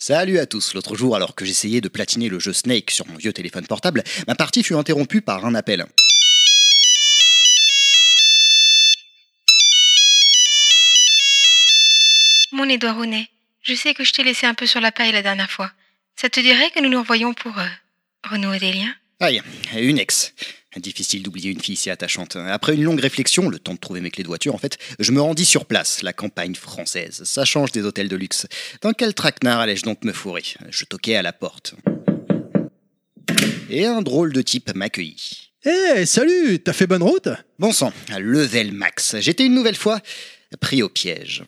Salut à tous. L'autre jour, alors que j'essayais de platiner le jeu Snake sur mon vieux téléphone portable, ma partie fut interrompue par un appel. Mon Édouard Ronet, je sais que je t'ai laissé un peu sur la paille la dernière fois. Ça te dirait que nous nous revoyons pour euh, renouer des liens Aïe, une ex. Difficile d'oublier une fille si attachante. Après une longue réflexion, le temps de trouver mes clés de voiture en fait, je me rendis sur place, la campagne française. Ça change des hôtels de luxe. Dans quel traquenard allais-je donc me fourrer Je toquais à la porte. Et un drôle de type m'accueillit. Eh, salut, t'as fait bonne route Bon sang, level max. J'étais une nouvelle fois pris au piège.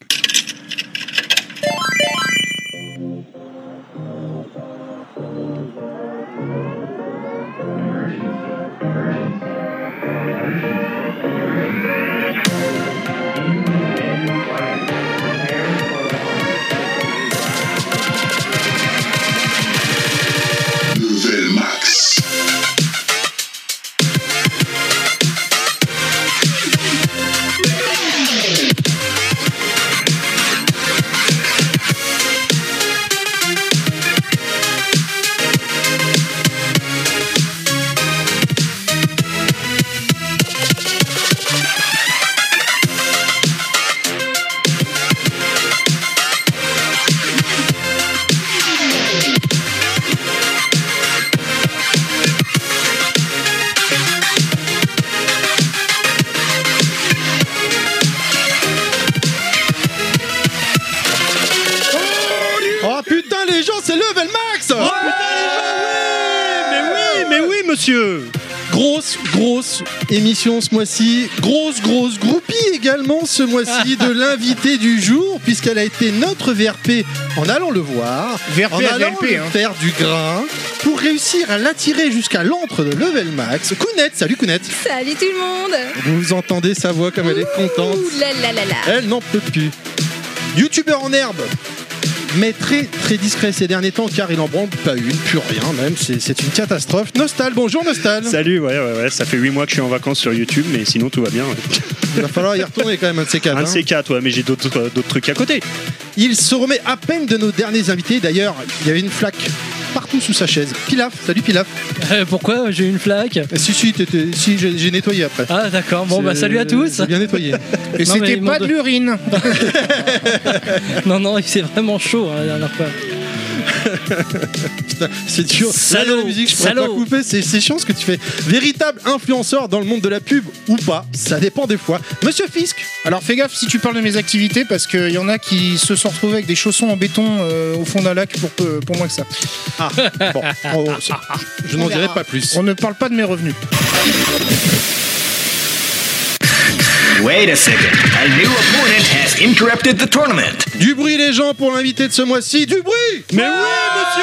Level Max. Oh putain, les gens, c'est level max Oh, Mais oui, mais oui, monsieur Grosse, grosse émission ce mois-ci. Grosse, grosse groupie également ce mois-ci de l'invité du jour, puisqu'elle a été notre VRP en allant le voir, VRP en à allant VLP, lui hein. faire du grain, pour réussir à l'attirer jusqu'à l'antre de level max. Kounet, salut Kounet Salut tout le monde Vous entendez sa voix comme elle est contente. Ouh là là là là Elle n'en peut plus. Youtubeur en herbe mais très très discret ces derniers temps car il en branle pas une, plus rien même, c'est c'est une catastrophe. Nostal, bonjour Nostal Salut, ouais, ouais, ouais, ça fait 8 mois que je suis en vacances sur YouTube, mais sinon tout va bien. ouais. Il va falloir y retourner quand même un de ces quatre. Un hein. de ces quatre, ouais, mais j'ai d'autres euh, d'autres trucs à côté. Il se remet à peine de nos derniers invités, d'ailleurs il y avait une flaque partout sous sa chaise. Pilaf, salut Pilaf. Euh, pourquoi j'ai eu une flaque Ah, Si si, t'étais- si j'ai j'ai nettoyé après. Ah d'accord, bon bah C'est- salut à tous c'est bien nettoyé. Et C'était pas de l'urine. Non non, c'est vraiment chaud hein, la dernière fois. Putain, c'est dur. Salaud, Là, la musique, je pourrais salaud. pas couper. C'est, c'est chiant ce que tu fais. Véritable influenceur dans le monde de la pub ou pas, ça dépend des fois. Monsieur Fisk, Alors fais gaffe si tu parles de mes activités parce qu'il y en a qui se sont retrouvés avec des chaussons en béton euh, au fond d'un lac pour, peu- pour moins que ça. bon, oh, c'est- je n'en dirai pas plus. Ah. On ne parle pas de mes revenus. Wait a second. A new opponent has interrupted the tournament. Du bruit, les gens, pour l'invité de ce mois-ci. Du bruit Mais oui, monsieur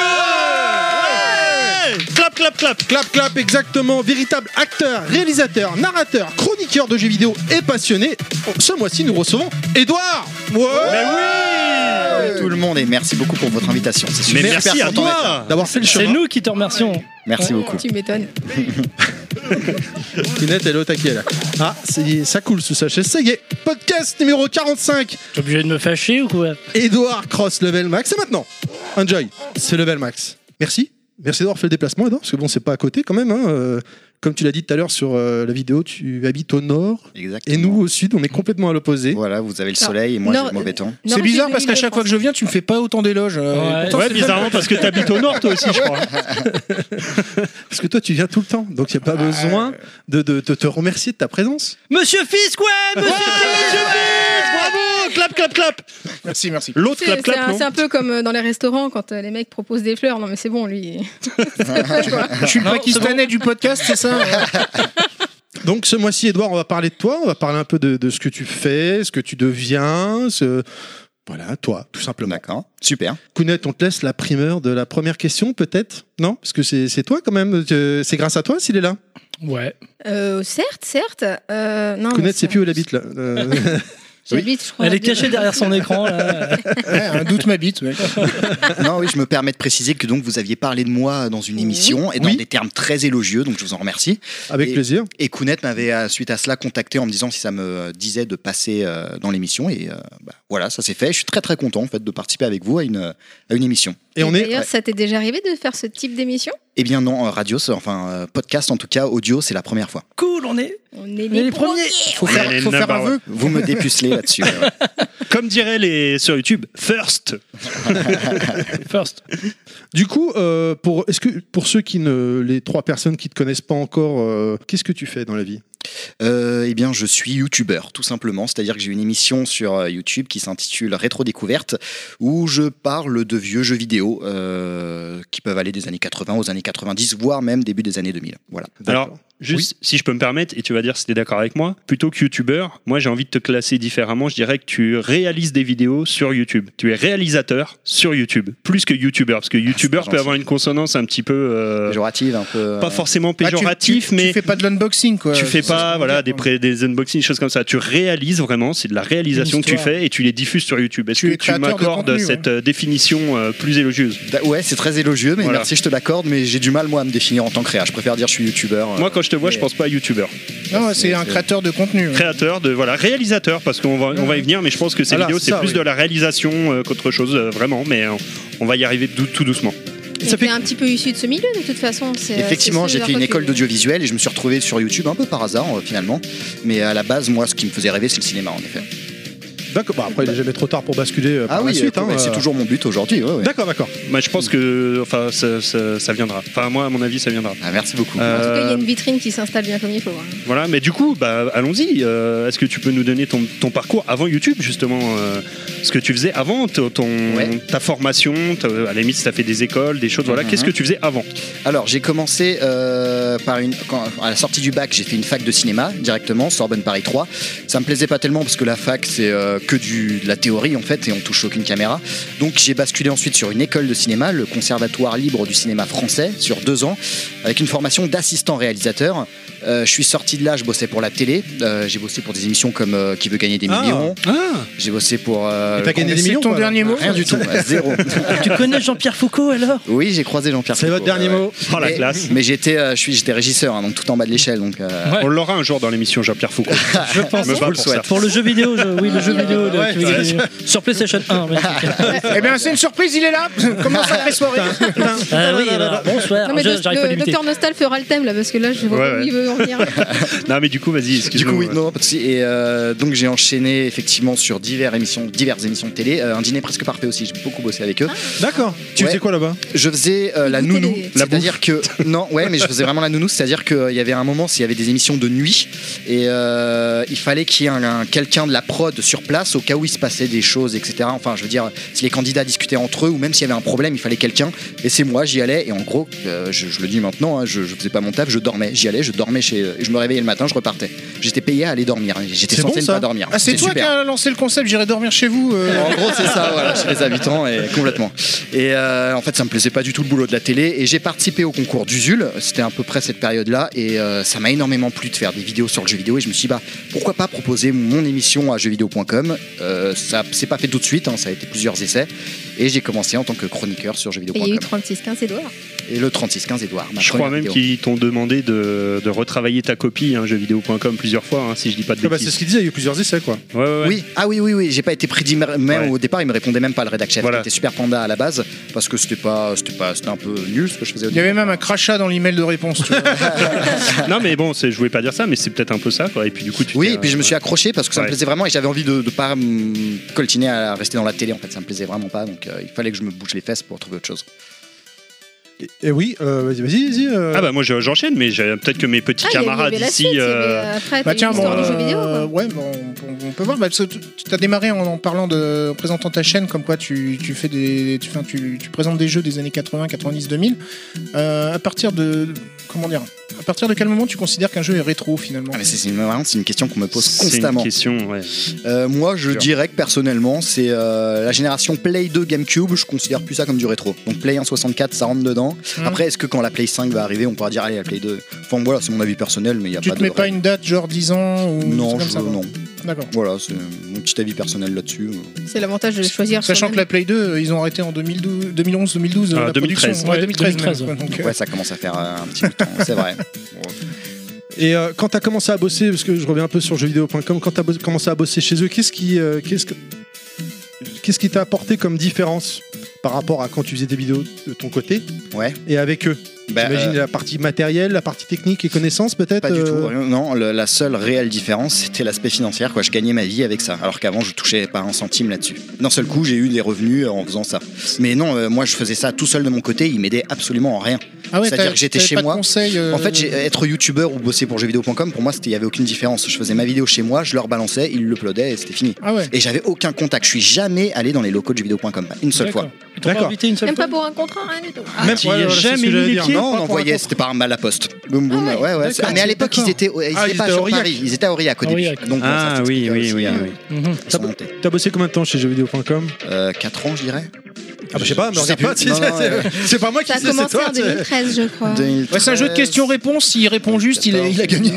Clap, clap, clap Clap, clap, exactement. Véritable acteur, réalisateur, narrateur, chroniqueur de jeux vidéo et passionné. Ce mois-ci, nous recevons Edouard Ouais Tout le monde et merci beaucoup pour votre invitation. C'est super Mais merci à content d'être là. toi D'avoir fait le C'est chemin. nous qui te remercions. Merci beaucoup. Tu m'étonnes. Pinette, elle est au taquet, là. Ah, c'est- ça coule sous sa chaise. Ça y est, podcast numéro 45. T'es obligé de me fâcher ou quoi Edouard Cross Level Max. C'est maintenant. Enjoy. C'est Level Max. Merci. Merci d'avoir fait le déplacement, Edouard, parce que bon, c'est pas à côté quand même. hein, euh, Comme tu l'as dit tout à l'heure sur euh, la vidéo, tu habites au nord Exactement. et nous au sud, on est complètement à l'opposé. Voilà, vous avez le Alors, soleil et moi j'ai Ah. non, le mauvais temps. Non, C'est bizarre j'ai parce une qu'à chaque fois que je viens, tu me fais pas autant d'éloges. euh, Ouais. et pourtant, Ouais, c'est- bizarrement, parce que t'habites au nord, toi aussi, je crois. Parce que toi, tu viens tout le temps, donc il n'y a pas besoin de, de- de te remercier de ta présence. Monsieur Fisk, ouais, monsieur Bravo Clap, clap, clap Merci, merci. L'autre, C'est clap, c'est clap, un, non c'est un peu comme euh, dans les restaurants quand euh, les mecs proposent des fleurs. Non mais c'est bon, lui. Je suis le Non, Pakistanais du podcast, c'est ça Donc ce mois-ci, Edouard, on va parler de toi, on va parler un peu de, de ce que tu fais, ce que tu deviens, ce... voilà, toi, tout simplement. D'accord, super. Kounet, on te laisse la primeur de la première question, peut-être Non Parce que c'est c'est toi quand même, euh, c'est grâce à toi s'il est là. Ouais. Euh, certes, certes. Euh, non, mais Kounet, c'est plus où il habite là. Euh, J'habite, je crois. Elle est bien. cachée derrière son écran. Là. Ouais, un doute m'habite. ouais. Non, oui, je me permets de préciser que donc vous aviez parlé de moi dans une émission et dans Oui. des termes très élogieux, donc je vous en remercie. Avec Et- plaisir. Et Kounet m'avait euh, suite à cela contacté en me disant si ça me disait de passer euh, dans l'émission et euh, bah, voilà, ça s'est fait. Je suis très très content en fait de participer avec vous à une euh, à une émission. Et on est. D'ailleurs, ouais. ça t'est déjà arrivé de faire ce type d'émission Eh bien non, euh, radio, c'est- enfin euh, podcast en tout cas, audio, c'est la première fois. Cool, on est. On est les, les premiers. Faut faire, Ouais, faut faire un number vœu. Ah, Vous me dépucelez là-dessus. ouais, ouais. Comme diraient les sur YouTube, first. First. Du coup, euh, pour, est-ce que, pour ceux qui ne. Les trois personnes qui ne te connaissent pas encore, euh, qu'est-ce que tu fais dans la vie Euh, eh bien, je suis youtubeur, tout simplement. C'est-à-dire que j'ai une émission sur euh, YouTube qui s'intitule Rétro Découverte, où je parle de vieux jeux vidéo euh, qui peuvent aller des années 80 aux années 90, voire même début des années 2000. Voilà. Alors, juste si je peux me permettre, et tu vas dire si t'es d'accord avec moi, plutôt que youtubeur, moi j'ai envie de te classer différemment. Je dirais que tu réalises des vidéos sur YouTube. Tu es réalisateur sur YouTube, plus que youtubeur, parce que youtubeur pas peut gentil. avoir une consonance un petit peu. euh, Péjorative, un peu. pas forcément Ah, tu- péjoratif, tu- mais. Tu fais pas de l'unboxing, quoi. tu fais C'est ce pas qu'on voilà dit. des, pré- des unboxings, des choses comme ça. Tu réalises vraiment, c'est de la réalisation Une que tu histoire. fais et tu les diffuses sur YouTube. Est-ce Tu que es tu créateur de m'accordes contenu, ouais. cette euh, définition euh, plus élogieuse Da- Bah, Ouais, c'est très élogieux, mais Voilà. merci, je te l'accorde, mais j'ai du mal, moi, à me définir en tant que créa. Je préfère dire je suis youtubeur. euh, Moi, quand je te vois, je mais- pense pas à youtubeur. Non, ouais, c'est un créateur de contenu. hein. ouais. Créateur, de voilà, réalisateur, parce qu'on va, on va y venir, mais je pense que Ah ces Voilà, vidéos, c'est c'est ça, plus oui. de la réalisation euh, qu'autre chose, euh, vraiment, mais euh, on va y arriver dou- tout doucement. Et Ça fait- t'es un petit peu issu de ce milieu de toute façon. c'est- Effectivement, Euh, c'est ce j'ai vers fait une quoi école tu- d'audiovisuel et je me suis retrouvé sur YouTube un peu par hasard, euh, finalement. Mais à la base, moi, ce qui me faisait rêver, c'est le cinéma, en effet. D'accord. Bah, après, il n'est jamais trop tard pour basculer euh, par Ah la oui, suite. euh, hein, ouais, c'est euh, toujours mon but aujourd'hui. ouais, ouais. D'accord, d'accord. Bah, je Mm. pense que enfin, ça, ça- ça viendra. Enfin, moi, à mon avis, ça viendra. Ah, merci beaucoup. En tout cas, il y a Euh, une vitrine qui s'installe bien comme il faut. hein. Voilà, mais du coup, bah, allons-y. Euh, Est-ce que tu peux nous donner ton, ton parcours avant YouTube, justement euh, Ce que tu faisais avant, ton, ton- Ouais. ta formation, ta- à la limite, si tu as fait des écoles, des choses, voilà. Mhm. Qu'est-ce que tu faisais avant Alors, j'ai commencé euh, par une. quand- à la sortie du bac, j'ai fait une fac de cinéma directement, Sorbonne Paris 3. Ça me plaisait pas tellement parce que la fac, c'est euh, que du, de la théorie en fait, et on touche aucune caméra. Donc, j'ai basculé ensuite sur une école de cinéma, le Conservatoire libre du cinéma français, sur deux ans, avec une formation d'assistant réalisateur. Euh, je suis sorti de là, je bossais pour la télé. Euh, j'ai bossé pour des émissions comme euh, Qui veut gagner des millions. J'ai bossé pour. euh, Ah, Et t'as le gagné Grand- des C'est millions ton quoi, dernier mot Rien du tout, à zéro. Tu connais Jean-Pierre Foucault alors Oui, j'ai croisé Jean-Pierre. C'est votre Foucault, dernier ouais, ouais. mot. Oh, la Mais- classe Mais j'étais, euh, je suis, j'étais régisseur, hein, donc tout en bas de l'échelle, donc. euh, Ouais. On l'aura un jour dans l'émission Jean-Pierre Foucault. Je pense. me bats vous le pour souhaite. ça. Ah Pour le jeu vidéo, je- oui, le jeu vidéo de- Ouais, tu veux ouais. dire, euh, sur PlayStation 1. mais- Eh bien, c'est une surprise, il est là. Comment ça, Chris Poiré Ah oui, alors, bonsoir. Non, mais je- doc- J'arrive pas à le l'imiter. docteur Nostal fera le thème là parce que là je vois Ouais, pas où ouais. il veut en venir. non, mais du coup, vas-y, Du excuse-moi. coup, oui, non, pas de souci. Et euh, donc j'ai enchaîné effectivement sur diverses émissions, diverses émissions de télé, euh, un dîner presque parfait aussi. J'ai beaucoup bossé avec eux. D'accord. Tu Ouais. faisais quoi là-bas Je faisais euh, la Écoutez nounou, les- La c'est-à-dire que non, ouais, mais je faisais vraiment la nounou, c'est-à-dire qu'il y avait un moment, s'il y avait des émissions de nuit, et euh, il fallait qu'il y ait un, un- quelqu'un de la prod sur place au cas où il se passait des choses, etc. Enfin, je veux dire, si les candidats discutaient entre eux ou même s'il y avait un problème, il fallait quelqu'un. Et c'est moi, j'y allais. Et en gros, euh, je, je le dis maintenant, hein, je, je faisais pas mon taf, je dormais, j'y allais, je dormais chez, et je me réveillais le matin, je repartais. J'étais payé à aller dormir. hein, J'étais C'est censé bon, ne ça pas dormir. Ah, c'est C'était toi qui super. as lancé le concept, j'irai dormir chez vous. euh, En gros, c'est ça, voilà, chez les habitants, et complètement. Et euh, en fait, ça me plaisait pas du tout le boulot de la télé, et j'ai participé au concours d'Usul, c'était à peu près cette période-là, et euh, ça m'a énormément plu de faire des vidéos sur le jeu vidéo, et je me suis dit, bah, pourquoi pas proposer mon émission à jeuxvideo.com euh, Ça s'est pas fait tout de suite, hein, ça a été plusieurs essais, et j'ai commencé en tant que chroniqueur sur Et il y a eu jeuxvideo.com. 36, 15 Edouard. Et le 3615 Edouard, ma Je crois première même vidéo. qu'ils t'ont demandé de, de retravailler ta copie, hein, jeuxvideo.com, plusieurs fois, hein, si je dis pas de Ah bah, C'est bêtises. ce qu'il disait, il y a eu plusieurs essais quoi. Ouais, ouais, ouais. Oui, ah oui, oui, oui, j'ai pas été pris même Ouais. au départ, il me répondait même pas le rédacteur chef, Voilà. qui était super panda à la base, parce que c'était pas, c'était pas, c'était un peu nul ce que je faisais au Il y avait même un crachat dans l'email de réponse. tu vois. Non, mais bon, c'est- je voulais pas dire ça, mais c'est peut-être un peu ça, quoi. Et puis du coup, tu Oui, t'es, euh, et puis je me suis accroché parce que ça me Ouais. plaisait vraiment et j'avais envie de ne pas me coltiner à rester dans la télé en fait, ça me plaisait vraiment pas donc euh, il fallait que je me bouge les fesses pour trouver autre chose. Et, et oui, euh, vas-y, vas-y, vas-y. euh, Ah bah moi je- j'enchaîne, mais j'ai- peut-être que mes petits Ah, il y a- il y camarades avait la ici... suite, il y euh, avait, après t'as Bah eu tiens, l'histoire bon, du jeu vidéo. euh, quoi. ouais, bon, on, on peut voir. Bah, parce que tu tu as démarré en, en parlant de en présentant ta chaîne, comme quoi tu, tu fais des, tu, enfin, tu, tu présentes des jeux des années 80, 90, 2000. Euh, à partir de comment dire À partir de quel moment tu considères qu'un jeu est rétro finalement Ah, mais c'est c'est une, vraiment, c'est une question qu'on me pose C'est une constamment. question, ouais. Euh, moi je Sûr. dirais que personnellement c'est euh, la génération Play 2 GameCube, je considère plus ça comme du rétro. Donc Play 1.64 ça rentre dedans. Mhm. Après est-ce que quand la Play 5 va arriver on pourra dire allez la Play 2 Enfin voilà c'est mon avis personnel mais il n'y a Tu pas te de... mets pas une date, genre 10 ans ou Non, des je trucs comme ça, non. D'accord. Voilà, c'est mon petit avis personnel là-dessus. C'est l'avantage de choisir. Sachant que soi-même. la Play 2, euh, ils ont arrêté en 2012, 2011, 2012. euh, Ah, la 2013. production. Ouais, Ouais, 2013. 2013, même, quoi, donc, euh, Ouais, ça commence à faire euh, un petit bout de temps, c'est vrai. Bon, Et euh, quand t'as commencé à bosser, parce que je reviens un peu sur jeuxvideo.com, quand t'as bo- commencé à bosser chez eux, qu'est-ce qui, euh, qu'est-ce que- qu'est-ce qui t'a apporté comme différence par rapport à quand tu faisais des vidéos de ton côté Ouais. et avec eux bah, J'imagine euh, la partie matérielle, la partie technique et connaissances peut-être Pas du euh, tout. rien. Non, le- la seule réelle différence, c'était l'aspect financier. Quoi. Je gagnais ma vie avec ça, alors qu'avant, je touchais pas un centime là-dessus. D'un seul coup, j'ai eu des revenus euh, en faisant ça. Mais non, euh, moi, je faisais ça tout seul de mon côté. Ils m'aidaient absolument en rien. Ah ouais, C'est-à-dire t'as- que j'étais t'avais chez pas de moi. conseils, euh, En fait, j'ai- être youtubeur ou bosser pour jeuxvideo.com, pour moi, c'était- il y avait aucune différence. Je faisais ma vidéo chez moi, je leur balançais, ils l'uploadaient et c'était fini. Ah ouais. Et j'avais aucun contact. Je suis jamais allé dans les locaux de jeuxvideo.com, pas une seule fois. Ils t'ont pas D'accord. invité une seule Même fois pas pour un contrat, rien du tout. Même- tu y as voilà, c'est ce jamais que j'allais mis les dire. pieds Non, On pas pour envoyait, un c'était par mal à la poste. Boum, boum, ouais, ouais, c'est- D'accord. ah, mais à l'époque, ils D'accord. étaient, au- ils Ah, étaient ils pas étaient à sur Aurillac. Paris, ils étaient à Aurillac au début. Aurillac. Donc, bon, ça Ah oui, s'expliquait oui, aussi, oui, euh, oui. Mhm. ils sont montés. T'as bossé combien de temps chez jeuxvideo.com Euh, 4 ans, je dirais. Ah bah je sais pas, mais Je sais regarde pas, plus. tu sais, Non, non, c'est- euh, c'est pas moi qui Ça a sais, c'est commencé toi. en tu sais. 2013, je crois. 2013, Ouais, c'est un jeu de questions-réponses. S'il répond juste, il, est- il a gagné.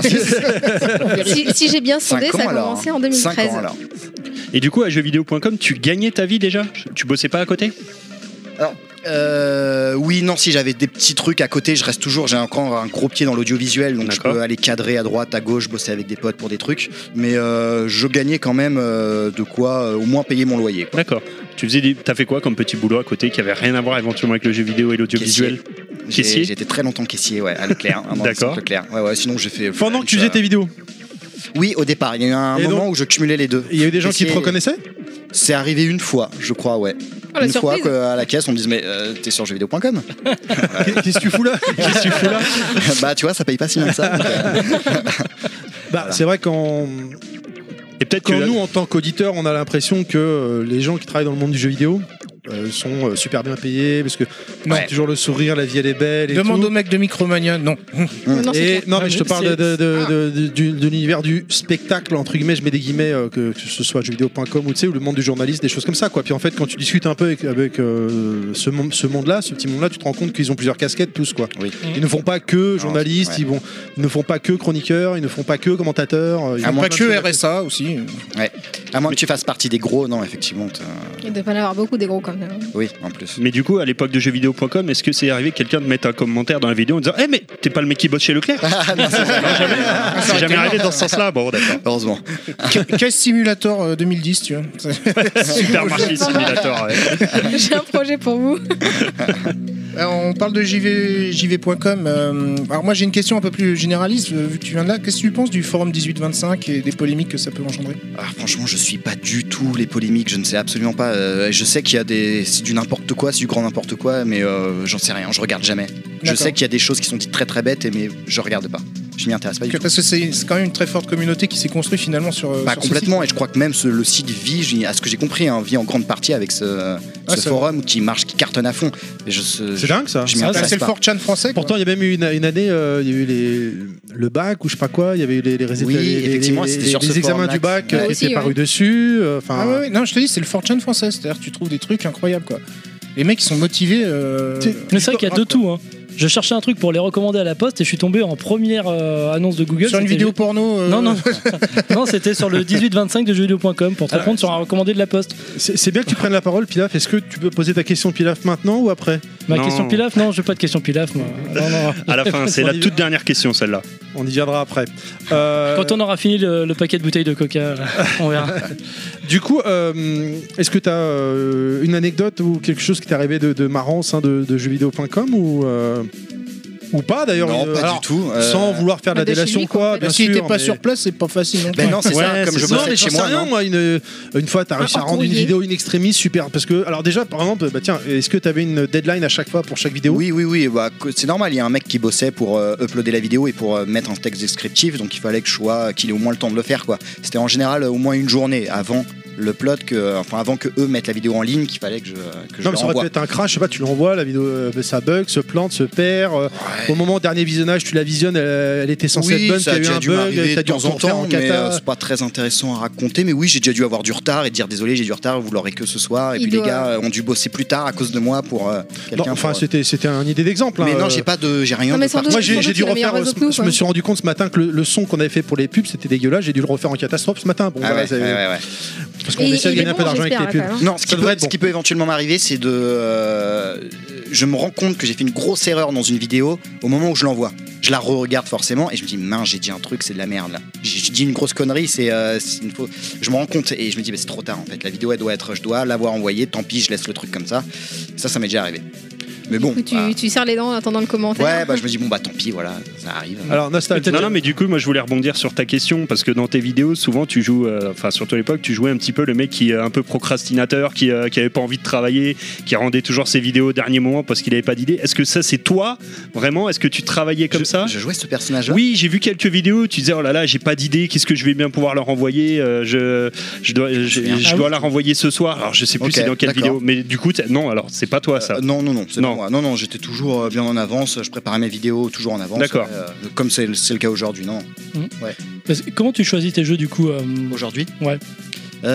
Si, si j'ai bien sondé, Cinq ça a ans, alors. commencé 5 en 2013. ans alors. Et du coup, à jeuxvideo.com, tu gagnais ta vie déjà Tu bossais pas à côté Euh, oui, non, si j'avais des petits trucs à côté, je reste toujours. J'ai encore un gros pied dans l'audiovisuel, donc je D'accord. peux aller cadrer à droite, à gauche, bosser avec des potes pour des trucs. Mais euh, je gagnais quand même euh, de quoi euh, au moins payer mon loyer. quoi. D'accord. Tu faisais des... T'as fait quoi comme petit boulot à côté qui avait rien à voir éventuellement avec le jeu vidéo et l'audiovisuel J'ai Caissier j'ai été très longtemps caissier, ouais, à Leclerc. hein, dans le D'accord. centre Leclerc. Ouais, ouais, sinon j'ai fait. Pendant que tu ça- faisais tes vidéos, Oui, au départ, il y a eu un Et donc- moment où je cumulais les deux. il y a eu des gens qui te Caissier. reconnaissaient C'est arrivé une fois, je crois, ouais. Oh, la une fois surprise que, à la caisse, on me dit mais euh, t'es sur jeuxvideo.com Qu'est-ce que tu fous là Qu'est-ce que tu fous là Bah tu vois, ça paye pas si bien que ça. donc, euh, Bah c'est vrai qu'en Et peut-être que Quand là- nous, en tant qu'auditeurs, on a l'impression que euh, les gens qui travaillent dans le monde du jeu vidéo euh, sont euh, super bien payés, parce que ils ont Ouais. toujours le sourire, la vie elle est belle. Et Demande tout. au mec de Micromania. Non. Non, non, c'est Et, clair. non, mais je te parle de, C'est- de- de- de- du- de l'univers du spectacle, entre guillemets, je mets des guillemets, euh, que, que ce soit jeuxvideo.com ou, tu sais, ou le monde du journaliste, des choses comme ça. Quoi. Puis en fait, quand tu discutes un peu avec, avec, euh, ce, monde, ce monde-là, ce petit monde-là, tu te rends compte qu'ils ont plusieurs casquettes tous. Quoi. Oui. Ils ne font pas que journalistes, ouais. ils, vont, ils ne font pas que chroniqueurs, ils ne font pas que commentateurs. euh, ils Ah, font moi, Pas plein de choses. que RSA aussi. à moins que tu fasses partie des gros, non, effectivement. t'as- Il devait pas en avoir beaucoup des gros quand même. Oui, en plus. Mais du coup, à l'époque de jeuxvideo.com, est-ce que c'est arrivé que quelqu'un de mettre un commentaire dans la vidéo en disant Eh, mais t'es pas le mec qui bosse chez Leclerc Ah, non, c'est vrai. C'est jamais arrivé dans ce sens-là. Bon, d'accord. Heureusement. Caisse Simulator euh, 2010, tu vois. Supermarché simulator. ouais. J'ai un projet pour vous. Alors, euh, on parle de JV, JV.com. euh, alors moi j'ai une question un peu plus généraliste, euh, vu que tu viens de là. Qu'est-ce que tu penses du forum 1825 et des polémiques que ça peut engendrer Alors, Ah, franchement, je suis pas du tout les polémiques, je ne sais absolument pas. Euh, je sais qu'il y a des. C'est du n'importe quoi, c'est du grand n'importe quoi, mais euh, j'en sais rien, je regarde jamais. Je D'accord. sais qu'il y a des choses qui sont dites très très bêtes, et- mais je regarde pas. Je m'y intéresse pas du Que- tout. Parce que c'est c'est quand même une très forte communauté qui s'est construite finalement sur. euh, Pas sur ce Bah, complètement, et je crois que même ce- le site vit, j'y- à ce que j'ai compris, hein, vit en grande partie avec ce, Ah, ce c'est forum qui marche, qui cartonne à fond. Et je, je, C'est dingue ça. je m'y site. Bah, intéresse c'est le pas. 4chan français. quoi. Pourtant, il y a même eu une, une année, euh, il y a eu les, le bac ou je sais pas quoi, il y avait eu les, les résultats, Oui, les, les- effectivement, les- c'était les- sur les ce examens forum-là du bac que- euh, qui Ouais. étaient Aussi, parus ouais. dessus. euh, Enfin, Ah ouais, ouais, non, je te dis, c'est le 4chan français. C'est-à-dire que tu trouves des trucs incroyables quoi. Les mecs ils sont motivés. euh, Tu- Mais c'est vrai qu'il y a de tout. Hein. Je cherchais un truc pour les recommander à la poste et je suis tombé en première euh, annonce de Google. Sur une c'était- vidéo porno. euh, Non, non, non c'était sur le 18-25 de jeuxvideo.com pour te répondre sur un recommandé de la poste. c'est c'est bien que tu prennes la parole, Pilaf. Est-ce que tu peux poser ta question, Pilaf, maintenant ou après Ma Non. question pilaf Non, je veux pas de question pilaf. Moi. Non, non. À la fin, c'est la toute dernière question, celle-là. On y viendra après. Euh, Quand on aura fini le, le paquet de bouteilles de coca, on verra. Du coup, euh, est-ce que tu as une anecdote ou quelque chose qui t'est arrivé de, de marrant au sein de, de jeuxvideo.com ou, euh, ou pas d'ailleurs Non, euh, pas alors, du tout. euh, Sans vouloir faire de la Bah, de chez délation, lui, quoi. quoi, bien si t'es sûr, pas mais- sur place, c'est pas facile. non plus. Ben non, c'est Ouais, ça, comme c'est je ça. Non, bossais mais chez j'en sais moi. rien, non moi. Une, euh, une fois, t'as réussi à en rendre une courrier. vidéo in extremis super. Parce que, alors déjà, par exemple, bah, tiens, est-ce que t'avais une deadline à chaque fois pour chaque vidéo Oui, oui, oui, bah, co- c'est normal. Il y a un mec qui bossait pour euh, uploader la vidéo et pour euh, mettre un texte descriptif, donc il fallait que je sois, qu'il ait au moins le temps de le faire, quoi. C'était en général euh, au moins une journée avant le plot que, enfin, avant que eux mettent la vidéo en ligne, qu'il fallait que je, que je Non, mais leur ça aurait envoie. pu être un crash, je sais pas, tu l'envoies, la vidéo, euh, ça bug, se plante, se perd. euh, Au moment au dernier visionnage, tu la visionnes, elle, elle était censée oui, être bonne, ça a t'as eu déjà un dû m'arriver bug, de t'as dû temps en refaire temps, en mais cata. euh, c'est pas très intéressant à raconter. Mais oui, j'ai déjà dû avoir du retard et dire désolé, j'ai du retard, vous l'aurez que ce soir. Et Il puis doit- les gars euh, ont dû bosser plus tard à cause de moi pour euh, Non, quelqu'un. enfin, pour, euh, c'était c'était un idée d'exemple. mais hein, non, euh, j'ai pas de, j'ai rien Non, mais de sans doute- particulier. Moi, j'ai sans j'ai doute, dû il a refaire. meilleur euh, réseau ce- que nous, je quoi. me suis rendu compte ce matin que le, le son qu'on avait fait pour les pubs, c'était dégueulasse. J'ai dû le refaire en catastrophe ce matin. Bon, bah, Ah voilà, ouais, c'est- ouais, ouais, ouais. Parce qu'on Et- essaie de et gagner un peu bon, d'argent avec les j'espère, pubs. quand même. Non, ce Ça qui, peut, devrait être ce bon. qui peut éventuellement m'arriver, c'est de. euh, je me rends compte que j'ai fait une grosse erreur dans une vidéo au moment où je l'envoie. Je la re-regarde forcément et je me dis, mince, j'ai dit un truc, c'est de la merde là. J'ai j'ai dit une grosse connerie, c'est euh, c'est une fausse. Je me rends compte et je me dis, bah, c'est trop tard en fait. La vidéo, elle doit être. Je dois l'avoir envoyée, tant pis, je laisse le truc comme ça. Ça, ça m'est déjà arrivé. Mais bon. Du coup, tu, bah, tu serres les dents en attendant le commentaire. ouais, bah je me dis, bon, bah tant pis, voilà, ça arrive. Alors, Nostal, Non, non, mais du coup, moi, je voulais rebondir sur ta question parce que dans tes vidéos, souvent, tu joues, euh, enfin, surtout à l'époque, tu jouais un petit peu le mec qui est un peu procrastinateur, qui, euh, qui avait pas envie de travailler, qui rendait toujours ses vidéos au dernier moment parce qu'il avait pas d'idée. Est-ce que ça, c'est toi vraiment Est-ce que tu travaillais comme Je- ça Je jouais ce personnage-là. Oui, j'ai vu quelques vidéos. où Tu disais oh là là, j'ai pas d'idée. Qu'est-ce que je vais bien pouvoir leur envoyer Euh, Je je dois je, souviens. je Ah dois oui. la renvoyer ce soir. Alors je sais plus Ok, c'est dans quelle d'accord. vidéo. Mais du coup t'as- non, alors c'est pas toi ça. Euh, non, non, non, c'est non. Non. moi. Non, non, j'étais toujours euh, bien en avance. Je préparais mes vidéos toujours en avance. D'accord. Euh, comme c'est le c'est le cas aujourd'hui, non. Parce que Comment tu choisis tes jeux du coup euh, Aujourd'hui Ouais. Il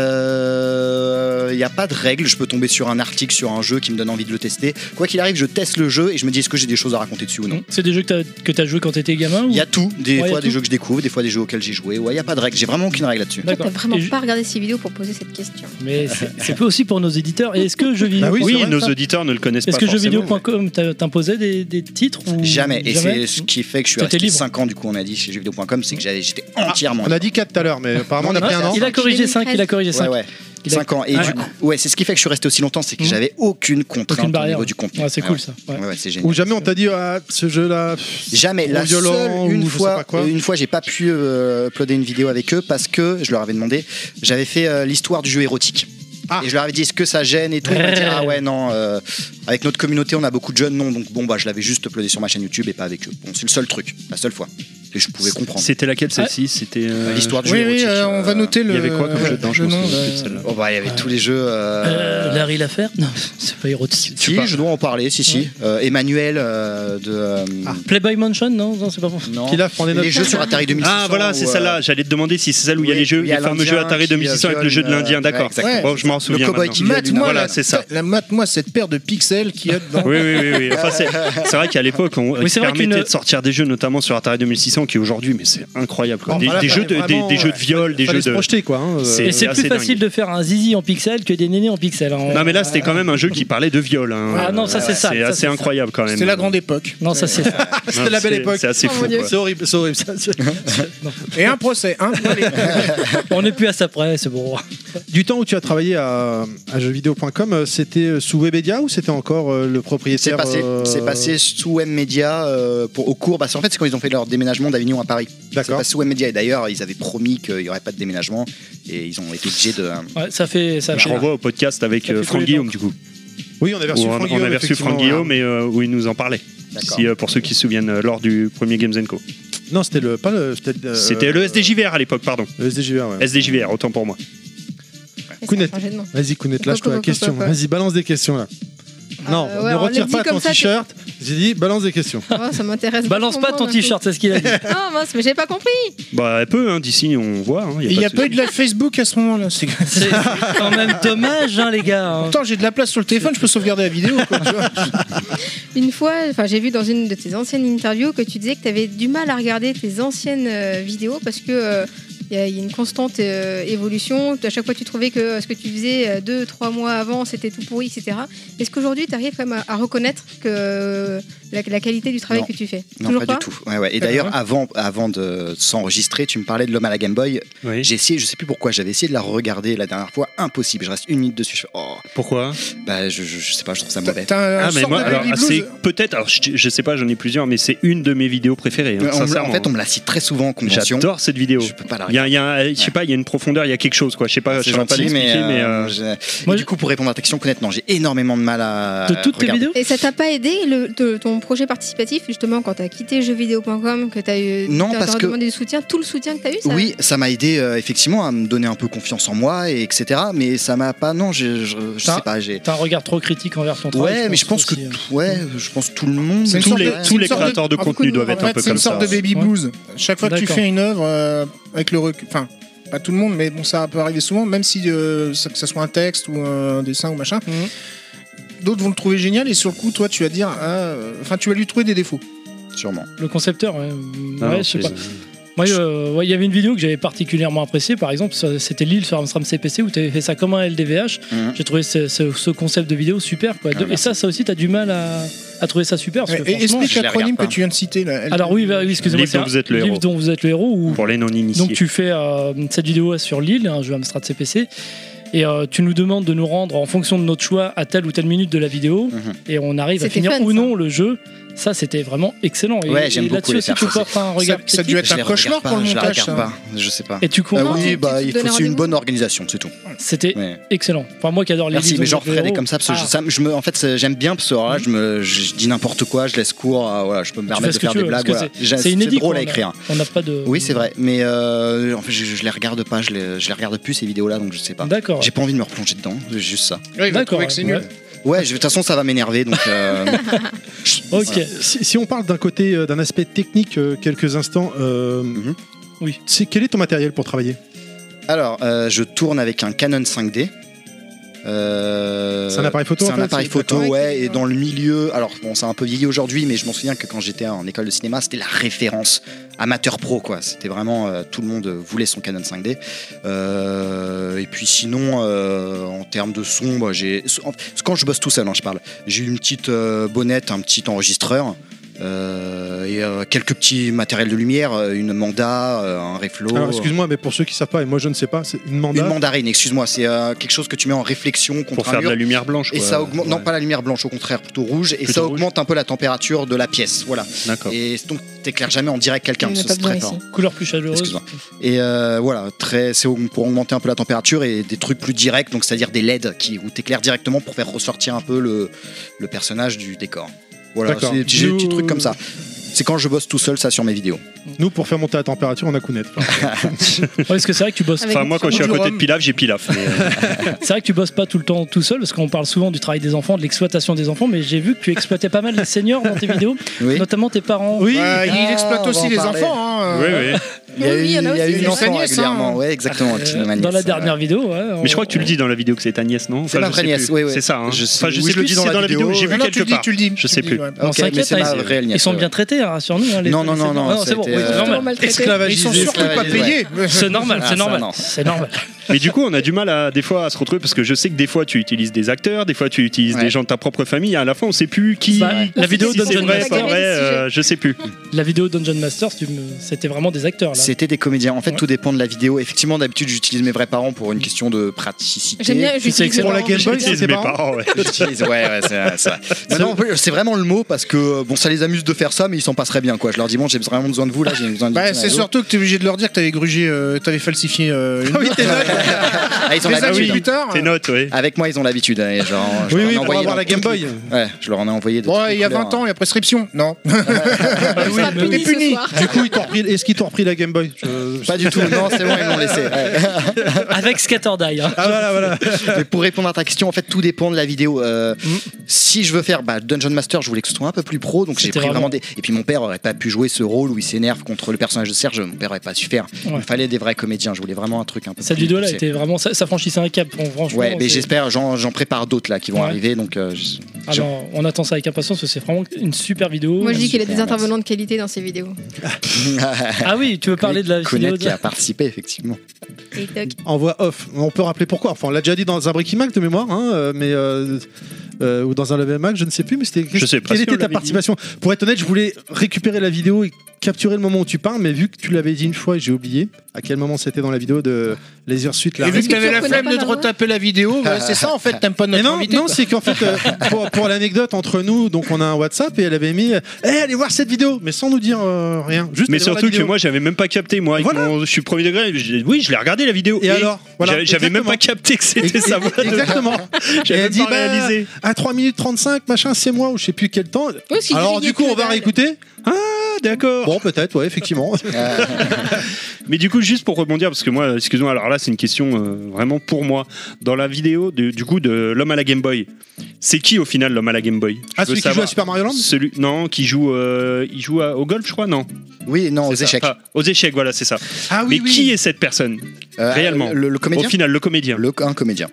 n'y a pas de règle, je peux tomber sur un article sur un jeu qui me donne envie de le tester. Quoi qu'il arrive, je teste le jeu et je me dis est-ce que j'ai des choses à raconter dessus ou non. C'est des jeux que t'as- que t'as joué quand t'étais gamin ou... Il y a tout, des Ouais, y a fois des tout. jeux que je découvre, des fois des jeux auxquels j'ai joué. Ouais, il n'y a pas de règle, j'ai vraiment aucune règle là-dessus. D'accord. T'as vraiment Et ju- pas regardé ces vidéos pour poser cette question. Mais c'est c'est peu aussi pour nos éditeurs. Et est-ce que jeux vidéo Bah oui, c'est oui, vrai, nos ça. auditeurs ne le connaissent Est-ce pas que forcément. jeuxvideo.com t'a- t'imposait des, des titres ou... Jamais, et c'est ce qui fait que je suis T'étais resté libre. Ah, 5 ans du coup, on a dit chez jeuxvideo.com, c'est que j'avais- j'étais entièrement. on a dit 4 tout à l'heure, mais apparemment, on a Non, pris non, un an. Il a corrigé 5, il a corrigé 5. Ouais, ouais. Il a- 5 ans. Et Ah, du coup, ouais, c'est ce qui fait que je suis resté aussi longtemps, c'est que Mhm. j'avais aucune contrainte Aucune au barrière. niveau du contenu. Ouais, c'est Ouais, Ah cool ouais. ça. ouais. Ouais, ouais, c'est génial. Ou jamais on t'a dit, ah, ce jeu-là. pff, Jamais. Trop La violent, seule ou une je sais pas fois, quoi. une fois, j'ai pas pu euh, uploader une vidéo avec eux parce que je leur avais demandé. J'avais fait euh, l'histoire du jeu érotique. Ah. Et je leur avais dit est-ce que ça gêne et tout. Ils m'ont dit, ah ouais non. euh, avec notre communauté, on a beaucoup de jeunes, non. Donc bon bah je l'avais juste uploadé sur ma chaîne YouTube et pas avec eux. Bon c'est le seul truc, la seule fois. Et je pouvais comprendre. C'était laquelle celle-ci C'était euh, L'histoire du Oui, jeu oui, érotique. euh, on va euh, noter Il le, y avait quoi comme le jeu dedans Je me nom souviens de- plus de celle-là. Oh bah il y avait tous les jeux. euh, Euh, Larry Laffer Non, c'est pas érotique. si, je dois en parler, si, si. Euh, Emmanuel euh, de. euh, Play by Mansion Non, non c'est pas bon. Non. Pilaf, prends des notes. Les jeux sur Atari 2600. Ah voilà, c'est ou, euh, celle-là. J'allais te demander si c'est celle où il y a oui, les jeux, où il y a les fameux jeux l'Indien Atari qui, 2600 avec le jeu de euh, l'indien, d'accord. exactement. Bon, je m'en souviens. cowboy maintenant. qui- Mate, moi, Voilà, la- c'est ça. la- mate-moi cette paire de pixels qu'il y a dedans. Oui, oui, oui. oui. Enfin, c'est c'est vrai qu'à l'époque, on Oui, c'est vrai permettait qu'une- de sortir des jeux, notamment sur Atari 2600, qui aujourd'hui, mais c'est incroyable. quoi. Bon, Des, voilà, des jeux de, fallait des- vraiment, des jeux de euh, viol, des fallait jeux se de. projeter, quoi. hein, euh, C'est- Et c'est assez plus facile de faire un zizi en pixel que des nénés en pixel. hein. Non, mais là, c'était quand même un jeu qui parlait de viol. hein. Ah non, ça, c'est ça, C'est ça, assez c'est incroyable quand même. C'était la grande époque. Non, ça c'est ça. Non, C'était la belle c'est- époque. C'est assez Oh, fou. mon Dieu. quoi. C'est horrible, c'est horrible. ça. Et un procès, hein. On n'est plus à ça près, c'est bon. Du temps où tu as travaillé à, à jeuxvideo.com, euh, c'était euh, sous Webedia ou c'était encore euh, le C'est propriétaire passé, euh, c'est passé sous M-Media euh, pour, au cours. Bah, c'est- en fait, c'est quand ils ont fait leur déménagement d'Avignon à Paris. C'est D'accord. passé sous M-Media. Et d'ailleurs, ils avaient promis qu'il n'y aurait pas de déménagement. Et ils ont été obligés de. hein. Ouais, ça fait. Ça Je fait- renvoie au podcast avec Ça fait euh, Franck couler Guillaume, du coup. Oui, on avait reçu Où on- Franck on Guillaume. avait reçu effectivement, Franck Guillaume et euh, où il nous en parlait. D'accord. Si, euh, pour ceux qui se souviennent, euh, lors du premier Games Co. ouais. Non, c'était le. Pas le c'était euh, C'était le SDJVR à l'époque, pardon. Le SDJVR, ouais. SDJVR, autant pour moi. Et ça a Kounet. changé de nom. Vas-y, Kounet, lâche-toi la Pourquoi, pourquoi, question. pourquoi Vas-y, balance des questions là. non, Euh, ouais, ne on retire l'a dit pas ton comme ça, tu- t-shirt. J'ai dit, balance des questions. Oh, ça m'intéresse. Balance pas vachement ton moins, d'un t-shirt, c'est ce qu'il a dit. coup. Non, mince, mais j'ai pas compris. Bah, un peu, hein, d'ici, on voit. hein, y a Il n'y a de pas eu souci. de la Facebook à ce moment-là. C'est- C'est quand même dommage, hein, les gars. hein. Pourtant, j'ai de la place sur le téléphone, je peux sauvegarder la vidéo. quoi, tu vois. Une fois, enfin, j'ai vu dans une de tes anciennes interviews que tu disais que tu avais du mal à regarder tes anciennes euh, vidéos parce que euh, il y, a il y a une constante euh, évolution. À chaque fois, tu trouvais que euh, ce que tu faisais euh, deux, trois mois avant, c'était tout pourri, etc. Est-ce qu'aujourd'hui, tu arrives quand même à, à reconnaître que euh, la, la qualité du travail Non. que tu fais Non, Toujours pas, du tout. Ouais, ouais. Et d'ailleurs, avant, avant de s'enregistrer, tu me parlais de l'homme à la Game Boy. Oui. J'ai essayé, je sais plus pourquoi, j'avais essayé de la regarder la dernière fois. Impossible. Je reste une minute dessus. Je fais, oh, Pourquoi bah, je, je, je sais pas, je trouve ça T'as- mauvais. T'as un Ah mais sort moi de alors Baby Blues. c'est peut-être alors je, je sais pas j'en ai plusieurs mais c'est une de mes vidéos préférées hein, Euh, On me- sincèrement. en fait, on me la cite très souvent en convention. j'adore cette vidéo. Je peux pas la Ah, Il y a un- il y a un- je sais pas, il y a une profondeur, il y a quelque chose, quoi. Je sais pas, je C'est saurais pas gentil, mais, l'expliquer, mais, euh, euh, je- et Moi, du coup, pour répondre à ta question, honnêtement, j'ai énormément de mal à. De toutes tes regarder. vidéos Et ça t'a pas aidé le, te- ton projet participatif justement quand t'as quitté jeuxvideo.com que t'as eu Non, t'as- parce t'as que- demandé du soutien tout le soutien que t'as eu ça Oui, ça m'a aidé euh, effectivement à me donner un peu confiance en moi, et etc. Mais ça m'a pas. Non, je, je, je Ça- sais pas. J'ai. T'as un regard trop critique envers ton travail. Ouais, mais je pense que aussi, hein. t- ouais, je pense que tout le monde. C'est une tous sorte les de- tous les sorte de- créateurs de un contenu coup de- doivent être En un fait, peu c'est comme une sorte ça. de baby Ouais. blues. Chaque fois que tu D'accord. fais une œuvre, euh, avec le recul, enfin, pas tout le monde, mais bon, ça peut arriver souvent, même si euh, ça- que ça soit un texte ou un dessin ou machin. D'autres vont le trouver génial et sur le coup, toi, tu vas dire, ah, euh, enfin, tu vas lui trouver des défauts. Sûrement. Le concepteur, ouais. Ah non, Ouais, je sais c'est- pas. Moi, euh, ouais, il y avait une vidéo que j'avais particulièrement appréciée, par exemple, ça- c'était Lille sur Amstram CPC où tu avais fait ça comme un LDVH. Mhm. J'ai trouvé ce, ce- ce concept de vidéo super. Quoi. Ah, De- et merci. ça, ça aussi, tu as du mal à, à trouver ça super. parce que Et- et franchement, je explique la l'acronyme regarde que pas. tu viens de citer. là. Alors, oui, bah, oui, excusez-moi, Livre c'est dont un vous êtes le livre héros. dont vous êtes le héros. Où, Pour les non-initiés. donc, tu fais euh, cette vidéo sur Lille, un jeu Amstrad CPC. Et euh, tu nous demandes de nous rendre en fonction de notre choix à telle ou telle minute de la vidéo, Mhm. et on arrive à C'était finir fun, ou ça. non le jeu. Ça, c'était vraiment excellent. Et, Ouais, j'aime et beaucoup là-dessus les aussi, tu faire, ça, portes un ça, regard ça a critique. dû être Je un les regarde cauchemar pas, pour le je la montage. regarde ça. pas. Je sais pas. Et tu comprends. Ah Non, oui, tu- bah tu il faut te donnes c'est une rendez-vous. bonne organisation, c'est tout. C'était Ouais. excellent. Enfin, moi qui adore les Merci, livres mais de j'en referai Gero. des comme ça parce que Ah, je, ça- je me, en fait, c'est- j'aime bien parce que alors là, Mhm. je me, je, je dis n'importe quoi, je laisse court, euh, voilà, je peux me fais permettre ce de que faire tu des veux, blagues. parce voilà. que c'est- J'ai- c'est inédit, drôle quoi, à écrire. on n'a pas de. Oui, c'est vrai, mais euh, en fait, je, je les regarde pas, je les, je les regarde plus ces vidéos-là, donc je sais pas. D'accord. J'ai pas envie de me replonger dedans, c'est juste ça. Ouais, il va D'accord, trouver que c'est nul. ouais. Ouais, je- de toute façon, ça va m'énerver, donc. euh, Ok. Si, si on parle d'un côté, euh, d'un aspect technique, euh, quelques instants, euh, Mhm. Oui. c'est- quel est ton matériel pour travailler Alors, euh, je tourne avec un Canon 5D. Euh, C'est un appareil photo, C'est en un fait, appareil c'est- photo, d'accord. ouais. Et dans le milieu, alors bon, ça a un peu vieilli aujourd'hui, mais je m'en souviens que quand j'étais en école de cinéma, c'était la référence amateur pro, quoi. C'était vraiment euh, tout le monde voulait son Canon 5D. Euh, et puis sinon, euh, en termes de son, moi, j'ai en- quand je bosse tout seul, hein, je parle. J'ai une petite euh, bonnette, un petit enregistreur. euh, et euh, quelques petits matériels de lumière, euh, une Manda, euh, un reflo. Alors excuse-moi, mais pour ceux qui savent pas, et moi je ne sais pas, c'est une Une mandat. mandarine, excuse-moi, c'est euh, quelque chose que tu mets en réflexion contre pour un faire de mur. la lumière blanche. et quoi. ça augmente, non Ouais, pas la lumière blanche, au contraire, plutôt rouge, et Plutôt ça rouge. augmente un peu la température de la pièce, voilà. D'accord. Et donc t'éclaires jamais en direct quelqu'un, Il n'y en a parce que pas c'est très fort. besoin ici. Couleur plus chaleureuse. Excuse-moi. Et euh, voilà, très, c'est au- pour augmenter un peu la température et des trucs plus directs, donc c'est-à-dire des LED qui, où t'éclaires directement pour faire ressortir un peu le, le personnage du décor. Voilà, D'accord. c'est des petits- j'ai des petits Nous- trucs comme ça. C'est quand je bosse tout seul, ça sur mes vidéos. Nous, pour faire monter la température, on a Kounet. Ah, Ouais, parce que c'est vrai que tu bosses. Avec Enfin, des moi, quand je suis à côté de Pilaf, j'ai Pilaf. mais, euh, C'est vrai que tu bosses pas tout le temps tout seul, parce qu'on parle souvent du travail des enfants, de l'exploitation des enfants, mais j'ai vu que tu exploitais pas mal les seniors dans tes vidéos, Oui. notamment tes parents. Ouais, il Ah, exploite on va aussi en les parler. enfants. hein. oui, oui. Il y a Oui, eu, oui, il y en a il y a aussi, eu il y une a enfant Agnès, hein. régulièrement, ouais, exactement. Euh, Tina Magnès, dans la ouais. dernière vidéo, ouais, on- Mais je crois que tu le dis dans la vidéo que c'est ta nièce, non C'est ma je vraie sais nièce, plus. oui, oui. C'est ça. hein. Je sais- Enfin, je oui, sais je le plus dis si dans c'est la dans la vidéo. vidéo. J'ai Ah vu non, tu quelque le dis, part. tu le dis. Je tu sais le dis, plus. ouais. On Ok, mais s'inquiète, c'est hein, ma ils- réelle ils nièce, sont ouais. bien traités, hein, sur nous. hein, les- Non, non, c'est non, normal. non, c'est bon, c'était, oui, c'est euh, normal. Ils sont surtout pas payés. C'est normal, Ah, c'est ça, normal. non. C'est normal. Mais du coup, on a du mal à des fois à se retrouver parce que je sais que des fois tu utilises des acteurs, des fois tu utilises Ouais. des gens de ta propre famille. À la fin, on sait plus qui. Bah, la vidéo si de c'est John vrai, pas Master, vrai, euh, je sais plus. la vidéo Dungeon Masters, tu me- c'était vraiment des acteurs là. C'était des comédiens. En fait, Ouais. tout dépend de la vidéo. Effectivement, d'habitude, j'utilise mes vrais parents pour une question de praticité. J'aime bien C'est j'utilise excellent. vraiment- Pour la Game Boy, J'utilise tes mes parents parents, ouais. J'utilise- ouais, ouais, c'est vrai, c'est vrai. Mais non, c'est vraiment le mot parce que euh, bon, ça les amuse de faire ça, mais ils s'en passeraient bien quoi. Je leur dis bon, j'ai vraiment besoin de vous là, j'ai besoin de. Bah, c'est surtout que t'es obligé de leur dire que t'avais grugé, euh, t'avais falsifié euh, une. note. Ah, ils ont Des années l'habitude. plus tard. Tes notes, ouais. Avec moi, ils ont l'habitude. hein, et genre, je leur Oui, en ai oui, pour envoyé avoir dans la Game toutes Boy. les- Ouais, je leur en ai envoyé. de toutes Ouais, les il y a couleurs, 20 ans, il y a prescription. Non. Ah, bah Tu seras mais- puni T'es ce puni. soir. Du coup, ils t'ont repris- est-ce qu'ils t'ont repris la Game Boy Je- hein. Pas du tout. Non, c'est bon, ils m'ont laissé. ouais. Avec Scatterdie. hein. Ah voilà, voilà. Mais pour répondre à ta question, en fait, tout dépend de la vidéo. Euh, Si je veux faire bah, Dungeon Master, je voulais que ce soit un peu plus pro, donc j'ai C'était pris vraiment vraiment- des. Et puis mon père aurait pas pu jouer ce rôle où il s'énerve contre le personnage de Serge. Mon père aurait pas su faire. Il Ouais. me fallait des vrais comédiens. Je voulais vraiment un truc un peu. Cette plus vidéo-là poussé. était vraiment, ça, ça franchissait un cap. bon, franchement, Ouais, mais c'est- j'espère, j'en j'en prépare d'autres là qui vont Ouais. arriver, donc euh, j- Ah j'en- non, on attend ça avec impatience parce que c'est vraiment une super vidéo. Moi je dis qu'il a des Super, intervenants de qualité dans ses vidéos. Ah oui, tu veux parler de la vidéo Kounet de... qui a participé effectivement. Et toc. En voix off. On peut rappeler pourquoi. Enfin, on l'a déjà dit dans un Bricky Mac de mémoire, hein, euh, mais euh, euh, ou dans un Level Mac, je ne sais plus. Mais c'était. Je sais pas Quelle si était on ta l'avait dit. participation Pour être honnête, je voulais récupérer la vidéo et capturer le moment où tu parles, mais vu que tu l'avais dit une fois et j'ai oublié à quel moment c'était dans la vidéo de Laser Suite là. Et vu que Est-ce que t'avais tu la reconnais flemme pas de la te voix retaper la vidéo, bah, c'est ça en fait, t'aimes pas Mais notre non, invité. non, quoi. c'est qu'en fait, euh, pour, pour l'anecdote, entre nous, donc on a un WhatsApp et elle avait mis, euh, Eh, allez voir cette vidéo, mais sans nous dire euh, rien. Juste Mais allez voir la surtout que vidéo. moi, j'avais même pas capté. Moi, avec Voilà. mon- je suis premier degré. j'ai- Oui, je l'ai regardé la vidéo. Et alors Voilà, J'avais- J'avais même exactement. pas capté que c'était sa voix. dedans. Exactement. Et J'avais elle même dit, pas bah, réalisé. à 3 minutes 35, machin, c'est moi, ou je sais plus quel temps. Oui, parce qu'il Alors, grillait du coup, que on va dalle. réécouter. Ah, d'accord. Bon, peut-être, ouais, effectivement. Euh, Mais du coup, juste pour rebondir, parce que moi, excuse-moi, alors là, c'est une question euh, vraiment pour moi. Dans la vidéo, du, du coup, de l'homme à la Game Boy, c'est qui au final l'homme à la Game Boy Je Ah, veux celui qui joue savoir. à Super Mario Land Celui- non, qui joue, euh, il joue à- au golf, je crois, non Oui, non, aux C'est ça. échecs. Ah, aux échecs, voilà, c'est ça. Ah Mais qui est cette personne Euh, réellement Le, le comédien Au final, le comédien. le, Un comédien.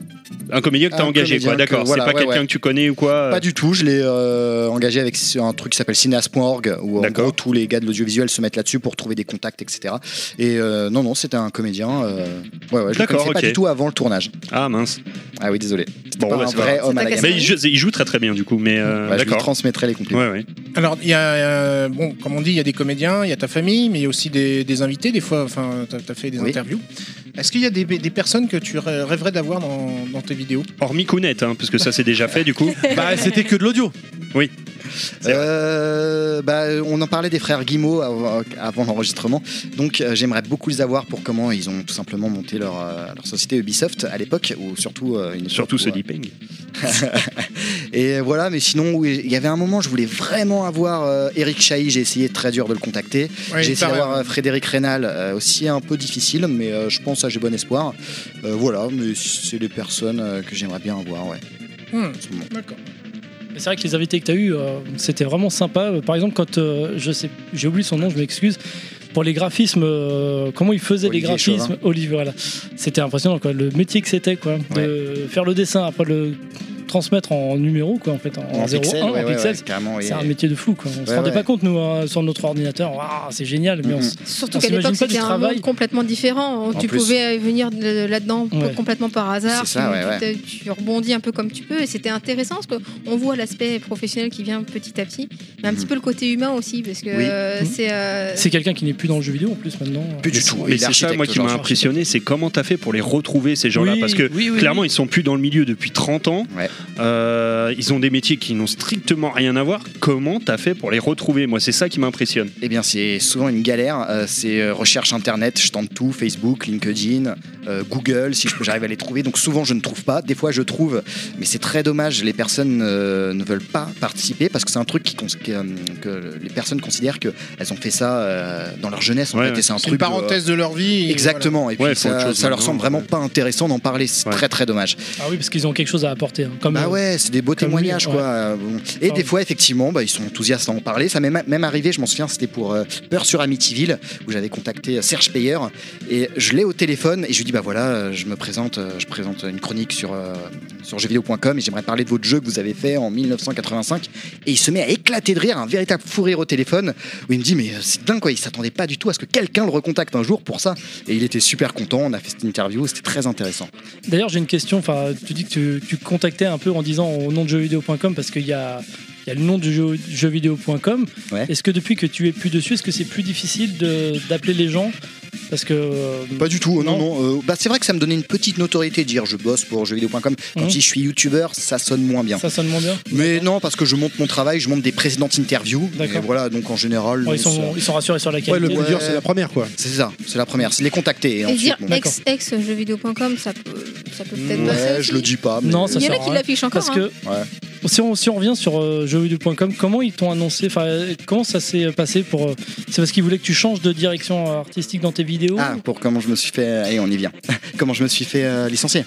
Un comédien que t'as Un engagé, comédien quoi, d'accord. que- voilà, c'est pas ouais, quelqu'un ouais. que tu connais ou quoi Pas du tout, je l'ai euh, engagé avec un truc qui s'appelle cineas.org où en D'accord. gros tous les gars de l'audiovisuel se mettent là-dessus pour trouver des contacts, etc. Et euh, non, non, c'était un comédien. euh, ouais, ouais, je le D'accord, connaissais pas ok. du tout avant le tournage. Ah mince. Ah oui, désolé. C'était Bon, pas ouais, un c'est pas vrai homme à la C'est gamme. ta Mais il joue, il joue très très bien, du coup, mais euh, Bah, je lui d'accord. transmettrai les contenus. Ouais, ouais. Alors, il y a, euh, bon, comme on dit, il y a des comédiens, il y a ta famille, mais il y a aussi des, des invités, des fois, enfin, t'as as fait des Oui. interviews. Est-ce qu'il y a des, des personnes que tu rê- rêverais d'avoir dans, dans tes vidéos Hormis Kounet, hein, parce que ça c'est déjà fait, du coup. Bah, c'était que de l'audio. C'est vrai. Euh, bah, on en parlait des frères Guimau avant, avant l'enregistrement. Donc, euh, j'aimerais beaucoup les avoir pour comment ils ont tout simplement monté leur, euh, leur société Ubisoft à l'époque, ou surtout euh, une époque Surtout où, ce euh, Deeping. Et voilà, mais sinon, oui, il y avait un moment, je voulais vraiment avoir euh, Eric Chahi. J'ai essayé très dur de le contacter. Ouais, j'ai essayé pareil. d'avoir euh, Frédéric Rénal, euh, aussi un peu difficile, mais euh, je pense que j'ai bon espoir. Euh, voilà, mais c'est les personnes euh, que j'aimerais bien avoir, ouais. Hmm, en ce moment. D'accord. Mais C'est vrai que les invités que tu as eu, euh, c'était vraiment sympa. Euh, Par exemple, quand euh, je sais, j'ai oublié son nom, je m'excuse. Pour les graphismes, euh, comment il faisait les Olivier graphismes, Chauvin. Olivier, voilà. C'était impressionnant, quoi. Le métier que c'était, quoi. De faire le dessin, après le transmettre en numéro, quoi, en fait, en, En 0,1, pixel, en ouais, ouais, pixels. ouais, carrément, oui. C'est un métier de fou, quoi. On se Ouais, rendait ouais. pas compte, nous, hein, sur notre ordinateur. Waouh, c'est génial, mais on s- Surtout On qu'à s'imagine l'époque, pas du c'était un travail. monde complètement différent. En tu plus. pouvais venir de- là-dedans Ouais. complètement par hasard. C'est ça, tu, ouais, ouais. tu te- tu rebondis un peu comme tu peux. Et c'était intéressant parce qu'on voit l'aspect professionnel qui vient petit à petit, mais un Mhm. petit peu le côté humain aussi, parce que Oui. euh, Mhm. c'est. euh, c'est quelqu'un qui n'est plus dans le jeu vidéo, en plus, maintenant. Plus du tout. Et Mais c'est ça, l'architecte moi, qui m'a aujourd'hui. impressionné, c'est comment t'as fait pour les retrouver, ces gens-là. Oui, parce que oui, oui, clairement, oui. ils sont plus dans le milieu depuis 30 ans. Ouais. Euh, ils ont des métiers qui n'ont strictement rien à voir. Comment t'as fait pour les retrouver Moi, c'est ça qui m'impressionne. Eh bien, c'est souvent une galère. Euh, c'est euh, recherche internet, je tente tout, Facebook, LinkedIn, euh, Google, si je peux, j'arrive à les trouver. Donc souvent, je ne trouve pas. Des fois, je trouve, mais c'est très dommage. Les personnes euh, ne veulent pas participer parce que c'est un truc qui cons- que, euh, que les personnes considèrent que elles ont fait ça euh, dans leur jeunesse. En Ouais, fait, ouais. et c'est un C'est truc. une de- parenthèse de leur vie. euh, et Exactement, et puis Ouais, faut autre ça, chose ça leur maintenant, semble vraiment ouais. pas intéressant d'en parler, c'est Ouais. très très dommage. Ah oui, parce qu'ils ont quelque chose à apporter. hein. Comme, Bah euh, ouais, c'est des beaux Comme témoignages lui, quoi. ouais. Euh, bon. Et Ah des oui. fois effectivement, bah, ils sont enthousiastes à en parler. Ça m'est ma- même arrivé, je m'en souviens, c'était pour euh, Peur sur Amityville où j'avais contacté euh, Serge Payeur et je l'ai au téléphone et je lui dis bah voilà, euh, je me présente, euh, je présente une chronique sur euh, sur jeuxvideo.com et j'aimerais parler de votre jeu que vous avez fait en 1985 et il se met à éclater de rire, un véritable fou rire au téléphone où il me dit mais euh, c'est dingue quoi, il s'attendait pas du tout à ce que quelqu'un le recontacte un jour pour ça et il était super content, on a fait cette interview, c'était très intéressant. D'ailleurs, j'ai une question. Enfin, tu dis que tu, tu contactais un peu en disant au nom de jeuxvideo.com parce qu'il y a, il y a le nom du jeu, jeuxvideo.com. Ouais. Est-ce que depuis que tu es plus dessus, est-ce que c'est plus difficile de- d'appeler les gens Parce que. euh, Pas du tout, non, Non. non. euh, bah, c'est vrai que ça me donnait une petite notoriété de dire je bosse pour jeuxvideo.com. Quand Mhm. je dis je suis youtubeur, ça sonne moins bien. Ça sonne moins bien. Mais non, parce que je monte mon travail, je monte des précédentes interviews. D'accord. Et voilà, donc en général, Bon, non, ils, sont, ça- ils sont rassurés sur la Ouais, le qualité. plus Ouais. dur, c'est la première, quoi. c'est ça, c'est la première, c'est de les contacter. Et Et ensuite, dire bon. ex ex jeuxvideo.com, ça peut, ça peut peut-être passer. Ouais, aussi. je le dis pas. Mais Non, ça Il y en a sert à qui rien. l'affichent encore. hein. Parce que Ouais. si, on, si on revient sur euh, jeuxvideo.com, comment ils t'ont annoncé Enfin, euh, comment ça s'est passé pour euh, C'est parce qu'ils voulaient que tu changes de direction artistique dans tes vidéos Ah, pour comment je me suis fait. Et on y vient. comment je me suis fait euh, licencier.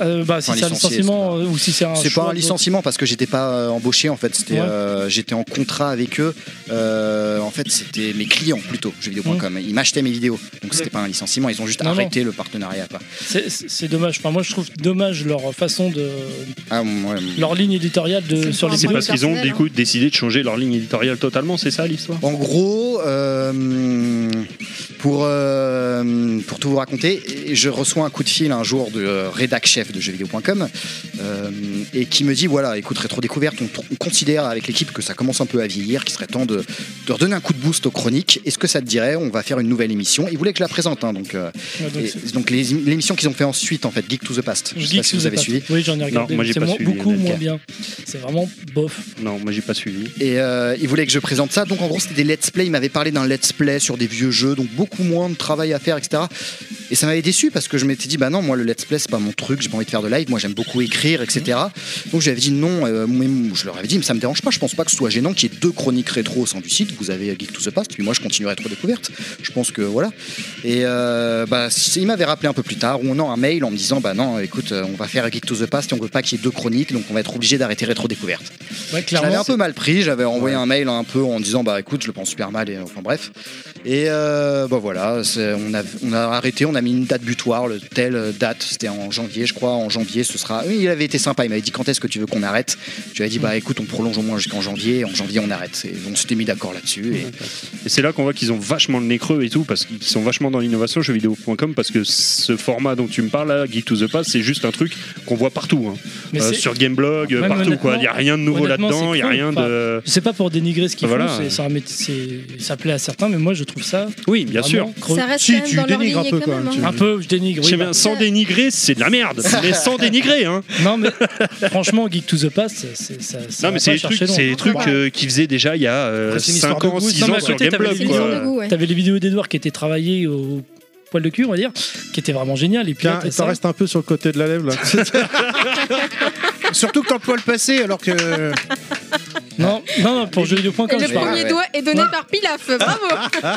Euh, Bah, si Enfin, c'est un licencié, licenciement euh, ou si c'est un. C'est choix pas un de- licenciement parce que j'étais pas euh, embauché en fait. C'était, Ouais. euh, j'étais en contrat avec eux. Euh, en fait, c'était mes clients plutôt, jeuxvideo.com. Ils m'achetaient mes vidéos, donc c'était pas un licenciement. Ils ont juste Mhm. Non, non. arrêté le partenariat. Quoi. C'est- C'est c'est dommage. Enfin, moi, je trouve dommage leur façon de. Ah, ouais, leur ligne éditoriale de, C'est sur les pas C'est Moi, parce qu'ils ont, personnel, du coup, hein. décidé de changer leur ligne éditoriale totalement, c'est ça l'histoire En gros, euh, pour, euh, pour tout vous raconter, je reçois un coup de fil un jour de euh, rédac chef de jeuxvideo.com, euh, et qui me dit voilà, écoute, Rétro Découverte, on, tr- on considère avec l'équipe que ça commence un peu à vieillir, qu'il serait temps de, de redonner un coup de boost aux chroniques. Est-ce que ça te dirait On va faire une nouvelle émission. Il voulait que je la présente, hein, donc, euh, Ouais, donc, et- c'est- donc les- l'émission qu'ils ont fait ensuite, en fait, Geek to the Past. Je sais pas Geeks si vous the avez Past. suivi. Oui, j'en ai regardé. moi, j'ai c'est pas moins- suivi, beaucoup d'accord. moins bien. C'est vraiment bof. Non, moi j'ai pas suivi. Et euh, il voulait que je présente ça. Donc en gros, c'était des let's play. Il m'avait parlé d'un let's play sur des vieux jeux, donc beaucoup moins de travail à faire, etc. Et ça m'avait déçu parce que je m'étais dit, bah non, moi le let's play, c'est pas mon truc, j'ai pas envie de faire de live, moi j'aime beaucoup écrire, etc. Donc j'avais dit non, euh, mais je leur avais dit, mais ça me dérange pas, je pense pas que ce soit gênant qu'il y ait deux chroniques rétro au sein du site. Vous avez Geek Tout se passe, puis moi je continuerai trop découverte. Je pense que voilà. Et euh, bah, si- il m'avait rappelé un peu plus tard, ou non, un mail en me disant Bah non, écoute, euh, on va faire Geek to the Past et on veut pas qu'il y ait deux chroniques, donc on va être obligé d'arrêter Rétro Découverte. Ouais, Je l'avais un clairement. peu mal pris, j'avais envoyé un mail un peu en disant bah écoute je le pense super mal et enfin bref. Et euh, bah voilà, c'est- on a, on a arrêté, on a mis une date butoir, le telle date, c'était en janvier je crois, en janvier ce sera... Oui il avait été sympa, il m'avait dit quand est-ce que tu veux qu'on arrête Je lui ai dit bah écoute on prolonge au moins jusqu'en janvier, en janvier on arrête. Et on s'était mis d'accord là-dessus. Et... Et c'est là qu'on voit qu'ils ont vachement le nez creux et tout, parce qu'ils sont vachement dans l'innovation, jeuxvideo.com, parce que ce format dont tu me parles, là, Geek to the Past, c'est juste un truc qu'on voit partout. hein. Mais Euh, c'est- sur Gameblog, euh, Même partout, quoi. Il n'y a rien de nouveau honnêtement, là-dedans, c'est il n'y a creux, rien de. C'est pas pour dénigrer ce qu'ils Bah, Voilà. font, c'est- c'est un métier- c'est- ça plaît à certains, mais moi je trouve ça Oui, bien sûr. vraiment Ah creux. Ça reste Si, quand même tu dans leur dénigres un lignée peu quand quand même. même, hein. Un peu, je dénigre. Je oui, sais bah. bien, sans dénigrer, c'est de la merde, mais sans dénigrer, hein. Non, mais franchement, Geek to the Past, c'est ça. ça Non, va mais pas c'est des chercher trucs, loin. hein. c'est des trucs Ouais. euh, qu'ils faisaient déjà il y a Après, c'est une 5 histoire de ans, goût, 6 non, mais ans à sur côté, t'avais Gameblog, les C'est une quoi. sorte vidéos de goût, ouais. T'avais les vidéos d'Edouard qui étaient travaillées au poil de cul, on va dire, qui étaient vraiment géniales. Et puis là, Tiens, t'as ça ça. reste un peu sur le côté de la lèvre là. Surtout que t'as le poil passé alors que. Non, non, non, pour jeuxvideo.com, Et je le Ouais, parle. premier ouais. doigt est donné Ouais. par Pilaf, bravo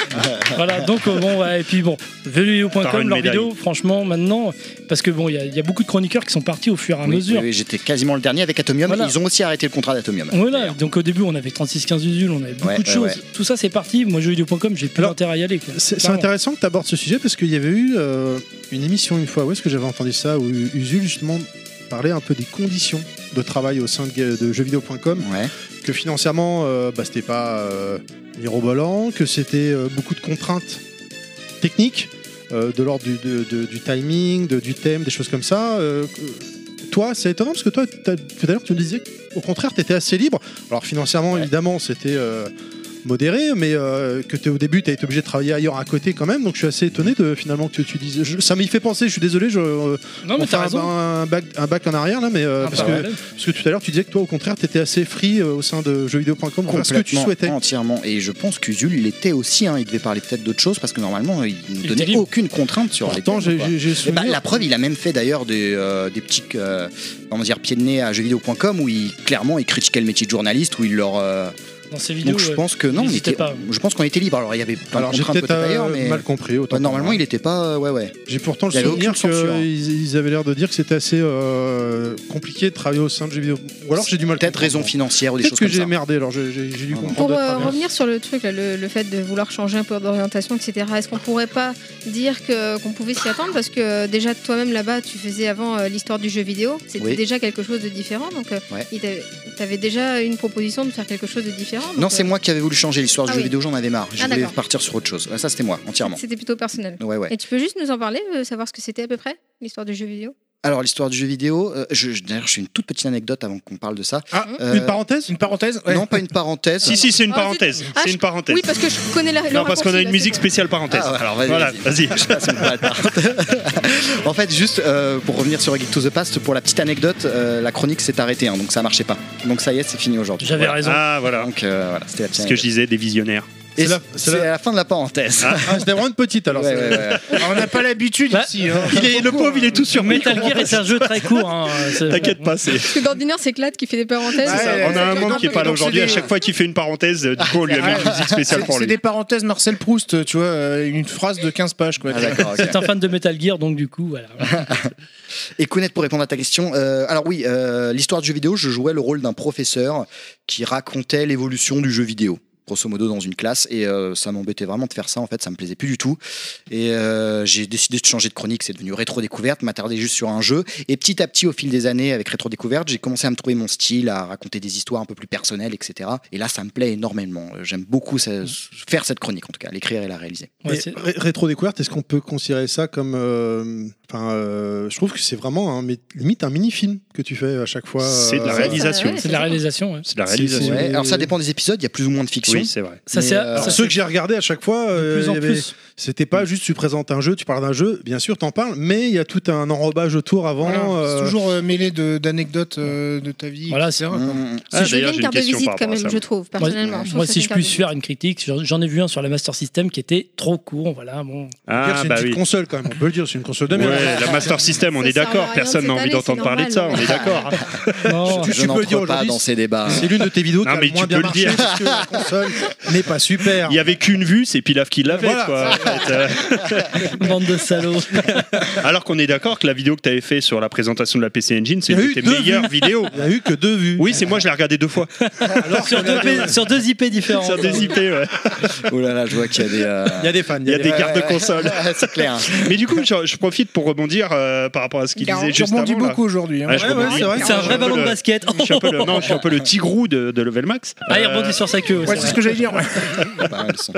Voilà, donc euh, bon, ouais, et puis bon, T'auras une jeuxvideo.com, leurs médaille. vidéos, franchement, maintenant, parce que bon, il y, a- il y a beaucoup de chroniqueurs qui sont partis au fur et à Oui, mesure. oui, oui, J'étais quasiment le dernier avec Atomium, Voilà. ils ont aussi arrêté le contrat d'Atomium. Voilà, d'ailleurs. donc au début, on avait 36-15 usules, on avait beaucoup Ouais, de ouais, choses. ouais. Tout ça, c'est parti. Moi, jeuxvideo.com, j'ai plus Alors, intérêt à y aller. quoi. C'est c'est Clairement. intéressant que tu abordes ce sujet parce qu'il y avait eu euh, une émission une fois, où est-ce que j'avais entendu ça, où Usul justement parlait un peu des conditions de travail au sein de, de jeuxvideo.com, Ouais. que financièrement euh, bah, c'était pas euh, mirobolant, que c'était euh, beaucoup de contraintes techniques, euh, de l'ordre du, de- de- du timing, de- du thème, des choses comme ça. euh, que- toi, c'est étonnant parce que toi, t'as- tout à l'heure, tu me disais qu'au contraire, tu étais assez libre. Alors financièrement, évidemment, c'était euh, modéré, mais euh, que t'es- au début, tu as été obligé de travailler ailleurs à côté quand même. Donc je suis assez étonné de finalement que tu, tu dises. je- ça m'y fait penser, je suis désolé, je, euh, Non, on mais fait t'as un, raison. un bac, un bac en arrière là, mais euh, Ah, parce bah, que. ouais. Parce que tout à l'heure, tu disais que toi, au contraire, t'étais assez free euh, au sein de jeuxvideo.com pour faire ce que tu Complètement, souhaitais. Entièrement. Et je pense qu'Usul l'était aussi, hein, il devait parler peut-être d'autres choses parce que normalement il ne était donnait libre. aucune contrainte sur les Pourtant, thèmes, j'ai- quoi. j'ai j'ai Eh ben, souvenir. la preuve, il a même fait d'ailleurs des, euh, des petits euh, comment dire, pieds de nez à jeuxvideo.com où il, clairement il critiquait le métier de journaliste, où il leur. euh, Dans ces vidéos. Donc je ouais. pense que non, on n'hésitait était, pas. je pense qu'on était libre. Alors il y avait pas Alors, de j'ai contraintes peut-être peut-être ailleurs, euh, mais mal compris. Autant Ouais, normalement pour moi. il était pas. euh, ouais, ouais. j'ai pourtant le il y avait souvenir aucune censure, hein. qu'ils avaient l'air de dire que c'était assez euh, compliqué de travailler au sein de jeuxvideo. Ou alors j'ai du mal. Peut-être comprendre. raison financière ou des Peut-être choses que comme j'ai ça. merdé. Alors j'ai j'ai- j'ai dû Pour, comprendre. Pour à euh, travers. revenir sur le truc, là, le, le fait de vouloir changer un peu d'orientation, etc., est-ce qu'on pourrait pas dire que- qu'on pouvait s'y attendre Parce que euh, déjà, toi-même là-bas, tu faisais avant euh, l'histoire du jeu vidéo, c'était Oui. déjà quelque chose de différent, donc euh, Ouais. il t'a- t'avais déjà une proposition de faire quelque chose de différent. donc, Non, c'est euh, moi qui avais voulu changer l'histoire du Ah jeu oui. vidéo, j'en avais marre. Je Ah, voulais d'accord. partir sur autre chose. Ah, Ça c'était moi, entièrement. C'était plutôt personnel. Ouais, ouais. Et tu peux juste nous en parler, euh, savoir ce que c'était à peu près, l'histoire du jeu vidéo Alors l'histoire du jeu vidéo, euh, je, je- d'ailleurs je fais une toute petite anecdote avant qu'on parle de ça. Ah, Euh, Une parenthèse. une parenthèse ouais. Non, pas une parenthèse. Si, si, c'est une Ah, parenthèse. ah, C'est je- une parenthèse. Oui, parce que je connais la. le Non, parce raccourci, qu'on a là, une musique c'est bon. spéciale parenthèse. Ah, ouais, alors, vas-y, Voilà, vas-y. vas-y. Je passe une bonne parenthèse. en fait, juste euh, pour revenir sur Geek to the Past, pour la petite anecdote, euh, la chronique s'est arrêtée, hein, donc ça marchait pas. Donc ça y est, c'est fini aujourd'hui. J'avais raison. Ah, voilà. Donc euh, voilà, c'était la C'est petite ce que je anecdote. disais, des visionnaires. Et C'est la- c'est c'est la... fin de la parenthèse. Ah, c'était vraiment une petite alors. Ouais, c'est- ouais, ouais. Alors, on n'a pas l'habitude Bah, ici. hein. Il est, le pauvre, il est tout sur Metal Gear est un jeu très court. hein, c'est- T'inquiète pas, c'est. Parce que d'ordinaire, c'est Clad qui fait des parenthèses. Ouais, C'est ça, ouais, on a un ouais, membre non, qui est pas là mais donc, aujourd'hui. c'est À des- chaque fois qu'il fait une parenthèse, euh, du coup, on lui a mis une musique C'est spéciale pour c'est lui. des parenthèses Marcel Proust, tu vois, euh, une phrase de 15 pages quoi. Ah, d'accord, ok. C'est un fan de Metal Gear, donc du coup, voilà. Et Kounet, pour répondre à ta question, euh, alors oui, euh, l'histoire du jeu vidéo, je jouais le rôle d'un professeur qui racontait l'évolution du jeu vidéo. grosso modo dans une classe et euh, ça m'embêtait vraiment de faire ça en fait ça me plaisait plus du tout et euh, j'ai décidé de changer de chronique c'est devenu rétro découverte m'attarder juste sur un jeu et petit à petit au fil des années avec rétro découverte j'ai commencé à me trouver mon style à raconter des histoires un peu plus personnelles etc et là ça me plaît énormément Euh, j'aime beaucoup Mm. ça- faire cette chronique en tout cas l'écrire et la réaliser Ouais, Mais c'est- ré- rétro-découverte, est-ce qu'on peut considérer ça comme. euh, Enfin, euh, je trouve que c'est vraiment un, mé- limite un mini-film que tu fais à chaque fois. C'est de la euh, réalisation. ouais, C'est de la réalisation, ouais. C'est de la C'est- réalisation. Ouais, Et- alors ça dépend des épisodes il y a plus ou moins de fiction Oui, c'est vrai. Ça, Mais, c'est- euh, ça, Alors, c'est ceux que j'ai regardés à chaque fois, de euh, plus il y en avait- plus. c'était pas juste tu présentes un jeu, tu parles d'un jeu, bien sûr t'en parles, mais il y a tout un enrobage autour avant. Voilà, euh, C'est toujours euh, mêlé de- d'anecdotes euh, de ta vie. Voilà, etc. Mmh. Ah, Ce jeu d'ailleurs, vient j'ai de une carte de question par visite quand rapport à même, ça. je trouve, personnellement. Moi, Je trouve moi, que ça si fait je carte puis de faire une critique, j'en j'en ai vu un sur la Master System qui était trop court. Voilà, bon. Ah, c'est bah une petite oui. console quand même, on peut le dire, c'est une console de merde. Ouais, la Master System, on Ça est sert à d'accord. rien Personne de n'a envie s'étaler, d'entendre c'est parler de ça, on normal. est d'accord. hein. Non, Tu- je tu peux le dire n'entre pas aujourd'hui, dans ces débats C'est l'une de tes vidéos Non, qui a mais le moins tu bien peux le marché dire. parce que la console n'est pas super. Il n'y avait qu'une vue, c'est Pilaf qui l'avait. Voilà. quoi, en fait. Euh, bande de salauds. Alors qu'on est d'accord que la vidéo que tu avais fait sur la présentation de la PC Engine, c'est Il y a une de eu tes deux meilleures vidéos. Il n'y a eu que deux vues. Oui, c'est moi, je l'ai regardé deux fois. sur, deux, P- sur deux IP différents. Sur des IP, ouais. oh là là je vois qu'il y a des euh, Il y a des fans. Il y a des ouais, cartes de ouais. console. c'est clair Mais du coup, je, je profite pour rebondir euh, par rapport à ce qu'il Il a disait je juste rebondis avant, là. beaucoup aujourd'hui. hein. Ouais, je Ouais, ouais, rebondis. c'est vrai. C'est un vrai ballon de le- basket. Je suis un peu le, non, je suis un peu le tigrou de, de Level Max. Ah, il Euh, rebondit sur sa queue. Ouais, c'est ce que j'allais dire. ouais. Pas mal, le son.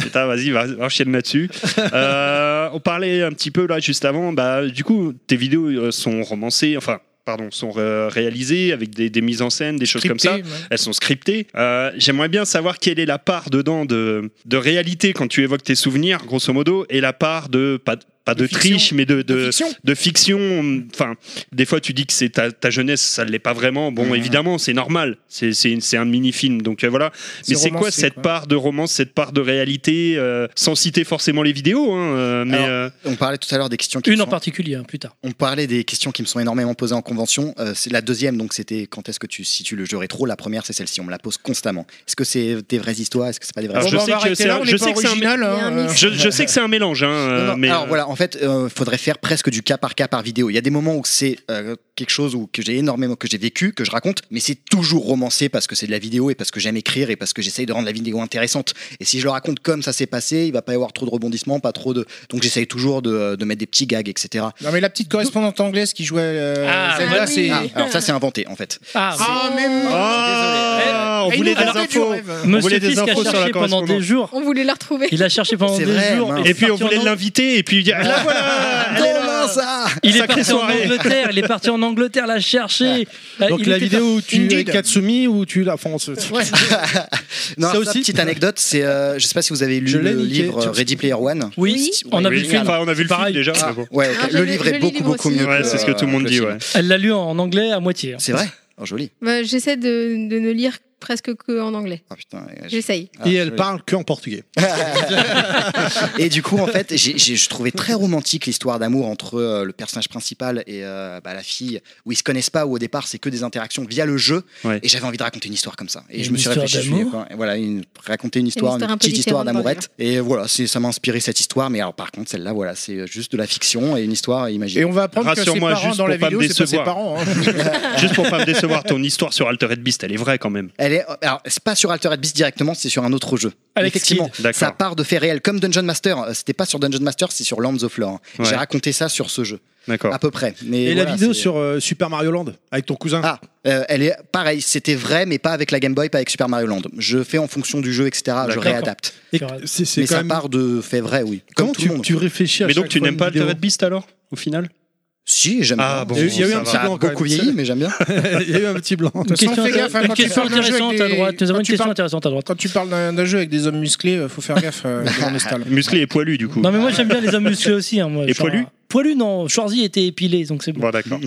Putain, vas-y, va, va, enchaîne là-dessus. Euh, on parlait un petit peu là juste avant. Bah, du coup, tes vidéos euh, sont romancées, enfin, pardon, sont euh, réalisées avec des, des mises en scène, des choses comme ça. Elles sont scriptées. Euh, J'aimerais bien savoir quelle est la part dedans de, de réalité quand tu évoques tes souvenirs, grosso modo, et la part de pas, pas de, De fiction. triche, mais de, De de, fiction. de fiction. Enfin, des fois, tu dis que c'est ta, ta jeunesse, ça ne l'est pas vraiment. Bon, Mhm. évidemment, c'est normal. C'est- C'est une- c'est un mini-film. Donc euh, voilà. Mais c'est quoi romancé, cette part de romance, cette part de réalité, euh, sans citer forcément les vidéos hein, euh, mais, Alors, euh, on parlait tout à l'heure des questions qui me Une en sont- particulier, hein, plus tard. On parlait des questions qui me sont énormément posées en convention. Euh, c'est la deuxième, donc c'était quand est-ce que tu situes le jeu rétro La première, c'est celle-ci. On me la pose constamment. Est-ce que c'est des vraies histoires Est-ce que c'est pas des vraies Alors, Bon, histoires je bah, on sais que c'est va arrêter là, un- on je n'est sais pas que c'est un original. Il y a un hein, mix. euh, je, je sais que c'est un mélange. hein, Non, euh, non. mais, Alors euh, voilà, en fait, euh, faudrait faire presque du cas par cas par vidéo. Il y a des moments où c'est euh, quelque chose où, que j'ai énormément, que j'ai vécu, que je raconte, mais c'est toujours romancé parce que c'est de la vidéo et parce que j'aime écrire et parce que j'essaye de rendre la vidéo intéressante. Et si je le raconte comme ça s'est passé, il va pas y avoir trop de rebondissements, pas trop de. Donc j'essaye toujours de, de mettre des petits gags, etc. Non mais la petite correspondante anglaise qui jouait euh, Ah, Zelda, oui. c'est Ah, alors ça, c'est inventé en fait. Ah, Ah, mais Ah, euh, on Elle voulait nous des rappelle infos. du rêve. On voulait Monsieur des Fisk a infos sur la cherché pendant des correspondance. jours. On voulait la retrouver. Il a cherché pendant C'est des vrai, jours. mince. il est Et puis on parti eh, en voulait Ang- l'inviter, et puis il y a- là voilà, elle est là. Comment ça Il est Sacrée parti en soirée. Angleterre. Il est parti en Angleterre la chercher. Euh, Donc il la était vidéo où tu es Indeed. Katsumi ou tu la France. Non, Ça ça aussi. petite anecdote, c'est, euh, je sais pas si vous avez lu Je l'ai le niqué. livre euh, Ready Player One. Oui, Oui. on a Oui, vu le film. enfin, on a vu le Pareil. film déjà. Ah, mais bon. ouais, ok. Ah, je le l'ai- livre je est l'ai beaucoup lu beaucoup aussi. mieux. Ouais, que, c'est ce que tout le monde euh, dit. film. Ouais. Elle l'a lu en anglais à moitié. hein. C'est vrai. Oh, joli. Bah, J'essaie de, de ne lire presque que en anglais. Ah, putain, ouais, je- J'essaye. Ah, Et elle joli. parle que en portugais. Et du coup, en fait, j'ai- j'ai- je trouvais très romantique l'histoire d'amour entre euh, le personnage principal et euh, bah, la fille, où ils se connaissent pas, où au départ c'est que des interactions via le jeu. Ouais. Et j'avais envie de raconter une histoire comme ça. Et Une je me suis histoire réfléchi, je me suis dit, quoi, voilà, une- raconter une histoire, une, histoire un peu petite histoire différente, d'amourette. Et voilà, c'est- ça m'a inspiré cette histoire. Mais alors, par contre, celle-là, voilà, c'est juste de la fiction et une histoire imaginée. Et on va apprendre que ses Rassure-moi, parents juste dans la pour pas me vidéo, c'est pas ses décevoir. parents. hein. Juste pour pas me décevoir, ton histoire sur Altered Beast, elle est vraie quand même. Elle est, euh, alors, c'est pas sur Altered Beast directement, c'est sur un autre jeu. Alex Effectivement, Kidd. D'accord. ça part de faits réels, comme Dungeon Master. Euh, C'était pas sur Dungeon Master, c'est sur Land of Floor. hein. Ouais. J'ai raconté ça sur ce jeu, D'accord. à peu près. Mais Et, la voilà, vidéo c'est- sur euh, Super Mario Land avec ton cousin. Ah, euh, elle est pareil, c'était vrai, mais pas avec la Game Boy, pas avec Super Mario Land. Je fais en fonction du jeu, etc. Je D'accord. réadapte. Et que- c'est c'est Mais quand ça même. part de faits vrais, oui. Comme Comment tout tu, le monde. tu réfléchis à mais donc chaque tu fois n'aimes une pas vidéo Altered Beast alors, au final Si, j'aime bien. Ah, bon, Il y a eu un ça petit va. blanc quand Beaucoup même. vieilli, mais j'aime bien. Il y a eu un petit blanc. Une toute façon, question, fais gaffe, hein, une quand tu question parles d'un jeu avec intéressante à des- droite. Nous avons quand une tu question parles- intéressante à droite. Quand tu parles d'un d'un jeu avec des hommes musclés, euh, faut faire gaffe euh, devant les stalles. Musclé et poilu du coup. Non mais moi j'aime bien les hommes musclés aussi. hein, moi, Et genre- poilu Poilu non. Schwarzy était épilé donc c'est bon. Bon d'accord.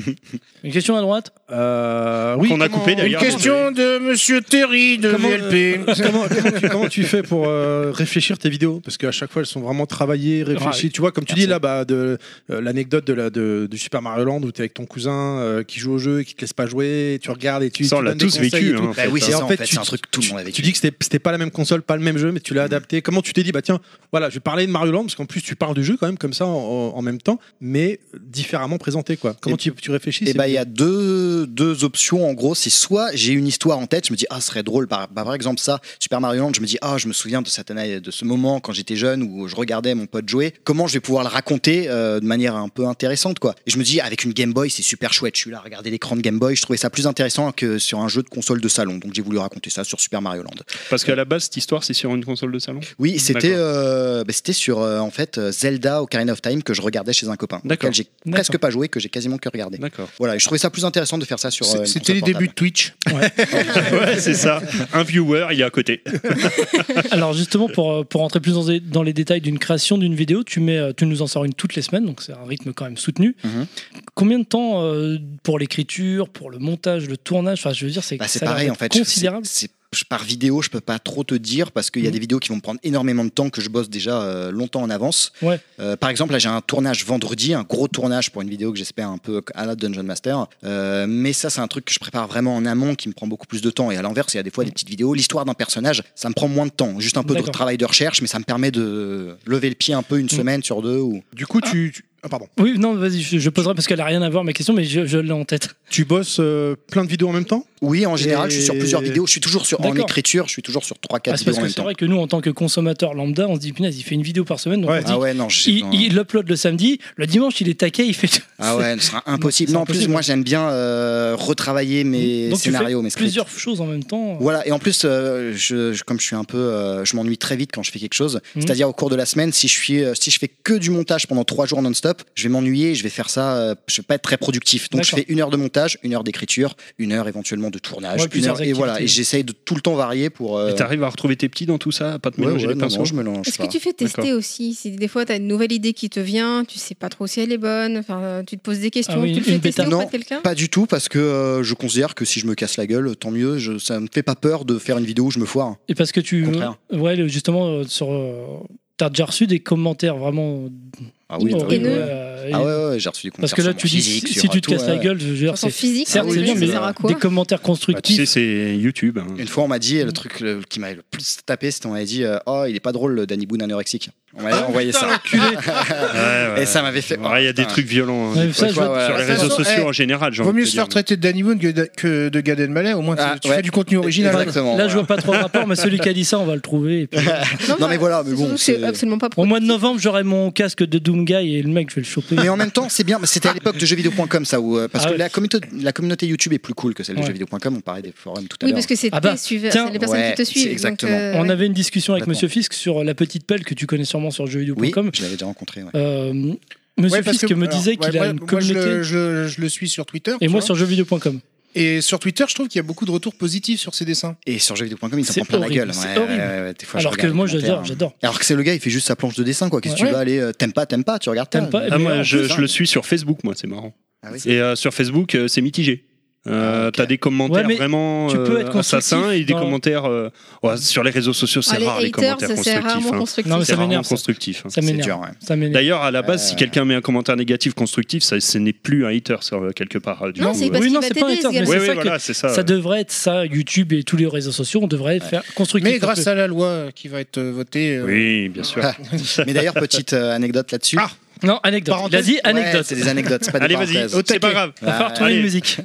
Une question à droite. Euh, oui. Qu'on a coupé Une d'ailleurs. question de Monsieur Terry de Comment- VLP. comment, comment tu, comment tu fais pour euh, réfléchir tes vidéos Parce qu'à chaque fois, elles sont vraiment travaillées, Ah, réfléchies. tu vois, comme tu dis là, bah, de euh, l'anecdote de la de, du Super Mario Land où t'es avec ton cousin euh, qui joue au jeu et qui te laisse pas jouer, et tu regardes et tu. Ça, on tu l'a donnes des tous conseils vécu. et tout. hein, en Bah fait. oui, c'est Et ça, en fait, tu- c'est un truc que tout le monde a Tu vécu. Mm-hmm. dis que c'était c'était pas la même console, pas le même jeu, mais tu l'as adapté. Comment tu t'es dit, bah tiens, voilà, je vais parler de Mario Land, parce qu'en plus tu parles du jeu quand même comme ça en, en même temps. mais différemment présenté quoi. Comment Et- tu, tu réfléchis Et c'est- bah, il y a deux, deux options en gros. C'est soit j'ai une histoire en tête, je me dis, ah, ce serait drôle. Par, bah, par exemple, ça, Super Mario Land, je me dis, ah, je me souviens de, cette, année- de ce moment quand j'étais jeune où je regardais mon pote jouer. Comment je vais pouvoir le raconter euh, de manière un peu intéressante, quoi. Et je me dis, avec une Game Boy, c'est super chouette. Je suis là, regarder l'écran de Game Boy, je trouvais ça plus intéressant que sur un jeu de console de salon. Donc, j'ai voulu raconter ça sur Super Mario Land. Parce qu'à la base, cette histoire, c'est sur une console de salon. Oui, c'était D'accord. euh, bah, c'était sur euh, en fait euh, Zelda Ocarina of Time que je regardais chez un copain. D'accord. Bah. auquel J'ai D'accord. presque pas joué, que j'ai quasiment que regardé. D'accord. Voilà, et je trouvais ça plus intéressant de faire ça sur. euh, C'est- une C'était les console débuts de Twitch. ouais, c'est ça. Un viewer, il est à côté. Alors justement, pour, euh, pour rentrer plus dans les, dans les détails d'une création d'une vidéo, tu, mets, euh, tu nous en sors une toutes les semaines, donc c'est un rythme quand même soutenu. Mhm. Combien de temps euh, pour l'écriture, pour le montage, le tournage Enfin, je veux dire, c'est Bah, c'est ça a l'air pareil en d'être fait. considérable. C'est- c'est- je- par vidéo, je peux pas trop te dire parce qu'il y a Mhm. des vidéos qui vont me prendre énormément de temps que je bosse déjà euh, longtemps en avance. Ouais. Euh, par exemple, là j'ai un tournage vendredi, un gros tournage pour une vidéo que j'espère un peu à la Dungeon Master. Euh, mais ça, c'est un truc que je prépare vraiment en amont qui me prend beaucoup plus de temps. Et à l'inverse, il y a des fois des petites vidéos, l'histoire d'un personnage, ça me prend moins de temps. Juste un peu de D'accord. Mm. travail de recherche, mais ça me permet de lever le pied un peu une semaine sur deux. Ou... Du coup, tu, tu- ah, pardon. Oui, non, vas-y, je, je poserai parce qu'elle a rien à voir ma question, mais je, je l'ai en tête. Tu bosses euh, plein de vidéos en même temps Oui, en général, je suis sur Et- plusieurs vidéos. Je suis toujours sur, en D'accord. écriture, je suis toujours sur 3-4 Ah, c'est vidéos parce en que même c'est temps. vrai que nous, en tant que consommateurs lambda, on se dit punaise, il fait une vidéo par semaine, donc Ouais. on se dit, Ah ouais, non, j'ai- il, il upload le samedi, le dimanche, il est taquet, il fait. tout. Ah ouais, ce sera impossible. C'est Non, en plus, impossible. moi j'aime bien euh, retravailler mes donc tu scénarios, fais mes scripts. plusieurs choses en même temps. Voilà, et en plus, euh, je, je- comme je suis un peu. euh, je m'ennuie très vite quand je fais quelque chose. Mhm. C'est-à-dire, au cours de la semaine, si je, suis, euh, si je fais que du montage pendant trois jours non-stop, je vais m'ennuyer, je vais faire ça, euh, je vais pas être très productif. Donc, je D'accord. fais une heure de montage, une heure d'écriture, une heure éventuellement de tournage, Ouais, une plusieurs heure. Et voilà, et activités. j'essaye de tout le temps varier pour. euh, Et t'arrives à retrouver tes petits dans tout ça, à pas te ouais, mélanger ouais, les non, pinceaux. non, je mélange Est-ce pas. que tu fais tester D'accord. aussi Si des fois, tu as une nouvelle idée qui te vient, tu sais pas trop si elle est bonne, enfin, euh, tu te poses des questions, Ah oui, tu le une fais bêta. tester auprès Non. de quelqu'un Pas du tout, parce que euh, je considère que si je me casse la gueule, tant mieux. Je, ça me fait pas peur de faire une vidéo où je me foire. Et parce que tu. Au contraire. Ouais, le- justement, euh, sur. euh, T'as déjà reçu des commentaires vraiment Ah horribles. oui. euh, Ah et- ouais, ouais, j'ai reçu des Parce que là, conversations tu dis, physiques, si, sur euh, si tu te tout, casses la ouais. gueule, je veux dire, Enfin, c'est physique, certes, ça, c'est bien, ça mais sert à quoi des commentaires Bah, tu constructifs. sais, c'est YouTube. hein. Une fois, on m'a dit, euh, le truc le- qui m'a le plus tapé, c'était on m'a dit euh, Oh, il est pas drôle, le Danny Boone anorexique. On Ah, m'a envoyé ça. Ouais, ouais. Et ça m'avait fait. Ouais, oh, Il y a des putain. trucs violents hein, Ouais, des ça, fois, je vois- sur les De toute réseaux façon, sociaux eh, en général. j'ai Vaut envie mieux de te se faire dire. traiter de Danny Boone que de, que de Gad Elmaleh. Au moins, tu- Ah, tu ouais. fais du contenu original. Exactement. Là, voilà. je vois pas trop le rapport, mais celui qui a dit ça, on va le trouver. et puis- Non, mais voilà, Ah, mais c'est bon, surtout que C'est c'est- absolument pas Au mois de novembre, j'aurai mon casque de Doom Guy et le mec, je vais le choper. Mais en même temps, c'est bien. mais C'était à l'époque de jeuxvideo.com, ça, où, euh, parce Ah que ouais. la, communauté, la communauté YouTube est plus cool que celle de Ouais. jeuxvideo.com. On parlait des forums tout à Oui, l'heure. parce que c'est Ah bah, tes suiveurs, tiens. c'est les personnes Ouais, qui te c'est suivent. donc, exactement. euh, On ouais. avait une discussion avec D'accord. Monsieur Fisk sur la petite pelle que tu connais sûrement sur Oui, jeuxvideo.com. je l'avais déjà rencontré. ouais. Euh, Monsieur Ouais, parce Fisk me alors, disait ouais, qu'il a moi- une moi, je communauté. le- je, je le suis sur Twitter. Et tu moi vois. sur jeuxvideo.com. Et sur Twitter, je trouve qu'il y a beaucoup de retours positifs sur ses dessins. Et sur jeuxvideo.com, il s'en C'est prend plein la horrible, gueule. c'est Ouais, ouais, horrible. ouais, ouais, des fois, Alors que regarde les moi, j'adore, commentaires. hein. j'adore. Alors que c'est le gars, il fait juste sa planche de dessin, quoi. Qu'est-ce que Ouais. tu vas aller euh, T'aimes pas, t'aimes pas, tu regardes T'aimes pas Ah, mais moi, alors, je, putain. je le suis sur Facebook, moi, c'est marrant. Ah oui. Et euh, sur Facebook, euh, c'est mitigé. Euh, Ah, ok. T'as des commentaires Ouais, mais vraiment tu peux euh, être constructif assassins et des dans- commentaires euh, ouais, sur les réseaux sociaux, c'est Ah, les rare les haters, commentaires ça c'est constructifs. rarement hein. constructif. Non, mais C'est ça rarement m'énerve, ça. constructif. hein. ça C'est m'énerve. dur, ouais. Ça m'énerve. D'ailleurs, à la base, Euh, si quelqu'un met un commentaire négatif constructif, ça, ce n'est plus un hater sur, euh, quelque part. euh, du Non, coup, c'est euh, parce Oui, qu'il non, va c'est pas t'aider, un ce terme, gars. mais Ouais, c'est ouais, ça voilà, c'est ça. Ça devrait être ça, YouTube et tous les réseaux sociaux, on devrait faire constructif. Mais un grâce peu. à la loi euh, qui va être euh, votée. euh, Oui, bien sûr. Mais d'ailleurs, petite euh, anecdote là-dessus. Ah, Non, anecdote. Il a Parenthèse. dit Ouais, anecdote. c'est des anecdotes, c'est pas des Allez, vas-y, parenthèses. c'est pas grave. On va faire tourner Allez. une musique.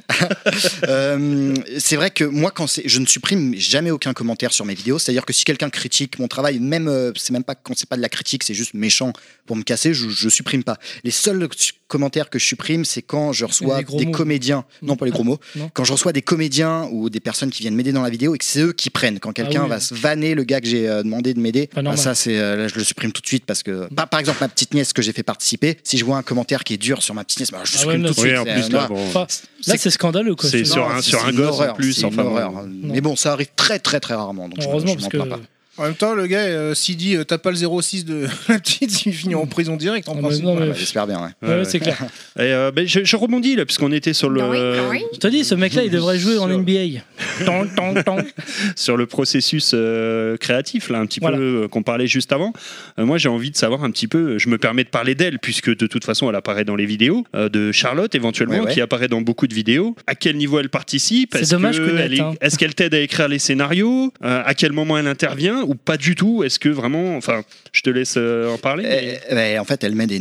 Euh, c'est vrai que moi, quand c'est, je ne supprime jamais aucun commentaire sur mes vidéos. C'est-à-dire que si quelqu'un critique mon travail, même euh, c'est même pas quand c'est pas de la critique, c'est juste méchant pour me casser, je, je supprime pas. Les seuls su- commentaires que je supprime, c'est quand je reçois Les gros des mots. comédiens, non pas les gros mots, Non. quand je reçois des comédiens ou des personnes qui viennent m'aider dans la vidéo et que c'est eux qui prennent. Quand quelqu'un Ah oui. va se vanner le gars que j'ai euh, demandé de m'aider, Pas ah, normal. ça c'est euh, là je le supprime tout de suite parce que par, par exemple ma petite nièce que j'ai fait participer, si je vois un commentaire qui est dur sur ma petite nièce, bah, je le Ah ouais, supprime mais tout de c'est- Oui, suite. en C'est, plus, euh, là, voilà. bon, Enfin, Là, c'est scandaleux. quoi. C'est Je- sur un- une gosse en horreur, plus, c'est une enfin, bon. horreur. Mais bon, ça arrive très très très rarement. Donc je- Heureusement, je parce m'en que. plains pas. En même temps, le gars, euh, s'il dit euh, t'as pas le 06 de la petite, il finit en prison direct. En Non, mais principe. Mm. Ah, non, mais- Ouais, bah, J'espère bien. ouais. Ouais, Ouais, ouais. c'est clair. Et, euh, ben, je, je rebondis là, puisqu'on était sur le, Ah oui, ah oui. Je te dis, ce mec-là, il devrait jouer en NBA. Tant, tant, tant. sur le processus euh, créatif, là, un petit Voilà. peu euh, qu'on parlait juste avant. Euh, moi, j'ai envie de savoir un petit peu, je me permets de parler d'elle, puisque de toute façon, elle apparaît dans les vidéos, euh, de Charlotte éventuellement, Ouais, ouais. qui apparaît dans beaucoup de vidéos. À quel niveau elle participe C'est Est-ce dommage que que Nat, elle est- hein. Est-ce qu'elle t'aide à écrire les scénarios Euh, À quel moment elle intervient ou pas du tout Est-ce que vraiment, enfin, je te laisse euh, en parler. mais- Euh, ouais, en fait, elle m'aide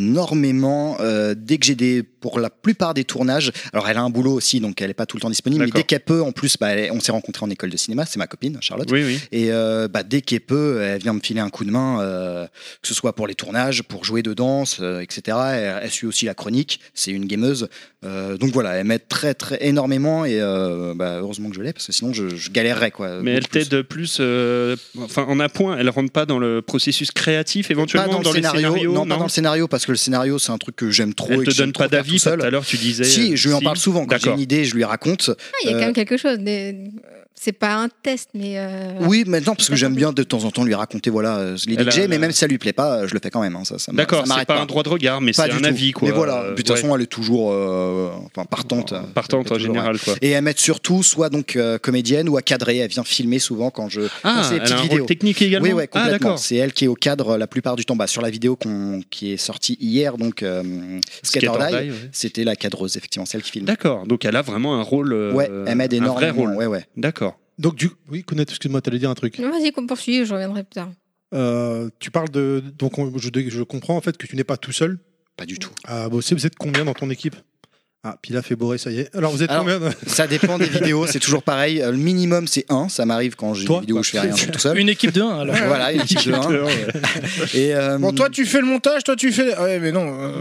énormément. euh, dès que j'ai des, pour la plupart des tournages, alors elle a un boulot aussi, donc elle n'est pas tout le temps disponible. Mais D'accord. dès qu'elle peut, en plus, bah, elle- on s'est rencontrés en école de cinéma, c'est ma copine Charlotte. Oui, oui. Et euh, bah, dès qu'elle peut, elle vient me filer un coup de main, euh, que ce soit pour les tournages, pour jouer de danse, euh, etc. Elle, elle suit aussi la chronique, c'est une gameuse. Euh, donc voilà, elle m'aide très, très énormément et euh, bah, heureusement que je l'ai parce que sinon je, je galérerais. Quoi, Mais elle beaucoup plus. t'aide plus, euh, enfin, en appoint. Elle rentre pas dans le processus créatif, éventuellement Pas dans, le scénario, les scénarios. non, pas dans le scénario parce que le scénario c'est un truc que j'aime trop. elle et que te j'aime donne pas trop faire d'avis. tout parce que seul. Tout à l'heure, tu disais. Si, euh, je lui en si. parle souvent. Quand j'ai D'accord. une idée, je lui raconte. Ah, Il y a Euh, quand même quelque chose. des- C'est pas un test, mais. euh, Oui, maintenant, parce que j'aime bien de temps en temps lui raconter voilà, euh, l'idée Elle que j'ai, a- mais même si ça lui plaît pas, euh, je le fais quand même. hein, ça, ça m'a- D'accord, ça c'est m'arrête pas un droit de regard, mais Pas c'est du un tout. avis, quoi. Mais voilà, Euh, de toute ouais. façon, elle est toujours euh, enfin, partante. hein. Partante en Elle est toujours, général, quoi. ouais. Et elle m'aide surtout, soit donc euh, comédienne ou à cadrer. Elle vient filmer souvent quand je. quand Ah, c'est des elle a petites un vidéos. rôle technique également. Oui, ouais, ah, complètement. d'accord. c'est elle qui est au cadre euh, la plupart du temps. Bah, sur la vidéo qu'on- qui est sortie hier, donc euh, Skater Skater Die, Die, ouais. c'était la cadreuse, effectivement, celle qui filme. D'accord, donc elle a vraiment un rôle. euh, Ouais, elle m'aide Un vrai énormément. rôle. Ouais, ouais. D'accord. Donc, du... oui, Kounet, excuse-moi, t'allais dire un truc. Non, Vas-y, qu'on poursuit, je reviendrai plus tard. Euh, tu parles de. Donc, on- je, je comprends en fait que tu n'es pas tout seul Pas du tout. à bosser. Vous êtes combien dans ton équipe Ah, Pilaf et Boré, ça y est. Alors, vous êtes Alors, combien Ça dépend des vidéos, c'est toujours pareil. Euh, Le minimum, c'est un. Ça m'arrive quand j'ai Toi, une vidéo où bah, je fais rien, je suis tout seul. Une équipe de 1 alors. Voilà, une petite de un. Et, euh, Bon, toi, tu fais le montage, toi, tu fais. Ouais, mais non. euh,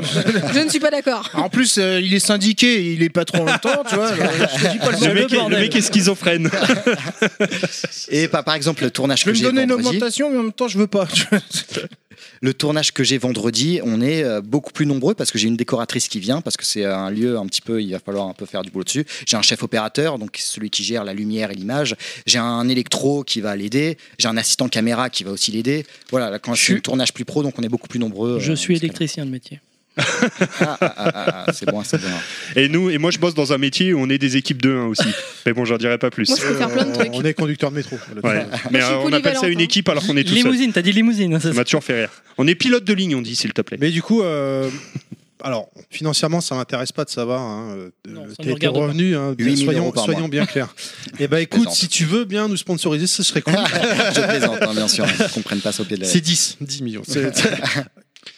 Je ne suis pas d'accord. En plus, euh, il est syndiqué, il est pas trop en même temps, tu vois. alors, je te dis pas Ah, Le le bordel. mec, est, le mec est schizophrène. et par, par exemple, le tournage Je que vais me j'ai donner une vendredi, augmentation, mais en même temps, je veux pas. tu vois. le tournage que j'ai vendredi, on est euh, beaucoup plus nombreux parce que j'ai une décoratrice qui vient, parce que c'est un lieu un petit peu, il va falloir un peu faire du boulot dessus. J'ai un chef opérateur, donc celui qui gère la lumière et l'image. J'ai un électro qui va l'aider. J'ai un assistant caméra qui va aussi l'aider. Voilà, là, quand je fais Je- le tournage plus pro, donc on est beaucoup plus nombreux. Je euh, suis parce que- électricien de métier. Ah, ah, ah, ah, ah, c'est bon, c'est bon. Et nous, et moi, je bosse dans un métier où on est des équipes de 1 aussi. Mais bon, j'en dirai pas plus. Moi, je peux faire plein de trucs. Euh, On est conducteur de métro. Voilà. Ouais. Mais je suis euh, on appelle ça polyvalente, une hein. équipe alors qu'on est tout seul. Limousine, t'as dit limousine. hein, c'est Ça ça. m'a toujours fait rire. On est pilote de ligne, on dit, s'il te plaît. Mais du coup, euh, alors financièrement, ça m'intéresse pas de savoir. Hein, euh, Non, ça ne tes, tes regarde pas. revenus, hein, 8 000 soyons, euros par soyons mois. bien clairs. Et ben écoute, plaisante. si tu veux bien nous sponsoriser, ce serait cool. Je plaisante, hein, bien sûr. Ils comprennent pas ça au pied de la C'est 10, 10 millions. C'est-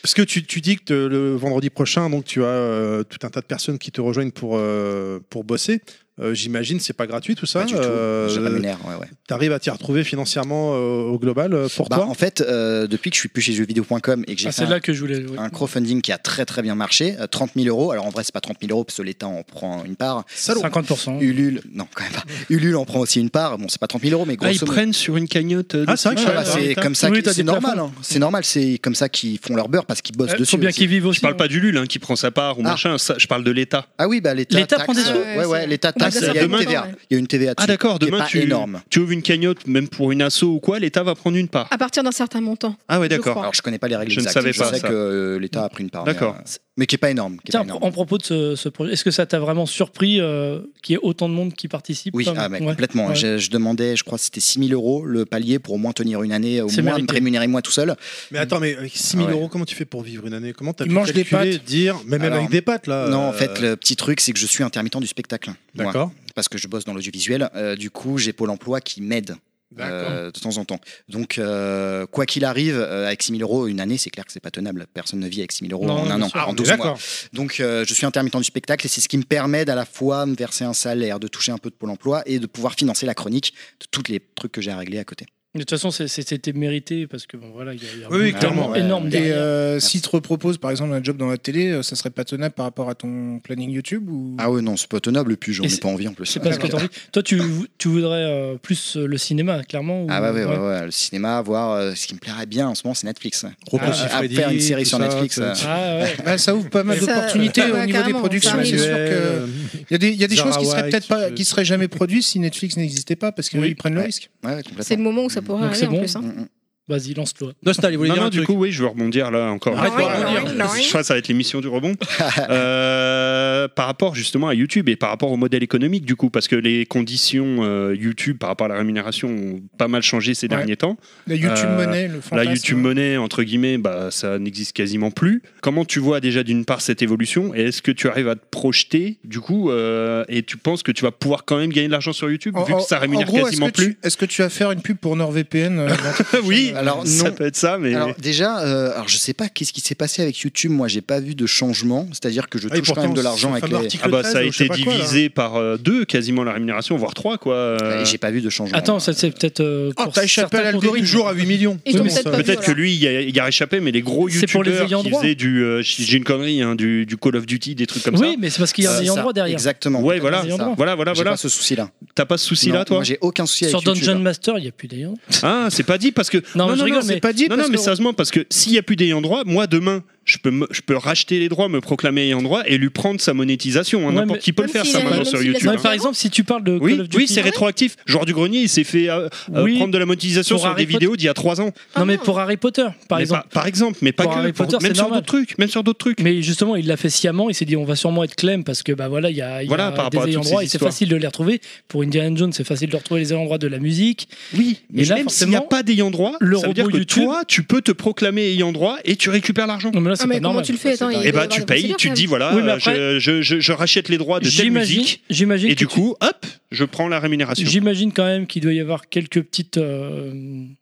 Parce que tu, tu dis que te- le vendredi prochain, donc tu as euh, tout un tas de personnes qui te rejoignent pour, euh, pour bosser. Euh, J'imagine c'est pas gratuit tout ça. Pas du tout. Je Euh, rémunère, ouais, ouais. T'arrives à t'y retrouver financièrement euh, au global euh, pour Bah, toi. en fait, euh, depuis que je suis plus chez jeuxvideo.com et que j'ai Ah, fait c'est un, là que je voulais. oui. un crowdfunding qui a très très bien marché, euh, 30 000 euros. Alors en vrai, c'est pas 30 000 euros parce que l'État en prend une part. Salaud. 50%. Ulule, non, quand même pas. Ulule en prend aussi une part. Bon, c'est pas 30 000 euros, mais Ah, ils grosso modo. prennent sur une cagnotte. euh, Ah, c'est vrai que Ah, je bah, savais c'est pas. comme ça, Oui, que- t'as c'est des plafonds. normal. hein. C'est normal, c'est comme ça qu'ils font leur beurre parce qu'ils bossent Il dessus. Euh, faut bien aussi. qu'ils vivent aussi. Je parle hein. pas du LUL hein, qui prend sa part ou Ah. machin, ça, je parle de l'État. Ah oui, bah l'État. L'État taxe, prend des euh, sous Ouais, ouais, c'est- l'État Ah, taxe. c'est Il y a une demain. TVA. Il y a une TVA. Ah dessus d'accord, qui est demain pas tu, énorme. tu ouvres une cagnotte, même pour une asso ou quoi, l'État va prendre une part. À partir d'un certain montant. Ah ouais, je d'accord. crois. Alors je connais pas les règles Je ne exactes. savais pas je sais ça. que euh, l'État a pris une part. mais, D'accord. euh, Mais qui est pas énorme. qui est pas Tiens, énorme. en propos de ce, ce projet, est-ce que ça t'a vraiment surpris euh, qu'il y ait autant de monde qui participe Oui, quand ah, même mais Ouais. complètement. Ouais. Je, je demandais, je crois que c'était 6 000 euros le palier pour au moins tenir une année, au C'est moins mérité. me rémunérer moi tout seul. Mais attends, mais avec 6 000 Ah ouais. euros, comment tu fais pour vivre une année Comment t'as Ils pu mangent des calculer, dire, mais même Alors, avec des pâtes là non, euh, en fait, le petit truc, c'est que je suis intermittent du spectacle. moi, D'accord. parce que je bosse dans l'audiovisuel. Euh, du coup, j'ai Pôle emploi qui m'aide. euh, de temps en temps. Donc, euh, quoi qu'il arrive, euh, avec 6 000 euros une année, c'est clair que c'est pas tenable. Personne ne vit avec 6 000 euros Non, en non, un bien an, sûr. en on est 12 mois. d'accord. Donc, euh, je suis intermittent du spectacle et c'est ce qui me permet d'à la fois me verser un salaire, de toucher un peu de Pôle emploi et de pouvoir financer la chronique de tous les trucs que j'ai à régler à côté. De toute façon, c'est- c'était mérité parce que bon, voilà, il y a, il y a Oui, oui, un clairement, mouvement ouais. énorme Et derrière. euh, si te repropose par exemple un job dans la télé, euh, ça serait pas tenable par rapport à ton planning YouTube ou Ah ouais, non, c'est pas tenable et puis j'en Et ai c'est- pas envie en plus. C'est pas ce que t'as envie. Toi, tu, tu voudrais euh, plus euh, le cinéma, clairement. ou- Ah bah ouais, ouais, ouais, le cinéma, voir euh, ce qui me plairait bien en ce moment, c'est Netflix. Repos Ah, sur à Freddy, faire une série tout sur ça, Netflix, ça- euh, Ah ouais. Bah, ça ouvre pas mal Ça- d'opportunités ça- au niveau ouais, des carrément, productions. ça C'est arrive. sûr que Visuel, il y a des, il y a des Zara choses qui seraient White, peut-être pas, euh, qui seraient jamais produites si Netflix n'existait pas parce qu'ils Oui. prennent le risque. ouais, ouais, C'est le complètement. moment où ça pourrait Donc arriver c'est en bon. plus. hein. Mm, mm. Vas-y, lance-toi. Nostal, il voulait Non, dire non, un du truc. coup, oui, je veux rebondir là encore. Arrête de Je rebondir. crois que ça va être l'émission du rebond. Euh, euh, par rapport justement à YouTube et par rapport au modèle économique du coup, parce que les conditions euh, YouTube par rapport à la rémunération ont pas mal changé ces Ouais. derniers temps. La YouTube Euh, Money, le La fantasme. YouTube Money, entre guillemets, bah, ça n'existe quasiment plus. Comment tu vois déjà d'une part cette évolution et est-ce que tu arrives à te projeter du coup euh, et tu penses que tu vas pouvoir quand même gagner de l'argent sur YouTube vu que ça rémunère en gros, est-ce quasiment que tu- plus Est-ce que tu vas faire une pub pour NordVPN euh, dans- Oui, Alors, ça non. peut être ça, mais. Alors déjà, euh, alors je sais pas qu'est-ce qui s'est passé avec YouTube. Moi, j'ai pas vu de changement. C'est-à-dire que je Ah, et touche quand même pourtant, de l'argent ce avec fameux les. article Ah bah 13, ça a je sais été pas quoi, hein. là. divisé par euh, deux quasiment la rémunération, voire trois quoi. euh. Et J'ai pas vu de changement. Attends, ça c'est peut-être. euh, Oh, pour t'as échappé à certains l'algorithme. contenus. Toujours Ah, à 8 millions. Ils ont Comment peut-être ça pas Euh, Peut-être hein. Voilà. que lui, il y a, il y a réchappé, mais les gros C'est pour les youtubeurs ayants qui droit. faisaient du, euh, si j'ai une connerie, hein, du, du Call of Duty, des trucs comme Oui, mais c'est parce qu'il y a C'est un ayant Euh, ça, droit derrière. Exactement. Ouais, voilà. C'est Ayant ça. droit. ça. Voilà, voilà, J'ai voilà. pas ce souci-là. T'as pas ce souci-là, Non, toi Moi, j'ai aucun souci Sur avec YouTube. Dungeon Master, il n'y a plus d'ayant. Ah, c'est pas dit parce que. Non, mais je rigole, c'est mais- pas dit. Non, non, parce mais que- sérieusement, parce que s'il n'y a plus d'ayant droit, moi demain, je peux, me- je peux racheter les droits, me proclamer ayant droit et lui prendre sa monétisation. hein. Ouais, N'importe mais- qui peut le Même faire, s'il ça a- maintenant même sur s'il a YouTube. Non, hein. mais par exemple, si tu parles de Oui, Call of Duty. oui c'est rétroactif. Joueur du grenier, il s'est fait euh, euh, Oui. prendre de la monétisation Pour sur Harry des Potter. vidéos d'il y a trois ans. Non, mais pour Harry Potter, par Mais exemple. par exemple, mais pas Pour que. Harry pour- Potter, même c'est sur normal. d'autres trucs. Même sur d'autres trucs. Mais justement, il l'a fait sciemment. Il s'est dit, on va sûrement être clem parce que bah voilà, il y a, il y Voilà, a par rapport à des ayants toutes droit ces et c'est histoires. facile de les retrouver. Pour Indiana Jones, c'est facile de retrouver les ayants droit de la musique. Oui, mais Et là, même s'il n'y a forcément, pas d'ayant droit, le ça veut dire robot que YouTube- toi, tu peux te proclamer ayant droit et tu récupères l'argent. Non, mais là, Ah, c'est mais pas comment normal. tu le fais Attends, il dingue. va Et y bah, avoir tu des payes, conseillers, tu te quand dis, même. voilà, Oui, mais euh, après- je, je- je rachète les droits de telle J'imagine- musique, J'imagine et que du tu- coup, hop, je prends la rémunération. J'imagine quand même qu'il doit y avoir quelques petites euh,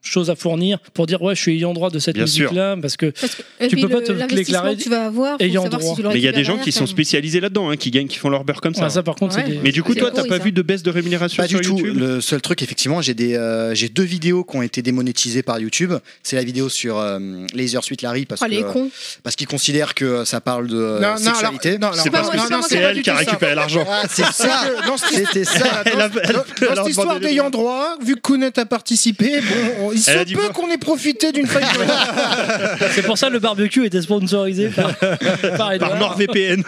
choses à fournir pour dire ouais je suis ayant droit de cette Bien sûr. musique-là parce que Parce que, Tu peux puis pas le- te l'investissement déclarer que tu vas avoir, faut ayant savoir droit. Si tu le Mais il y a des récupères gens qui derrière, sont quand même. spécialisés là-dedans, hein, qui gagnent, qui font leur beurre comme ça. ah, ça par contre Ouais. c'est des- mais du coup, c'est toi, t'as pourri, pas ça. vu hein. de baisse de rémunération Pas sur du tout. YouTube Le seul truc, effectivement, j'ai des, euh, j'ai deux vidéos qui ont été démonétisées par YouTube. C'est la vidéo sur euh, Laser Suite Larry parce Oh, les que- euh, cons. euh, parce qu'ils considèrent que ça parle de euh, Non, non, alors- sexualité. non, alors- C'est non, parce non, que non, moi, C'est c'est pas elle du qui a tout ça. récupéré l'argent. Ah, c'est ça. Non, c'est- C'était ça. Elle a- elle- elle a Dans cette histoire demandé des d'ayant droit, vu que Kounet a participé, bon, on- il Elle a se dit peut quoi qu'on ait profité d'une faille de c'est pour ça le barbecue était sponsorisé par par, Par NordVPN.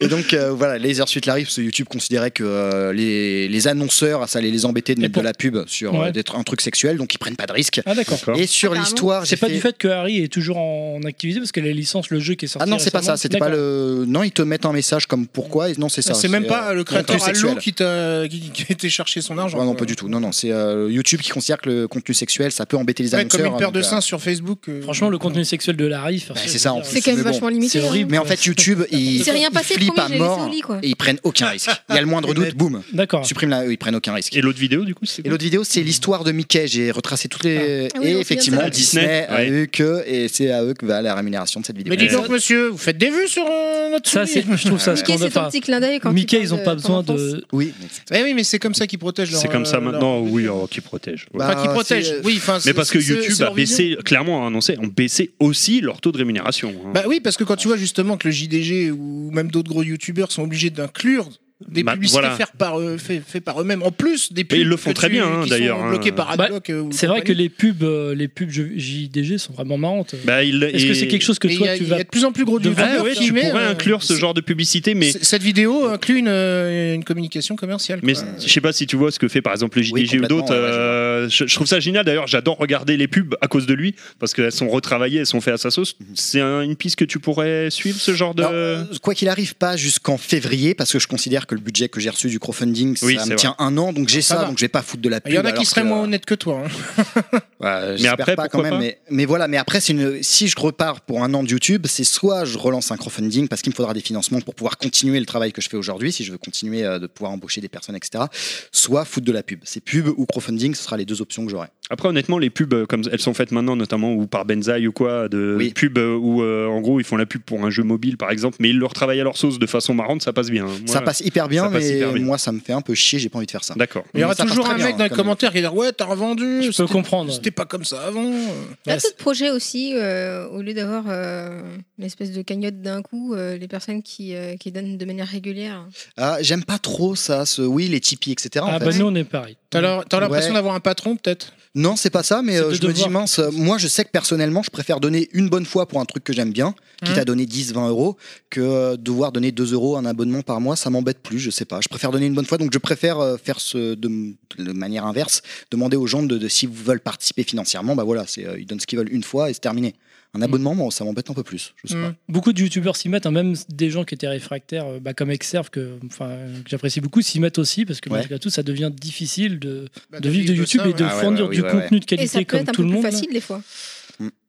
Et donc euh, voilà, Laser Suite Larry, parce que YouTube considérait que euh, les, les annonceurs, ça allait les embêter de Et mettre pour- de la pub sur euh, Ouais. des tr- un truc sexuel, donc ils prennent pas de risque. Ah d'accord. Et sur Ah, carrément. l'histoire, j'ai C'est pas fait- du fait que Harry est toujours en activité parce que la licence, le jeu qui est sorti. Ah non, c'est pas ça. récemment- C'était pas D'accord. le. Non, ils te mettent un message comme pourquoi. et Non, c'est ça. C'est même pas euh, le créateur contenu Halo sexuel. qui t'a qui, qui a été chercher son argent. Ouais, non, pas du tout. Non, non, c'est euh, YouTube qui considère que le contenu sexuel, ça peut embêter les Ouais, annonceurs. comme une paire de donc, euh, seins sur Facebook. euh, Franchement, le contenu sexuel de Larry. enfin, Bah, c'est je veux ça, en dire, plus. C'est quand même Mais bon, vachement limité. c'est hein. horrible. euh, Mais en fait, YouTube, ils, Il s'est rien passé, ils flippent promis, à j'ai laissé au mort lit, quoi. et ils prennent aucun risque. Il y a le moindre Ah. doute, boum, D'accord. supprime la, ils prennent aucun risque. Et l'autre vidéo, du coup, c'est Et l'autre vidéo, c'est l'histoire de Mickey. J'ai retracé toutes les. Ah oui, on et s'en effectivement, souvient de ça. Disney a Ouais. eu que. Et c'est à eux que va la rémunération de cette vidéo. Mais dis Euh, donc, monsieur, vous faites des vues sur euh, notre Ça, souris c'est, je trouve ça Mickey, scandaleux. c'est ton Enfin, petit clin d'œil quand tu Mickey, parles ils ont de pas ton besoin enfance. de. Oui. Eh oui, mais c'est comme ça qu'ils protègent leur. C'est comme ça euh, leur- maintenant, oui, oh, qui protège. Ouais. Bah, Enfin, qu'ils c'est- euh, protègent, oui. enfin, Mais c'est- parce que c'est- YouTube c'est a leur vision. baissé, clairement a annoncé, ont baissé aussi leur taux de rémunération. hein. Bah oui, parce que quand tu vois justement que le JDG ou même d'autres gros youtubeurs sont obligés d'inclure des Bah, publicités voilà. faites par, eux- fait, fait par eux-mêmes, en plus des pubs ils le font que très bien, hein, qui d'ailleurs, sont hein. bloquées par Bah, Adblock. euh, ou C'est vrai que compagnie. les pubs, euh, les pubs jeux- JDG sont vraiment marrantes. Bah, il- Est-ce que et- c'est quelque chose que Mais il y, toi a- tu il y a vas de plus en plus gros devoir- Ah youtubeurs ouais, qui tu mettent, pourrais euh, inclure ce genre de publicité, mais c- Cette vidéo inclut une, euh, une communication commerciale. Mais quoi. je sais pas si tu vois ce que fait par exemple le JDG Oui, ou complètement, d'autres. ouais, ouais, je euh, je, je trouve ça génial. D'ailleurs, j'adore regarder les pubs à cause de lui parce qu'elles sont retravaillées, elles sont faites à sa sauce. C'est un- une piste que tu pourrais suivre ce genre de. Alors, euh, quoi qu'il arrive, pas jusqu'en février, parce que je considère que le budget que j'ai reçu du crowdfunding, ça Oui, c'est me tient un an, donc j'ai Ça ça, va. donc je vais pas foutre de la pub. Ah, Il y en a bah, alors qui seraient que- moins honnêtes que toi. hein. Ouais, j'espère après, pas quand pourquoi même. pas Mais, mais voilà, mais après, c'est une, si je repars pour un an de YouTube, c'est soit je relance un crowdfunding parce qu'il me faudra des financements pour pouvoir continuer le travail que je fais aujourd'hui, si je veux continuer euh, de pouvoir embaucher des personnes, etc. Soit foutre de la pub. C'est pub ou crowdfunding, ce sera les deux options que j'aurai. Après, honnêtement, les pubs euh, comme elles sont faites maintenant, notamment ou par Benzaï ou quoi, de Oui. pubs euh, où euh, en gros ils font la pub pour un jeu mobile par exemple, mais ils le retravaillent à leur sauce de façon marrante, ça passe bien. hein. Moi, Ça passe hyper bien, ça passe mais hyper bien. moi, ça me fait un peu chier, j'ai pas envie de faire ça. D'accord. Il y aura ça passe toujours très un bien, mec dans les comme- commentaires qui va dire Ouais, t'as revendu. Je peux c'était- comprendre. C'était pas comme ça avant. Il y a Ouais, d'autres projets Bah, aussi, euh, au lieu d'avoir euh, une espèce de cagnotte d'un coup, euh, les personnes qui, euh, qui donnent de manière régulière. Ah, J'aime pas trop ça, ce oui, les Tipeee, etc. en Ah fait. bah nous on est pareil. T'as leur- t'as l'impression Ouais. d'avoir un patron, peut-être Non, c'est pas ça, mais C'est euh, de je me dis devoir. mince, euh, moi je sais que personnellement je préfère donner une bonne fois pour un truc que j'aime bien, quitte Mhm. à Mmh. donner 10, 20 euros, que euh, devoir donner 2 euros à un abonnement par mois, ça m'embête plus, je sais pas. Je préfère donner une bonne fois, donc je préfère euh, faire ce de, m- de manière inverse, demander aux gens de, de- s'ils veulent participer financièrement, bah voilà, c'est, euh, ils donnent ce qu'ils veulent une fois et c'est terminé. Mmh. Un abonnement, moi, ça m'embête un peu plus. Je sais Mm. pas. Beaucoup de youtubeurs s'y mettent, hein, même des gens qui étaient réfractaires, euh, bah, comme Exerve, que, enfin, euh, que j'apprécie beaucoup, s'y mettent aussi, parce que Ouais. malgré tout, ça devient difficile de, Bah, de vivre de YouTube ça, et de ouais. Ah ouais, fournir bah oui, du ouais, ouais. contenu de Et ça qualité peut comme être un tout le peu plus monde. hein. facile des fois.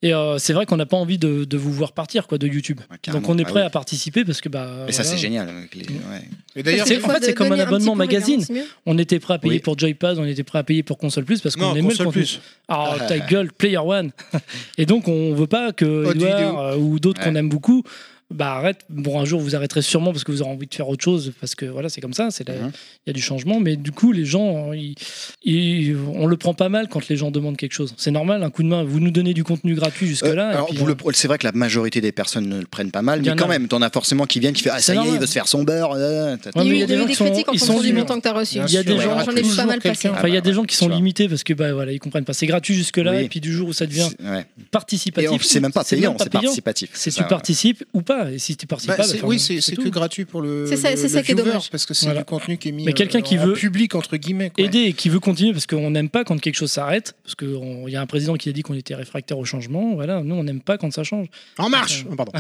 Et euh, c'est vrai qu'on n'a pas envie de, de vous voir partir quoi, de YouTube. Ouais, carrément. Donc on est Ah prêt oui. à participer parce que bah. Et ça, voilà. Mmh. c'est génial. avec les- ouais. Et d'ailleurs, Parce que C'est- des en fois, fait, c'est de comme un donner petit abonnement coup de regard, magazine. c'est mieux. On était prêt à payer Oui. pour Joypad, on était prêt à payer pour Console Plus parce qu'on Non, aimait le console contenu. plus. Ah, ta gueule, Player One. Et donc, on veut pas que Haute vidéo. Edouard euh, ou d'autres qu'on Ouais. aime beaucoup, bah arrête. Bon, un jour, vous arrêterez sûrement parce que vous aurez envie de faire autre chose, parce que voilà, c'est comme ça, c'est la- il Mhm. y a du changement. Mais du coup, les gens, euh, ils- ils- on le prend pas mal quand les gens demandent quelque chose. C'est normal, un coup de main, vous nous donnez du contenu gratuit Euh, jusque-là. et alors, puis, vous euh, le- C'est vrai que la majorité des personnes ne le prennent pas mal, Il y mais en quand a. même, t'en as forcément qui viennent qui fait Ah, ça y C'est est, il normal. veut se faire son beurre. euh, tata. Ouais, mais Il il y a des gens eu qui des sont- critiques en ils sont fonction du nuls. montant que tu as reçu. Bien Il y a sûr, des il y gens- aura J'en ai vu pas toujours mal passer. quelqu'un. Ah Enfin, il y a bah, des gens ouais, qui sont tu vois. limités parce que bah, voilà, ils comprennent pas. C'est gratuit jusque-là, Oui. et puis du jour où ça devient C'est- ouais. Et participatif, on- c'est même pas c'est payant, même pas c'est payant. participatif. c'est tu ça, ouais. participes ou pas. Et si tu participes Bah, pas, bah, c'est- enfin, oui, c'est c'est tout. que gratuit pour le. C'est ça- le- c'est ça le qui est viewer, dommage. Parce que c'est Voilà. du contenu qui est mis Mais quelqu'un euh, qui en veut public, entre guillemets. quoi. aider et qui veut continuer parce qu'on n'aime pas quand quelque chose s'arrête parce qu'il y a un président qui a dit qu'on était réfractaire au changement voilà nous on n'aime pas quand ça change En marche Ah, Pardon.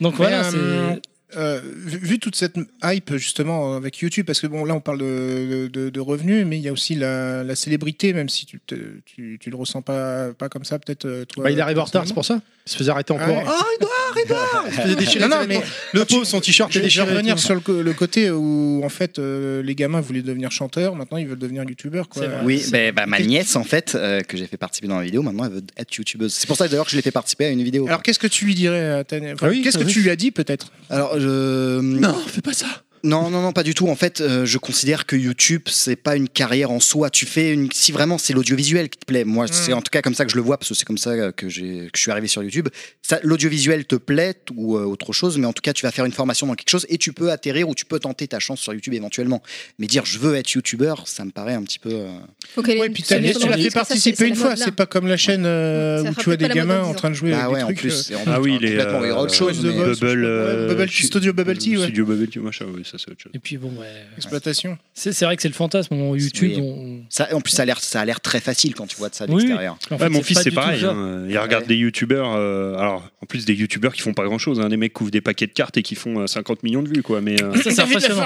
donc voilà Mais, euh, c'est euh, vu vu toute cette hype justement avec YouTube, parce que bon là on parle de, de- de revenus, mais il y a aussi la, la célébrité, même si tu, te- tu, tu le ressens pas, pas comme ça peut-être euh, toi. Bah, il arrive en retard, c'est personnellement. pour ça. Il se faisait arrêter encore. Ouais. Oh, Edouard, Edouard Il se faisait déchirer. Non, non, mais Le pauvre, son t-shirt je est vais- je vais déchiré. revenir et tout. sur le, co- le côté où en fait euh, les gamins voulaient devenir chanteurs, maintenant ils veulent devenir youtubeurs. quoi. C'est vrai. Oui, C'est- ben, ben, ma nièce, en fait, euh, que j'ai fait participer dans la vidéo, maintenant elle veut être youtubeuse. C'est pour ça d'ailleurs que je l'ai fait participer à une vidéo. Alors qu'est-ce que tu lui dirais, à Tania Enfin, Ah oui, Qu'est-ce que oui. tu lui as dit peut-être Alors, je... Non, fais pas ça. Non, non, non, pas du tout. En fait, euh, je considère que YouTube, c'est pas une carrière en soi. Tu fais une. Si vraiment c'est l'audiovisuel qui te plaît, moi, Mm. c'est en tout cas comme ça que je le vois, parce que c'est comme ça euh, que, j'ai- que je suis arrivé sur YouTube. Ça, L'audiovisuel te plaît ou euh, autre chose, mais en tout cas, tu vas faire une formation dans quelque chose et tu peux atterrir ou tu peux tenter ta chance sur YouTube éventuellement. Mais dire je veux être YouTubeur, ça me paraît un petit peu. euh, Faut qu'elle ait Ouais, une puis seule t'as- Tania, chose tu l'as dans la fait vie, parce que ça, participer c'est une la fois, mode, là. c'est pas comme la chaîne euh, Ça où sera tu as peut-être des pas la mode gamins dans en dix train de jouer. Bah avec ouais, des en trucs, euh, plus. et en Ah plus, oui, enfin, les, complètement, il y aura autre euh, chose. Bubble mais- Bubble, Bubble, euh, Bubble tu- Studio Bubble Tea, ouais. Studio Bubble Tea, machin, oui, ça c'est autre chose. et puis bon ouais. Exploitation. c'est c'est vrai que c'est le fantasme on- YouTube Oui. on- Ça, en plus, ça a l'air, ça a l'air très facile quand tu vois de ça de Oui, oui. l'extérieur. en fait, Ouais, mon c'est fils, pas c'est du tout pareil. ça. hein. Il regarde Ouais. des youtubeurs. euh, alors, en plus, des youtubeurs qui font pas grand chose. Hein, des mecs qui ouvrent des paquets de cartes et qui font euh, 50 millions de vues, quoi. Mais. euh, Ça, c'est impressionnant.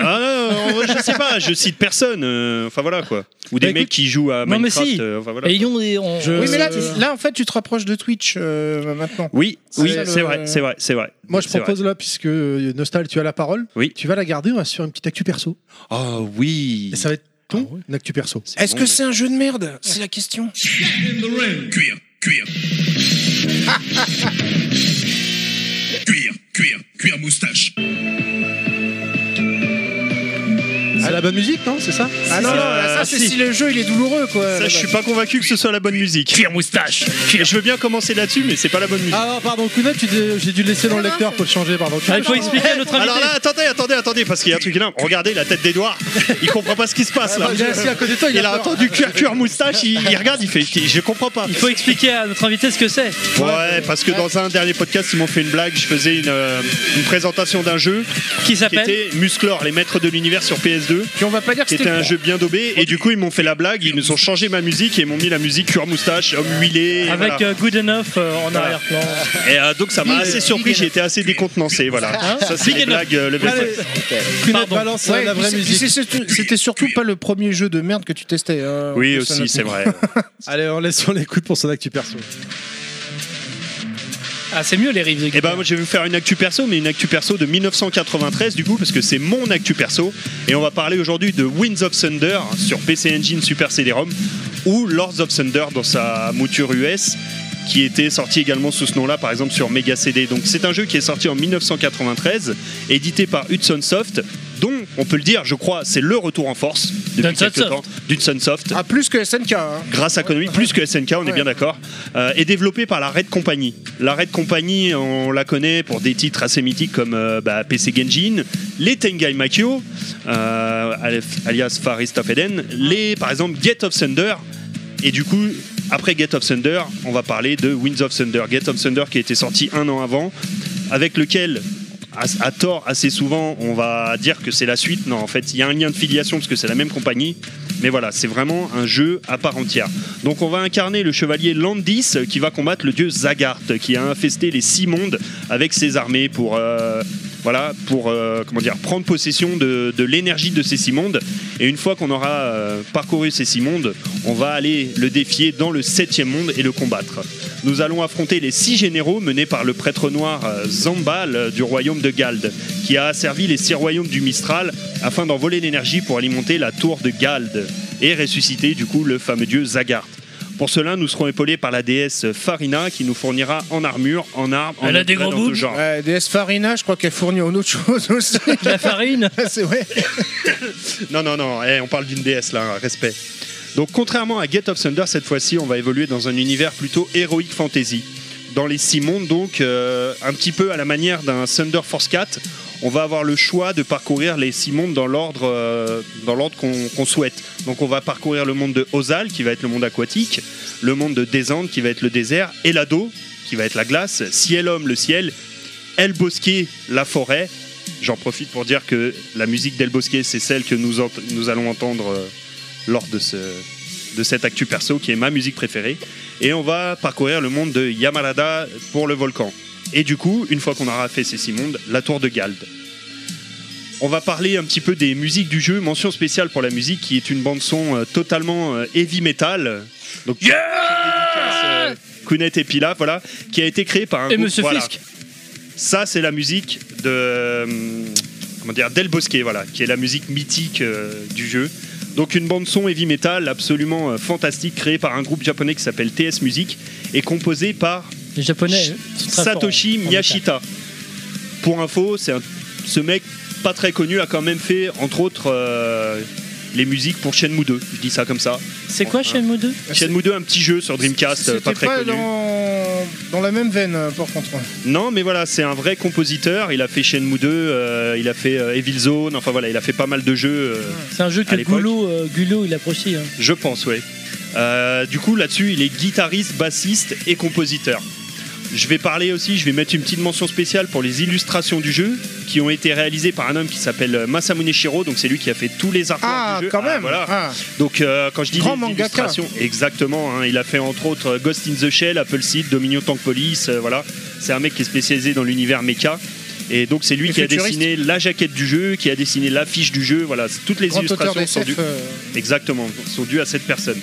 ah, non, non, je sais pas, je cite personne. euh, Enfin, voilà, quoi. Ou des Bah, écoute- mecs qui jouent à Non, mais Minecraft. si. euh, enfin, voilà. et ils ont des on- Oui, mais là, euh, là, en fait, tu te rapproches de Twitch euh, maintenant. Oui, C'est oui, ça, le- c'est vrai, c'est vrai, c'est vrai. Moi, je C'est propose là, puisque euh, Nostal, tu as la parole. Oui. Tu vas la garder, on va se faire une petite actu perso. vrai. Oh oui. Et ça va être ton actu perso. Est-ce bon, que mais- c'est un jeu de merde C'est la question. Cuir, cuir. cuir, cuir, cuir moustache. C'est la bonne musique, non C'est ça Ah non, non, là, ça, Ah, c'est si. si le jeu il est douloureux, quoi. Ça, là-bas. je suis pas convaincu que ce soit la bonne musique. Cuir moustache. Je veux bien commencer là-dessus, mais c'est pas la bonne musique. Ah, pardon, Kounet, tu dis- j'ai dû le laisser dans le lecteur pour le changer, pardon. ah, il faut expliquer à notre invité Alors là, attendez, attendez, attendez, parce qu'il y a un truc énorme. Regardez la tête d'Edouard. Il comprend pas ce qui se passe Ah, là. bah, Il est assis à côté de toi, il, Il a peur. entendu cuir, cuir, moustache. Il, il regarde, il fait, je comprends pas. il faut expliquer à notre invité ce que c'est Ouais, parce que dans un dernier podcast, ils m'ont fait une blague. Je faisais une, euh, une présentation d'un jeu qui qui s'appelle était Musclor, les maîtres de l'univers sur PS2, Puis on va pas dire que qui était c'était un jeu bien daubé. Et du coup, ils m'ont fait la blague. Ils nous ont changé ma musique et m'ont mis la musique cuir, moustache, homme huilé. et avec voilà. euh, Good Enough euh, en Voilà. arrière-plan Et euh, donc, ça m'a Big assez Enough, surpris. Big J'ai été assez décontenancé. Voilà. Hein Ça, c'est Big les Enough. blagues euh, level Allez. five. Kounet Pardon. balance Ouais, la puis vraie c'est- puis musique. c'est surtout- C'était surtout pas le premier jeu de merde que tu testais. euh, Oui, Persona aussi, c'est Cinq. vrai. Allez, on laisse sur l'écoute pour son actu perso. ah c'est mieux les rives de Et ben moi je vais vous faire une actu perso, mais une actu perso de 1993 du coup, parce que c'est mon actu perso. Et on va parler aujourd'hui de Winds of Thunder sur PC Engine Super CD-ROM ou Lords of Thunder dans sa mouture US qui était sorti également sous ce nom-là, par exemple sur Mega CD. Donc c'est un jeu qui est sorti en 1993, édité par Hudson Soft, dont on peut le dire, je crois, c'est le retour en force depuis D'Hudson quelques Soft. temps d'Hudson Soft Ah, plus que SNK. hein. grâce à Konami, plus que SNK, on est Ouais. bien d'accord, euh, est développé par la Red Company. La Red Company, on la connaît pour des titres assez mythiques comme euh, bah, PC Genjin, les Tengai Makio, euh, alias Farist of Eden, les, par exemple, Get of Thunder, et du coup, après Get of Thunder, on va parler de Winds of Thunder. Get of Thunder qui a été sorti un an avant, avec lequel à, à tort assez souvent on va dire que c'est la suite non en fait il y a un lien de filiation parce que c'est la même compagnie Mais voilà, c'est vraiment un jeu à part entière. Donc on va incarner le chevalier Landis euh, qui va combattre le dieu Zagarth qui a infesté les six mondes avec ses armées pour euh, voilà pour euh, comment dire prendre possession de, de l'énergie de ces six mondes. Et une fois qu'on aura euh, parcouru ces six mondes, on va aller le défier dans le septième monde et le combattre. Nous allons affronter les six généraux menés par le prêtre noir euh, Zambal euh, du royaume de Gald, qui a asservi les six royaumes du Mistral afin d'envoler l'énergie pour alimenter la tour de Gald et ressusciter du coup le fameux dieu Zagarth. Pour cela, nous serons épaulés par la déesse Farina qui nous fournira en armure, en armes, en Elle a des objets gros dans tout boobs. genre. Euh, DS Farina, je crois qu'elle fournit en autre chose aussi. Ah, De la farine C'est vrai. Non, non, non, eh, on parle d'une déesse là, respect. Donc contrairement à Get of Thunder, cette fois-ci, on va évoluer dans un univers plutôt héroïque fantasy. Dans les six mondes, donc, euh, un petit peu à la manière d'un Thunder Force 4, on va avoir le choix de parcourir les six mondes dans l'ordre euh, dans l'ordre qu'on qu'on souhaite. Donc on va parcourir le monde de Ozal, qui va être le monde aquatique, le monde de Desande, qui va être le désert, Elado, qui va être la glace, Cielhomme, le ciel, El Bosquet, la forêt, J'en profite pour dire que la musique d'El Bosquet, c'est celle que nous, ent- nous allons entendre euh, lors de, ce, de cette actu perso, qui est ma musique préférée. Et on va parcourir le monde de Yamarada pour le volcan. Et du coup, une fois qu'on aura fait ces six mondes, la tour de Gald. On va parler un petit peu des musiques du jeu. Mention spéciale pour la musique, qui est une bande-son euh, totalement euh, heavy metal. Donc, dédicace, euh, Kounet et Pila, voilà, qui a été créé par un Et groupe, Monsieur voilà. Fisk. Ça, c'est la musique de. euh, Comment dire Del Bosquet, voilà, qui est la musique mythique euh, du jeu. Donc, une bande-son heavy metal absolument euh, fantastique créée par un groupe japonais qui s'appelle TS Music et composée par Les japonais sont très Satoshi forts en- en Miyashita. Pour info, c'est un- ce mec pas très connu a quand même fait, entre autres, euh, les musiques pour Shenmue 2. Je dis ça comme ça. métal. Ah, C'est quoi Shenmue 2 Shenmue 2, un petit jeu sur Dreamcast, euh, C'était pas très connu. dans... dans la même veine, euh, par contre. Non, mais voilà, c'est un vrai compositeur. Il a fait Shenmue 2, euh, il a fait euh, Evil Zone. Enfin voilà, il a fait pas mal de jeux. euh, C'est un jeu que À l'époque. Gulo, euh, Gulo il apprécie. hein. je pense, ouais. Euh, du coup, là-dessus, il est guitariste, bassiste et compositeur. Je vais parler aussi, je vais mettre une petite mention spéciale pour les illustrations du jeu qui ont été réalisées par un homme qui s'appelle euh, Masamune Shiro. Donc c'est lui qui a fait tous les artworks Ah, du jeu. quand même. voilà. Ah. Donc euh, quand je dis Grand les mangaka. illustrations, exactement. hein, il a fait entre autres euh, Ghost in the Shell, Apple Seed, Dominion Tank Police. euh, voilà, c'est un mec qui est spécialisé dans l'univers mecha. Et donc c'est lui Et qui a futuriste. dessiné la jaquette du jeu, qui a dessiné l'affiche du jeu. Voilà, c'est- toutes les Grand auteur illustrations sont des SF. dues. euh, Exactement, sont dues à cette personne.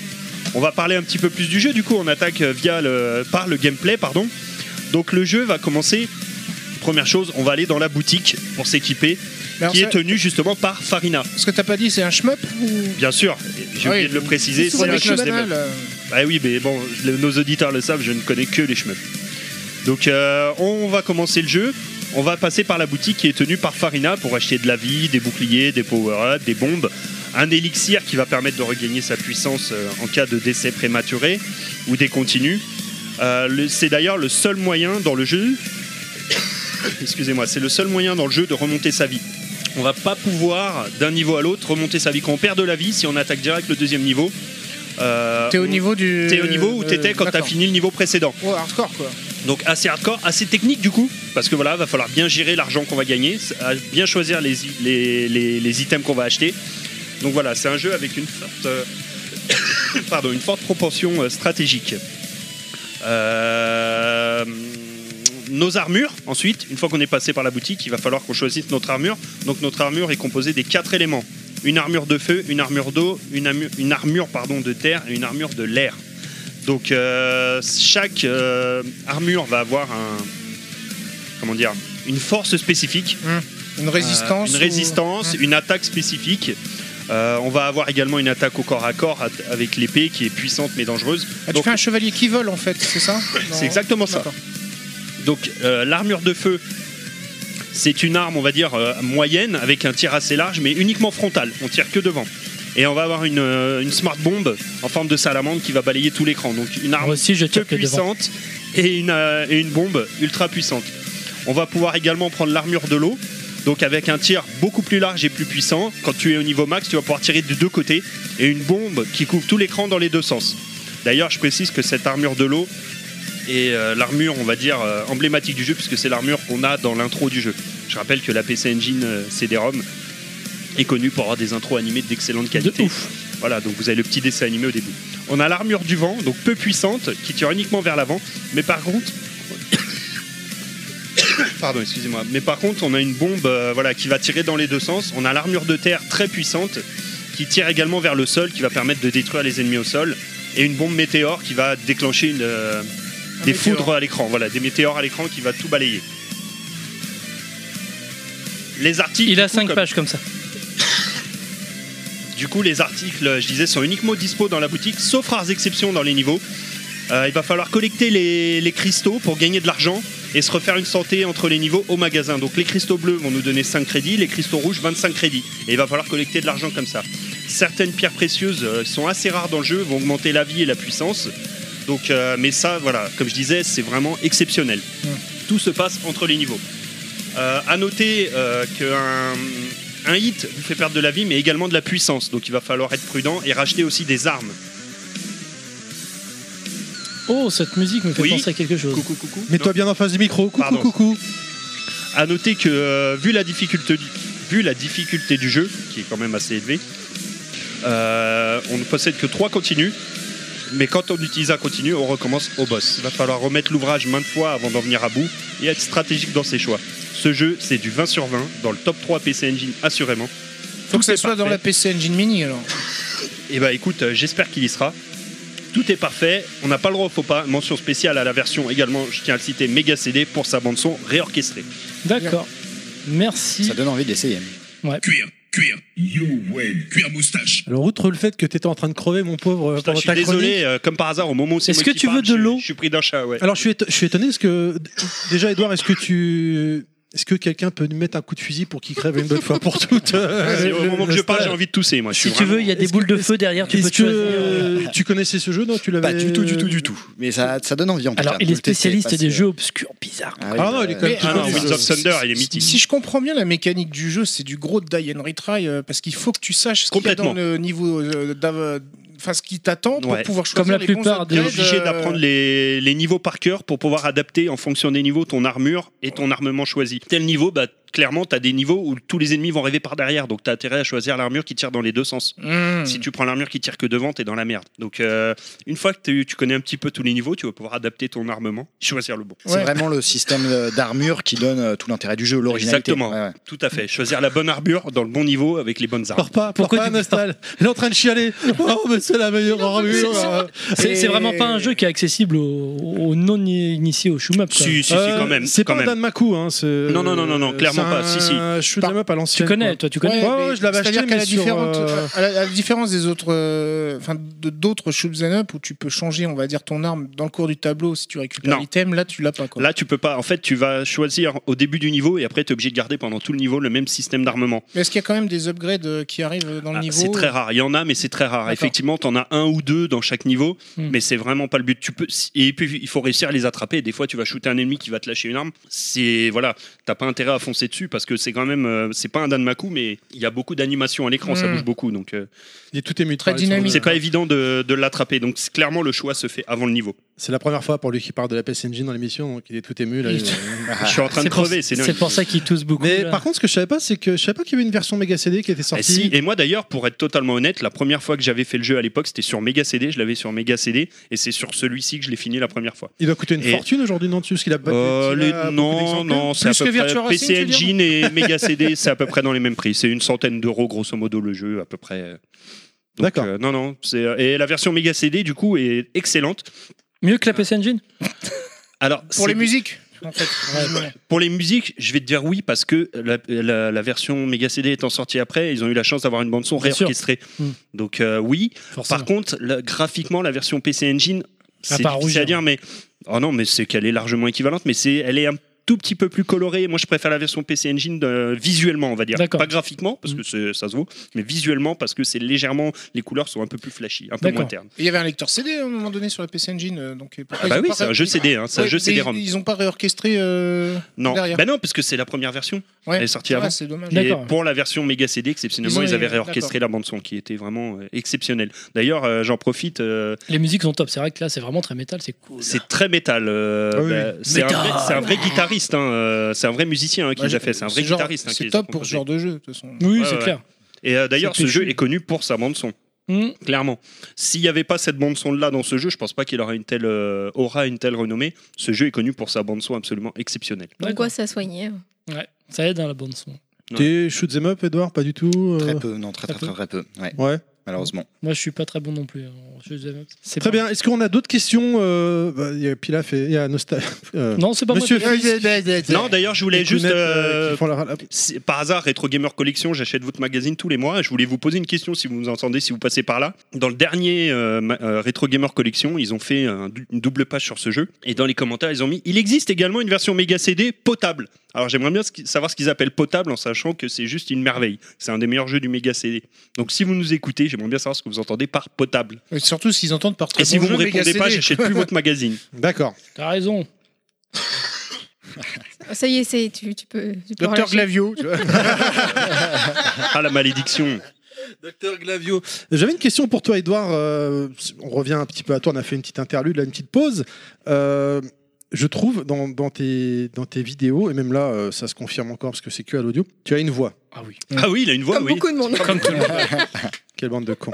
On va parler un petit peu plus du jeu. Du coup, on attaque euh, via le, par le gameplay, pardon. Donc le jeu va commencer. Première chose, on va aller dans la boutique pour s'équiper, mais alors qui ça- est tenue justement par Farina. Ce que t'as pas dit, c'est un shmup ou... Bien sûr, j'ai oublié Ah Oui, de le préciser. souvent un des jeu choses des meufs. banales, euh, Bah oui, mais bon, le- nos auditeurs le savent, je ne connais que les chemins. Donc euh, on va commencer le jeu. On va passer par la boutique qui est tenue par Farina pour acheter de la vie, des boucliers, des power-ups, des bombes, un élixir qui va permettre de regagner sa puissance euh, en cas de décès prématuré ou des continus. Euh, le- c'est d'ailleurs le seul moyen dans le jeu, excusez-moi, c'est le seul moyen dans le jeu de remonter sa vie. On va pas pouvoir d'un niveau à l'autre remonter sa vie. Quand on perd de la vie, si on attaque direct le deuxième niveau, euh, T'es au on- niveau du. T'es au niveau où euh, t'étais quand t'as d'accord. fini le niveau précédent. Ouais, hardcore quoi. Donc assez hardcore, assez technique du coup, parce que voilà, va falloir bien gérer l'argent qu'on va gagner, à bien choisir les, les, les- les items qu'on va acheter. Donc voilà, c'est un jeu avec une forte, euh, pardon, une forte proportion euh, stratégique. Euh, nos armures, ensuite, une fois qu'on est passé par la boutique, il va falloir qu'on choisisse notre armure. Donc notre armure est composée des quatre éléments une armure de feu, une armure d'eau, une, amu- une armure pardon, de terre et une armure de l'air. Donc euh, chaque euh, armure va avoir un comment dire une force spécifique, Une résistance. euh, une ou- résistance, une attaque spécifique. Euh, on va avoir également une attaque au corps à corps at- avec l'épée qui est puissante mais dangereuse. Ah, tu Donc, fais un chevalier qui vole en fait, c'est ça Non. c'est exactement ça. D'accord. Donc euh, l'armure de feu, c'est une arme, on va dire, euh, moyenne, avec un tir assez large, mais uniquement frontal. On tire que devant. Et on va avoir une, euh, une smart bombe en forme de salamandre qui va balayer tout l'écran. Donc une arme Moi aussi, je que tire que devant. puissante et une, euh, et une bombe ultra puissante. On va pouvoir également prendre l'armure de l'eau. Donc avec un tir beaucoup plus large et plus puissant, quand tu es au niveau max, tu vas pouvoir tirer de deux côtés et une bombe qui couvre tout l'écran dans les deux sens. D'ailleurs, je précise que cette armure de l'eau est euh, l'armure, on va dire, euh, emblématique du jeu, puisque c'est l'armure qu'on a dans l'intro du jeu. Je rappelle que la PC Engine euh, CD-ROM est connu pour avoir des intros animées d'excellente qualité. De Voilà, donc vous avez le petit dessin animé au début. On a l'armure du vent, donc peu puissante, qui tire uniquement vers l'avant, mais par contre. Pardon, excusez-moi. Mais par contre, on a une bombe euh, voilà, qui va tirer dans les deux sens. On a l'armure de terre très puissante, qui tire également vers le sol, qui va permettre de détruire les ennemis au sol. Et une bombe météore qui va déclencher une, euh, Un des météore. foudres à l'écran, voilà, des météores à l'écran qui va tout balayer. Les articles. Il a du coup, 5 comme- pages comme ça. du coup, les articles, je disais, sont uniquement dispo dans la boutique, sauf rares exceptions dans les niveaux. Euh, il va falloir collecter les, les cristaux pour gagner de l'argent et se refaire une santé entre les niveaux au magasin. Donc les cristaux bleus vont nous donner 5 crédits, les cristaux rouges 25 crédits. Et il va falloir collecter de l'argent comme ça. Certaines pierres précieuses euh, sont assez rares dans le jeu, vont augmenter la vie et la puissance. Donc, euh, mais ça, voilà, comme je disais, c'est vraiment exceptionnel. Tout se passe entre les niveaux. Euh, à noter euh, qu'un un hit vous fait perdre de la vie, mais également de la puissance. Donc il va falloir être prudent et racheter aussi des armes. Oh, cette musique me fait Oui. penser à quelque chose. Coucou, coucou. Mets-toi bien en face du micro. Coucou, Pardon. coucou. À noter que euh, vu la difficulté du, vu la difficulté du jeu, qui est quand même assez élevée, euh, on ne possède que trois continues. Mais quand on utilise un continu, on recommence au boss. Il va falloir remettre l'ouvrage maintes fois avant d'en venir à bout et être stratégique dans ses choix. Ce jeu, c'est du 20 sur 20, dans le top 3 PC Engine assurément. Faut que ça c'est soit dans parfait. la PC Engine Mini alors. Eh bah écoute, euh, j'espère qu'il y sera. Tout est parfait, on n'a pas le droit au faux pas. Mention spéciale à la version également, je tiens à le citer, méga CD pour sa bande-son réorchestrée. D'accord. Merci. Ça donne envie de l'essayer. euh, Cuir, cuir. You win. Cuir moustache. Alors, outre le fait que t'étais en train de crever, mon pauvre, Putain, je pendant suis ta chronique. désolé, euh, comme par hasard, au moment où c'est Est-ce moi que qui tu veux parle, de je- l'eau Je suis pris d'un chat, ouais. Alors, je suis, éton- je suis étonné parce que, d- déjà, Edouard, est-ce que tu. Est-ce que quelqu'un peut nous mettre un coup de fusil pour qu'il crève une bonne fois pour toutes euh, C'est au le- moment que le je parle, stade j'ai envie de tousser, moi. je Si suis tu vraiment- veux, il y a des Est-ce boules que- de feu derrière, tu peux Est-ce te que choisir. euh, tu connaissais ce jeu, non Tu l'avais Pas du tout, du tout, du tout. Mais ça, ça donne envie en tout Alors, cas. il Faut est le tester, spécialiste parce des que- jeux obscurs, bizarres. Ah, Ah non, il est quand même Ah non, Mais- Winds of Thunder, il est Si, mythique. si je comprends bien la mécanique du jeu, c'est du gros die and retry euh, parce qu'il faut que tu saches ce qu'il y a dans Complètement. le niveau euh, d'av- enfin ce qui t'attend pour Ouais. pouvoir choisir Comme la les plupart bons T'es des- upgrades, obligé euh, d'apprendre les, les niveaux par cœur pour pouvoir adapter en fonction des niveaux ton armure et ton armement choisi. Tel niveau, bah, clairement, t'as des niveaux où tous les ennemis vont arriver par derrière, donc t'as intérêt à choisir l'armure qui tire dans les deux sens. Hmm. Si tu prends l'armure qui tire que devant, t'es dans la merde. Donc, euh, une fois que tu- tu connais un petit peu tous les niveaux, tu vas pouvoir adapter ton armement, choisir le bon. C'est Ouais. vraiment le système euh, d'armure qui donne euh, tout l'intérêt du jeu, l'originalité. Exactement. Ouais, ouais. Tout à fait. Choisir la bonne armure dans le bon niveau avec les bonnes armes. Pars pas, Pourquoi Pourquoi pas, tu dis Nostal. Il est en train de chialer. Oh, mais c'est la meilleure armure. euh. C'est c'est Et- vraiment pas un jeu qui est accessible aux, aux non-initiés au shoot Si, si, si, quand même. Euh, C'est quand pas un même. Dan Maku, hein. c'est- Non, non, non, non, non, clairement c'est pas, si, si. un shoot 'em up à Tu l'ancienne. connais, quoi. toi, tu connais. Ouais, ouais, mais je l'avais acheté, C'est-à-dire qu'à la, mais sur, différente- euh, à la- à la différence des autres, euh, enfin de d'autres shoots and up où tu peux changer, on va dire, ton arme dans le cours du tableau si tu récupères Non. l'item, là tu l'as pas. Quoi. Là, tu peux pas. En fait, tu vas choisir au début du niveau et après, tu es obligé de garder pendant tout le niveau le même système d'armement. Mais est-ce qu'il y a quand même des upgrades euh, qui arrivent euh, dans le Ah, niveau c'est très rare. Il y en a, mais c'est très rare. D'accord. Effectivement, tu en as un ou deux dans chaque niveau, Hmm. mais c'est vraiment pas le but. Tu peux. Et puis, il faut réussir à les attraper. Des fois, tu vas shooter un ennemi qui va te lâcher une arme. C'est voilà, t'as pas intérêt à foncer dessus parce que c'est quand même. euh, C'est pas un Danmaku, mais il y a beaucoup d'animations à l'écran. Ça Hmm. bouge beaucoup, donc euh, Il est tout ému. de Très parler de son dynamique. jeu. c'est pas évident de, de l'attraper. Donc c'est- clairement, le choix se fait avant le niveau. C'est la première fois pour lui qui parle de la PS Engine dans l'émission, donc il est tout ému. Là, Putain. Euh, Je suis en train de C'est pour- crever. C'est dingue. C'est pour ça qu'ils toussent beaucoup. Mais là. par contre, ce que je savais pas, c'est que je savais pas qu'il y avait une version méga CD qui était Eh sortie. si, et moi d'ailleurs, pour être totalement honnête, la première fois que j'avais fait le jeu à l'époque, c'était sur Mega CD, je l'avais sur Mega CD, et c'est sur celui-ci que je l'ai fini la première fois. Il doit coûter une Et- fortune aujourd'hui, non Dessus, parce qu'il a pas. Euh, qu'il les- a beaucoup non, d'exemplaires. non, c'est à Plus peu que près Virtua Racing, PC tu veux dire Engine et Mega CD, c'est à peu près dans les mêmes prix. C'est une centaine d'euros grosso modo le jeu à peu près. Donc, D'accord. euh, non, non. c'est- Et la version Mega CD du coup est excellente. Mieux que la PC Engine Alors Pour les musiques musiques en fait, visiblement. Pour les musiques, je vais te dire oui parce que la, la- la version méga CD étant sortie après, ils ont eu la chance d'avoir une bande son Bien sûr. réorchestrée. Hmm. Mm. Donc euh, oui. Forcément. Par contre, la- graphiquement, la version PC Engine, c'est part difficile rougir. à dire, mais oh non, mais c'est qu'elle est largement équivalente, mais c'est elle est un tout petit peu plus colorée. Moi, je préfère la version PC Engine euh, visuellement, on va dire, D'accord. pas graphiquement parce que c'est- ça se vaut, mais visuellement parce que c'est légèrement, les couleurs sont un peu plus flashy, un peu D'accord. moins ternes. Et Il y avait un lecteur CD à un moment donné sur la PC Engine, euh, donc euh, pourquoi Ah bah ils ont oui, pas c'est un ré- jeu CD, hein, c'est un Ouais, jeu mais CD-ROM. Ils n'ont pas réorchestré. euh, Non, derrière. ben non, parce que c'est la première version. Ouais. Elle est sortie Ah, avant. C'est dommage. Et D'accord. pour la version méga CD, exceptionnellement, Ils ont- ils, avaient réorchestré la bande son qui était vraiment euh, exceptionnelle. D'ailleurs, euh, j'en profite, euh, Les musiques sont top. C'est vrai que là, c'est vraiment très métal. C'est cool. c'est très métal. euh, Ah oui, bah, c'est un, Métal. vrai- c'est un vrai guitariste, hein, euh, c'est un vrai musicien hein, qui Bah, l'a je- fait, c'est un vrai genre- guitariste. hein, qui C'est les a top pour ce composés. genre de jeu, de toute façon. Oui, Ouais, c'est ouais. clair. Et euh, d'ailleurs, C'est ce jeu péchu. est connu pour sa bande son. Hmm. Clairement. S'il n'y avait pas cette bande son là dans ce jeu, je pense pas qu'il aura une telle euh, aura une telle renommée. Ce jeu est connu pour sa bande son absolument exceptionnelle. D'accord. Donc, quoi, ça soignait. Ouais, ça aide à la bande son. T'es shoot them up, Edouard Pas du tout euh, Très peu, non, très très très, très très peu. Ouais, Ouais. euh. malheureusement. Moi, je suis pas très bon non plus. hein. Je- je- c'est Très pas- bien. Est-ce qu'on a d'autres questions euh, bah, Il y a Pilaf et il y a Nostal. euh, Non, c'est pas Monsieur moi. qui- Non, d'ailleurs, je voulais les juste Kounettes, euh, euh, qui font leur- la- Si- par hasard, Retro Gamer Collection, j'achète votre magazine tous les mois. Je voulais vous poser une question si vous nous entendez, si vous passez par là. Dans le dernier euh, ma- euh, Retro Gamer Collection, ils ont fait un dou- une double page sur ce jeu. Et dans les commentaires, ils ont mis Il existe également une version méga CD potable. Alors j'aimerais bien ce qui- savoir ce qu'ils appellent potable en sachant que c'est juste une merveille. C'est un des meilleurs jeux du méga CD. Donc si vous nous écoutez, j'aimerais bien savoir ce que vous entendez par potable. Et surtout s'ils entendent par très Et si bon vous me jeu, répondez Mega pas, CD. j'achète plus votre magazine. D'accord. T'as raison. Ça y est, c'est- tu, tu peux. Tu peux Docteur relâcher. Glavio, tu vois. Ah la malédiction. Docteur Glavio. J'avais une question pour toi, Edouard. Euh, on revient un petit peu à toi. On a fait une petite interlude, là, une petite pause. Euh, je trouve dans, dans tes, dans tes vidéos, et même là, euh, ça se confirme encore parce que c'est que à l'audio, tu as une voix. Ah oui. Ah oui, il a une voix, Comme oui. beaucoup de monde. Quelle bande de cons.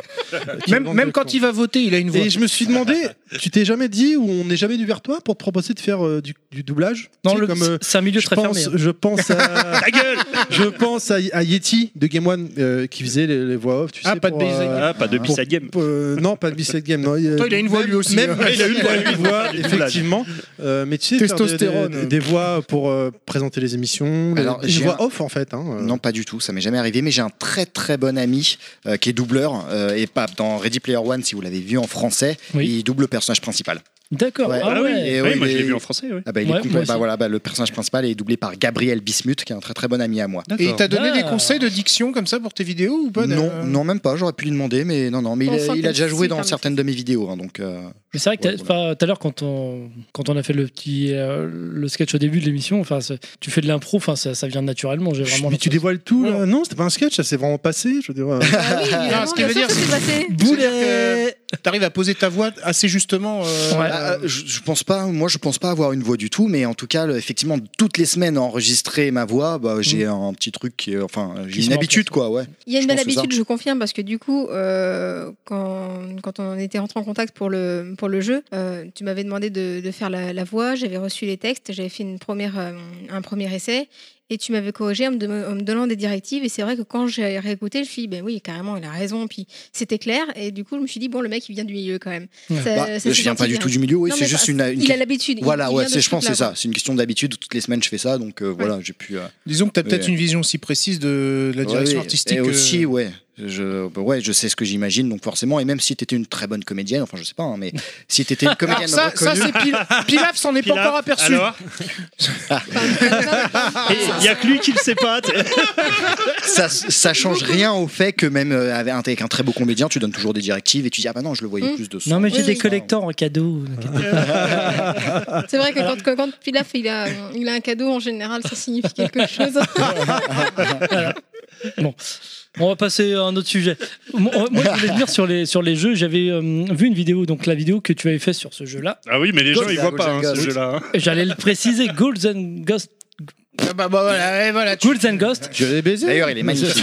même même quand il va voter, il a une voix. Et je me suis demandé, tu t'es jamais dit ou on n'est jamais venu vers toi pour te proposer de faire euh, du, du doublage Non, Tu sais, le- comme, euh, c'est un milieu je très pense, fermé. hein. je pense à, Ta gueule je pense à, à Yeti de Game One euh, qui faisait les, les voix off. Tu Ah, sais, pas de pour, Basic. euh, Ah, pas de bis à game. Euh, non, pas de Bisset Game. Non, il, Toi, il a une voix, lui aussi, Même, hein. Ouais, il a une voix, lui. Du doublage. effectivement. Euh, mais tu sais, faire des- Testostérone. Des, des voix pour euh, présenter les émissions. les- Alors, une j'ai voix un- off, en fait. hein. Non, pas du tout, ça m'est jamais arrivé, mais j'ai un très très bon ami euh, qui est doubleur euh, et pas dans Ready Player One, si vous l'avez vu en français, Oui. il double le personnage principal. D'accord. Ouais. Ah Ah oui, ouais. Et Oui, ouais, moi je il l'ai est- vu en français, oui. Ah bah, il Ouais, est compl- moi aussi. bah, voilà, bah, le personnage principal est doublé par Gabriel Bismuth, qui est un très très bon ami à moi. Et il t'a donné des Ah. conseils de diction comme ça pour tes vidéos ou pas Non, euh, non, même pas. J'aurais pu lui demander, mais non, non. Mais il On a, sent il a que déjà si, joué dans pardon. certaines de mes vidéos, hein, donc. euh, Mais c'est vrai que Ouais, t'as- enfin, tout à l'heure, quand on, quand on a fait le petit euh, le sketch au début de l'émission, enfin, c'est- tu fais de l'impro, enfin, ça, ça vient naturellement. J'ai vraiment. mais tu l'impression- dévoiles tout, là Ouais. Non, c'était pas un sketch, ça s'est vraiment passé. Je veux dire, euh, Ah oui, évidemment, ce qui bien veut dire, sûr que c'est passé. Boulet T'arrives à poser ta voix assez justement. euh, Ouais. Ah, ah, je, je pense pas. Moi, je pense pas avoir une voix du tout, mais en tout cas, le- effectivement, toutes les semaines enregistrer ma voix, bah, j'ai un petit truc, qui est- enfin, j'ai Mhm. se une met en habitude, quoi, ouais. Il y a une Je belle pense que c'est habitude, je confirme, parce que du coup, euh, quand, quand on était rentré en contact pour le, pour le jeu, euh, tu m'avais demandé de, de faire la, la voix, j'avais reçu les textes, j'avais fait une première, euh, un premier essai, et tu m'avais corrigé en me, dem- en me donnant des directives. Et c'est vrai que quand j'ai réécouté, je me suis dit, ben oui, carrément, il a raison, puis c'était clair. Et du coup, je me suis dit, bon, le mec, il vient du milieu quand même. Ouais. Euh, Ça- Bah, ça s'est je viens senti pas du bien. tout du milieu, oui, Non, c'est mais juste pas- une. une- Il a l'habitude. il- Voilà, ouais, il vient de c'est, ce je pense, que c'est truc-là, ça. C'est une question d'habitude. Toutes les semaines, je fais ça, donc euh, voilà, j'ai pu. euh, Disons que t'as peut-être Ouais. une vision aussi précise de la ouais, direction oui. artistique. Et euh, aussi, ouais. Je, bah, ouais, je sais ce que j'imagine, donc forcément. Et même si t'étais une très bonne comédienne, enfin, je sais pas, hein, mais si t'étais une Alors comédienne Ah, ça, ça reconnue, c'est Pil- Pilaf s'en est pas Pilaf, encore aperçu. Alors Il y a que lui qui le sait pas. t'sais. ça, ça change rien au fait que même euh, avec un, avec un très beau comédien, tu donnes toujours des directives et tu dis ah bah non, je le voyais Mm. plus de ça. Non, mais j'ai Oui, des oui. collecteurs en cadeau. C'est vrai que quand, quand, quand Pilaf il a, il a un cadeau, en général, ça signifie quelque chose. On va passer à un autre sujet. Moi, moi, je voulais dire sur les, sur les jeux, j'avais euh, vu une vidéo, donc la vidéo que tu avais faite sur ce jeu-là. Ah oui, mais les Gold, gens ils la voient pas hein, Golden ce Ghost. jeu-là. hein. J'allais le préciser, Golden Ghost. Ah bah, bah, voilà, et voilà, tu- Eh, Golden Ghost je l'ai baisé. D'ailleurs, il est magnifique.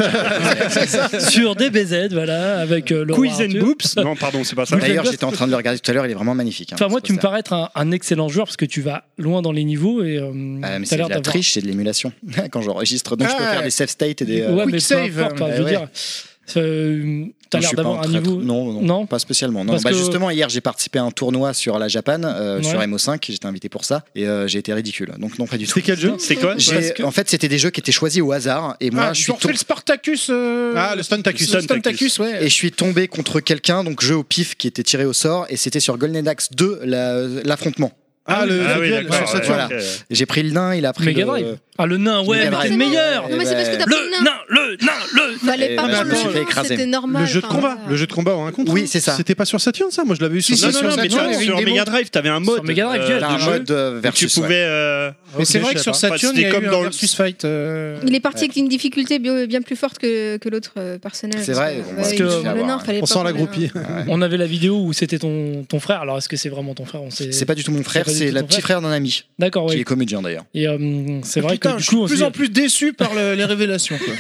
sur DBZ, voilà, avec euh, Laura Quiz and Arthur. Boops. Non, pardon, c'est pas ça. D'ailleurs, Ghost. j'étais en train de le regarder tout à l'heure, il est vraiment magnifique. hein, Enfin, moi, ce tu me poster. parais être un, un excellent joueur parce que tu vas loin dans les niveaux et euh, Ah, mais t'as c'est l'air de la d'avoir- triche, c'est de l'émulation. Quand j'enregistre, donc je peux Ah, faire des save states et des. euh, ouais, quick mais save, peu importe, euh, je veux ouais. dire, euh, non, je t'as l'air suis pas d'avoir un traître. niveau. Non, non, Non pas spécialement. Non, Parce bah, que- Justement, hier, j'ai participé à un tournoi sur la Japan, euh, Ouais. sur MO5, j'étais invité pour ça, et euh, j'ai été ridicule. Donc, non, pas du tout. C'était quel jeu C'est quoi J'ai- Parce que- En fait, c'était des jeux qui étaient choisis au hasard, et moi, Ah, je ils suis ont refait tombé. le Spartacus. euh, Ah, le Stuntacus. le Stuntacus, ouais. Et je suis tombé contre quelqu'un, donc jeu au pif qui était tiré au sort, et c'était sur Golden Axe 2, la- l'affrontement. Ah, le Ah le oui, duel d'accord, sur ouais, Saturn. voilà. ok. J'ai pris le nain, il a pris Mega le- Drive. Ah, le nain, ouais, euh, Mega mais t'es Drive. le meilleur Non, mais c'est parce que t'as pris Le le nain. nain, le nain, le Fallait Eh pas ben, prendre je me le suis fait nain, écraser. c'était normal. Le jeu de enfin, combat, voilà. le jeu de combat en un contre. Oui, hein. c'est ça. C'était pas sur Saturn, ça. Moi, je l'avais eu sur. Si, Non, si, non, non, mais Saturn, tu- il y avait sur une démo. Mega Drive, t'avais un mode. Sur Mega Drive, euh, il y a de un jeu mode euh, où Tu versus. ouais. pouvais. euh, Mais c'est vrai que sur Saturn, il y C'était a comme eu dans le- un versus fight. euh, Il est parti avec une difficulté bio- bien plus forte que, que l'autre euh, personnage. C'est parce vrai, que, bon, euh, parce il que- est sur le hein. nain, fallait On pas sent la prendre le nain. groupie. On avait la vidéo où c'était ton, ton frère, alors est-ce que c'est vraiment ton frère On sait. C'est pas du tout mon frère, pas du c'est tout le ton Ah petit frère d'un ami, D'accord, qui oui. est comédien d'ailleurs. Et euh, c'est vrai Putain, du je coup, suis on de se plus dit- en plus déçu par le- les révélations. quoi.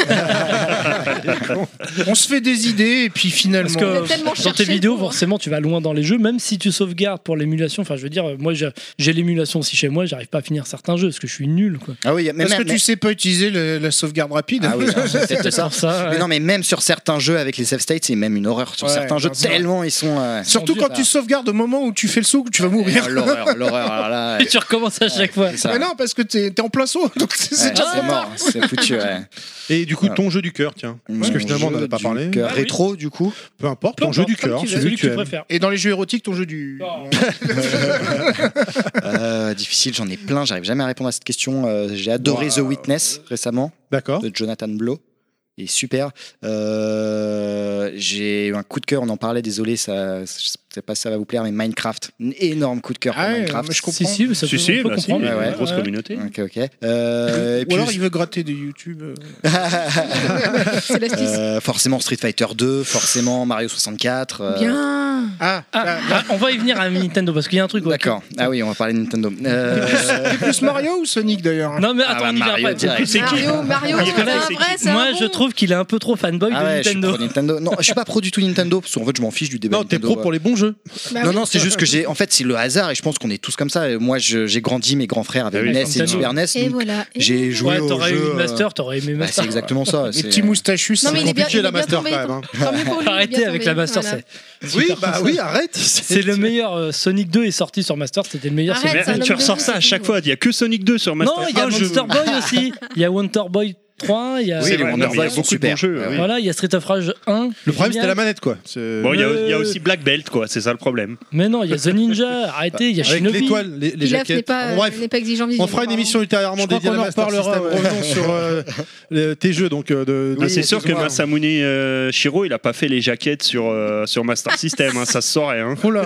on se fait des idées et puis finalement. Parce que- On a tellement Dans tes cherché vidéos, pour, hein. forcément, tu vas loin dans les jeux, même si tu sauvegardes pour l'émulation. Enfin, je veux dire, euh, moi, j'ai j'ai l'émulation aussi chez moi, j'arrive pas à finir certains jeux parce que je suis nul, quoi. Ah oui, y a- même, Parce que même- tu sais pas utiliser le- la sauvegarde rapide. Ah oui, c'est peut-être ça. Pour ça, Mais ouais. non, mais même sur certains jeux avec les save states, c'est même une horreur. Sur Ouais, certains jeux, non, c'est vrai. tellement ils sont. euh, Surtout tendus, quand tu ça. sauvegardes au moment où tu fais le saut, que tu vas mourir. Ah, L'horreur, l'horreur. alors là, Et tu recommences à chaque fois. c'est ça. Mais non, parce que t'es t'es en plein saut, donc c'est Ouais, c'est déjà c'est trop tard. mort, c'est foutu. Ouais. Et du coup, Voilà. ton jeu du cœur, tiens. Parce que Mon finalement, on n'en jeu a pas du parlé. cœur. Ah oui. rétro, du coup. Peu importe, ton Peu jeu du importe, comme cœur, tu veux. celui que tu aimes. préfères. Et dans les jeux érotiques, ton jeu du. Non. Euh, difficile, j'en ai plein. J'arrive jamais à répondre à cette question. Euh, J'ai adoré The Witness récemment. D'accord. de Jonathan Blow. Il est super. Euh, j'ai eu un coup de cœur, on en parlait, désolé, ça, je sais pas si ça va vous plaire, mais Minecraft. Un énorme coup de cœur pour Ah ouais, Minecraft. mais je comprends. Si, si, ça Si, peut- si, on peut bah si, comprendre. il y a Ouais, une ouais. grosse communauté. Ok, ok. Euh, et Ou puis, alors il veut gratter des YouTube. euh. C'est l'astuce. euh, forcément Street Fighter 2, forcément Mario 64. euh, Bien. Ah, Ah, ah, on va y venir à Nintendo parce qu'il y a un truc. ouais. D'accord. Ah oui, on va parler de Nintendo. Euh, plus Mario ou Sonic d'ailleurs hein Non mais Ah attends, bah, on y vient Mario après. direct. C'est qui Mario, Mario, Il c'est connaît, un c'est vrai, c'est un Moi, bon. je trouve qu'il est un peu trop fanboy ah ouais, de je suis Nintendo. pro Nintendo. Non, je suis pas pro du tout Nintendo, parce qu'en fait, je m'en fiche du débat. Non, t'es Nintendo. euh. pro pour les bons jeux. Bah non, oui. non, c'est juste que j'ai. En fait, c'est le hasard et je pense qu'on est tous comme ça. Et Moi, je- j'ai grandi, mes grands frères avaient Ah oui, le NES et le Nintendo. Super NES. Et donc voilà. Et- J'ai joué Ouais, au t'aurais eu jeu. euh. une master, t'aurais aimé Bah, c'est master. exactement ça. Les c'est- petits moustaches Non, mais il est bien, compliqué, il la est bien master, tombé. quand même, hein. Tant mieux pour lui, il est Arrêtez bien avec tombé, la master, voilà. hein. Oui, bah oui, arrête. c'est le meilleur. euh, Sonic 2 est sorti sur master, c'était le meilleur. Arrête, c'est- Mais c'est un tu homme de ressors goût, ça à c'est chaque tout. fois. Il y a que Sonic 2 sur Master. Non, il y a Ah, je- Monster Boy aussi. Il y a Wonder Boy 3. Il y a. Oui, C'est les vrai, Wonder non, mais il y a Boys sont beaucoup de super. bons jeux. Ouais, oui. Voilà, il y a Street of Rage 1. Le problème, Génial. c'était la manette, quoi. C'est- Bon, il y, a- il y a Euh, aussi Black Belt, quoi. C'est ça le problème. Mais non, il y a The Ninja. Arrêtez, il y a Avec Shinobi. l'étoile, les, les Pilaf n'est jaquettes. pas, euh, Bon, Bref, n'est pas exigeant on visuellement, fera une pardon. émission ultérielement Je crois dédiée à qu'on la en Master reparlera, System. ouais. Revenons sur euh, le- tes jeux, donc. euh, de, de- Ah, c'est sûr que excuse-moi. Masamune euh, Shiro, il a pas fait les jaquettes sur, euh, sur Master System. hein, ça se saurait. hein. Oh là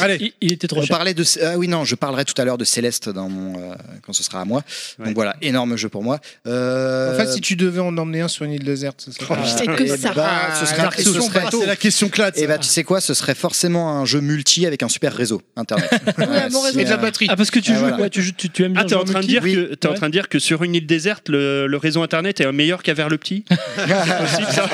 Allez, Il, il était trop On cher. parlait de ah oui non je parlerai tout à l'heure de Céleste dans mon euh, quand ce sera à moi Ouais. donc voilà énorme jeu pour moi euh, Enfin, si tu devais en emmener un sur une île déserte, c'est ça. Putain, que eh ça. bah, ce serait, Dark ce Souls, serait- Ah, c'est la question clade. eh ça. bah, tu sais quoi ce serait forcément un jeu multi avec un super réseau internet un bon si, réseau. euh, Et de la batterie. Ah parce que tu Ah, joues voilà. quoi tu, joues- tu, tu aimes bien Ah, t'es en, jouer train de multi dire que, t'es en Ouais. train de dire que sur une île déserte, le, le réseau internet est meilleur qu'à le petit Ah,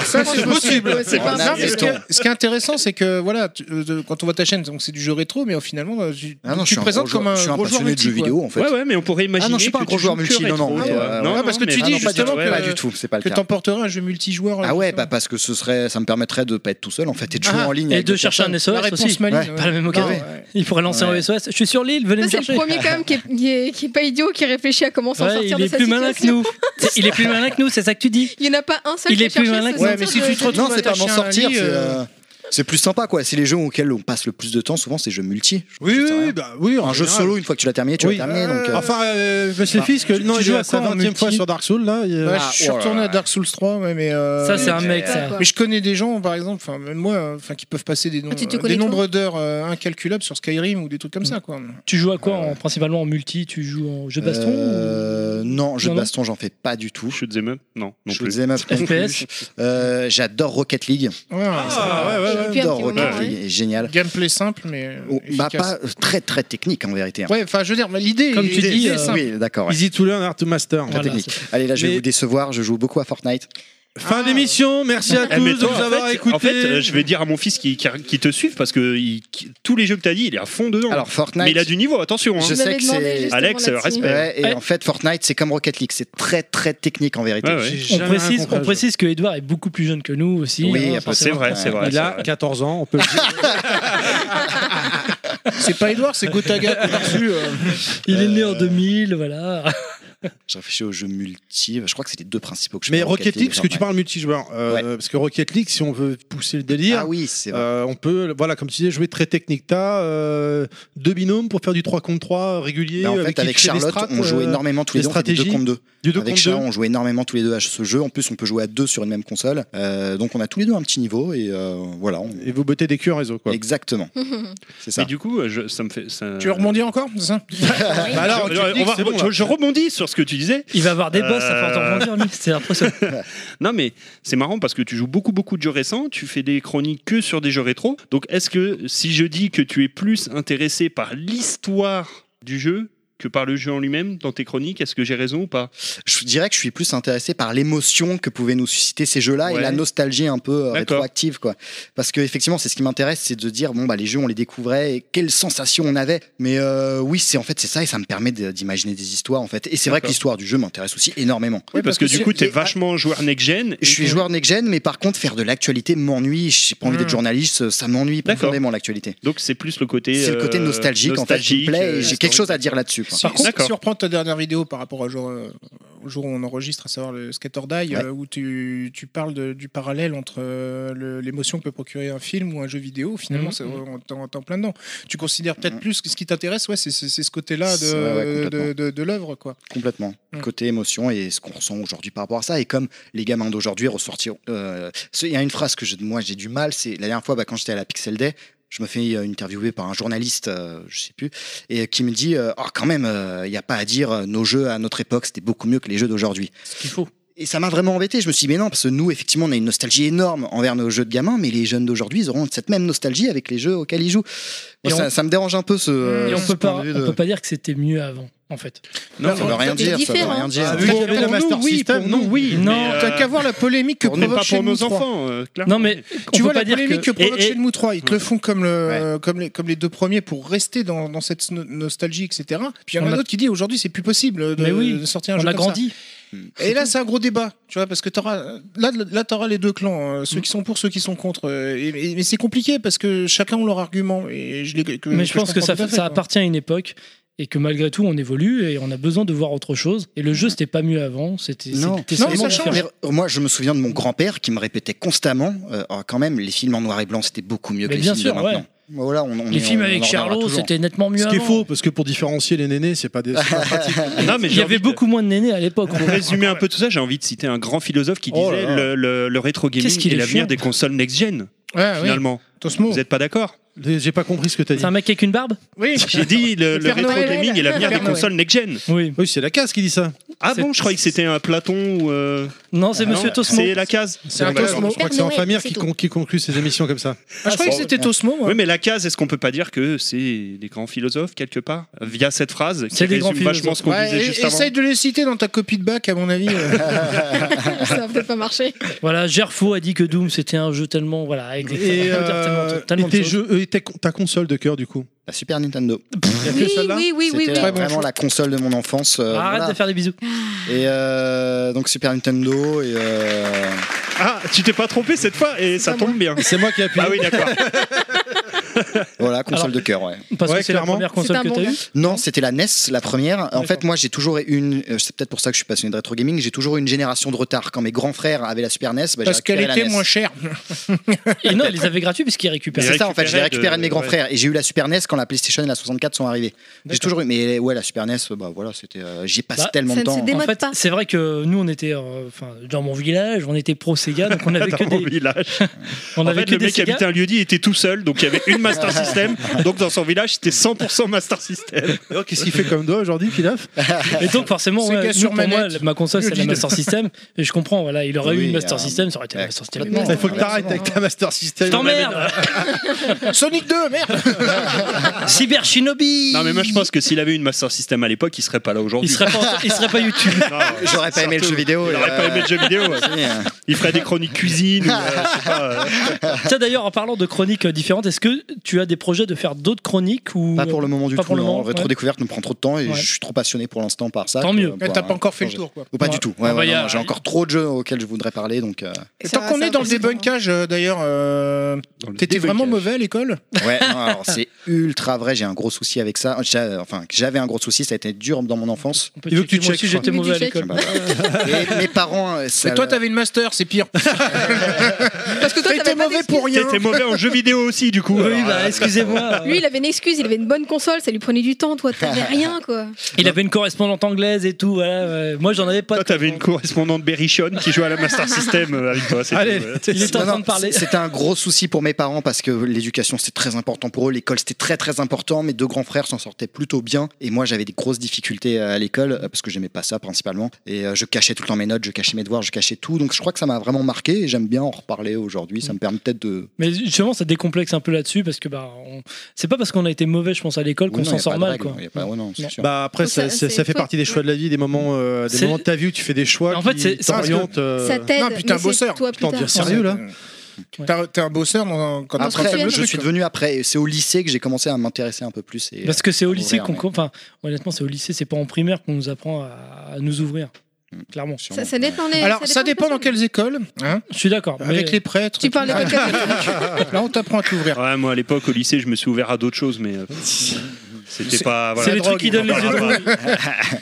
Ça, c'est possible. C'est pas Non, impossible. mais ce, qui est, ce qui est intéressant, c'est que voilà, tu- euh, quand on voit ta chaîne, donc c'est du jeu rétro, mais euh, finalement, euh, tu, ah non, je tu suis te un présentes gros comme un joueur- je suis un gros joueur passionné de multi, jeux quoi. vidéo en fait Ouais, ouais, mais on pourrait imaginer. ah non je suis pas un que gros tu joueur joues que multi non rétro, non, mais, toi. euh, non, ouais, parce que mais- tu ah dis non, pas du justement tout, que- pas du tout c'est pas le Que cas t'emporterais un jeu multijoueur. ah ouais justement. bah parce que ce serait ça me permettrait de pas être tout seul en fait et de jouer Ah, en ligne Et avec de d'autres chercher un personnes. SOS La aussi. réponse maligne. Pas la même Non, occasion. ouais. Il pourrait lancer Ouais. un SOS. Je suis sur l'île, venez Ça, me c'est le chercher. premier quand même qui est, qui est- qui est pas idiot qui réfléchit à comment s'en Ouais, sortir il de est sa plus malin que situation. nous. C'est- Il est plus malin que nous, c'est ça que tu dis. Il n'y en a pas un seul Il qui est a plus cherché malin à que se nous. Ouais, mais si sortir tu de- te retrouves non c'est pas attaché m'en à un sortir lit, c'est, euh, euh, c'est plus sympa quoi c'est les jeux auxquels on passe le plus de temps souvent c'est les jeux multi Je- Oui, j'en sais oui, rien. oui, bah, oui. en un jeu général. solo une fois que tu l'as terminé tu Oui. l'as terminé donc Ah, euh, Enfin, euh, monsieur Ah, Fisk, non, tu il joues joue à à sa quoi en 20 e fois multi sur Dark Souls, là. il, euh, ouais, Ah, bah, je suis oh là retourné là. à Dark Souls 3, ouais, mais. euh, Ça, c'est un mec, Ouais, ça. quoi. Mais je connais des gens, par exemple, enfin même moi, euh, enfin qui peuvent passer des, noms- Ah, tu te euh, connais des toi nombres d'heures euh, incalculables sur Skyrim ou des trucs comme ça, quoi. Tu joues à quoi en- principalement en multi Tu joues en jeu de baston Euh, Non, jeu Non, de non. baston, j'en fais pas du tout. Shoot them up Non, non Je plus. vous aime up non plus. FPS. Euh, J'adore Rocket League. Ouais, Ah, ouais, ouais, ouais. Depuis un J'adore petit Rocket moment, League, ouais. est génial. Gameplay simple, mais. euh, Oh, bah, efficace. pas euh, très très technique en vérité. hein. Ouais, enfin, je veux dire, mais l'idée. Comme tu l'idée dis, est euh, simple. Oui, d'accord. ouais. Easy to learn, hard to master. Très Voilà, technique. c'est- Allez, là, je vais Mais- vous décevoir. Je joue beaucoup à Fortnite. Fin Ah. d'émission, merci à Ah, Eh, tous mais de toi, nous en avoir fait- écoutés. En fait, euh, je vais dire à mon fils qui, qui- qui te suive parce que il- qui- tous les jeux que t'as dit, il est à fond dedans. Alors Fortnite. mais il a du niveau, attention. hein. Je Vous sais m'avez que demandé c'est- justement Alex, là-dessus. respect. Ouais, et Ouais. en fait, Fortnite, c'est comme Rocket League. C'est très très technique en vérité. Ouais, ouais. J'ai On jamais précise, rencontré on un jeu. précise que Edouard est beaucoup plus jeune que nous aussi. Oui, ah, hein, après, C'est forcément. vrai, c'est vrai. Il c'est a vrai. 14 ans, on peut le dire. C'est pas Edouard, c'est Gotaga qu'on a reçu. euh. Il est né en Euh, 2000, voilà. Je réfléchis aux jeux multi. Je crois que c'est les deux principaux que je Mais fais, Rocket League, parce que tu Fortnite. parles multijoueur, euh, Ouais. parce que Rocket League, si on veut pousser le délire, Ah oui, c'est vrai. euh, on peut, voilà, comme tu disais, jouer très technique. T'as euh, deux binômes pour faire du 3 contre 3 régulier. Mais Bah, en avec fait, qui avec tu fais des Charlotte, strats, on joue euh, énormément tous les des deux. on fait des deux stratégies. contre deux. du 2 Avec contre 2. Chat, on joue énormément tous les deux à ce jeu. En plus, on peut jouer à deux sur une même console. Euh, donc, on a tous les deux un petit niveau. Et euh, voilà. on- Et vous bottez des culs en réseau, quoi. Exactement. C'est ça. Mais du coup, je- ça me fait. ça- Tu veux rebondir encore, c'est ça Bah alors, Je- Rocket on League, va- c'est bon, je- là. je rebondis sur ce que tu disais. Il va avoir des boss à force Euh, d'en grandir, lui. C'est impressionnant. Non, mais c'est marrant parce que tu joues beaucoup, beaucoup de jeux récents, tu fais des chroniques que sur des jeux rétro. Donc, est-ce que si je dis que tu es plus intéressé par l'histoire du jeu que par le jeu en lui-même dans tes chroniques Est-ce que j'ai raison ou pas Je dirais que je suis plus intéressé par l'émotion que pouvaient nous susciter ces jeux-là Ouais. et la nostalgie un peu euh, D'accord. rétroactive, quoi. Parce que effectivement, c'est ce qui m'intéresse, c'est de dire bon bah les jeux, on les découvrait et quelles sensations on avait. Mais euh, oui, c'est en fait c'est ça et ça me permet de- d'imaginer des histoires en fait. Et c'est vrai que D'accord. l'histoire du jeu m'intéresse aussi énormément. Oui, parce, que, du je- coup, t'es les- vachement joueur next-gen. Je suis joueur next-gen, mais par contre, faire de l'actualité m'ennuie. J'ai pas envie d'être Mm. journaliste, ça m'ennuie Hmm. D'accord. profondément l'actualité. Donc, c'est plus le côté. C'est le côté euh, nostalgique, en fait qui me plaît. euh, et J'ai quelque chose à dire là-dessus. quoi. Par contre, D'accord. si on reprend ta dernière vidéo par rapport au jour, euh, au jour où on enregistre, à savoir le Skater Die, Ouais. euh, où tu, tu parles de- du parallèle entre euh, le- l'émotion que peut procurer un film ou un jeu vidéo, finalement, Mhm. c'est- on t'en- t'en plein dedans. Tu considères peut-être Mhm. plus que ce qui t'intéresse, ouais, c'est c'est- c'est ce côté-là de, C'est- ouais, ouais, complètement. de, de- de l'œuvre, quoi. Complètement. Mm. Côté émotion et ce qu'on ressent aujourd'hui par rapport à ça. Et comme les gamins d'aujourd'hui ressortiront. euh, ce- Il y a une phrase que je- moi j'ai du mal. C'est la dernière fois bah, quand j'étais à la Pixel Day. Je me fais euh, interviewer par un journaliste, euh, je sais plus, et qui me dit euh, Oh, quand même, euh, il n'y a pas à dire, euh, nos jeux à notre époque, c'était beaucoup mieux que les jeux d'aujourd'hui. ce qu'il faut. Et ça m'a vraiment embêté. Je me suis dit Mais non, parce que nous, effectivement, on a une nostalgie énorme envers nos jeux de gamins, mais les jeunes d'aujourd'hui, ils auront cette même nostalgie avec les jeux auxquels ils jouent. Moi, Et ça, on- ça me dérange un peu ce. Et on ce peut point pas, de vue on de- peut pas dire que c'était mieux avant, en fait. Non, Ça veut rien C'est dire, ça veut différent. rien dire. Ah, vu qu'il y avait la Pour nous, Master oui, System, pour non, nous, oui. Non. euh, T'as qu'à voir la polémique que Pour nous, provoque pas chez pour nous nos trois. enfants, euh, clairement. Non, mais on Tu peut vois pas la dire polémique que, que. provoque et- et- chez Mou 3, ils te le font comme, le, comme, les, comme les deux premiers pour rester dans, dans cette no- nostalgie, etc. Puis il y en On a a- d'autres qui disent aujourd'hui c'est plus possible de, Mais oui, de sortir un on jeu a comme ça. grandi. Et là, c'est un gros débat, tu vois, parce que t'auras, là, là, t'auras les deux clans, hein, ceux Mm. qui sont pour, ceux qui sont contre. euh, et- et- mais c'est compliqué parce que chacun a leur argument. Et Mm, je les- Mais je pense que ça, comprends tout à fait, ça quoi. appartient à une époque et que malgré tout, on évolue et on a besoin de voir autre chose. Et le jeu, c'était pas mieux avant. C'était Non. c'était Non, seulement ça différent. Mais euh, moi, je me souviens de mon grand-père qui me répétait constamment, euh, Ah, quand même, les films en noir et blanc, c'était beaucoup mieux que Mais les bien films sûr, de maintenant. Voilà, on, on Les est- films on en avec reviendra Charlot, toujours. c'était nettement mieux. Ce qui est avant. faux, parce que pour différencier les nénés, c'est pas des. c'est pas pratique. Non, mais Il j'ai y avait envie de- beaucoup moins de nénés à l'époque. Pour résumer un peu tout ça, j'ai envie de citer un grand philosophe qui disait Oh là là. Le, le, le rétro gaming Qu'est-ce qu'il est est l'avenir chiant. des consoles next-gen, Ah Ouais, oui. finalement. Tosmo. Vous n'êtes pas d'accord J'ai pas compris ce que t'as dit. C'est un mec avec une barbe Oui. J'ai dit le, le Père rétro Noël. gaming est l'avenir Père des Noël. consoles next-gen. Oui. Oui, c'est la case qui dit ça. Ah Ah, C'est- bon, je croyais que c'était un Platon ou. euh, Non, c'est non, Monsieur Tosmo. C'est la case. C'est un Bon, bah, Tosmo. Je crois que c'est en Noël, famille c'est qui, tout. con- qui conclut ces émissions comme ça. Ah, je croyais que c'était Tosmo. Oui, hein. mais la case, est-ce qu'on peut pas dire que c'est des grands philosophes quelque part via cette phrase qui C'est des grands résume vachement philosophes. ce qu'on Ouais, disait et- juste avant essaye de les citer dans ta copie de bac, à mon avis. euh. ça va peut-être pas marcher. Voilà, Gerfo a dit que Doom c'était un jeu tellement. Voilà, avec Et, des- euh, tellement- tellement et de tes choses. jeux, euh, et ta, ta console de cœur du coup. La Super Nintendo. Il y a que Oui, celle-là oui, oui, oui, c'était oui. euh, Très bon vraiment choix. la console de mon enfance. euh, Arrête voilà. de faire des bisous. Et euh, donc Super Nintendo et. euh, Ah, tu t'es pas trompé cette fois et ça pas tombe bien. C'est moi qui ai appuyé. Ah oui, d'accord. Voilà, console Alors- de cœur, ouais. Parce Ouais, que c'est la clairement. première C'est console un que bon t'as gars. eue. Non, c'était la NES, la première. En D'accord. fait, moi, j'ai toujours eu une. euh, C'est peut-être pour ça que je suis passionné de rétro gaming. J'ai toujours eu une génération de retard. Quand mes grands frères avaient la Super NES, bah, j'ai Parce qu'elle récupéré la était NES. moins chère. Et non, elle les avait gratuits puisqu'ils récupéraient. Il C'est ça en fait, je l'ai récupéré récupérait de, de- mes grands ouais. frères et j'ai eu la Super NES quand la PlayStation et la 64 sont arrivées. J'ai toujours eu, mais ouais, la Super NES, bah voilà, c'était, euh, j'y passe Bah, tellement ça de ne temps. se démo- En Démode fait, pas. c'est vrai que nous, on était, euh, enfin, dans mon village, on était pro Sega, donc on avait que Dans mon des, village. on En avait fait, que le des mec qui Sega. habitait un lieu-dit il était tout seul, donc il y avait une Master System. Donc dans son village, c'était 100% Master System. Bah, Alors, Qu'est-ce qu'il fait comme doigt aujourd'hui, Pilaf Et donc forcément, Sega ouais, nous, sur pour moi, manette. ma console, c'est la Lucide. Master System. Et je comprends, voilà, il aurait eu Oui, une Master euh, System, ça aurait été la ouais, Master System. complètement. Il faut que t'arrêtes avec ta Master System. Bah, Je t'emmerde Sonic 2, merde Cyber Shinobi Non, mais moi je pense que s'il avait eu une Master System à l'époque, il serait pas là Il aujourd'hui. serait pas, il serait pas YouTube. Non, hein. J'aurais pas aimé le surtout, jeu vidéo. Il aurait euh, pas aimé le jeu vidéo. ouais. si, euh. Il ferait des chroniques cuisine. ou, euh, je sais pas, euh, Tiens d'ailleurs, en parlant de chroniques euh, différentes, est-ce que tu as des projets de faire d'autres chroniques ou Pas pour le moment du Pas tout. pour le non. moment, rétro ouais. découverte me prend trop de temps et Ouais. je suis trop passionné pour l'instant par ça. Tant que, mieux. Eh, euh, Mais pour, T'as pas euh, encore fait le changer. tour, quoi. Ou pas Ouais. du tout. Ouais, Ah bah, ouais, y a- non, J'ai encore trop de jeux auxquels je voudrais parler, donc. euh, Et tant qu'on est dans le débunkage, euh, d'ailleurs, euh, dans le t'étais débunkage. vraiment mauvais à l'école Ouais. non, alors c'est ultra vrai. J'ai un gros souci avec ça. J'ai- Enfin, que j'avais un gros souci. Ça a été dur dans mon enfance. On peut Il veut que tu checker, moi checkes, aussi, je crois. j'étais Il veut mauvais à que tu l'école. Et mes parents. euh, ça- Mais toi, t'avais une master, c'est pire. Parce que toi, T'as t'avais été pas mauvais pour rien. T'étais mauvais en jeu vidéo aussi, du coup. Oui, Alors, euh, bah excusez-moi. Lui, il avait une excuse, il avait une bonne console, ça lui prenait du temps, toi, t'avais rien, quoi. Il avait une correspondante anglaise et tout. Voilà, ouais. Moi, j'en avais pas. Toi, t'avais une correspondante berrichonne qui jouait à la Master System euh, avec toi. c'est Allez, tout, ouais. Il était en Non, train non, de parler. c'est- C'était un gros souci pour mes parents parce que l'éducation c'était très important pour eux, l'école c'était très très important. Mes deux grands frères s'en sortaient plutôt bien et moi j'avais des grosses difficultés euh, à l'école euh, parce que j'aimais pas ça principalement et euh, je cachais tout le temps mes notes, je cachais mes devoirs, je cachais tout. Donc je crois que ça m'a vraiment marqué et j'aime bien en reparler aujourd'hui. Ça me permet peut-être de Mais justement, ça décomplexe un peu là-dessus parce que bah, on- c'est pas parce qu'on a été mauvais, je pense, à l'école qu'on Oui, non, y a pas s'en sort de mal. règle, Quoi. y a pas- ouais, non, c'est Non. sûr. Bah après, Donc, ça, ça, ça- c'est ça fait toi, partie des ouais. choix de la vie, des moments, euh, des C'est- moments de ta vie où tu fais des choix. Mais en fait, qui c'est- c'est parce que- t'orientent, euh, Ça t'aide. non, putain, mais c'est bosseur. Toi plus Putain, tard. dire sérieux, là Ouais. T'as- T'es un bosseur dans- quand Après, t'as Après, le je truc, suis quoi. devenu après. C'est au lycée que j'ai commencé à m'intéresser un peu plus. Et, Parce que c'est au Ouvrir, lycée qu'on. mais- com- Enfin, honnêtement, c'est au lycée, c'est pas en primaire qu'on nous apprend à, à nous ouvrir. Mm. Clairement. Ça, ça dépend des- Alors, ça dépend des dans quelles écoles, hein, Je suis d'accord. mais- avec les prêtres. personnes. Tu parles de Ah, podcast. Là, on t'apprend à t'ouvrir. Ouais, moi à l'époque au lycée, je me suis ouvert à d'autres choses, mais euh, pff, c'était C'est- pas. C'est Voilà. les la trucs drogue, qui donnent les voilà. yeux. bleus.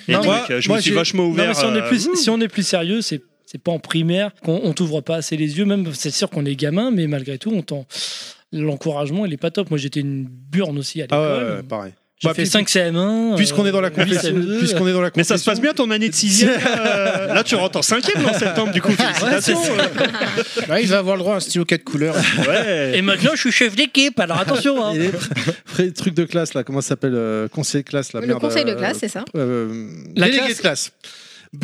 Et Non, donc, moi- euh, je moi, me suis j'ai- vachement Non, ouvert. mais si on est euh, plus, si on est plus sérieux, c'est c'est pas en primaire qu'on on t'ouvre pas assez les yeux. Même c'est sûr qu'on est gamin, mais malgré tout, on t'en l'encouragement, il est pas top. Moi, j'étais une burne aussi à Ah l'école. ouais, ouais, pareil. J'ai Bah, fait puis- 5 CM1. Puisqu'on est dans la compétition confession, puisqu'on est dans la Mais ça se passe bien ton année de 6 Là, tu rentres en 5 en septembre, du coup. Félicitations. Là, il va avoir le droit à un stylo 4 couleurs. Ouais. euh, Et maintenant, je suis chef d'équipe, alors attention. hein. Et les pr- pr- trucs de classe là, comment ça s'appelle euh, Conseil de classe là. Le merde, conseil de euh, classe, c'est ça. euh, La délégué classe- de classe.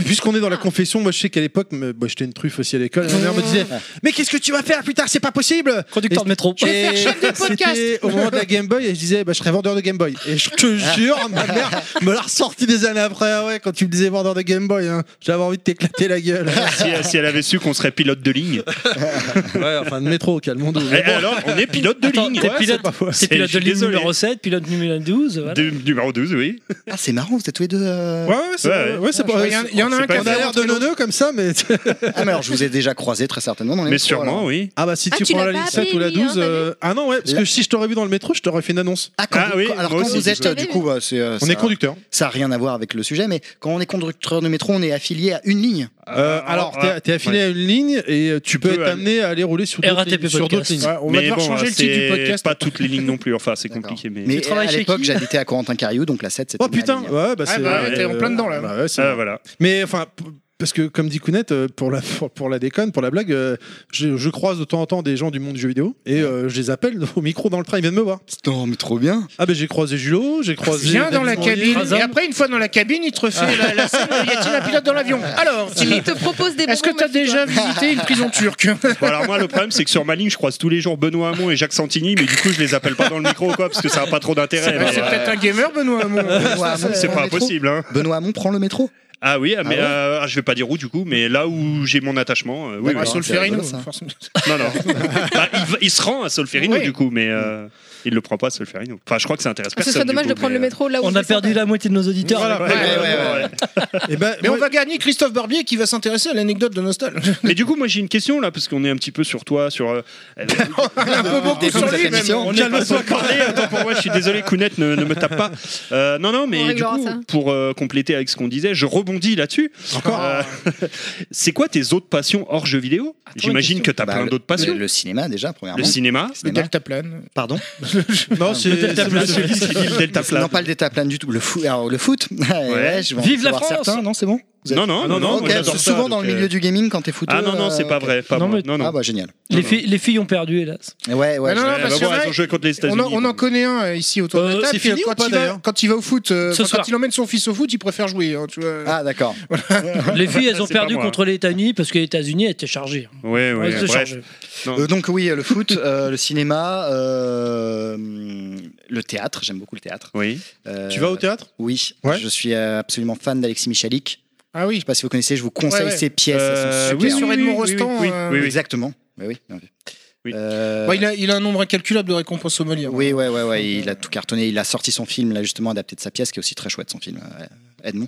Puisqu'on est dans la Ah. confession, moi je sais qu'à l'époque, me- moi, j'étais une truffe aussi à l'école. Ma mère me disait Ah. Mais qu'est-ce que tu vas faire plus tard C'est pas possible Conducteur de métro. Je vais Et faire chef de podcast. c'était Au moment de la Game Boy, et je disais bah, Je serais vendeur de Game Boy. Et je te Ah. jure, ma mère me l'a ressorti des années après. Ah ouais, quand tu me disais vendeur de Game Boy, hein, j'avais envie de t'éclater la gueule. Si, si elle avait su qu'on serait pilote de ligne. ouais, enfin de métro, calmons-nous. Et alors, on est pilote de Attends, ligne. t'es Ouais, pilote- c'est pas faux. C'est pilote Je de suis ligne désolé. numéro 7, pilote numéro 12. voilà. Du- numéro 12, oui. Ah, c'est marrant, vous êtes tous les deux. euh, Ouais, ouais, c'est Ouais, ouais, c'est Il pas. y, en- il y en a un c'est qui pas a On a l'air de nono comme ça, mais. Ah, mais alors je vous ai déjà croisé très certainement dans les hein. Mais métros, alors. sûrement, oui. Ah bah si Ah, tu tu prends l'as la pas ligne 7 ou la appelé, lui, 12 hein, t'as euh, Ah non ouais parce Là- que si je t'aurais vu dans le métro je t'aurais fait une annonce Ah, quand Ah vous, oui, alors moi quand aussi, vous êtes je l'avais du vu. coup, euh, c'est, euh, On ça- est conducteur Ça n'a rien à voir avec le sujet, mais quand on est conducteur de métro, on est affilié à une ligne. Euh, Alors t'es- t'es affilié à une ligne et euh, tu peux peux être aller- amené à aller rouler sur d'autres RATP lignes, sur d'autres podcast. lignes. Ouais, on va Mais devoir bon, changer le c'est titre du podcast. Pas toutes les lignes non plus. Enfin, c'est D'accord. compliqué. Mais, Mais Tu à travailles chez l'époque, qui j'habitais à Corentin-Carieux, donc la 7, c'était Oh ma putain ligne. ouais bah c'est bah ouais, t'es en plein dedans, là. bah ouais, c'est Ah, bon. voilà. Mais enfin p- parce que comme dit Kounet euh, pour la pour, pour la déconne pour la blague euh, je, je croise de temps en temps des gens du monde du jeu vidéo et euh, je les appelle au micro dans le train ils viennent me voir. Non, mais trop bien. Ah ben j'ai croisé Julo, j'ai croisé Viens dans la David Mornier. cabine. Ah. Razan. Et après, une fois dans la cabine, il te refait la, la scène où y a-t-il un pilote dans l'avion Alors, Timmy, Il te propose des est-ce que bonbons, t'as mais c'est déjà toi. visité une prison turque Bon, alors moi le problème c'est que sur ma ligne je croise tous les jours Benoît Hamon et Jacques Santini mais du coup je les appelle pas dans le micro quoi parce que ça a pas trop d'intérêt. Bah, mais, C'est euh, peut-être un gamer, Benoît. Hamon. Benoît Hamon C'est prend pas le métro. impossible hein. Benoît Hamon prend le métro. Ah oui, ah, mais ouais euh, ah, je vais pas dire où du coup, mais là où j'ai mon attachement, euh, oui, D'accord. Ah, oui. sur le c'est ferry, rigolo, nous, ça. forcément. non, non. Bah, il, va- il se rend à Solferino Oui. du coup, mais euh, il le prend pas à Solferino. Enfin, je crois que ça intéresse Ah, personne. Ce serait dommage du de coup, prendre mais, le métro là où hein. On je a descends. perdu la moitié de nos auditeurs. euh, là. ouais, ouais, ouais, ouais, ouais. Eh Et ben, Mais moi- on va gagner Christophe Barbier qui va s'intéresser à l'anecdote de Nostal. Mais du coup, moi j'ai une question là parce qu'on est un petit peu sur toi, sur. euh, euh, un peu beaucoup Début de sur cette lui, même. émission. on est pas sur Corday, autant pour moi. Je suis désolé, Kounet ne, ne me tape pas. Euh, non, non, On mais du réglera coup, ça. pour euh, compléter avec ce qu'on disait, je rebondis là-dessus. encore Euh, c'est quoi tes autres passions hors jeu vidéo J'imagine que t'as Bah, plein le- d'autres passions. Le, Le, le cinéma, déjà, premièrement. cinéma. Le Cinéma. deltaplane. Pardon non c'est c'est- Celui qui dit le Delta Non, pas le deltaplane du tout. Le, foot. alors, le foot. Ouais, je vais en Vive la voir France certains. Non, c'est bon Vous êtes- Ah, Non, non, non, non. Ok, moi, j'adore c'est ça, souvent donc, dans le euh, milieu du gaming quand t'es footeur. Ah non, non, c'est euh, pas ok. vrai. Pas Non, moi. mais- Non, non. Ah bah génial. Les filles, les filles ont perdu, hélas. Ouais, ouais. Bah, non, je- non, Ouais, parce bah, qu'il y en bon, a- elles ont joué contre les On États-Unis. en, on en connaît un euh, ici autour de Euh, la c'est table. puis, fini euh, ou quand, pas, il va, d'ailleurs quand il va au foot, euh, Ce enfin, soir. quand il emmène son fils au foot, il préfère jouer. hein, tu vois. Ah d'accord. Les filles, elles ont C'est pas perdu moi. contre les États-Unis parce que les États-Unis étaient chargés. Ouais, ouais. Elles étaient bref. chargées. Euh, donc oui, le foot, euh, le cinéma, euh, le théâtre. J'aime beaucoup le théâtre. Oui. Euh, Tu vas au théâtre Oui. Ouais. Je suis euh, absolument fan d'Alexis Michalik. Ah Je oui. sais pas si vous connaissez. Je vous conseille Ouais, ouais. ses pièces. elles Euh, sont oui, super. sur Edmond oui, oui, Rostand, oui, euh, oui, oui. Exactement. Oui, oui. bien vu. Oui. Euh, Bah, il, a, il a un nombre incalculable de récompenses sommelières. Oui, ouais, ouais, ouais, il a tout cartonné. Il a sorti son film, là, justement, adapté de sa pièce, qui est aussi très chouette, son film, euh, Edmond.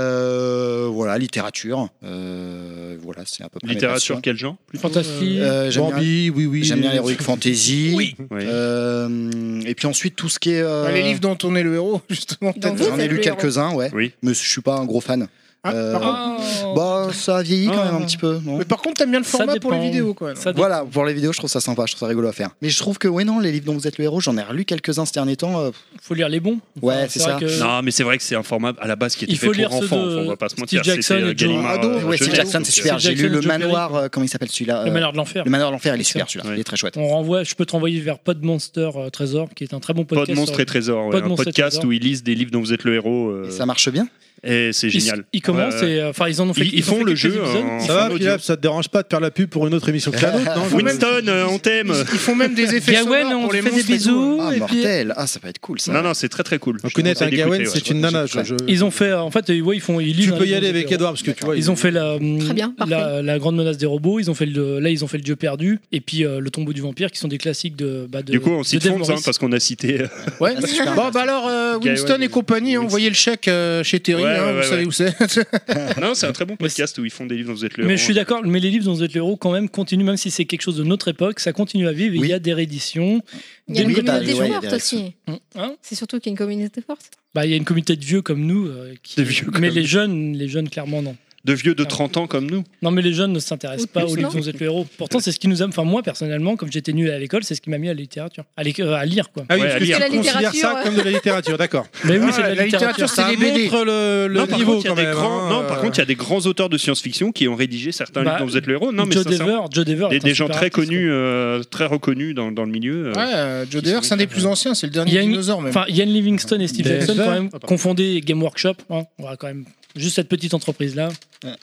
Euh, voilà, littérature. Euh, voilà, c'est à peu près. mes Littérature, passions. quel genre Fantastique. Euh, J'aime bien, Bambi, oui, oui. j'aime bien l'heroic fantasy. Oui. Euh, et puis ensuite, tout ce qui est. euh, Ah, les livres dont on est le héros, justement. Dans peut-être. vous, J'en ai ça lu fait quelques-uns, ouais. Oui. Mais je suis pas un gros fan. Ah, Euh, par contre- Oh. Bah, ça vieillit quand Ah. même un petit peu, non Mais par contre, t'aimes bien le Ça format pour les dépend. vidéos, quoi. non Ça dépend. Voilà, pour les vidéos, je trouve ça sympa, je trouve ça rigolo à faire. Mais je trouve que, ouais, non, les livres dont vous êtes le héros, j'en ai relu quelques-uns ces derniers temps. euh, faut lire les bons. Enfin, Ouais, c'est vrai ça. que- Non, mais c'est vrai que c'est un format à la base qui était Il faut fait lire pour ceux enfants. de enfin, on va pas se Steve mentir. Jackson c'était, et euh, Joe Gallimard, Ado. euh, ouais, jeunesse, Steve Jackson, donc, c'est euh, super. J'ai Jackson lu et Le Joe Perry. Manoir, euh, comment il s'appelle celui-là Le euh, malheur de l'enfer. Le Manoir de l'Enfer, il est super Excellent. celui-là. Ouais. Il est très chouette. On renvoie, je peux te renvoyer vers Podmonster euh, Trésor, qui est un très bon Pas podcast. de monstres sur- et trésors. Pas ouais, de un monstres et podcast trésors. où ils lisent des livres dont vous êtes le héros. euh, Et ça marche bien Et c'est génial. Ils, ils commencent Ouais, ouais. et euh, enfin ils en ont fait. Ils- ils ont font fait le quelques jeu épisodes. en- Ça font va, l'audio. Pilaf, ça te dérange pas de faire la pub pour une autre émission que la nôtre, non Winston, euh, on t'aime. Ils, ils font même des effets Gawen, sonores on pour te les fait des monstres et tout, hein. bisous. Ah, et puis, mortel. Ah, ça va être cool ça. Non, non, c'est très très cool. On Je connaît vous un conseille d'écouter, Gawen, ouais. c'est une nana. je- je- Ils ont fait, en fait, euh, ouais, ils font. Ils lisent Tu la peux y Légende aller des avec héros. Edouard, parce que tu vois. Ils ont fait la, hum, Très bien, parfait. la, la grande menace des robots, ils ont fait le, là ils ont fait le Dieu perdu et puis euh, le tombeau du vampire qui sont des classiques de. bah, de Du coup, on de s'y Dave trompe hein, Morris. parce qu'on a cité. euh, Ouais. Ah, c'est super Bon, bah alors, euh, Gawen, Winston et oui. compagnie, Oui. envoyez le chèque euh, chez Terry, Ouais, hein, ouais, vous ouais, savez ouais. où c'est. non, c'est un très bon podcast où ils font des livres dont vous êtes le Mais héros. hein. je suis d'accord, mais les livres dont vous êtes l'héros quand même continuent, même si c'est quelque chose de notre époque, ça continue à vivre. et Oui. Il y a des rééditions. Il y a une Oui, t'as- communauté ouais, il y a forte des aussi. Hein C'est surtout qu'il y a une communauté forte. Bah, il y a une communauté de vieux comme nous. euh, qui... Des vieux comme mais les nous. jeunes, les jeunes clairement non. De vieux de 30 ans comme nous. Non, mais les jeunes ne s'intéressent Ou pas plus, aux livres non dont vous êtes le héros. Pourtant, c'est ce qui nous aime. Enfin, moi personnellement, comme j'étais nul à l'école, c'est ce qui m'a mis à la littérature, à, l'éc- euh, à lire quoi. Ah oui, Ouais, parce que à lire, tu quoi. considères littérature, ça ouais. comme de la littérature, d'accord. Mais oui, Ah, c'est de la, la littérature, littérature. c'est Ça les BD. montre le, le non, par niveau contre, il y a quand des même. grands- hein, non, par euh, contre, il y a des grands auteurs de science-fiction qui ont rédigé certains Bah, livres dont vous êtes le héros. Non, mais Joe sincèrement, Dever, Joe Dever des, est un des gens super très artiste, connus, euh, très reconnus dans, dans le milieu. euh. Ouais, euh, Joe Dever, c'est un des plus anciens, c'est le Il y dernier a une- dinosaure même. Enfin, Ian Livingston et Steve Des Jackson, affaires. quand Ah, même, confondés Game Workshop. hein. on va quand même. Juste cette petite entreprise-là.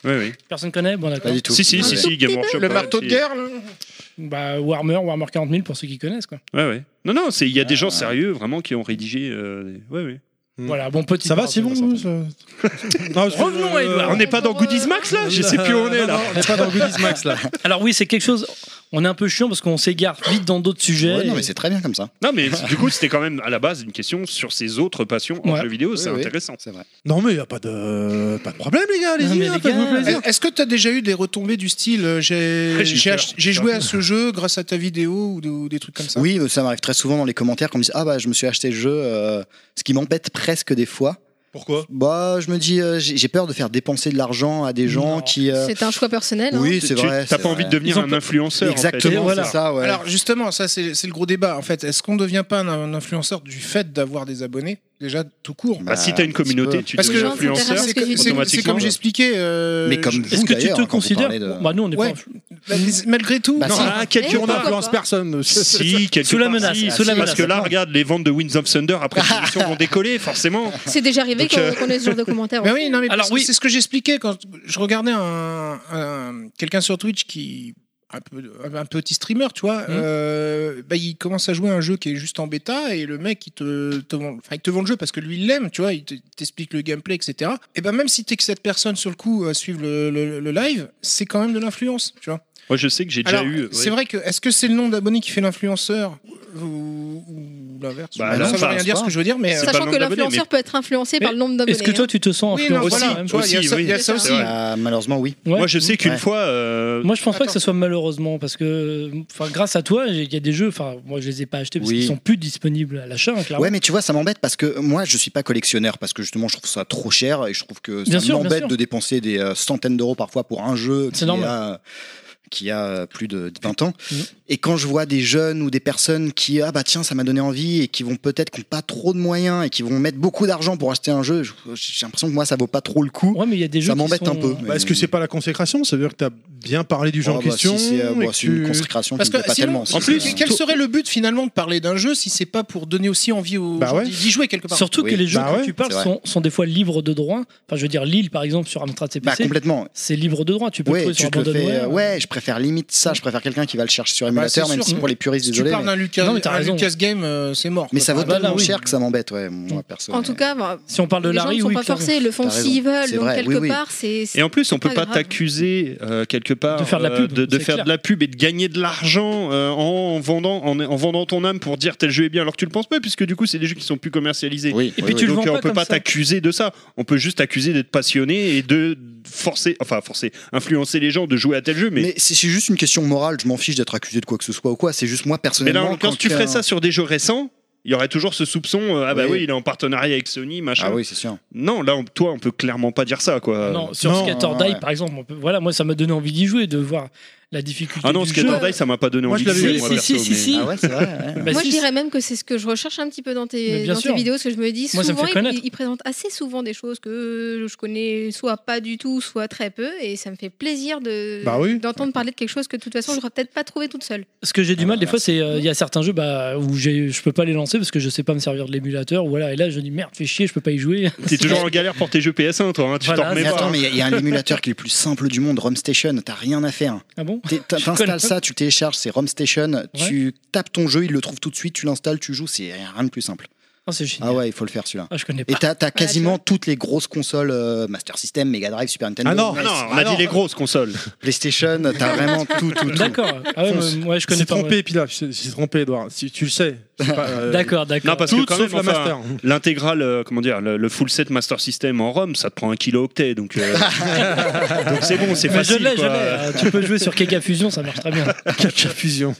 Ouais, ouais. Personne connaît Bon, Pas d'accord. du tout. Si, si, Ouais. si, si, Game Workshop. Le ouais, marteau c'est- de guerre, là. Bah, Warhammer, Warhammer 40 000 pour ceux qui connaissent, quoi. Ouais, ouais. Non, non, c'est- il y a des Ah, gens ouais. sérieux vraiment qui ont rédigé. euh, Ouais, ouais. Mm. Voilà, bon, petit. Ça va, c'est bon nous, ça- Non, parce que, Revenons à euh, Edouard. On n'est pas dans Goodies Max là Je sais plus où on est là. Non, non, On n'est pas dans Goodies Max là. Alors, oui, c'est quelque chose. On est un peu chiant parce qu'on s'égare vite dans d'autres sujets. Ouais, non, mais c'est très bien comme ça. Non, mais du coup, c'était quand même à la base une question sur ses autres passions en Ouais. jeu vidéo. C'est Oui, oui. intéressant. C'est vrai. Non, mais il n'y a pas de... pas de problème, les gars, Non, allez-y, mais hein, les faites-vous gars, plaisir. Est-ce que tu as déjà eu des retombées du style euh, j'ai Ouais, j'ai eu j'ai peur. ach- j'ai joué à ce jeu grâce à ta vidéo ou, de- ou des trucs comme ça Oui, euh, ça m'arrive très souvent dans les commentaires qu'on me dise Ah, bah, je me suis acheté le jeu, euh, ce qui m'embête presque des fois. Pourquoi Bah, je me dis, euh, j'ai j'ai peur de faire dépenser de l'argent à des gens Non. qui. euh, C'est un choix personnel. hein. Oui, Tu- c'est vrai. T'as c'est pas envie vrai. de devenir Ils ont un pas- influenceur. en fait. Exactement, Et voilà. c'est ça, ouais. Alors justement, ça c'est c'est le gros débat en fait. Est-ce qu'on ne devient pas un, un influenceur du fait d'avoir des abonnés déjà tout court Ah, si t'as une Bah, un petit peu. communauté, tu Parce deviens que gens influenceur. s'intéressent c'est que- c'est- c'est automatiquement. comme j'expliquais. euh, Mais comme Est-ce vous, que tu d'ailleurs, hein, te quand vous considères parlez de- Bon, Bah, nous, on n'est Ouais. pas. je- malgré tout. Bah, non, si. Ah, quelque Eh, On part. pourquoi n'influence pas personne. Si, quelque Sous la part, menace, si, sous la si, menace. Parce que là, regarde, les ventes de Winds of Thunder après l'émission vont décoller, forcément. C'est déjà arrivé Donc, qu'on euh, qu'on ait ce genre de commentaires. Mais oui, non, mais Alors, parce que oui. c'est ce que j'expliquais quand je regardais un, un- quelqu'un sur Twitch qui un, peu, un petit streamer, tu vois, euh, bah, il commence à jouer à un jeu qui est juste en bêta et le mec il te, te vend, enfin, il te vend le jeu parce que lui il l'aime, tu vois, il te- t'explique le gameplay, etc. Et ben même si t'es que cette personne sur le coup à suivre le, le- le live, c'est quand même de l'influence, tu vois. Moi, je sais que j'ai déjà Alors eu. c'est ouais. vrai que est-ce que c'est le nombre d'abonnés qui fait l'influenceur ou, ou l'inverse Bah, Bah, non, Ça veut ça rien reste dire ce pas. que je veux dire, C'est mais euh, pas le Sachant nombre que d'abonnés, l'influenceur peut être influencé par le nombre d'abonnés. hein. Est-ce que toi, tu te sens oui, non, influencé voilà, quand même tu vois, il y a Aussi, ça- il y a oui. ça aussi. C'est vrai. Bah, malheureusement, oui. Ouais. Moi, je sais qu'une Ouais. fois. euh, Moi, je pense pas Attends. que ce soit malheureusement parce que, enfin, grâce à toi, j'ai- il y a des jeux. Enfin, moi, je les ai pas achetés parce Oui. qu'ils sont plus disponibles à l'achat, hein, clairement. Ouais, mais tu vois, ça m'embête parce que moi, je suis pas collectionneur parce que justement, je trouve ça trop cher et je trouve que Bien ça sûr, bien m'embête sûr. de dépenser des euh, centaines d'euros parfois pour un jeu C'est qui normal. a qui a euh, plus de 20 ans. Mhm. Et quand je vois des jeunes ou des personnes qui, ah bah tiens, ça m'a donné envie, et qui vont peut-être, qui n'ont pas trop de moyens, et qui vont mettre beaucoup d'argent pour acheter un jeu, je- j'ai l'impression que moi, ça vaut pas trop le coup. Ouais, mais il y a des jeux. ça qui m'embête sont- euh, un peu. Bah, Est-ce que c'est pas la consécration Ça veut dire que tu as bien parlé du du jeu en question. si c'est euh, et bah, que c'est une tu- consécration Parce qui me que plaît pas sinon, tellement. en c'est- plus, euh, quel serait le but finalement de parler d'un jeu si c'est pas pour donner aussi envie aux Bah gens ouais. d'y d'y jouer quelque part Surtout Oui. que les jeux Bah dont ouais, tu parles c'est vrai. sont, sont des fois libres de droit. Enfin, je veux dire, Lille, par exemple, sur Amstrad bah, CPC, complètement. c'est libre de droit. Tu peux le Ouais, trouver tu sur te le fais. euh, Abandonware. Ouais, je préfère limite ça. Je préfère quelqu'un qui va le chercher sur émulateur, c'est même sûr. si pour les puristes, Si tu désolé. parles mais- d'un Lucas, Non, mais t'as un raison. Lucas Game, euh, c'est mort. Mais ça vaut Ah bah là, tellement oui. cher que ça m'embête, ouais, moi perso. En mais- tout cas, bah, Si on parle de les gens Larry, ne sont oui, pas clairement. forcés, le font T'as s'ils veulent, C'est donc vrai, quelque oui, oui. part, c'est. Et en plus, on pas peut pas grave. t'accuser euh, quelque part De faire de la euh, pub, de, de c'est faire clair. de la pub et de gagner de l'argent euh, en, en vendant en, en vendant ton âme pour dire tel jeu est bien alors que tu le penses pas puisque du coup c'est des jeux qui sont plus commercialisés. Oui, Et oui, puis oui. tu le Donc euh, vends on pas peut comme pas ça. t'accuser de ça. On peut juste t'accuser d'être passionné et de forcer enfin forcer influencer les gens de jouer à tel jeu mais Mais c'est c'est juste une question morale, je m'en fiche d'être accusé de quoi que ce soit ou quoi, c'est juste moi mais personnellement. là en l'occurrence quand tu ferais quelqu'un- ça sur des jeux récents il y aurait toujours ce soupçon euh, ah bah Oui. oui. il est en partenariat avec Sony machin Ah oui, c'est sûr. non là on- toi on peut clairement pas dire ça quoi Non, sur non, Skater ouais, Die, ouais. par exemple, on peut- voilà, moi, ça m'a donné envie d'y jouer, de voir la difficulté Ah non, du Skate jeu. or Die, ça m'a pas donné Moi, envie je de l'avais jouer, eu, moi, si, perso, si, si, mais- si. Ah ouais, c'est vrai. ouais. Bah, moi, si, je dirais même que c'est ce que je recherche un petit peu dans Mais tes, bien dans tes sûr. vidéos, parce que je me dis, Moi, ça me souvent, fait ils, connaître. ils présentent assez souvent des choses que je connais soit pas du tout, soit très peu, et ça me fait plaisir de Bah oui. d'entendre parler de quelque chose que de toute façon, j'aurais peut-être pas trouvé toute seule. Ce que j'ai du Ah, mal des merci. fois, c'est euh, il y a certains jeux bah, où j'ai- je peux pas les lancer parce que je sais pas me servir de l'émulateur. Voilà, et là je dis merde, fais chier, je peux pas y jouer. T'es toujours en galère pour tes jeux PS1, toi. hein, tu Voilà, t'en remets Mais pas. attends, hein. mais il y a- il y, a un émulateur qui est le plus simple du monde, ROM Station, t'as rien à faire. Ah bon T'es- t'in- connais. T'installes ça, tu le télécharges, c'est ROM Station, tu tapes ton jeu, il le trouve tout de suite, tu l'installes, tu joues, c'est rien de plus simple. Ah, c'est génial. Ah ouais, il faut le faire celui-là. Ah, je connais Et pas. t'as t'as quasiment toutes les grosses consoles euh, Master System, Mega Drive, Super Nintendo, Ah non, Ah NES, non, on a Ah non. dit les grosses consoles. PlayStation, t'as vraiment tout, tout, tout. D'accord. Ah ouais, Fonce. moi, moi, je Il connais s'est pas. moi. trompé, Pilaf. Il s'est- il s'est trompé, Edouard. Si tu le sais. C'est pas, euh, D'accord, d'accord. Non, parce que Toutes quand même, sauf la enfin, master. l'intégrale, euh, comment dire, le, le full set Master System en ROM, ça te prend un kilo octet, donc euh, donc c'est bon, c'est Mais je facile. l'ai, je quoi. l'ai. Euh, Tu peux jouer sur Kega Fusion, ça marche très bien. Caca fusion.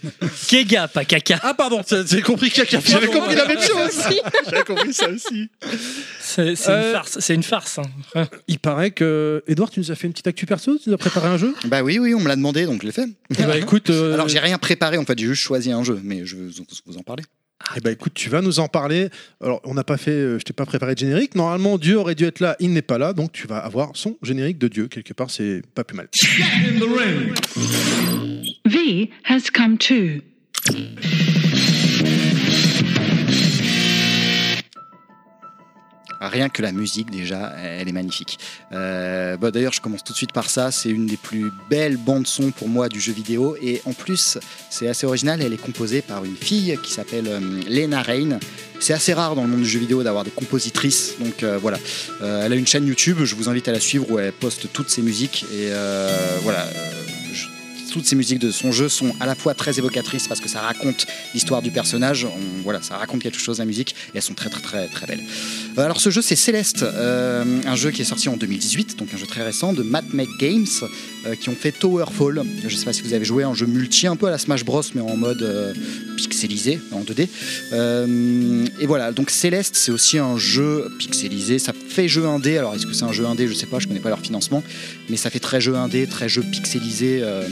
Kega, pas Kaka. Ah pardon, t'as- j'ai compris caca fusion. J'avais compris la même chose. J'avais compris ça aussi. C'est c'est Euh, une farce. C'est une farce. hein. Ah. Il paraît que Edouard, tu nous as fait une petite actu perso. Tu nous as préparé un jeu. Bah oui, oui, on me l'a demandé, donc je l'ai fait. Eh bah écoute. euh, Alors j'ai rien préparé, en fait, j'ai juste choisi un jeu, mais je vais vous- vous en parler. Eh ben écoute, tu vas nous en parler. Alors, on n'a pas fait, euh, je t'ai pas préparé de générique. Normalement, Dieu aurait dû être là, il n'est pas là, donc tu vas avoir son générique de Dieu quelque part. C'est pas plus mal. V has come to. Rien que la musique, déjà, elle est magnifique. Euh, bah, D'ailleurs, je commence tout de suite par ça. C'est une des plus belles bandes-son pour moi du jeu vidéo. Et en plus, c'est assez original. Elle est composée par une fille qui s'appelle euh, Lena Rain. C'est assez rare dans le monde du jeu vidéo d'avoir des compositrices. Donc euh, voilà. Euh, elle a une chaîne YouTube. Je vous invite à la suivre où elle poste toutes ses musiques. Et euh, voilà. euh, je- toutes ces musiques de son jeu sont à la fois très évocatrices parce que ça raconte l'histoire du personnage, On- voilà, ça raconte quelque chose la musique et elles sont très très très très belles. Euh, Alors ce jeu c'est Céleste, euh, un jeu qui est sorti en 2018, donc un jeu très récent de Matt Make Games euh, qui ont fait Towerfall. Je sais pas si vous avez joué à un jeu multi un peu à la Smash Bros mais en mode euh, pixelisé en 2D. Euh, et voilà, donc Céleste c'est aussi un jeu pixelisé, ça fait jeu indé. Alors est-ce que c'est un jeu indé Je sais pas, je connais pas leur financement, mais ça fait très jeu indé, très jeu pixelisé. euh,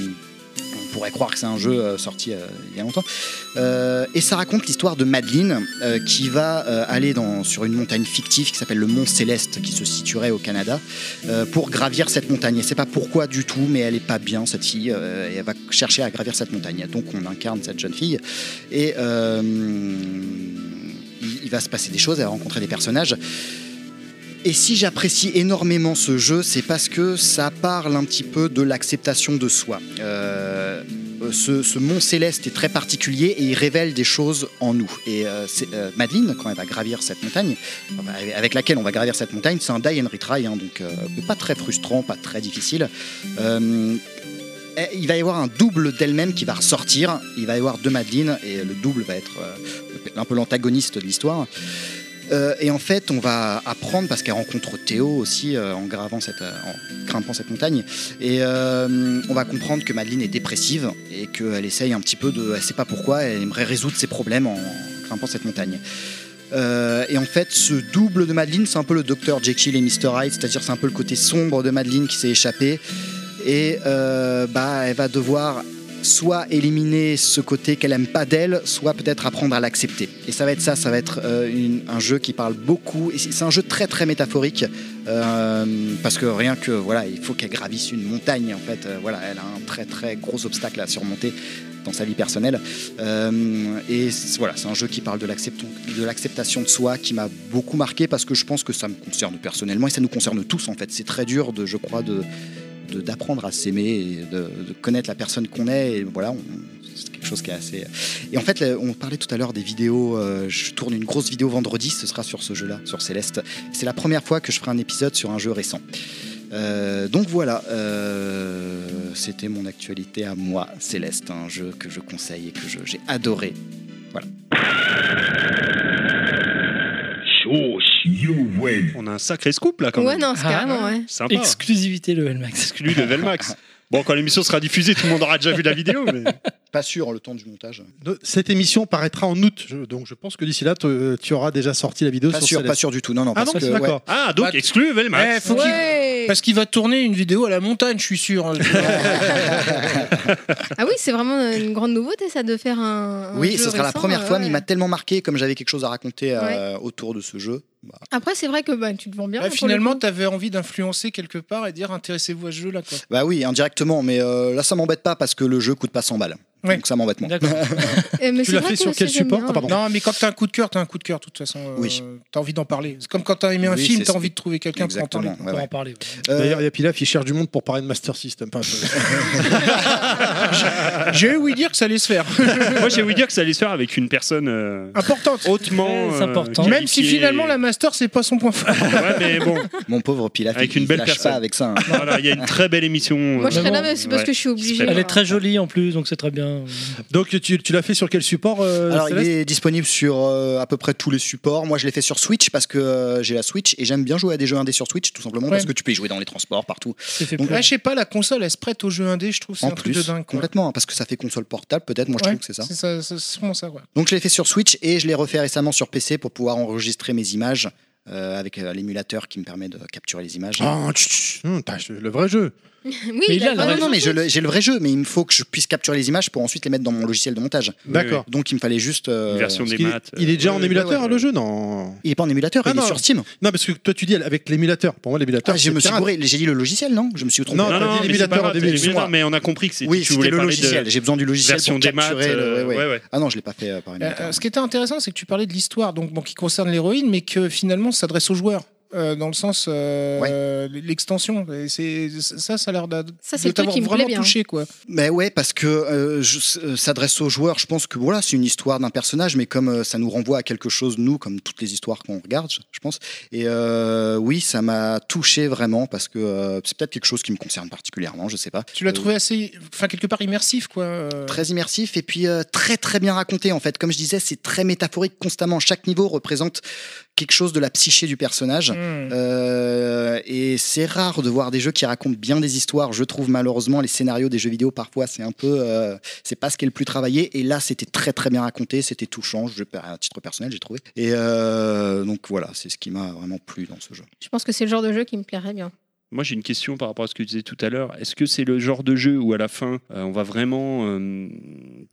on pourrait croire que c'est un jeu euh, sorti euh, il y a longtemps. Euh, et ça raconte l'histoire de Madeleine euh, qui va euh, aller dans, sur une montagne fictive qui s'appelle le Mont Céleste, qui se situerait au Canada, euh, pour gravir cette montagne. Elle ne sait pas pourquoi du tout, mais elle est pas bien cette fille euh, et elle va chercher à gravir cette montagne. Donc on incarne cette jeune fille et euh, il- il va se passer des choses. Elle va rencontrer des personnages. Et si j'apprécie énormément ce jeu, c'est parce que ça parle un petit peu de l'acceptation de soi. Euh, ce, ce mont céleste est très particulier et il révèle des choses en nous. Et euh, c'est- euh, Madeleine, quand elle va gravir cette montagne, enfin, avec laquelle on va gravir cette montagne, c'est un die and retry, hein, donc euh, pas très frustrant, pas très difficile. Euh, eh, il va y avoir un double d'elle-même qui va ressortir. Il va y avoir deux Madeleines et le double va être euh, un peu l'antagoniste de l'histoire. Euh, et en fait, on va apprendre parce qu'elle rencontre Théo aussi euh, en gravant cette, euh, en grimpant cette montagne. Et euh, on va comprendre que Madeleine est dépressive et qu'elle essaye un petit peu de, elle sait pas pourquoi, elle aimerait résoudre ses problèmes en grimpant cette montagne. Euh, et en fait, ce double de Madeleine, c'est un peu le Dr Jekyll et Mr Hyde, c'est-à-dire c'est un peu le côté sombre de Madeleine qui s'est échappé. Et euh, bah, elle va devoir soit éliminer ce côté qu'elle aime pas d'elle, soit peut-être apprendre à l'accepter. Et ça va être ça, ça va être euh, une- un jeu qui parle beaucoup. Et c'est c'est un jeu très très métaphorique euh, parce que rien que voilà, il faut qu'elle gravisse une montagne. En fait, euh, voilà, elle a un très très gros obstacle à surmonter dans sa vie personnelle. Euh, et c'est- voilà, c'est un jeu qui parle de l'accept- de l'acceptation de soi, qui m'a beaucoup marqué parce que je pense que ça me concerne personnellement et ça nous concerne tous en fait. C'est très dur de, je crois, de de- d'apprendre à s'aimer et de, de connaître la personne qu'on est et voilà on- c'est quelque chose qui est assez et en fait là, on parlait tout à l'heure des vidéos euh, je tourne une grosse vidéo vendredi ce sera sur ce jeu là sur Céleste c'est la première fois que je ferai un épisode sur un jeu récent Euh, donc voilà, euh, c'était mon actualité à moi, Céleste, un jeu que je conseille et que je- j'ai adoré. You win. On a un sacré scoop là quand Ouais, même. non, c'est Ah. carrément, ouais. Sympa. Exclusivité level max. Exclu level max. Bon, quand l'émission sera diffusée, tout le monde aura déjà vu la vidéo. Mais... Pas sûr, hein, le temps du montage. No- Cette émission paraîtra en août, je- donc je pense que d'ici là, te- euh, tu auras déjà sorti la vidéo Pas sur sûr, Céleste. pas sûr du tout. Non, non, Ah parce non, que. ouais. d'accord. Ah, donc Bah, exclu Velmax. Eh, faut qu'il- Ouais. Parce qu'il va tourner une vidéo à la montagne, je suis sûr. hein, Ah oui, c'est vraiment une grande nouveauté ça de faire un. un Oui, jeu ce sera la récent, première euh, fois, mais ouais. il m'a tellement marqué, comme j'avais quelque chose à raconter euh, autour de ce jeu. bah, Après, c'est vrai que bah, tu te vends bien. Bah, pour le finalement, coup. t'avais envie d'influencer quelque part et dire intéressez-vous à ce jeu-là. quoi. Bah oui, indirectement, mais euh, là ça m'embête pas parce que le jeu coûte pas 100 balles. Ouais. Donc ça m'embête moins. D'accord. Euh, mais Tu c'est l'as vrai fait que sur quel ça, j'aime support bien. Ah, pardon. Non, mais quand t'as un coup de cœur, t'as un coup de cœur, de toute façon. euh, Oui. T'as envie d'en parler. C'est comme quand t'as aimé un Oui, film, c'est- t'as envie de trouver quelqu'un pour en parler. Exactement. On ouais, va en ouais. parler. Euh, D'ailleurs, il y a Pilaf, il cherche du monde pour parler de Master System. Enfin, je- J'ai ouï dire que ça allait se faire. Moi, j'ai voulu dire que ça allait se faire avec une personne euh, Importante. hautement. euh, Très important. Même si qualifiée. finalement la master c'est pas son point fort. Ouais, mais bon, Euh, mon pauvre Pilaf, Avec il- une il belle lâche personne. pas avec ça. hein. voilà, il y a une très belle émission. Moi, je euh, serais là, Vraiment, mais c'est parce ouais. que je suis obligée. hein. Elle Elle est est très jolie en plus, donc c'est très bien. Donc, tu, tu l'as fait sur quel support euh, Alors, il Céleste est disponible sur euh, à peu près tous les supports. Moi, je l'ai fait sur Switch parce que euh, j'ai la Switch et j'aime bien jouer à des jeux indés sur Switch, tout simplement parce Ouais. que tu peux y jouer dans les transports, partout. C'est fait Donc, euh, pour. Ouais, Ah, je sais pas, la console elle se prête au jeu indé, je trouve. C'est En un truc de plus, dingue. quoi. complètement, hein, parce que ça fait console portable, peut-être. Moi, je Ouais, trouve que c'est ça. C'est ça, c'est sûrement ça, ouais. Donc, je l'ai fait sur Switch et je l'ai refait récemment sur PC pour pouvoir enregistrer mes images euh, avec euh, l'émulateur qui me permet de capturer les images. Ah, tch, tch, hum, t'as- le vrai jeu. Oui, Mais il il a a le Ah vraiment non, non, mais joué. je le- j'ai le vrai jeu, mais il me faut que je puisse capturer les images pour ensuite les mettre dans mon logiciel de montage. D'accord. Donc il me fallait juste. euh, Une version Parce des qu'il est- maths. il est déjà en euh, émulateur, ouais, ouais. le jeu Non. Il est pas en émulateur, Ah il non. est sur Steam. Non, parce que toi, tu dis avec l'émulateur. Pour moi, l'émulateur. Ah, je c'est me suis pirate. gouré. J'ai dit le logiciel, non Je me suis trompé. Non, Non, t'as dit non, mais c'est l'émulateur pas au grave, début, c'est l'émulateur, excuse-moi. mais on a compris que c'est- oui, tu voulais c'était le parler logiciel. de J'ai besoin du logiciel version pour des maths. capturer. le- euh, ouais, ouais. ouais, ouais. Ah non, je l'ai pas fait euh, par Euh, émulateur. euh, ce qui était intéressant, c'est que tu parlais de l'histoire, donc bon, qui concerne l'héroïne, mais que finalement s'adresse aux joueurs. euh, dans le sens euh, l'extension Et c'est ça ça a l'air d'a- de Ça, c'est le truc t'avoir qui me plaît vraiment bien. touché quoi Mais ouais, parce que euh, je- euh, s'adresse aux joueurs, je pense que voilà, c'est une histoire d'un personnage, mais comme euh, ça nous renvoie à quelque chose, nous, comme toutes les histoires qu'on regarde, je je pense. Et euh, oui, ça m'a touché vraiment parce que euh, c'est peut-être quelque chose qui me concerne particulièrement, je sais pas. tu l'as Euh, trouvé assez enfin quelque part immersif quoi euh. Très immersif et puis euh, très très bien raconté en fait. Comme je disais, c'est très métaphorique constamment. Chaque niveau représente quelque chose de la psyché du personnage. Mm. Euh, et c'est rare de voir des jeux qui racontent bien des histoires. Je trouve malheureusement les scénarios des jeux vidéo parfois c'est un peu, euh, c'est pas ce qui est le plus travaillé. Et là c'était très très bien raconté, c'était touchant. Je, à titre personnel j'ai trouvé. Et euh, donc voilà, c'est ce qui m'a vraiment plu dans ce jeu. Je pense que c'est le genre de jeu qui me plairait bien. Moi, j'ai une question par rapport à ce que tu disais tout à l'heure. Est-ce que c'est le genre de jeu où, à la fin, euh, on va vraiment euh,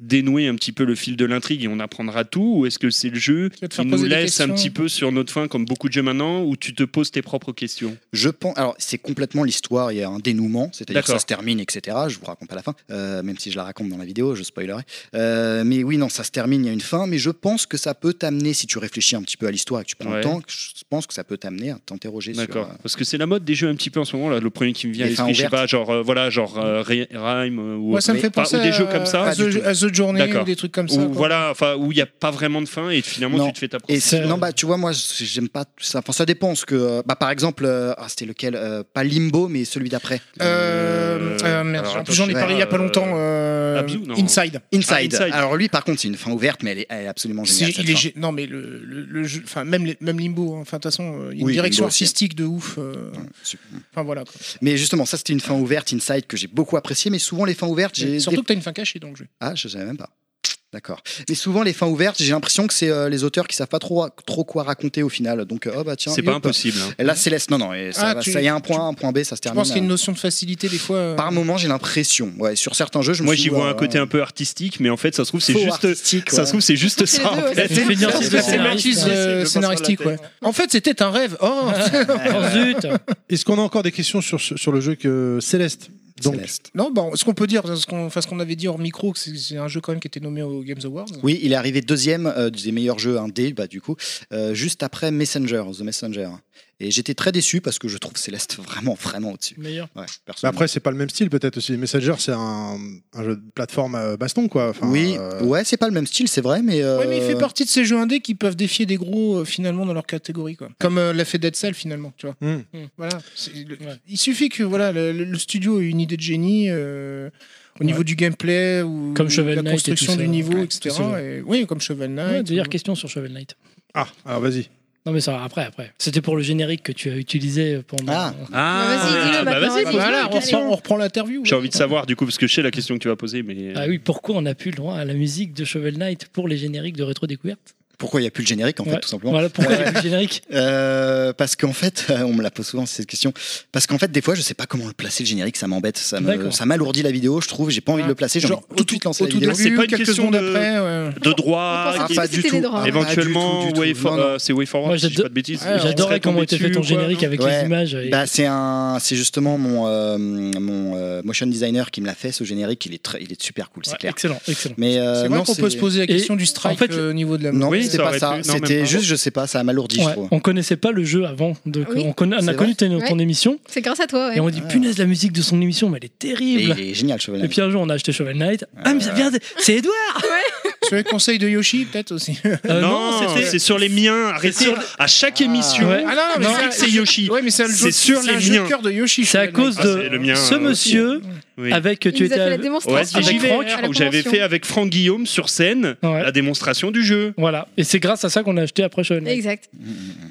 dénouer un petit peu le fil de l'intrigue et on apprendra tout Ou est-ce que c'est le jeu Tu vas te qui faire nous poser des laisse un questions. petit peu sur notre fin, comme beaucoup de jeux maintenant, où tu te poses tes propres questions Je pense, alors c'est complètement l'histoire, il y a un dénouement, c'est-à-dire que D'accord. ça se termine, etc. Je vous raconte pas la fin, euh, même si je la raconte dans la vidéo, je spoilerai. Euh, mais oui, non, ça se termine, il y a une fin, mais je pense que ça peut t'amener, si tu réfléchis un petit peu à l'histoire et que tu prends Ouais. le temps, je pense que ça peut t'amener à t'interroger sur. D'accord. euh, Parce que c'est la mode des jeux un petit peu en ce moment. Là, le premier qui me vient à Les fins l'esprit, je sais ouvertes. pas, genre, euh, voilà, genre euh, Ray- Rhyme euh, ou, Moi, ça me mais fait pas- penser ou des à- jeux comme ça. à Pas du tout. The, à The Journey D'accord. ou des trucs comme ça Ou quoi. voilà, enfin, où il n'y a pas vraiment de fin et finalement Non. tu te fais ta propre. Et c'est- Ça- non, bah tu vois, moi j- j'aime pas tout ça. Enfin, ça dépend. ce que, euh, bah, par exemple, euh, ah, c'était lequel Euh, Pas Limbo, mais celui d'après. Euh, euh, merde, alors, en attends, plus, j'en je ai sais parlé il y a pas euh, longtemps euh, Abzu, non. Inside Inside. Ah, Inside. Alors lui, par contre, c'est une fin ouverte, mais elle est, elle est absolument géniale. C'est- cette il est fin. gé- non mais le, le- le jeu, enfin même les- même Limbo, hein. enfin de toute façon, euh, il y a une Oui, direction Limbo aussi. artistique de ouf. euh, Enfin voilà. quoi. Mais justement, ça c'était une fin ouverte, Inside, que j'ai beaucoup apprécié. Mais souvent les fins ouvertes, j'ai Surtout des que t'as une fin cachée dans le jeu. Ah, je savais même pas. D'accord. Mais souvent, les fins ouvertes, j'ai l'impression que c'est euh, les auteurs qui savent pas trop, trop quoi raconter au final. Donc, euh, oh bah tiens. C'est pas hop. impossible. hein. Et Là, Céleste, non, non, et ça, Ah, va- tu- ça y a un point A, un point B, ça se Je termine. euh, pense qu'il y a une notion de facilité des fois. euh, Par moment, j'ai l'impression. Ouais, sur certains jeux, je me Moi, suis j'y dit, vois ouais, un côté ouais, un peu artistique, mais en fait, ça se trouve, c'est faux juste. euh, artistique, Ça ouais. se trouve, c'est juste C'est les ça. deux, en fait. ouais, C'est une C'est finance de la scénariste scénariste. euh, scénaristique, ouais. En fait, c'était un rêve. Oh Oh zut Est-ce qu'on a encore des questions sur, ce- sur le jeu que Céleste Donc, Céleste. Non, bon, ce qu'on peut dire, ce qu'on, enfin, ce qu'on avait dit hors micro, que c'est, c'est un jeu quand même qui était nommé aux Games Awards. Oui, il est arrivé deuxième euh, des meilleurs jeux indés, bah, du coup, euh, juste après Messenger, The Messenger. Et j'étais très déçu parce que je trouve Céleste vraiment, vraiment au-dessus. Meilleur. Ouais, Bah personnellement. après, c'est pas le même style peut-être aussi. Messenger, c'est un, un jeu de plateforme euh, baston, quoi. Enfin, oui, euh, ouais, c'est pas le même style, c'est vrai, mais. Ouais, mais il fait euh, partie de ces jeux indés qui peuvent défier des gros euh, finalement dans leur catégorie, quoi. Comme euh, l'a fait Dead Cell finalement, tu vois. hmm. Voilà. C'est- le- Ouais. Il suffit que voilà, le, le- le studio ait une idée de génie euh, au niveau du gameplay ou Comme Shovel de Knight la et construction tout ça. du niveau, Ouais, tous etc. ces jeux. Et- oui, comme Cheval Knight. Ouais, D'ailleurs, ou- question sur Shovel Knight. Ah, alors vas-y. Non, mais ça, après, après. C'était pour le générique que tu as utilisé pendant. Ah. Vas-y, bah dis-le maintenant, vas-y, vas-y, Voilà, dis-le, on allez. reprend, on reprend l'interview. J'ai envie de savoir du coup parce que je sais la question que tu vas poser, mais Ah oui, pourquoi on n'a plus le droit à la musique de Shovel Knight pour les génériques de rétro découverte Pourquoi il n'y a plus le générique, en fait, Ouais. tout simplement Voilà pourquoi il n'y Ouais. a plus le générique. Euh, parce qu'en fait, euh, on me la pose souvent cette question. Parce qu'en fait, des fois, je sais pas comment le placer le générique, ça m'embête, ça me, D'accord. ça m'alourdit la vidéo. Je trouve, j'ai pas envie de le placer. J'ai Genre, envie de tout de suite lancer Au la tout vidéo. Ah, c'est début, pas une quelques question secondes de- après. Euh, ouais. de droit, On pense et- pas du tout. Ah, pas du éventuellement tout, du Way tout. for- Non, non. euh, c'est Way Forward. Moi, si je dis j'ado- pas de bêtises. Ouais, on J'adorais serait comment tombé était fait dessus ton ou quoi, générique non avec Ouais. les images. et- Bah, c'est un, c'est justement mon, euh, mon euh, motion designer qui me l'a fait ce générique. Il est très, il est super cool, c'est Ouais, clair. Excellent, excellent. Mais euh, C'est vrai non, qu'on peut se poser la question du strike en fait, euh, au niveau de la. Non, Oui, c'était ça pas aurait ça. pu- non, même C'était pas. juste, je sais pas, ça m'alourdit, je Ouais, trouve. on connaissait pas le jeu avant, donc Oui. on, conna- on C'est a connu ton, ton émission C'est grâce à toi. ouais. et on dit Ouais. punaise la musique de son émission, mais elle est Et terrible. il est génial, Cheval. Et, puis un jour on a acheté Shovel Knight. Ah mais ça vient, de- c'est Edouard. Sur les conseils de Yoshi, peut-être aussi. Euh, non, c'était- c'est sur les miens. Arrêtez. À chaque émission, Ouais. Ah non, mais Non, ça, c'est Yoshi. Ouais, mais c'est le C'est jeu- sur c'est les un jeu de miens. cœur de Yoshi. C'est à Shovel cause Knight. Ah, de c'est le mien, ce euh, monsieur Oui. avec Il tu nous a fait la étais. Ouais, démonstration. c'est avec JVR, Franck, la où j'avais convention. fait avec Franck Guillaume sur scène Ouais. la démonstration du jeu Voilà, et c'est grâce à ça qu'on a acheté après Shovel Knight. Exact.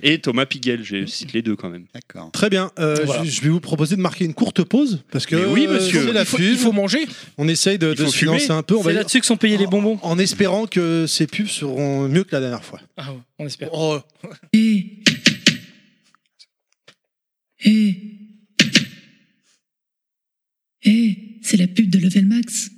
et Thomas Piguel. Je cite les deux quand même. D'accord. Très bien. euh, Voilà. je, je vais vous proposer de marquer une courte pause parce que Mais oui, euh, monsieur. c'est la Il faut, il pub. faut manger. On essaye de, Il de faut se fumer. financer un peu. On va C'est dire- là-dessus que sont Oh. payés les bonbons. En espérant que ces pubs seront mieux que la dernière fois. Ah ouais, on espère. Oh, E. Eh. Eh, c'est la pub de Level Max.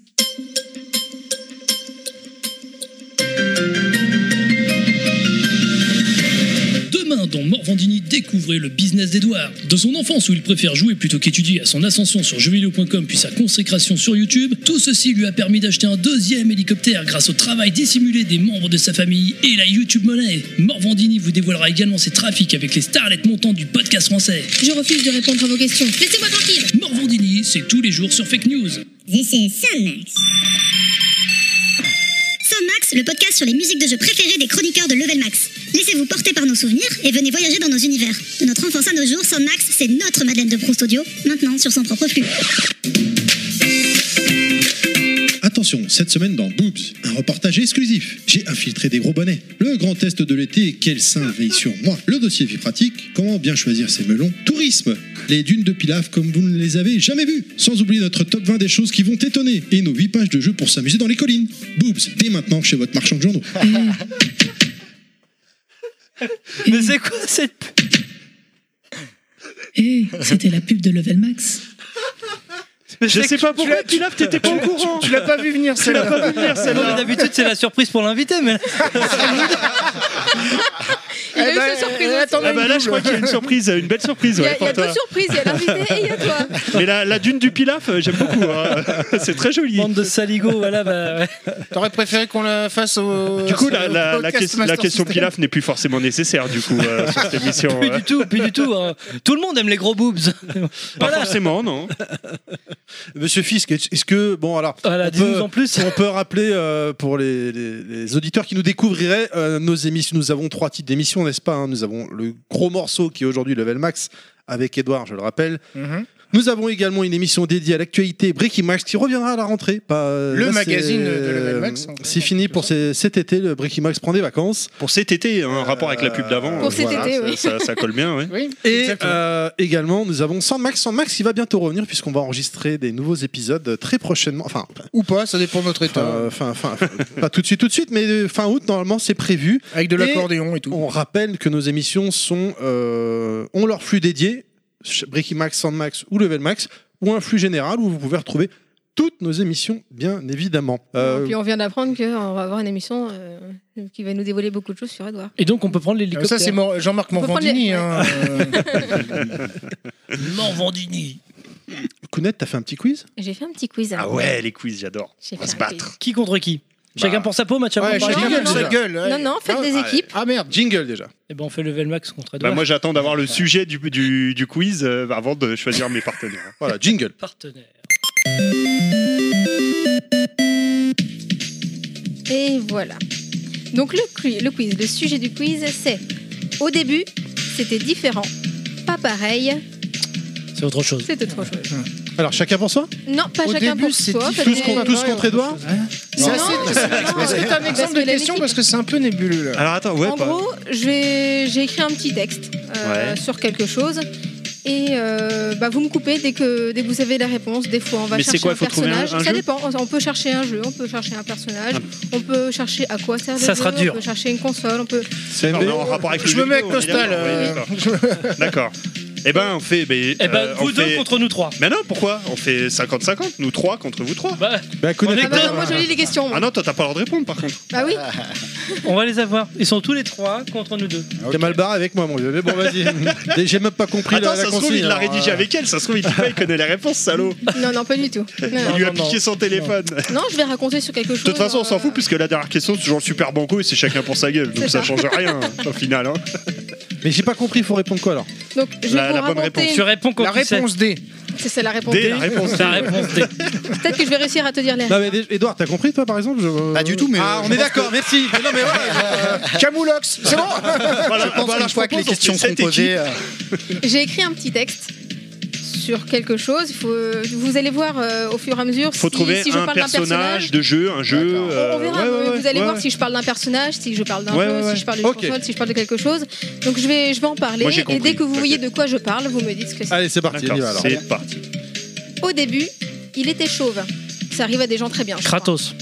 Demain, dans Morvandini, découvrez le business d'Edouard. De son enfance où il préfère jouer plutôt qu'étudier à son ascension sur jeuxvideo.com puis sa consécration sur YouTube, tout ceci lui a permis d'acheter un deuxième hélicoptère grâce au travail dissimulé des membres de sa famille et la YouTube Money. Morvandini vous dévoilera également ses trafics avec les starlets montantes du podcast français. Je refuse de répondre à vos questions. Laissez-moi tranquille. Eh Morvandini, c'est tous les jours sur Fake News. This is Sonmax. Sonmax, le podcast sur les musiques de jeux préférées des chroniqueurs de Level Max. Laissez-vous porter par nos souvenirs et venez voyager dans nos univers. De notre enfance à nos jours, Sonmax, c'est notre Madeleine de Proust Audio, maintenant sur son propre flux. Attention, cette semaine dans Boobs, un reportage exclusif. J'ai infiltré des gros bonnets. Le grand test de l'été, quel saint veille sur moi. Le dossier vie pratique, comment bien choisir ses melons. Tourisme, les dunes de Pilaf comme vous ne les avez jamais vues. Sans oublier notre top 20 des choses qui vont t'étonner. Et nos 8 pages de jeux pour s'amuser dans les collines. Boobs, dès maintenant chez votre marchand de journaux. Mais c'est quoi cette pub Eh, c'était la pub de Level Max. Je sais pas pourquoi tu l'as, t'étais pas au courant. Tu l'as pas vu venir celle-là. Ah Non, mais D'habitude c'est la surprise pour l'invité, mais Il a eu ben, sa surprise. euh, aussi. attends, Ah bah là, je crois qu'il y a une surprise, une belle surprise Il y ouais, a, il y a pour deux toi. surprises, il y a l'invité et il y a toi. Mais la, la dune du Pilaf, euh, j'aime beaucoup. hein. C'est très joli. bande de saligots, voilà. Bah, ouais. T'aurais préféré qu'on la fasse au. Du coup, la, au la- la podcast question- la Master question System. Pilaf n'est plus forcément nécessaire du coup euh, sur cette émission. Plus ouais. du tout, plus du tout. hein. Tout le monde aime les gros boobs. Pas forcément, non. Monsieur Fisk, est- est-ce que bon alors Voilà, on, dis-nous peut, en plus. on peut rappeler euh, pour les, les- les auditeurs qui nous découvriraient euh, nos émissions. Nous avons trois types d'émissions, n'est-ce pas hein Nous avons le gros morceau qui est aujourd'hui Level Max avec Edouard, je le rappelle. Mhm. Nous avons également une émission dédiée à l'actualité Breaking Max qui reviendra à la rentrée. Pas, euh, Le là, magazine c'est- de Level Max, en fait. C'est fini pour ces- cet été. Le Breaking Max prend des vacances. Pour cet été, hein, un rapport avec la pub d'avant. Pour euh, cet été, ça- oui. ça, ça colle bien, ouais. Oui. Et Exactement. euh, également, nous avons Sandmax. Sandmax, il va bientôt revenir puisqu'on va enregistrer des nouveaux épisodes très prochainement. Enfin, Ou pas, ça dépend de notre état. fin, fin, fin- pas tout de suite, tout de suite, mais euh, fin août, normalement, c'est prévu. Avec de et- l'accordéon et tout. On rappelle que nos émissions sont, euh, ont leur flux dédié, ch- Breaking Max, Sandmax ou Level Max, ou un flux général où vous pouvez retrouver toutes nos émissions, bien évidemment. Euh, Et Puis on vient d'apprendre qu'on va avoir une émission euh, qui va nous dévoiler beaucoup de choses sur Edouard. Et donc on peut prendre Euh, ça, l'hélicoptère. c'est Mor- Jean-Marc On peut prendre les- Morvandini. hein, euh, Morvandini. Kounet, t'as fait un petit quiz J'ai fait un petit quiz. hein. Ah ouais, les quiz, j'adore. J'ai On va fait se un battre. Qui contre qui Chacun pour sa peau, match à Ouais, point par chacun équipe. gueule, non, sa non. gueule. ouais. Non, non, faites des équipes. Ah merde. Jingle déjà. Et ben on fait level max contre Bah, Edouard. moi, j'attends d'avoir le sujet du, du, du quiz euh, avant de choisir mes partenaires. Voilà, jingle. partenaire. Et voilà. Donc le, cui- le quiz, le sujet du quiz, c'est au début, c'était différent, pas pareil, C'est autre chose. c'est autre chose. Alors chacun pour soi Non, pas Au chacun début, pour c'est soi. difficile. parce Tous, que- con- tous contre Edouard C'est Non. assez. Est-ce que t'as un exemple de question parce que c'est un peu nébuleux là. Alors attends, ouais, en pas- gros, j'ai j'ai écrit un petit texte euh, Ouais. sur quelque chose. Et euh, bah, vous me coupez dès que, dès que vous avez la réponse. Des fois, on va Mais c'est chercher quoi, un faut trouver un- personnage. un ça jeu Ah. dépend. On- On peut chercher un jeu, on peut chercher un personnage, on peut chercher à quoi sert le Ça jeu, sera dur. on peut chercher une console, on peut. C'est en rapport avec le Je me jeu mets avec vidéo, Nostal. évidemment. euh, Oui, d'accord. D'accord. Eh ben, on fait. Mais, Eh ben, vous deux contre nous trois. Mais non, pourquoi On fait 50-50, nous trois contre vous trois. Bah, Ah bah non, hein. moi je lis les questions. moi. Ah non, toi, t'as pas le droit de répondre par contre. Bah oui. On va les avoir. Ils sont tous les trois contre nous deux. T'es mal barré avec moi, mon vieux. Mais bon, vas-y. J'ai même pas compris Attends, la, la ça se trouve, consigne, il l'a alors, rédigé euh, avec elle, ça se trouve, il, dit pas, il connaît la réponse, salaud. Non, non, pas du tout. Non, Il non. lui a piqué son téléphone. Non, je vais raconter sur quelque chose. De toute façon, on s'en euh, fout puisque la dernière question, c'est toujours le super banco et c'est chacun pour sa gueule. Donc C'est ça ça. change rien au final. hein. Mais j'ai pas compris, faut répondre quoi alors Donc, je vais La- vous la bonne raconter réponse. une- Tu réponds quand La tu sais. réponse D. C'est c'est la réponse. D, la réponse D. La réponse D. Peut-être que je vais réussir à te dire les. Non, mais déjà- Edouard, t'as compris toi par exemple Je- Pas du tout, mais. euh, Ah, on est d'accord, merci. Mais non, mais voilà. euh, Camoulox, c'est bon Voilà, je pense voilà, qu'une je fois que les propose, questions on fait sont sept posées. équipes. euh, J'ai écrit un petit texte sur quelque chose. Il faut- vous allez voir euh, au fur et à mesure Faut si, trouver si je un parle d'un personnage personnage. de jeu, un jeu. euh, On verra, ouais, ouais, vous ouais, allez ouais, voir ouais. si je parle d'un personnage, si je parle d'un Ouais, jeu, ouais, ouais. si je parle d'une Ok. console, si je parle de quelque chose. Donc je vais, je vais en parler Moi, j'ai et dès compris. que vous voyez Ok. de quoi je parle, vous me dites ce que c'est. Allez, c'est parti, on y va D'accord, alors. c'est parti. Au début, il était chauve. Ça arrive à des gens très bien. je crois. Kratos.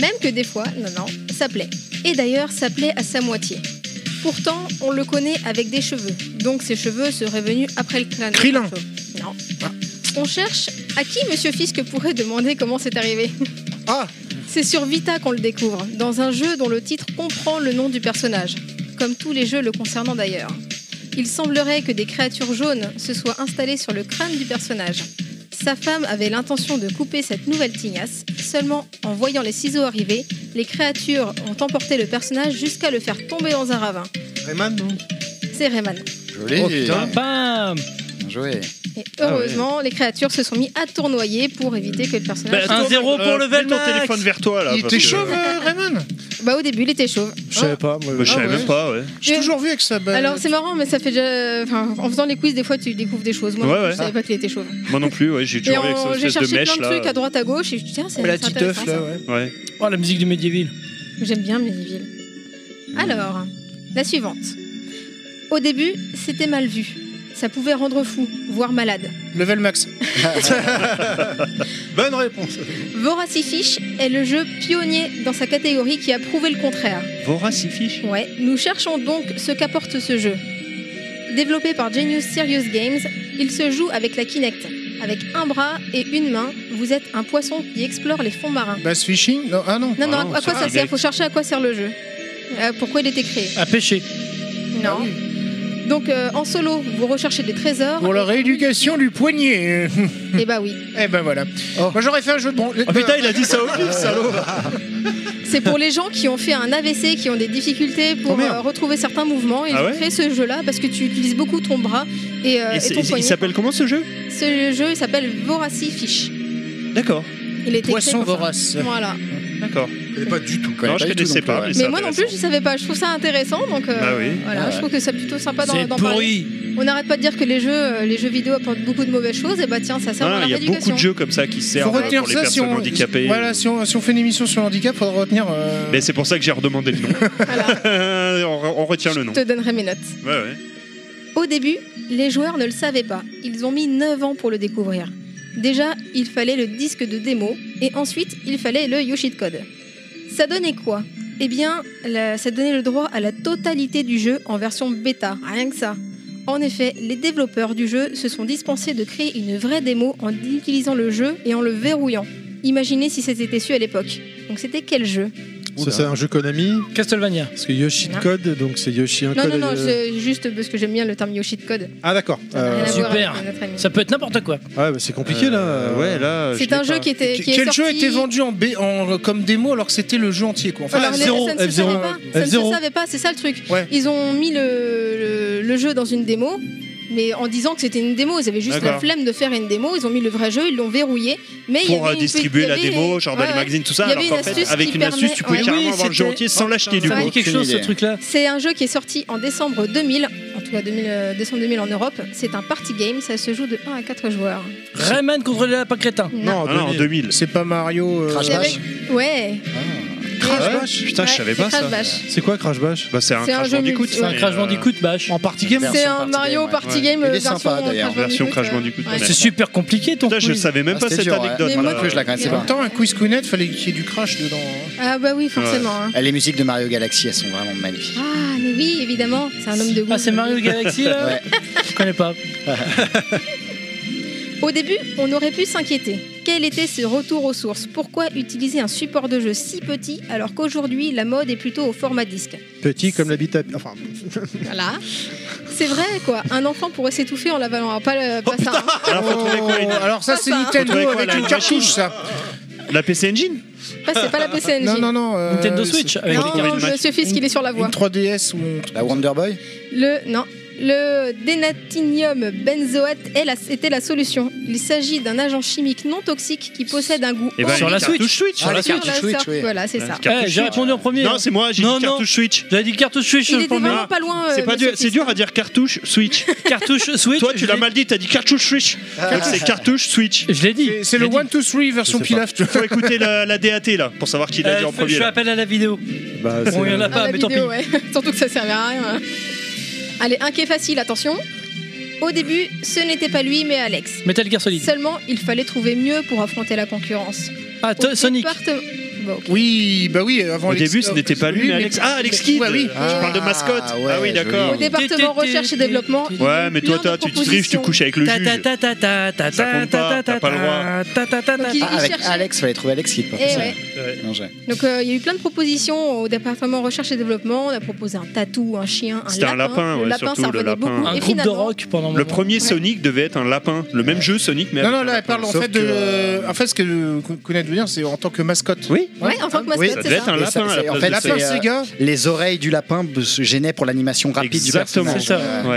Même que des fois, non, non, ça plaît. Et d'ailleurs, ça plaît à sa moitié. Pourtant, on le connaît avec des cheveux. Donc ses cheveux seraient venus après le crâne. Krillin. Non. On cherche à qui Monsieur Fisk pourrait demander comment c'est arrivé. Ah C'est sur Vita qu'on le découvre, dans un jeu dont le titre comprend le nom du personnage, comme tous les jeux le concernant d'ailleurs. Il semblerait que des créatures jaunes se soient installées sur le crâne du personnage. Sa femme avait l'intention de couper cette nouvelle tignasse, seulement en voyant les ciseaux arriver, les créatures ont emporté le personnage jusqu'à le faire tomber dans un ravin. Rayman, non Ah, C'est Rayman. Joli. Oh, putain. Bam Bien joué. Et heureusement, les créatures se sont mis à tournoyer pour éviter que le personnage. Bah, Un zéro pour le euh, mets ton Velmax. téléphone vers toi là. Il parce était que- chauve, euh, Raymond Bah, au début, il était chauve. Je savais pas. moi. Bah, Je savais Ah ouais. même pas, ouais. J'ai Mais- toujours vu avec sa balle. Alors c'est marrant, mais ça fait déjà. enfin, en faisant les quiz, des fois tu découvres des choses. Moi, Ouais, je ouais. savais pas qu'il était chauve. Moi non plus, ouais, j'ai Et toujours vu avec en- cette j'ai espèce cherché de mèche plein de là. trucs à droite à gauche et je me suis dit, tiens, c'est la c'est petite intéressant, œuf ça. là, ouais. Ouais. Oh, la musique du Medieval. J'aime bien Medieval. Mm. Alors, la suivante. Au début, c'était mal vu. Ça pouvait rendre fou, voire malade. Level max. Bonne réponse. Voracifiche est le jeu pionnier dans sa catégorie qui a prouvé le contraire. Voracifiche Ouais, nous cherchons donc ce qu'apporte ce jeu. Développé par Genius Serious Games, il se joue avec la Kinect. Avec un bras et une main, vous êtes un poisson qui explore les fonds marins. Bass fishing Non, ah non. Non, non, non, à, à quoi ça, ça sert Kinect. Faut chercher à quoi sert le jeu. Euh, pourquoi il était créé À pêcher. Ah Non. Donc euh, en solo, vous recherchez des trésors. Pour la rééducation du poignet. Et bah oui, eh ben voilà. Moi j'aurais fait un jeu de euh, bronze. Ah, Ah, Oh putain, il a dit ça au pif, salaud c'est pour les gens qui ont fait un AVC, qui ont des difficultés pour Oh, merde. euh, retrouver certains mouvements. Ils Ah ont ouais créé ce jeu-là parce que tu utilises beaucoup ton bras et, euh, Et et c'est- ton Il poignet. s'appelle comment ce jeu Ce jeu, il s'appelle Voracifiche. D'accord, Il était Poisson créé pour ça. vorace. Voilà. d'accord. pas du tout. Non, je connaissais pas. mais c'est Mais moi non plus, je intéressant. savais pas. Je trouve ça intéressant, donc euh, Bah oui. voilà, Ah ouais. je trouve que c'est plutôt sympa d'en C'est d'en parler. pourri. On n'arrête pas de dire que les jeux, euh, les jeux vidéo apportent beaucoup de mauvaises choses. Et bah tiens, ça sert à Ah, la Il y a beaucoup rééducation. de jeux comme ça qui Faut servent euh, pour les retenir ça personnes si on. handicapées. Voilà, si on, si on fait une émission sur le handicap, faudra retenir. euh, Mais c'est pour ça que j'ai redemandé le nom. Voilà, on, on retient le nom. je te donnerai mes notes. Ouais, ouais. Au début, les joueurs ne le savaient pas. Ils ont mis 9 ans pour le découvrir. Déjà, il fallait le disque de démo et ensuite, il fallait le Yoshit Code. Ça donnait quoi Eh bien, la- ça donnait le droit à la totalité du jeu en version bêta, rien que ça. En effet, les développeurs du jeu se sont dispensés de créer une vraie démo en utilisant le jeu et en le verrouillant. Imaginez si c'était su à l'époque. Donc c'était quel jeu Ça, c'est un jeu Konami. Castlevania. Parce que Yoshi Non. Code, donc c'est Yoshi un Non, code. non, non, euh, je- juste parce que j'aime bien le terme Yoshit Code. Ah, d'accord. Ça n'a rien à Euh, voir super. avec notre ami. Ça peut être n'importe quoi. Ouais, bah, c'est compliqué là. Euh, Ouais, là. C'est un jeu qui était. Qui est Quel jeu sorti- était vendu en B- en- comme démo alors que c'était le jeu entier quoi. Enfin, Alors, les- F0, ça ne se F0, savait pas. Ça ne se F0. savait pas, c'est ça le truc. Ouais. Ils ont mis le, le- le jeu dans une démo, mais en disant que c'était une démo. Ils avaient juste la D'accord. flemme de faire une démo. Ils ont mis le vrai jeu, ils l'ont verrouillé. Mais il y Pour avait euh, une- distribuer il y la avait- démo, genre dans ouais, les ouais. magazines, tout Il ça. y Alors avait qu'en une fait, astuce avec qui une astuce, permet- tu pouvais ouais. carrément Oui, avoir le jeu c'était- entier sans l'acheter du Ça coup. me dit quelque Aucune chose ce idée. truc-là. C'est un jeu qui est sorti en décembre 2000. En tout soit 2000, euh, décembre 2000 en Europe. C'est un party game, ça se joue de 1 à 4 joueurs. Rayman contre les lapins crétins. Ah, Non, non, 2000. C'est pas Mario. euh, J'avais- Ouais. Crash Ouais. Bash Putain, je Ouais, savais c'est pas Crash ça. Bash. C'est quoi Crash Bash Bah, c'est un C'est un Crash jeu Bandicoot. multi- C'est un mais, Crash euh, Bandicoot Bash. En party game C'est un Mario Party Game euh, Il est version sympa, d'ailleurs. Crash Version Bandicoot, Crash ouais. Bandicoot, Ouais. mais- C'est super compliqué ton Putain, je savais même Ah, pas c'était cette dur, ouais. anecdote. Mais moi, voilà. je la connaissais En même temps, un quiz Queenette, fallait qu'il y ait du crash dedans. hein. Ah bah oui, forcément. hein. Les musiques de Mario Galaxy, elles sont vraiment magnifiques. Ah mais oui, évidemment, c'est un homme de goût. Ah, c'est Mario Galaxy là Ouais. Je connais pas. Euh, Au début, on aurait pu s'inquiéter. Quel était ce retour aux sources Pourquoi utiliser un support de jeu si petit alors qu'aujourd'hui la mode est plutôt au format disque Petit comme l'habitat. Enfin. Voilà. C'est vrai quoi, un enfant pourrait s'étouffer en l'avalant. Alors, Pas, le, pas ça. hein. Alors, faut trouver quoi, une- Oh, alors ça, Pas c'est Ah, ça. Nintendo Faut trouver quoi, avec la une machine cartouche, ça. La PC Engine Pas- hein. c'est pas la PCNJ. Non, non, non. euh, Nintendo Switch avec Non, les non, cartouches. monsieur Fisk, il est sur la voie. Une 3DS ou une- La Bah, Wonder Boy Le non, le dénatinium benzoate est la- était la solution. Il s'agit d'un agent chimique non toxique qui possède un goût. Eh ben, Sur une la cartouche Switch. Switch. Ah, la orange. Sur carte la Switch, sorte, oui. Voilà, c'est La ça. carte- Cartouche Eh, J'ai Switch. répondu en premier. Non, c'est moi, j'ai Non, dit non. cartouche Switch. J'avais dit cartouche Switch Il le était premier. vraiment pas loin. euh, C'est pas monsieur dur, c'est Fisk. dur à dire cartouche Switch. Cartouche Switch. Toi, tu je l'as l'ai- mal dit, t'as dit cartouche Switch. Donc, Ah, C'est cartouche Switch. Je l'ai dit. C'est- C'est je le l'ai dit. 1, 2, 3 version Je sais pas. pilaf. tu vois. Faut écouter la, la DAT là pour savoir qui l'a Euh, dit en je- premier. Je fais là. appel à la vidéo. Bah, c'est- Bon, il y en a Ah, pas, la mais tant pis. vidéo, ouais. Surtout que ça servait à rien. hein. Allez, un qui est facile, attention. Au début, ce n'était pas lui, mais Alex. Metal Gear Solid. Seulement, il fallait trouver mieux pour affronter la concurrence. Ah, Au To- Sonic. département- Bon, ok. Oui, bah oui, avant Au Alex- début, ce n'était pas lui, mais Alex. Ah, Alex Kidd Ouais, oui. Tu parles de mascotte ouais, Ah oui, d'accord. Au département recherche et développement, Ouais, mais toi, Plein t'as- de tu te drives, tu propositions. couches avec le Ta ta juge. ta ta ta Ça ta ta compte pas, t'as ta ta pas le droit. ta ta ta ta. Donc, il- Ah, avec cherchait. Alex, fallait trouver Alex Kidd. pas Eh possible. ouais. Non, j'ai- Donc euh, il y a eu plein de propositions au département recherche et développement. On a proposé un tatou, un chien, un C'était lapin. un lapin, Le ouais, lapin, surtout, ça le revenait lapin. beaucoup. Un Et groupe de finalement, rock pendant un Le moment. premier Sonic devait être un lapin. Le même jeu Sonic, mais. Non, avec non, un là, elle lapin. parle en Sauf fait que, de. euh, En fait, ce que Kounet veut dire, c'est en tant que mascotte. Oui. Ouais, en tant que Oui, mascotte, Ça c'est devait être ça. un Et ça- lapin à la c'est- en place fait, de La Lapin, fin, Sonic. c'est, euh, Sega. Les oreilles du lapin b- se gênaient pour l'animation rapide Exactement. du personnage. C'est ça. Ouais.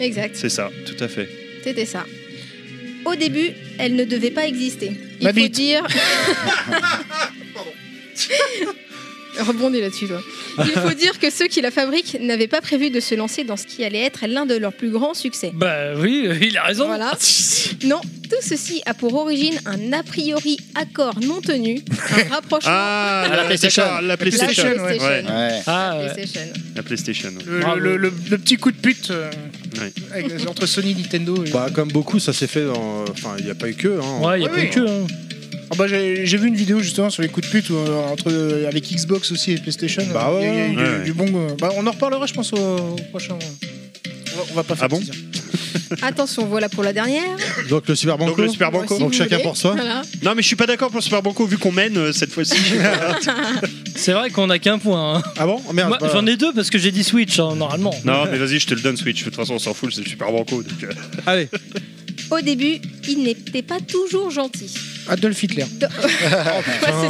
Ouais, Exact, c'est ça, tout à fait. c'était ça. Au début, elle ne devait pas exister. Il Ma faut bite. dire. Rebondez là-dessus, toi. Il faut dire que ceux qui la fabriquent n'avaient pas prévu de se lancer dans ce qui allait être l'un de leurs plus grands succès. Bah oui, euh, il a raison. Voilà. Non, tout ceci a pour origine un a priori accord non tenu, un rapprochement Ah, la PlayStation. d'accord, La de la PlayStation. PlayStation, PlayStation. ouais. Ouais. Ah, ouais. PlayStation. La PlayStation. ouais. Le, Bravo. le- le- le petit coup de pute euh, Ouais. avec- entre Sony, Nintendo. Et... Bah, comme beaucoup, ça s'est fait dans. Enfin, il n'y a pas eu que. Hein. Ouais, il y a Oui, plus oui. que. hein. Ah bah, j'ai j'ai vu une vidéo justement sur les coups de pute où, euh, entre euh, avec Xbox aussi et PlayStation. Bah euh, ouais, il y a- il y a eu ouais, du- ouais. du, bon. euh, bah, on en reparlera, je pense, au, au prochain. euh, On va, on va pas faire. Ah bon de teaser. Attention, voilà pour la dernière. Donc le Super Banco. Donc le Super Moi, Banco. si Donc vous chacun voulez. pour soi. Voilà. Non, mais je suis pas d'accord pour Super Banco vu qu'on mène euh, cette fois-ci. C'est vrai qu'on a qu'un point. hein. Ah bon Merde. Moi, bah, J'en ai deux parce que j'ai dit Switch hein, normalement. non, mais vas-y, je te le donne Switch. De toute façon, on s'en fout, c'est le Super Banco. donc, euh, Allez. Au début, il n'était pas toujours gentil. Adolf Hitler.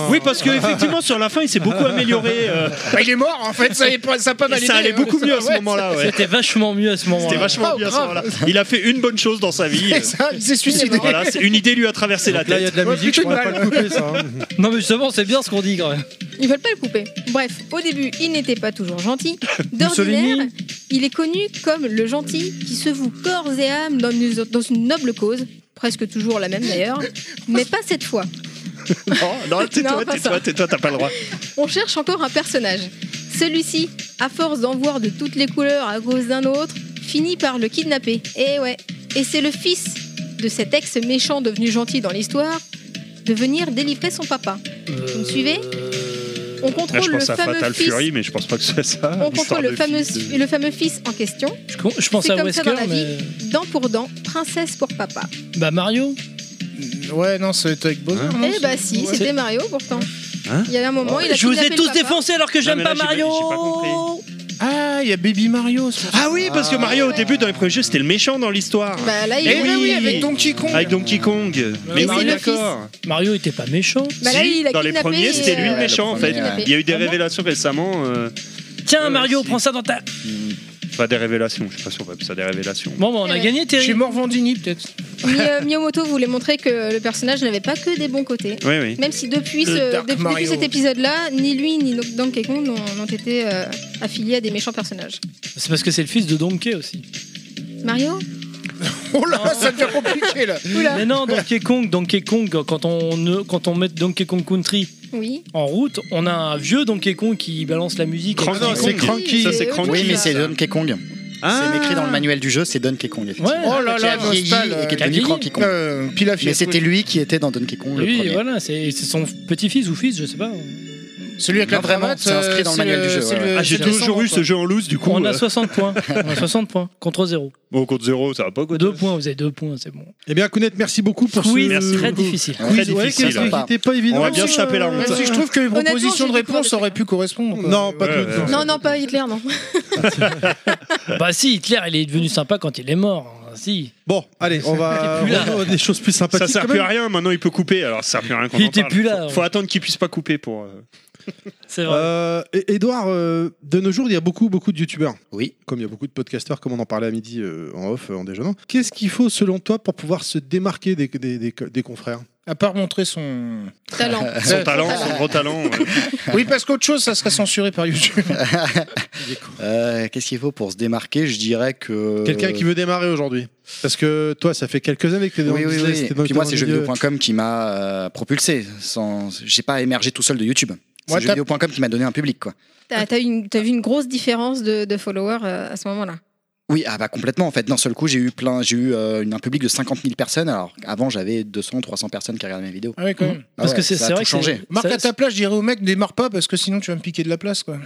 Oui, parce que effectivement, sur la fin, il s'est beaucoup amélioré. euh, Bah, il est mort en fait, ça, est pas- ça a pas mal ça allait aidé, hein. beaucoup mieux à ce Ouais, moment-là. Ouais. C'était vachement mieux à ce moment-là. C'était vachement Oh, bien à ce grave. moment-là. Il a fait une bonne chose dans sa vie. euh, c'est ça, il s'est suicidé. Voilà, c'est- une idée lui a traversé la Donc là, il y a tête. de la Ouais, musique, je putain, pourrais pas le couper ça. hein. Non mais justement, c'est bien ce qu'on dit quand même. Ils veulent pas le couper. Bref, au début, il n'était pas toujours gentil. D'ordinaire, Mussolini. il est connu comme le gentil qui se voue corps et âme dans une, dans une noble cause, presque toujours la même d'ailleurs, mais pas cette fois. Non, non, Non, tais-toi, pas tais-toi, ça. tais-toi, t'as pas le droit. On cherche encore un personnage. Celui-ci, à force d'en voir de toutes les couleurs à cause d'un autre, finit par le kidnapper. Et ouais, et c'est le fils de cet ex méchant devenu gentil dans l'histoire de venir délivrer son papa. Euh, Vous me suivez On Euh, Là, contrôle je le pense à fameux Fatal fils. Fury, mais je pense pas que ce soit ça. On l'histoire contrôle le de fameux, fils de- le fameux fils en question, Je, con- je pensais C'est à comme ça dans Wesker, la vie. mais dent pour dent, princesse pour papa. bah Mario. Ouais, non, c'est avec Bowser. non, Eh c'est- bah si, Mmh. ouais. c'était Mario pourtant. Hein il y a un moment, il a je vous ai kidnappé le tous papa. défoncés alors que j'aime mais là, pas j'ai pas- Mario. j'ai pas compris. Ah, il y a Baby Mario. c'est pour ça. Ah oui, parce que Mario, au ouais. début, dans les premiers jeux, c'était le méchant dans l'histoire. Bah là, il Eh Eh bah oui. oui, avec Donkey Kong. Avec Donkey Kong. Mais c'est oui, le d'accord. Mario était pas méchant. Bah là, Si, il a dans les kidnappé, premiers, c'était lui euh, le méchant, en fait. premier, ouais. Il y a eu des Ah bon révélations récemment. euh, Tiens Ouais, Mario, si. prends ça dans ta. Enfin, des révélations. Je sais pas si on va appeler ça des révélations. Bon, on a Euh, gagné, Terry. Chez Morvandini, peut-être. Mi- euh, Miyamoto voulait montrer que le personnage n'avait pas que des bons côtés. Oui, oui. Même si depuis, Le ce- Dark depuis- depuis Mario. cet épisode-là, ni lui ni No- Donkey Kong n'ont n'ont été euh, affiliés à des méchants personnages. C'est parce que c'est le fils de Donkey aussi. Mario Oh là, ça devient compliqué là. Mais non, Donkey Kong, Donkey Kong, quand on, quand on met Donkey Kong Country Oui. en route, on a un vieux Donkey Kong qui balance la musique. Cranky, Ah non, c'est Cranky. Ça, c'est Cranky. Oui, mais c'est Donkey Kong. Ah. C'est écrit dans le manuel du jeu, c'est Donkey Kong. effectivement. Ouais, Oh là qui là, a vieilli Nostal, et qui est euh, qui a devenu vieilli. Cranky Kong. Euh, puis la mais fièvre, c'était oui. lui qui était dans Donkey Kong le Oui, premier. voilà, c'est c'est son petit-fils ou fils, je sais pas. Celui avec la Non, vraiment, cravate, c'est inscrit euh, dans le manuel c'est du jeu, le- ouais, c'est ouais. le- Ah, j'ai c'est toujours décembre, eu ce jeu en loose, du coup. On a euh, 60 points. On a 60 points contre 0. Bon, contre 0, ça va pas, quoi. 2 points, vous avez 2 points, c'est bon. Eh bien, Kounet, merci beaucoup pour Quiz ce très difficile. Quiz, Très ouais, difficile, quiz ouais. qui n'était pas évident. On va bien se taper la honte. Même si je trouve que les Honnêtement, propositions de j'ai découvert réponse auraient pu correspondre. quoi. Non, pas Ouais, de. ouais. non. Non, non, pas Hitler, non. Bah si, Hitler, il est devenu sympa quand il est mort. hein, Si. Bon, allez, on va. T'es plus là. on va- Des choses plus sympathiques. Ça sert quand plus même. à rien, maintenant il peut couper, alors ça sert plus à rien quand Il on en était parle. plus là, Faut, ouais. faut attendre qu'il puisse pas couper pour. euh, C'est vrai. Euh, et- Edouard, euh, de nos jours, il y a beaucoup, beaucoup de youtubeurs. Oui. Comme il y a beaucoup de podcasteurs, comme on en parlait à midi euh, en off, euh, en déjeunant. Qu'est-ce qu'il faut, selon toi, pour pouvoir se démarquer des, des, des, des confrères À part montrer son Talent. Son talent, son gros talent. euh, ouais. Oui, parce qu'autre chose, ça serait censuré par YouTube. Euh, Qu'est-ce qu'il faut pour se démarquer Je dirais que. Quelqu'un qui veut démarrer aujourd'hui Parce que toi, ça fait quelques années que t'es dans Oui, le oui, business. oui. t'es dans- Puis moi, dans c'est le milieu. jeuxvideo.com qui m'a euh, propulsé. Sans... J'ai pas émergé tout seul de YouTube. Moi, C'est t'as- jeuxvideo.com qui m'a donné un public, quoi. T'as t'as eu une- t'as vu une grosse différence de, de followers euh, à ce moment-là. Oui, ah bah complètement en fait. D'un seul coup, j'ai eu plein, j'ai eu euh, une- un public de 50 000 personnes. Alors avant, j'avais 200, 300 personnes qui regardaient mes vidéos. Ah oui, quand même. Parce ouais, que c'est ça a c'est tout vrai que changé. c'est- Marc, ça- à ta place, je dirais au mec, démarre pas parce que sinon tu vas me piquer de la place. Quoi.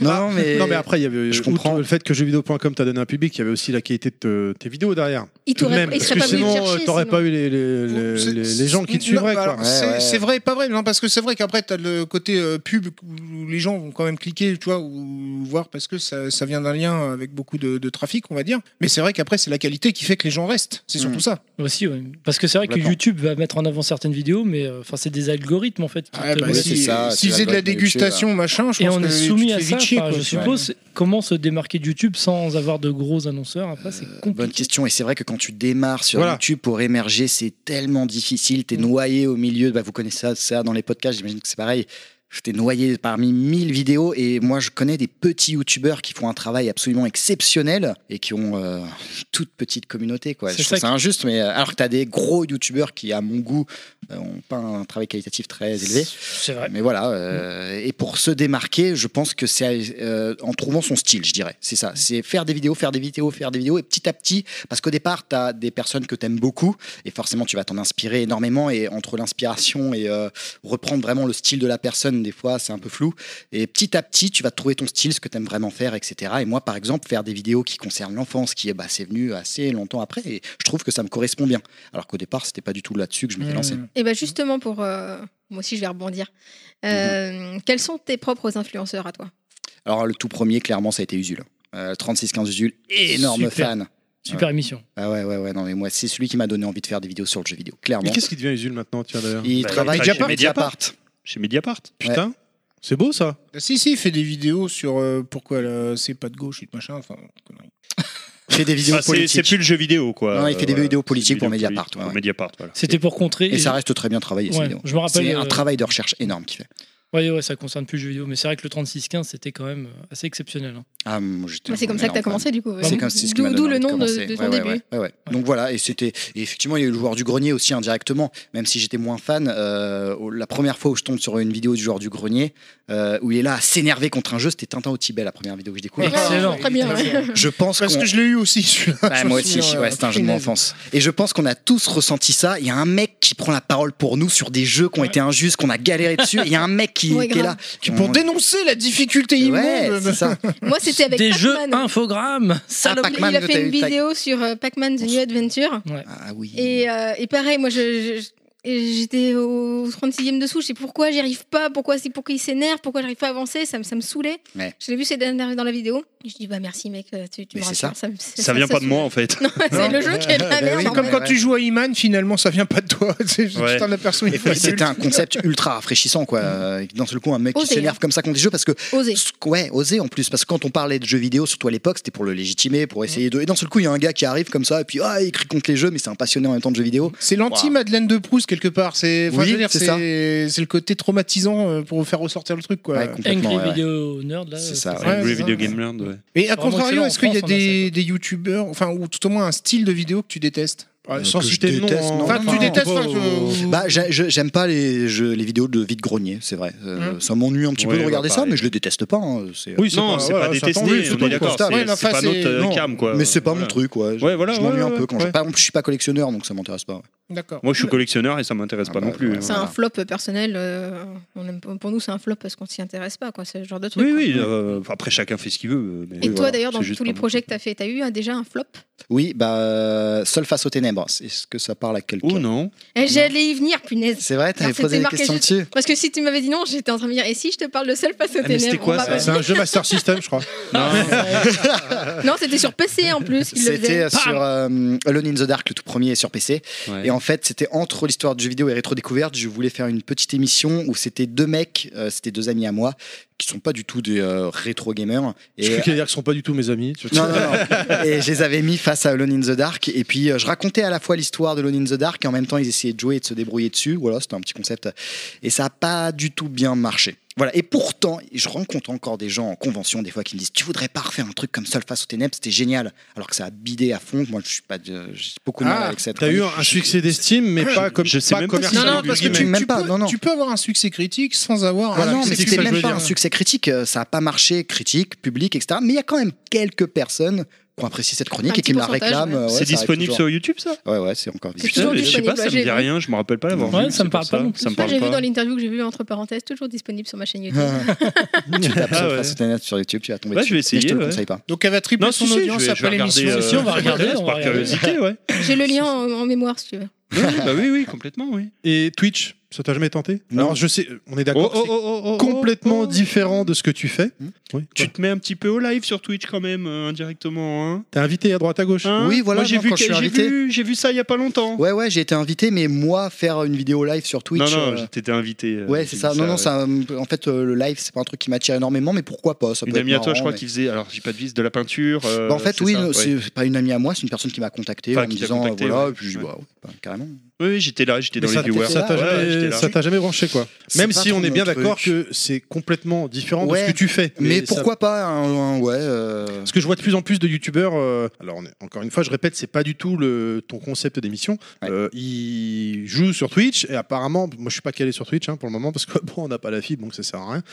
Non mais, Non, mais après, il y avait Je outre comprends. le fait que jeuxvideo.com t'a donné un public, il y avait aussi la qualité de te- tes vidéos derrière. Il Tout de t'aurait- même, il parce serait que pas venu te sinon, euh, chercher, t'aurais sinon. pas eu les, les- les- C'est- les- les gens qui te Non, suivraient. bah quoi. alors, c'est Ouais, ouais, c'est ouais. vrai et pas vrai, non, parce que c'est vrai qu'après, tu as le côté euh, pub où les gens vont quand même cliquer, tu vois, ou voir parce que ça, ça vient d'un lien avec beaucoup de, de trafic, on va dire. Mais c'est vrai qu'après, c'est la qualité qui fait que les gens restent. C'est surtout Mm. ça. Euh, Aussi, ouais. Parce que c'est vrai que Complètement. YouTube va mettre en avant certaines vidéos, mais euh, enfin, c'est des algorithmes en fait. qui Ah, te bah, ouais, mettent- c'est si ça, si c'est c'est de la l'algorithme YouTube, dégustation, machin, je Et pense on que est tu te soumis à fais ça. vite chier, enfin, quoi. je suppose. Comment se démarquer de YouTube sans avoir de gros annonceurs Après, c'est Euh, Bonne compliqué. question. Et c'est vrai que quand tu démarres sur Voilà. YouTube pour émerger, c'est tellement difficile. Mm. T'es noyé au milieu. Bah, vous connaissez ça, ça dans les podcasts. J'imagine que c'est pareil. J'étais noyé parmi 1000 vidéos et moi je connais des petits youtubeurs qui font un travail absolument exceptionnel et qui ont euh, une toute petite communauté quoi. C'est Je ça trouve ça injuste mais euh, alors que t'as des gros youtubeurs qui à mon goût euh, ont pas un travail qualitatif très élevé. C'est vrai. Mais voilà, euh, et pour se démarquer, je pense que c'est euh, en trouvant son style, je dirais. C'est ça, c'est faire des vidéos, faire des vidéos, faire des vidéos, et petit à petit, parce qu'au départ, tu as des personnes que tu aimes beaucoup, et forcément, tu vas t'en inspirer énormément, et entre l'inspiration et euh, reprendre vraiment le style de la personne, des fois, c'est un peu flou. Et petit à petit, tu vas trouver ton style, ce que tu aimes vraiment faire, etc. Et moi, par exemple, faire des vidéos qui concernent l'enfance, qui bah, c'est venu assez longtemps après, et je trouve que ça me correspond bien. Alors qu'au départ, c'était pas du tout là-dessus que je m'étais Mm. lancé. Et bien Eh ben, justement, pour. euh, moi aussi, je vais rebondir. Euh, Quels sont tes propres influenceurs à toi Alors le tout premier, clairement, ça a été Usul. Euh, 36-15 Usul, énorme Super. fan. Super émission. Ah ouais, ouais, ouais, non mais moi, c'est celui qui m'a donné envie de faire des vidéos sur le jeu vidéo, Mais clairement. qu'est-ce qui devient Usul maintenant, tu vois, d'ailleurs Il Bah, travaille il chez travaille chez Mediapart. Chez Mediapart. Putain, c'est beau ça. Si, si, il fait des vidéos sur euh, pourquoi le- c'est pas de gauche et de machin. enfin, conneries. Il fait des vidéos Ah, c'est- c'est politiques. plus le jeu vidéo, quoi. Non, il fait des voilà. vidéos C'est politiques des pour vidéos Mediapart, politiques ouais. pour Mediapart, voilà. C'était pour contrer. Et ça reste très bien travaillé, ces Ouais, vidéos. je me rappelle, C'est un euh, travail de recherche énorme qu'il fait. Ouais, ouais, ça concerne plus le jeu vidéo, mais c'est vrai que le 36-15, c'était quand même euh, assez exceptionnel. hein. Ah, moi, j'étais Bah, C'est un comme ça que tu as énorme fan. commencé, du coup. C'est ouais. comme c'est ce qui D'où m'a d'où donné le envie nom de, commencer. de ton Ouais, ouais, début. ouais, ouais, ouais. Donc voilà, et c'était et effectivement il y a eu le joueur du grenier aussi indirectement, même si j'étais moins fan. euh, au- la première fois où je tombe sur une vidéo du joueur du grenier euh, où il est là à s'énerver contre un jeu, c'était Tintin au Tibet la première vidéo que je découvre. Excellent. Très bien. ouais. Je pense Parce qu'on- que je l'ai eu aussi, celui-là. Ouais, je me Bah, moi aussi, souviens, ouais, euh, c'est un jeu de mon punaise. enfance. Et je pense qu'on a tous ressenti ça. Il y a un mec qui prend la parole pour nous sur des jeux qui ont été injustes, qu'on a galéré dessus. Il y a un mec qui, Ouais, qui est grave. là. Qui pour On- dénoncer la difficulté immonde. Ouais, c'est ça. Moi, c'était avec Des jeux Pac-Man. infogrammes. Saloperie. Ah, Pac-Man, Il a de fait une Taï- Taï- vidéo sur euh, Pac-Man The New Adventure. Ah oui. Et, euh, et pareil, moi, je, je- et j'étais au 36e dessous, je sais pourquoi j'y arrive pas, pourquoi c'est pourquoi il s'énerve, pourquoi j'arrive pas à avancer, ça, me- ça me saoulait. Ouais. Je l'ai vu c'est dernière dans la vidéo. Je dis bah merci mec, euh, tu, tu Mais me c'est rassures, ça. me- Ça, vient pas de saoule. moi en fait. Non, c'est le jeu qui est de la Bah oui, merde. en comme fait. quand tu joues à Iman, finalement, ça vient pas de toi. C'est juste Ouais. un aperçu. Et puis, C'était un concept ultra rafraîchissant, quoi. Euh, D'un seul coup, un mec qui Oser, s'énerve hein. comme ça contre les jeux, parce que. Oser. Ouais, oser en plus, parce que quand on parlait de jeux vidéo, surtout à l'époque, c'était pour le légitimer, pour essayer de. Et d'un seul coup, il y a un gars qui arrive comme ça, et puis, ah, il crie contre les jeux, mais c'est un passionné en même temps de jeux vidéo. C'est l'anti-Madeleine de Proust, quelque part. C'est enfin, Oui, je veux dire, c'est c'est- ça. c'est le côté traumatisant euh, pour faire ressortir le truc. Quoi. Ouais, Angry complètement. ouais, ouais. Video Nerd, là. euh, C'est ça, ouais. Angry c'est ça. Video Game Learned, ouais. Et à Vraiment contrario, excellent, est-ce qu'il y a en France, on a des, des youtubeurs, enfin, ou tout au moins un style de vidéo que tu détestes Euh, Sans que je citer de nom, déteste, hein. non, Enfin, non, tu détestes. pas, enfin, euh, je- Bah, j'ai- je- j'aime pas les, jeux- les vidéos de vide grenier, c'est vrai. Euh, Ça m'ennuie un petit peu Mmh. Ouais, de regarder bah, ça, pareil. mais je le déteste pas. hein. C'est- Oui, c'est Non, pas- c'est ouais, pas ouais, ça détesté, tombe, oui, c'est on pas est d'accord, confortable. Ouais, c'est non, c'est pas enfin, notre c'est- euh, cam quoi. Mais c'est pas Voilà. mon truc, ouais. Je- Ouais, voilà, je m'ennuie ouais, un ouais, peu quand ouais. je- Par exemple, je suis pas collectionneur, donc ça m'intéresse pas. ouais. D'accord. Moi je suis collectionneur et ça m'intéresse Ah pas bah, non plus. ouais. C'est Voilà. un flop personnel. euh, on aime- pour nous, c'est un flop parce qu'on s'y intéresse pas, quoi. C'est ce genre de truc. Oui, quoi. oui, euh, après chacun fait ce qu'il veut. mais- Et toi, voilà, d'ailleurs, c'est dans juste tous les pas mon projets que t'as fait, t'as eu hein, déjà un flop Oui, bah, euh, Seul face aux ténèbres. Est-ce que ça parle à quelqu'un Oh non Eh, J'allais y venir, punaise. C'est vrai, t'avais Alors, posé c'était des marqué questions juste- dessus. Parce que si tu m'avais dit non, j'étais en train de me dire, et si je te parle de seul face aux Ah, mais c'était ténèbres quoi, on va ça pas- C'est un jeu Master System, je crois. Non, c'était sur PC en plus. qu'il le faisait. C'était sur euh, Alone in the Dark, le tout premier sur PC. Ouais. Et en fait, c'était entre l'histoire du jeu vidéo et rétro découverte. Je voulais faire une petite émission où c'était deux mecs, euh, c'était deux amis à moi, qui sont pas du tout des euh, rétro gamers. Je Et euh, crois qu'il y a qui sont pas du tout mes amis. Non, non, non. Et je les avais mis face à Alone in the Dark. Et puis, euh, je racontais à la fois l'histoire de Alone in the Dark et en même temps, ils essayaient de jouer et de se débrouiller dessus. Voilà, c'était un petit concept. Et ça n'a pas du tout bien marché. Voilà. Et pourtant, je rencontre encore des gens en convention, des fois, qui me disent Tu voudrais pas refaire un truc comme Seul face aux ténèbres C'était génial. Alors que ça a bidé à fond. Moi, je suis pas. de- J'ai beaucoup de mal Ah, avec cette. T'as eu un succès d'estime, mais pas comme je sais pas même pas si- Non, commercial. non, entre parce que guillemets. tu, Même tu pas, peux, non, non. tu peux avoir un succès critique sans avoir Ah un non, mais succès critique, c'était ça, je même veux pas dire. un succès critique, euh, ça n'a pas marché, critique, public, etc. Mais il y a quand même quelques personnes qui ont apprécié cette Un chronique et petit qui me la pourcentage, réclament. ouais. euh, ouais, ça C'est arrive disponible toujours. sur YouTube ça Ouais, ouais, c'est encore C'est visible. toujours Je sais disponible, pas, ça ouais, me dit j'ai vu. rien, je me rappelle pas l'avoir Ouais, vu, ça c'est me parle pour pas non plus. Ça me Moi, parle j'ai vu dans pas. l'interview que j'ai vu entre parenthèses, toujours disponible sur ma chaîne YouTube. tu tapes Ah Seul ouais. face aux ténèbres sur YouTube, tu vas tomber Ouais, dessus. je vais Mais essayer, te le ouais. conseille pas. Donc elle va tripler Non, son si, si, audience je vais- je vais après l'émission. regarder, Si, on va euh, regarder, on va par regarder. curiosité, ouais. J'ai le lien en, en mémoire si tu veux. Oui, oui, bah oui, oui, complètement, oui. Et Twitch, ça t'a jamais tenté Non. Alors je sais, on est Oh, d'accord. c'est complètement différent de ce que tu fais. Oui. Tu te mets un petit peu au live sur Twitch quand même, euh, indirectement. Hein T'es invité à droite à gauche. Hein Oui, voilà, Moi, j'ai moi, vu, quand je que- suis j'ai invité. vu, j'ai vu ça il y a pas longtemps. Ouais, ouais, j'ai été invité, mais moi, faire une vidéo live sur Twitch. non, non, euh, t'étais invité. euh, Ouais, j'ai c'est vu ça. Non, non, ouais. ça, euh, en fait, euh, le live, c'est pas un truc qui m'attire énormément, mais pourquoi pas ça peut Une être amie à toi, marrant, je crois, mais- qui faisait. Alors, j'ai pas de vis, de la peinture. euh, Bah, en fait, c'est oui, ça, non, ouais. c'est c'est pas une amie à moi, c'est une personne qui m'a contacté Enfin, en me qui t'a disant, contacté, voilà, ouais. et puis je dis, bah, ouais, bah, carrément. Oui, oui, j'étais là, j'étais Mais dans ça les t'a- viewers. ça Ça t'a Ouais, jamais, j'étais là. ça t'a jamais branché quoi. C'est Même pas si trop on est mon bien d'accord truc. que c'est complètement différent Ouais. de ce que tu fais. Mais ça- pourquoi pas hein, un, un- ouais. euh, Parce que je vois de plus en plus de youtubeurs. euh, alors, on est- encore une fois, je répète, c'est pas du tout le, ton concept d'émission. Ouais. Euh, ils jouent sur Twitch et apparemment, moi je suis pas calé sur Twitch hein, pour le moment parce que bon, on n'a pas la fibre donc ça sert à rien.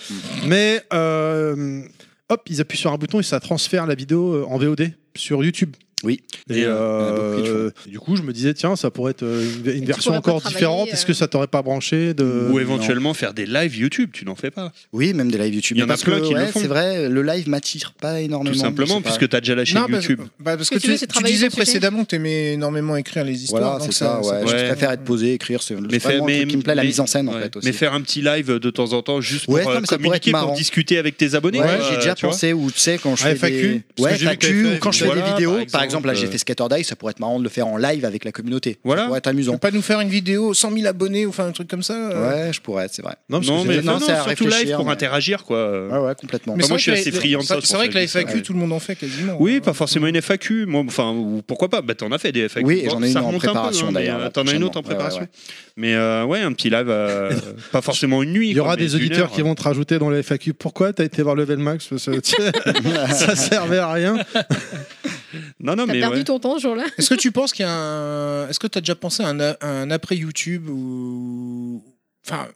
Mais euh, hop, ils appuient sur un bouton et ça transfère la vidéo euh, en VOD sur YouTube. Oui. Et, Et, euh, euh, beaucoup de gens. et du coup, je me disais, tiens, ça pourrait être euh, une, une tu version pourrais pas encore travailler, différente. Est-ce que euh, ça t'aurait pas branché de... euh, Ou éventuellement faire des lives YouTube, tu n'en fais pas. Oui, même des lives YouTube. Il y en Mais a parce que, plein qui le ouais, font. C'est vrai, le live m'attire pas énormément. Tout je simplement, sais pas. puisque t'as déjà lâché Non, bah, YouTube. bah, parce Ce que, que tu veux, tu, c'est tu travailler disais ton sujet. précédemment que t'aimais énormément écrire les histoires. Voilà, donc c'est ça, ouais. ça- Je ouais. préfère être posé, écrire, c'est Mais vraiment faire- un truc mais- qui me plaît, la mais- mise en scène, en Ouais. fait, aussi. Mais faire un petit live de temps en temps juste pour Ouais, euh, non, mais ça pourrait communiquer, être pour marrant. discuter avec tes abonnés. Ouais, quoi, j'ai déjà tu vois. pensé ou tu sais quand je À fais FAQ, des parce ouais, que j'ai vu que FAQ t'avais ou quand je fais fait- des voilà, vidéos par par exemple, exemple, là euh, j'ai fait Scatter Die ça pourrait être marrant de le faire en live avec la communauté Voilà. ça pourrait être Tu amusant veux pas nous faire une vidéo aux 100 000 abonnés ou faire un truc comme ça euh ouais je pourrais c'est vrai Non, parce Non, que mais j'ai- non, non, c'est à surtout live réfléchir, pour hein, mais- interagir, quoi. ouais ouais complètement Enfin, Mais moi, c'est vrai je suis que assez la- friand de ça, C'est pour vrai ça que la que je dis ça, FAQ, ouais. tout le monde en fait quasiment. Oui, pas forcément une FAQ, moi, enfin, ou pourquoi pas, bah, t'en as fait des FAQ. Oui, et Bon, j'en ai une ça en remonte un peu, préparation, hein, mais, d'ailleurs, euh, T'en as une autre en prochainement. Ouais, préparation. ouais, Mais euh, ouais, un petit live, euh, pas forcément une nuit. Il y aura quoi, mais des une auditeurs heure. qui vont te rajouter dans les FAQ. Pourquoi t'as été voir Level Max Parce que, tu- Ça servait à rien. Non, non, T'as Ah, mais perdu ouais. ton temps ce jour-là Est-ce que tu penses qu'il y a un. Est-ce que tu as déjà pensé à un, a- un après YouTube ou. Enfin,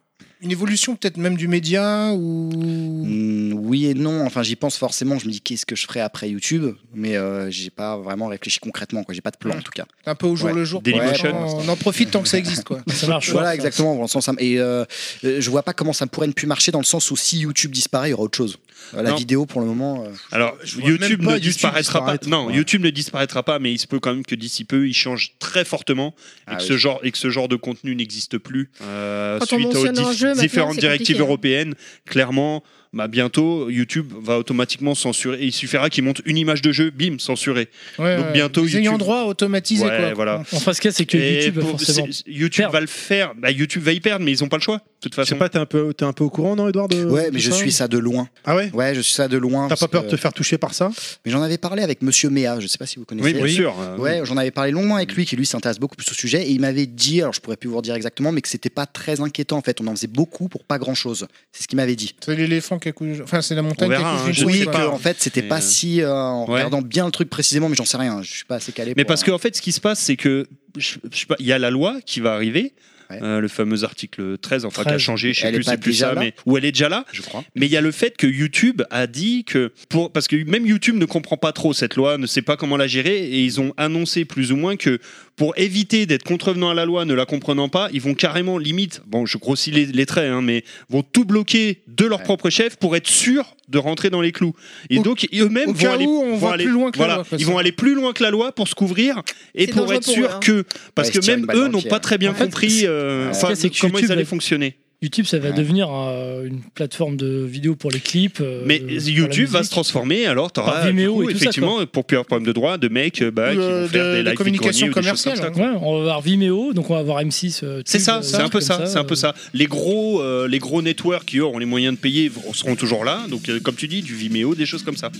une évolution peut-être même du média ou. Hmm, oui et non enfin j'y pense forcément je me dis qu'est-ce que je ferais après YouTube mais euh, j'ai pas vraiment réfléchi concrètement quoi j'ai pas de plan en tout cas Un peu au jour Ouais. le jour. Dailymotion. on, on en profite tant que ça existe, quoi. Ça marche. voilà fort, ça. exactement dans le sens et euh, euh, je vois pas comment ça pourrait ne plus marcher dans le sens où si YouTube disparaît il y aura autre chose Euh, La Non. vidéo, pour le moment. euh, Alors, je vois YouTube même pas ne YouTube disparaîtra pas. disparaître. Non, Ouais. YouTube ne disparaîtra pas, mais il se peut quand même que d'ici peu, il change très fortement et, Ah que, oui. ce genre, et que ce genre de contenu n'existe plus. euh, Quand on suite aux mentionne un dif- jeu, maintenant, différentes c'est directives compliqué. hein. européennes, clairement, bah, bientôt, YouTube va automatiquement censurer. Et il suffira qu'il monte une image de jeu, bim, censuré. Ouais, Donc ouais. bientôt, Les YouTube. ayants droit automatisés, Ouais, quoi. voilà. Enfin, ce qu'il y a, c'est que Et YouTube va pour- forcément c'est- YouTube va le faire. Bah, YouTube va y perdre, mais ils n'ont pas le choix. De toute Je sais façon. pas, t'es un, peu- t'es un peu au courant, non, Edouard de- Ouais, de mais je suis ça de loin. Ah ouais Ouais, je suis ça de loin. T'as parce pas peur que- de te faire toucher par ça Mais j'en avais parlé avec Monsieur Méa, je sais pas si vous connaissez. Oui, bien sûr. Euh, Ouais, j'en avais parlé longuement avec lui, qui lui s'intéresse beaucoup plus au sujet, et il m'avait dit, alors je pourrais plus vous redire exactement, mais que c'était pas très inquiétant en fait, on en faisait beaucoup pour pas grand chose. C'est ce qu'il m'avait dit. C'est l'éléphant qui a coulé. Enfin, c'est la montagne On verra, qui a coulé hein, je une sais Oui, source, pas. quoi. que en fait c'était Mais, pas euh, si euh, en ouais. regardant bien le truc précisément, mais j'en sais rien, je suis pas assez calé. Mais pour, parce euh, qu'en fait, ce qui se passe, c'est que je- je sais pas, il y a la loi qui va arriver. Ouais. euh, le fameux article 13, enfin, qui a 13. changé, je sais Elle est plus, pas c'est plus déjà ça, là mais où elle est déjà là. je crois. Mais il y a le fait que YouTube a dit que, pour, parce que même YouTube ne comprend pas trop cette loi, ne sait pas comment la gérer, et ils ont annoncé plus ou moins que pour éviter d'être contrevenant à la loi, ne la comprenant pas, ils vont carrément limite, bon, je grossis les, les traits, hein, mais vont tout bloquer de leur Ouais. propre chef pour être sûr de rentrer dans les clous. Et Au- donc eux-mêmes au vont cas aller, où, on vont va aller- plus loin que la voilà, loi, de toute ils vont façon. aller plus loin que la loi pour se couvrir et C'est pour dangereux être pour sûr eux, hein. que parce Ouais, se que tirer une même balle dans eux le n'ont pied, pas ouais. très bien En fait, compris euh, Ouais. enfin, Ce qu'il y a, c'est que comment YouTube ils allaient va- fonctionner. YouTube, ça va Ouais. devenir euh, une plateforme de vidéos pour les clips. euh, Mais pour la YouTube va musique. se transformer, alors tu Par auras Vimeo et tout ça, effectivement, pour plus avoir problème de droit, de mecs euh, bah, Ou, qui euh, vont faire de- des de live communication commerciale, hein. Ouais, on va avoir Vimeo, donc on va avoir M6. euh, C'est Tube, ça, euh, c'est un peu comme ça, c'est un peu euh, ça. Les gros, euh, les gros networks qui eux, ont les moyens de payer seront toujours là. Donc, euh, comme tu dis, du Vimeo, des choses comme ça.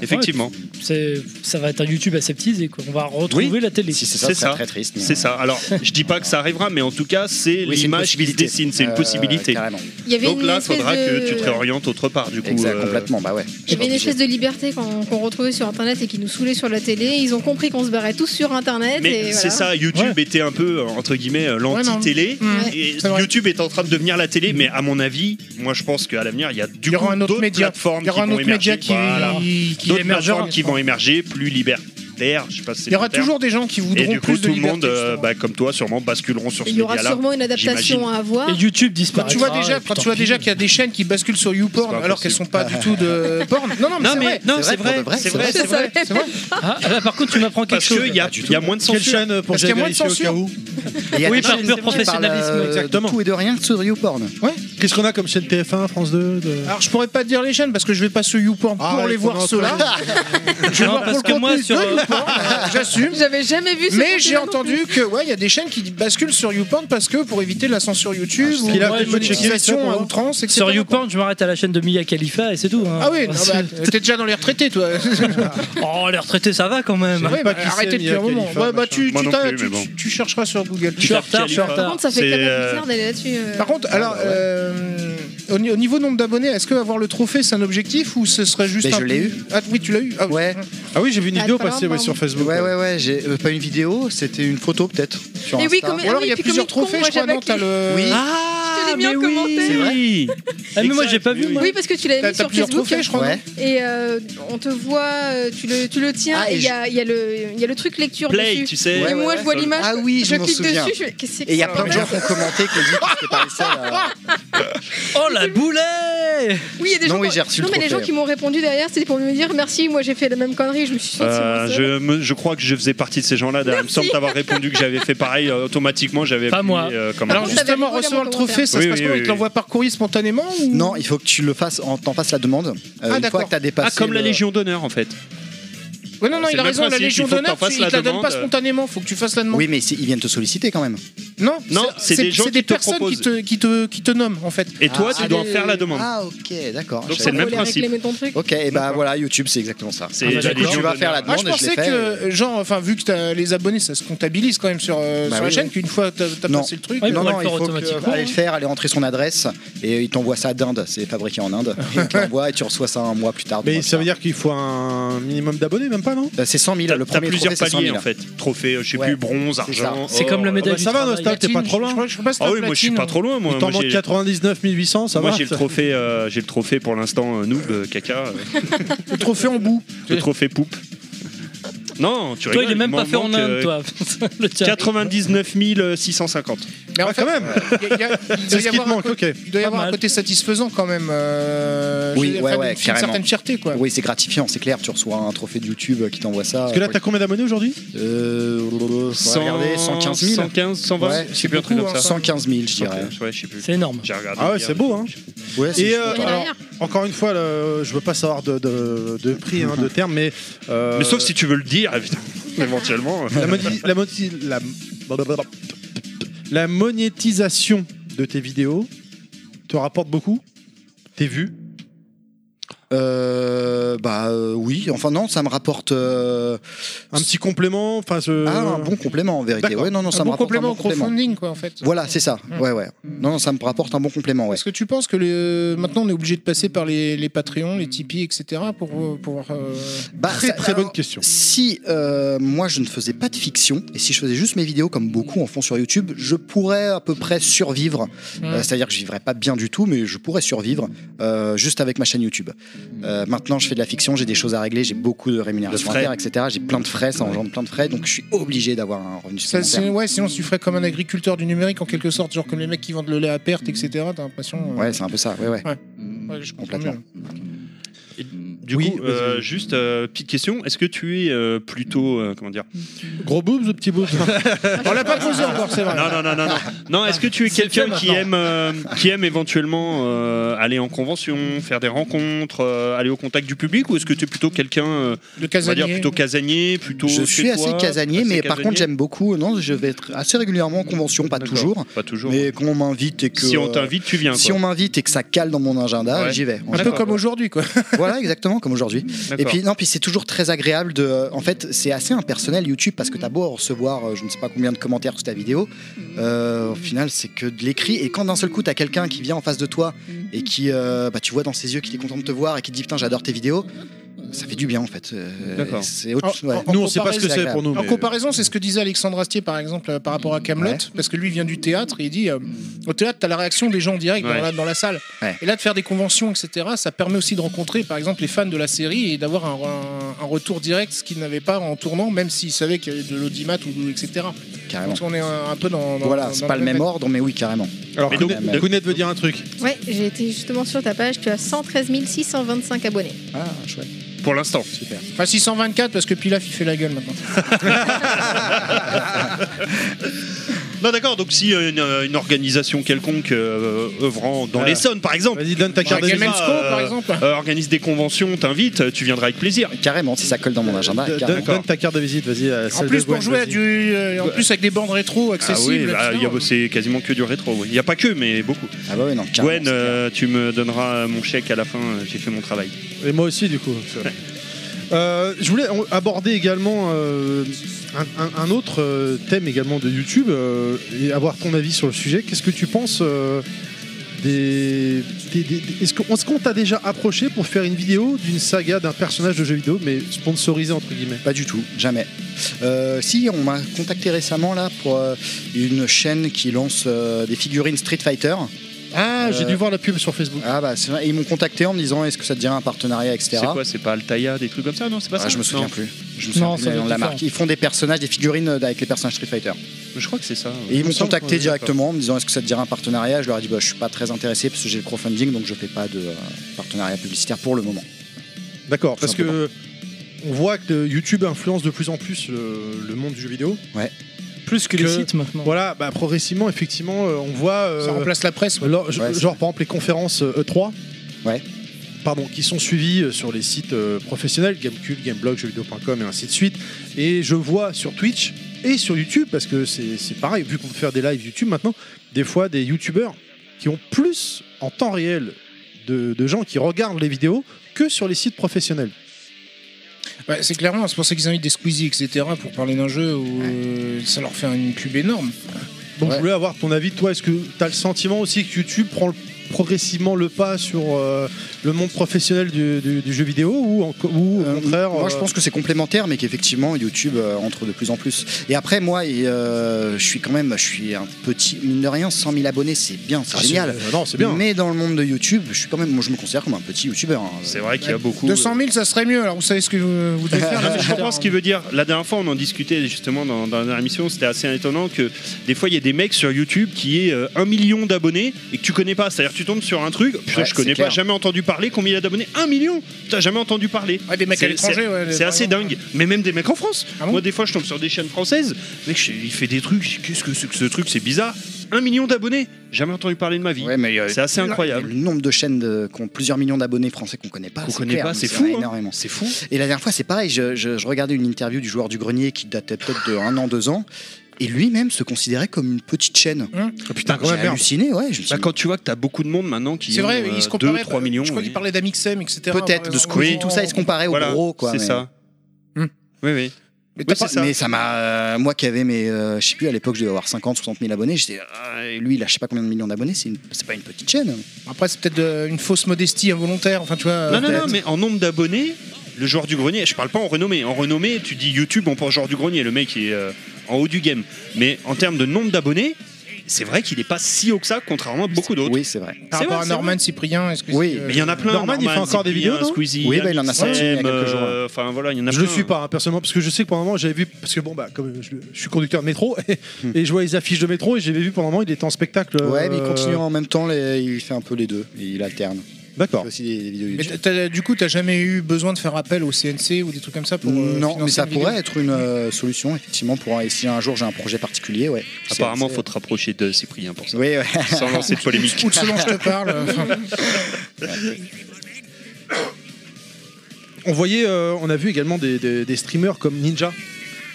Effectivement, Euh, c'est- Ça va être un YouTube aseptisé, quoi. On va retrouver Oui. la télé. Si c'est ça, C'est c'est ça. très triste. mais, c'est euh, ça. Alors, je dis pas que ça arrivera, mais en tout cas, c'est oui, c'est une l'image qui se possibilité. dessine, c'est une Euh, possibilité. carrément. Il y avait Donc une là, il espèce faudra de- que tu te réorientes autre part, du coup. Exact, euh, complètement, bah ouais. Il y avait une espèce de liberté qu'on qu'on retrouvait sur Internet et qui nous saoulait sur la télé. Ils ont compris qu'on se barrait tous sur Internet. Mais et c'est voilà. ça, YouTube était un peu, euh, entre guillemets, euh, l'anti-télé. Ouais, non. Ouais. Et C'est vrai. YouTube est en train de devenir la télé, mais à mon avis, moi je pense qu'à l'avenir, il y a du Il y aura coup un autre d'autres média. plateformes Il y aura qui un vont autre média émerger. qui, Voilà. qui, qui D'autres émergera. plateformes qui vont émerger, plus libertaires, je sais pas si c'est Il y aura le terme. toujours des gens qui Et voudront du coup, plus de tout le liberté. monde, euh, justement. bah, comme toi, sûrement basculeront sur Et ce Il y aura média-là. sûrement une adaptation j'imagine. à avoir. Et YouTube Ah, Quand disparaît. tu vois déjà, quand tu vois déjà qu'il y a des chaînes qui basculent sur YouPorn C'est pas alors qu'elles sont pas du tout de porn. Non, non, mais Non, c'est mais vrai. non, C'est vrai, c'est pour vrai, de vrai, c'est c'est vrai, vrai. c'est vrai. C'est vrai. Ah, là, par contre, tu m'apprends quelque Parce chose. qu'il y a il y a moins de Quelle censure. chaîne euh, pour Parce qu'il y a bien moins de vérifier au cas censure. où Et il y a Oui, des par chaînes pur qui parlent, euh, professionnalisme, exactement. De tout et de rien sur YouPorn. Qu'est-ce qu'on a comme chaîne TF1, France 2 de- Alors je pourrais pas te dire les chaînes parce que je vais pas sur YouPorn Ah, pour ouais, les faut voir en ceux-là. Je vais Non, voir parce pour que le moi, contenu sur, de euh, YouPorn, j'assume. J'avais jamais vu ce Mais j'ai contenu-là non plus. entendu que ouais, il y a des chaînes qui basculent sur YouPorn parce que pour éviter la censure YouTube Ah, ou qu'il a la peut-être ça, checké pour monétisation à voir. outrance, etc. Sur YouPorn, je m'arrête à la chaîne de Mia Khalifa et c'est tout. hein. Ah oui, non, bah, t'es déjà dans les retraités, toi. Oh, les retraités, ça va quand même. Ouais, bah, qui c'est, arrêtez depuis Mia un moment. Khalifa, Ouais, bah, tu, machin. tu, Moi t'as- non plus, tu- mais bon. tu- tu chercheras sur Google. Je suis en retard, je suis en Par retard. contre, ça fait C'est, quand même euh, bizarre d'aller là-dessus. euh. Par contre, Ah, alors, euh, au, ni- au niveau nombre d'abonnés, est-ce que avoir le trophée c'est un objectif ou ce serait juste Mais un Ben, je l'ai eu. Ah oui, tu l'as eu. Ah, oui. Ouais. Ah oui, j'ai vu une Ah, vidéo t'as pas passer ouais, vraiment- sur Facebook. Ouais, ouais, ouais, j'ai euh, pas une vidéo, c'était une photo peut-être. sur Et oui, Insta. comme- Ou alors Ah oui, il y a puis plusieurs comme les cons, trophées, moi, je crois. j'avais Non, t'as le. Oui. Je Ah, te l'ai mis en commentaire. C'est Ah, mais moi, j'ai pas vu. moi. Oui, parce que tu l'avais T'as mis t'as sur plusieurs Facebook. trophées, je crois. non Ouais. Et euh, on te voit, euh, tu le, tu le tiens, Ah, et et il y, a, il y a le- il y a le truc lecture Play, dessus. tu sais. et Ouais, ouais, moi, ouais. je vois l'image. Ah oui, je je m'en clique souviens. dessus. Je... fais, Qu'est-ce que c'est Et il y a que plein de ça gens qui ont commenté que je c'était pas les seuls à- Oh, la boulet Oui, il y a des Non, gens. oui, qui- j'ai reçu non, le mais les gens trophée. qui m'ont répondu derrière, c'était pour me dire merci. Moi, j'ai fait la même connerie. Je me suis sentie Euh, moins seule. je, me- je crois que je faisais partie de ces gens-là. Il me semble t'avoir répondu que j'avais fait pareil euh, automatiquement. J'avais Pas appuyé, moi. euh, comment- Alors Par contre, t'avais justement, rigolé recevoir en le trophée, ça commentaire. se Oui, passe oui, comment oui, Il te oui. l'envoie par courrier spontanément ou Non, il faut que tu le fasses, en- t'en fasses la demande. Euh, une d'accord. fois que t'as dépassé. Ah, comme la le- Légion d'honneur en fait. Ouais, non, non, C'est il a le raison. La principe, Légion il faut que d'honneur, t'en tu fasses il la te la donne demande. pas spontanément. Faut que tu fasses la demande. Oui, mais c'est- ils viennent te solliciter quand même. Non, Non, c'est des gens c'est des qui te personnes proposent. qui te, qui te qui te nomment en fait. Et toi, Ah, tu dois en allez. faire la demande. Ah, ok, d'accord. Donc Je c'est le savais même pas. Pour aller principe. réclamer ton truc. Ok, et bah voilà, YouTube, c'est exactement ça. C'est Ah, bah, la d'accord. Légion tu vas d'honneur. faire la Moi, demande je et je l'ai pensais fait. euh, que, genre, enfin, vu que t'as- les abonnés, ça se comptabilise quand même sur, euh, Bah sur la oui, chaîne, oui. qu'une fois que t'as- t'as Non. passé le truc. euh, Oui, non, pourrait non, le il faut faire que, automatiquement, aller hein. le faire, aller entrer son adresse et il t'envoie ça d'Inde. C'est fabriqué en Inde. Il te l'envoie et tu reçois ça un mois plus tard. deux Mais mois ça plus veut dire qu'il faut un minimum d'abonnés, même pas, non Ah tard. Euh, C'est 100 000. T'as Le t'as premier plusieurs trophée, c'est 100 paliers 000. en fait. Trophée, euh, je sais Ouais, plus, bronze, c'est ça. argent. C'est comme la or. euh, médaille bah, du ça va, travail. Nostal. T'es pas trop loin. Je crois- je sais pas si Ah t'as oui, moi je suis platine, pas trop loin. Moi, Il Moi, t'en manque j'ai- 99 800, ça moi, va j'ai le ça- trophée, euh, j'ai le trophée pour l'instant euh, noob, euh, caca, euh, Le trophée en bout. le trophée poupe. Non, tu Toi, rigoles, il est même m'en pas fait en manque, Inde, euh, toi. Le tien. 99 650. Mais en fait, Ah, quand même. il y a- il y a- il doit y avoir un côté- il doit y avoir un côté satisfaisant quand même. euh, je veux Oui, dire, ouais, enfin, ouais, une certaine carrément. fierté, quoi. Oui, c'est gratifiant, c'est clair. Tu reçois un trophée de YouTube euh, qui t'envoie ça. Parce que là, t'as combien d'abonnés aujourd'hui Euh, faudrait regarder, 115 000. 115, 120, Ouais, je sais plus, un truc comme hein. hein, ça. 115 000, je dirais. Ouais, je sais plus. C'est énorme. J'ai regardé. Ah ouais, hier. c'est beau, hein. Ouais, c'est Et chouette. euh, Il y en a alors, derrière. encore une fois, le- je veux pas savoir de, de- de prix, hein, de terme, mais. euh, Mais sauf si tu veux le dire, évidemment, Ah, éventuellement. euh. La, modi- la modi- la- blablabla. La monétisation de tes vidéos te rapporte beaucoup T'es vu Euh, bah euh, oui, enfin non, ça me rapporte euh, Un petit complément enfin, ce- Ah, un bon complément en vérité. Euh, D'accord. Ouais, non, non, Un ça un me bon rapporte complément un au bon complément. crowdfunding, quoi, en fait. Voilà, c'est ça. Ouais, ouais. Non, non, ça me rapporte un bon complément, ouais. Est-ce que tu penses que le... maintenant on est obligé de passer par les, les Patreons, les Tipeee, etc. pour euh, pouvoir. euh, très très bonne question. Si euh, moi je ne faisais pas de fiction et si je faisais juste mes vidéos comme beaucoup en font sur YouTube, je pourrais à peu près survivre. Euh, C'est-à-dire que je vivrais pas bien du tout, mais je pourrais survivre euh, juste avec ma chaîne YouTube. Euh, maintenant, je fais de la fiction, j'ai des choses à régler, j'ai beaucoup de rémunération à frais. faire, etc. J'ai plein de frais, ça engendre plein de frais, donc je suis obligé d'avoir un revenu ça, c'est- supplémentaire. ouais, sinon tu ferais comme un agriculteur du numérique en quelque sorte, genre comme les mecs qui vendent le lait à perte, etc. T'as l'impression. euh, Ouais, c'est un peu ça. Ouais, ouais. ouais, je comprends Complètement. mieux. Du coup, euh, juste euh, petite question, est-ce que tu es euh, plutôt euh, comment dire Gros boobs ou petit boobs On l'a pas posé encore, c'est vrai. Non non non non non. Non, est-ce que tu es quelqu'un qui aime euh, qui aime éventuellement euh, aller en convention, faire des rencontres, euh, aller au contact du public ou est-ce que tu es plutôt quelqu'un euh, on De va casanier. dire plutôt casanier, plutôt Je chez suis assez toi, casanier, assez mais par contre casanier j'aime beaucoup. Non, je vais être assez régulièrement en convention, pas toujours. Pas toujours. Mais qu'on m'invite et que. Si on t'invite, tu viens, Si quoi. on m'invite et que ça cale dans mon agenda, Ouais. j'y vais. Un peu D'accord. comme aujourd'hui, quoi. voilà, exactement, comme aujourd'hui. Et D'accord. puis, non, puis c'est toujours très agréable de. euh, En fait, c'est assez impersonnel YouTube parce que t'as beau recevoir euh, je ne sais pas combien de commentaires sur ta vidéo. euh, au final, c'est que de l'écrit. Et quand d'un seul coup, t'as quelqu'un qui vient en face de toi et qui. euh, bah, tu vois dans ses yeux qu'il est content de te voir et qui te dit putain, j'adore tes vidéos. Ça fait du bien en fait. Euh, D'accord. c'est autre- En- ouais. en- en comparaison- En comparaison, c'est ce que disait Alexandre Astier par exemple euh, par rapport à Camelot, parce que lui vient du théâtre et il dit euh, au théâtre, t'as la réaction des gens en direct Ouais. dans, la, dans la salle. Ouais. Et là, de faire des conventions, etc., ça permet aussi de rencontrer par exemple les fans de la série et d'avoir un, un- un retour direct, ce qu'ils n'avaient pas en tournant, même s'ils savaient qu'il y avait de l'audimat ou etc. Carrément. Donc on est un, un peu dans. dans- Ah Voilà, dans- c'est dans pas le même ordre, mais oui, carrément. Alors, Mais Kounet donc- Kounet veut dire un truc. Ouais, j'ai été justement sur ta page, tu as 113 625 abonnés. Ah, chouette. Pour l'instant. Super. Enfin, 624 parce que Pilaf il fait la gueule maintenant. Non d'accord, donc si euh, une, euh, une organisation quelconque euh, œuvrant dans Ouais. les Sons par exemple, Vas-y, donne ta carte de visite. euh, euh, organise des conventions, t'invite, tu viendras avec plaisir. Carrément, si ça colle dans mon agenda. Donne- carrément. Donne ta carte de visite, vas-y. à la En salle plus de pour Gwen, jouer à vas-y. du, euh, en plus avec des bandes Ah rétro oui, accessibles. bah, il y a- c'est quasiment que du rétro. oui. Il n'y a pas que, mais beaucoup. Ah bah oui, non, carrément, Gwen, euh, tu me donneras mon chèque à la fin, euh, j'ai fait mon travail. Et moi aussi, du coup. Euh, je voulais on- aborder également euh, un, un- un autre euh, thème également de YouTube euh, et avoir ton avis sur le sujet. Qu'est-ce que tu penses euh, des, des- des- des- Est-ce qu'on est-ce qu'on t'a déjà approché pour faire une vidéo d'une saga d'un personnage de jeu vidéo, mais sponsorisé entre guillemets Pas du tout, jamais. Euh, si, on m'a contacté récemment là pour euh, une chaîne qui lance euh, des figurines Street Fighter. Ah, j'ai Euh, dû voir la pub sur Facebook. Ah bah c'est vrai. Et ils m'ont contacté en me disant est-ce que ça te dirait un partenariat, etc. C'est quoi C'est pas Altaïa, des trucs comme ça Non, c'est pas ça Ah, je me souviens Non. plus. Je me souviens plus ça du doit nom de être la différent. marque. Ils font des personnages, des figurines euh, avec les personnages Street Fighter. Je crois que c'est ça. ouais. Et ils m'ont Il me semble, contacté ouais, directement en me disant est-ce que ça te dirait un partenariat Je leur ai dit bah, je suis pas très intéressé parce que j'ai le crowdfunding donc je fais pas de euh, partenariat publicitaire pour le moment. D'accord, Tout parce que on voit que euh, YouTube influence de plus en plus le, le monde du jeu vidéo. Ouais. Plus que, les sites, maintenant. Voilà, bah, progressivement, effectivement, euh, on voit. euh, Ça remplace la presse. ouais. alors, je- Ouais, genre, par exemple, les conférences euh, E3. Ouais. Pardon, qui sont suivies euh, sur les sites euh, professionnels, Gamecube, Gameblog, jeuxvideo.com et ainsi de suite. Et je vois sur Twitch et sur YouTube, parce que c'est c'est pareil, vu qu'on peut faire des lives YouTube maintenant, des fois des YouTubeurs qui ont plus en temps réel de, de gens qui regardent les vidéos que sur les sites professionnels. Ouais, Bah, c'est clairement, c'est pour ça qu'ils invitent des Squeezie, etc. pour parler d'un jeu où euh, ça leur fait une pub énorme. Donc je voulais avoir ton avis, toi, est-ce que tu as le sentiment aussi que YouTube prend le progressivement le pas sur euh, le monde professionnel du, du- du jeu vidéo ou, en- ou au contraire Moi, euh, je pense que c'est complémentaire, mais qu'effectivement, YouTube euh, entre de plus en plus. Et après, moi, et, euh, je suis quand même, je suis un petit, mine de rien, 100 000 abonnés, c'est bien, c'est Ah, c'est- génial. euh, non, c'est bien. Mais dans le monde de YouTube, je suis quand même, moi, je me considère comme un petit YouTuber. hein. C'est vrai qu'il y a beaucoup. euh, 200 000, ça serait mieux. Alors, vous savez ce que vous, vous devez faire Non, là, mais je c'est comprends clair. ce qu'il veut dire. La dernière fois, on en discutait justement dans, dans la dernière émission. C'était assez étonnant que des fois, il y a des mecs sur YouTube qui aient euh, un million d'abonnés et que tu connais pas. C'est-à-dire, tu tombes sur un truc, putain, Ouais, je connais c'est pas, clair. jamais entendu parler. Combien il a d'abonnés Un million T'as jamais entendu parler. des mecs à C'est- l'étranger, c'est- ouais, C'est par assez dingue. Mais même des mecs en France. Moi, des fois, je tombe sur des chaînes françaises. Mec, je- il fait des trucs. je dis, Qu'est-ce que c'est que ce truc C'est bizarre. Un million d'abonnés Jamais entendu parler de ma vie. c'est assez Le- incroyable. Le nombre de chaînes de, qui ont plusieurs millions d'abonnés français qu'on connaît pas. Qu'on c'est connaît clair, pas, mais c'est fou, hein. Énormément. C'est fou. Et la dernière fois, c'est pareil. Je, je- je regardais une interview du joueur du grenier qui datait peut-être de un an, deux ans. Et lui-même se considérait comme une petite chaîne. putain, Ah, Bah, quand j'ai même, merde. halluciné, ouais. Je me suis Bah, quand tu vois que t'as beaucoup de monde maintenant qui C'est vrai, ont, euh, il se 2, comparait. 3 millions. Je crois oui. qu'il parlait d'Amixem, etc. Peut-être, de Squeezie, tout ça, il se comparait au gros, quoi, C'est mais- ça. Oui, oui. Mais, Oui, c'est ça. mais ça m'a. euh, moi qui avais mes. euh, je sais plus, à l'époque, je devais avoir 50, 60 000 abonnés. J'étais. Ah, euh, lui, il a je sais pas combien de millions d'abonnés. C'est une- c'est pas une petite chaîne. Après, c'est peut-être euh, une fausse modestie involontaire. Enfin, tu vois. Non, non, peut-être. non, mais en nombre d'abonnés, le joueur du grenier, je parle pas en renommée. En renommée, tu dis YouTube, on pense joueur du grenier, le mec est euh, en haut du game. Mais en termes de nombre d'abonnés, c'est vrai qu'il est pas si haut que ça, contrairement à beaucoup d'autres. Oui, c'est vrai. Par rapport à Norman Cyprien, est-ce que Oui, c'est, euh, Mais il y en a plein. Norman, il fait encore des Cyprien, vidéos, non Squeezie, Oui, bah, il en a Alex sorti il y a Sam, quelques jours, euh, Enfin voilà, il y en a je plein. le suis pas hein, personnellement parce que je sais que pendant un moment j'avais vu parce que bon bah comme je, je suis conducteur de métro et, je vois les affiches de métro et j'avais vu pendant un moment il était en spectacle Ouais, mais il euh, continue en même temps, les- il fait un peu les deux. Il alterne. D'accord. Il fait aussi des, des vidéos Mais YouTube. t'as- t'as- du coup, t'as jamais eu besoin de faire appel au CNC ou des trucs comme ça pour. euh, non, financer mais ça une vidéo pourrait être une euh, solution, effectivement, pour un- si un jour j'ai un projet particulier, ouais. Apparemment, faut te rapprocher de Cyprien pour ça. Oui, ouais. Sans lancer de polémique. Ou de selon je te parle. enfin. on voyait, euh, on a vu également des, des- des streamers comme Ninja.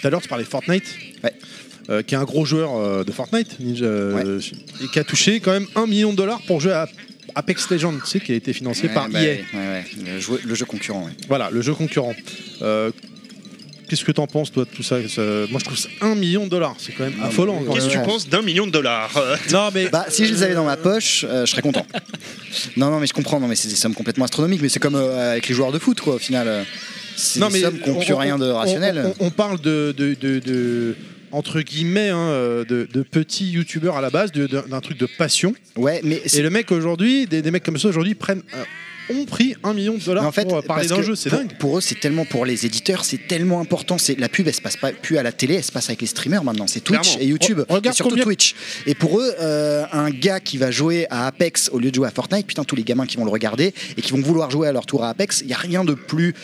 Tout à l'heure, tu parlais de Fortnite. Euh, qui est un gros joueur euh, de Fortnite, Ninja, euh, et qui a touché quand même un million de dollars pour jouer à Apex Legends, tu sais, qui a été financé Ouais, par bah, EA. ouais, ouais, ouais. Le, jeu, le jeu concurrent, ouais. Voilà, le jeu concurrent. Euh, Qu'est-ce que t'en penses, toi, de tout ça Ça- Moi, je trouve ça un million de dollars, c'est quand même affolant. quand Qu'est-ce que tu même. penses d'un million de dollars Non, mais. Bah, si je les avais dans ma poche, euh, je serais content. non, non, mais je comprends, non, mais c'est des sommes complètement astronomiques, mais c'est comme euh, avec les joueurs de foot, quoi, au final. euh, C'est Non, des sommes qui n'ont plus rien de on- rationnel. On, on- on parle de, de- de- de- entre guillemets hein, euh, de, de petits youtubeurs à la base, de- d'un d'un truc de passion. Ouais, mais et le mec aujourd'hui, des, des mecs comme ça aujourd'hui prennent euh, ont pris un million de dollars Mais en fait, pour euh, parler parce d'un que jeu, c'est pour, dingue. Pour eux, c'est tellement pour les éditeurs, c'est tellement important. C'est la pub, elle se passe pas plus à la télé, elle se passe avec les streamers maintenant. C'est Twitch Clairement. et YouTube, Oh, Re- regarde et surtout combien- Twitch. Et pour eux, euh, un gars qui va jouer à Apex au lieu de jouer à Fortnite, putain, tous les gamins qui vont le regarder et qui vont vouloir jouer à leur tour à Apex, il y a rien de plus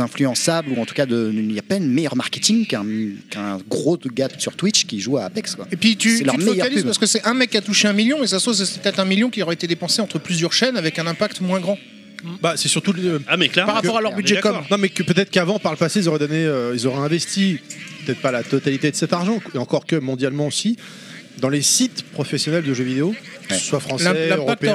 influençable ou en tout cas, de- il n'y a pas une meilleure marketing qu'un qu'un gros gars sur Twitch qui joue à Apex. Quoi. Et puis tu, C'est tu leur te meilleure focalises pub. parce que c'est un mec qui a touché un million et ça se trouve c'est peut-être un million qui aurait été dépensé entre plusieurs chaînes avec un impact moins grand. Bah, c'est surtout le- Ah, mais clairement. Par rapport à leur On est budget d'accord. com. Non, mais que peut-être qu'avant, par le passé, ils auraient donné, euh, ils auraient investi peut-être pas la totalité de cet argent, et encore que mondialement aussi, dans les sites professionnels de jeux vidéo, que ce soit français, européen.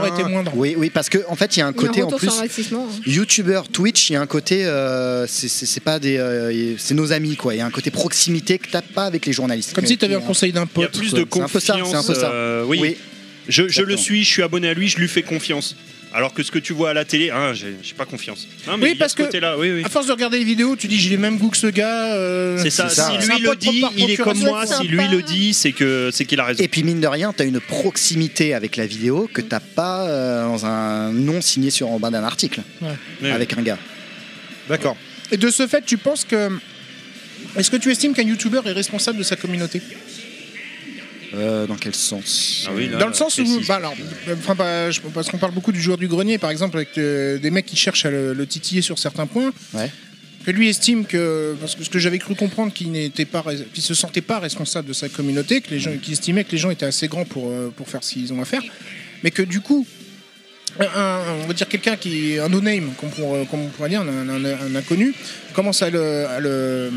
Oui, oui, parce que en fait, il y a un Il y a un côté en retour plus. sur investissement, hein. YouTubeur, Twitch, il y a un côté, euh, c'est- c'est c'est pas des, euh, c'est nos amis quoi. Il y a un côté proximité que t'as pas avec les journalistes. Comme Mais si t'avais qui un est conseil d'un Il pote. y a plus de C'est un peu confiance. ça, c'est un peu ça. euh, oui. Oui. Je, je le Exactement. suis, je suis abonné à lui, je lui fais confiance. Alors que ce que tu vois à la télé, hein, j'ai j'ai pas confiance. Non, mais il y Oui a parce ce que côté-là, oui, oui. à force de regarder les vidéos, tu dis j'ai les mêmes goûts que ce gars. euh, C'est ça. ça, si ouais. lui C'est un le pote dit, par il est comme procuration, moi. c'est Si sympa. lui le dit, c'est que c'est qu'il a raison. Et puis mine de rien, t'as une proximité avec la vidéo que t'as pas euh, dans un nom signé sur en bas d'un article Ouais. avec un gars. D'accord. Et de ce fait, tu penses que est-ce que tu estimes qu'un youtubeur est responsable de sa communauté Euh, dans quel Ah sens Dans le sens où, bah alors, euh, enfin, bah, je- parce qu'on parle beaucoup du joueur du grenier, par exemple, avec euh, des mecs qui cherchent à le, le titiller sur certains points, Ouais. que lui estime que, parce que ce que j'avais cru comprendre, qu'il n'était pas, res- qu'il se sentait pas responsable de sa communauté, que les gens, qu'il estimait que les gens étaient assez grands pour euh, pour faire ce qu'ils ont à faire, mais que du coup, un- un- on va dire quelqu'un qui est un no-name, comme, pour- euh, comme on pourrait dire, un, un- un- un inconnu, commence à le, à le-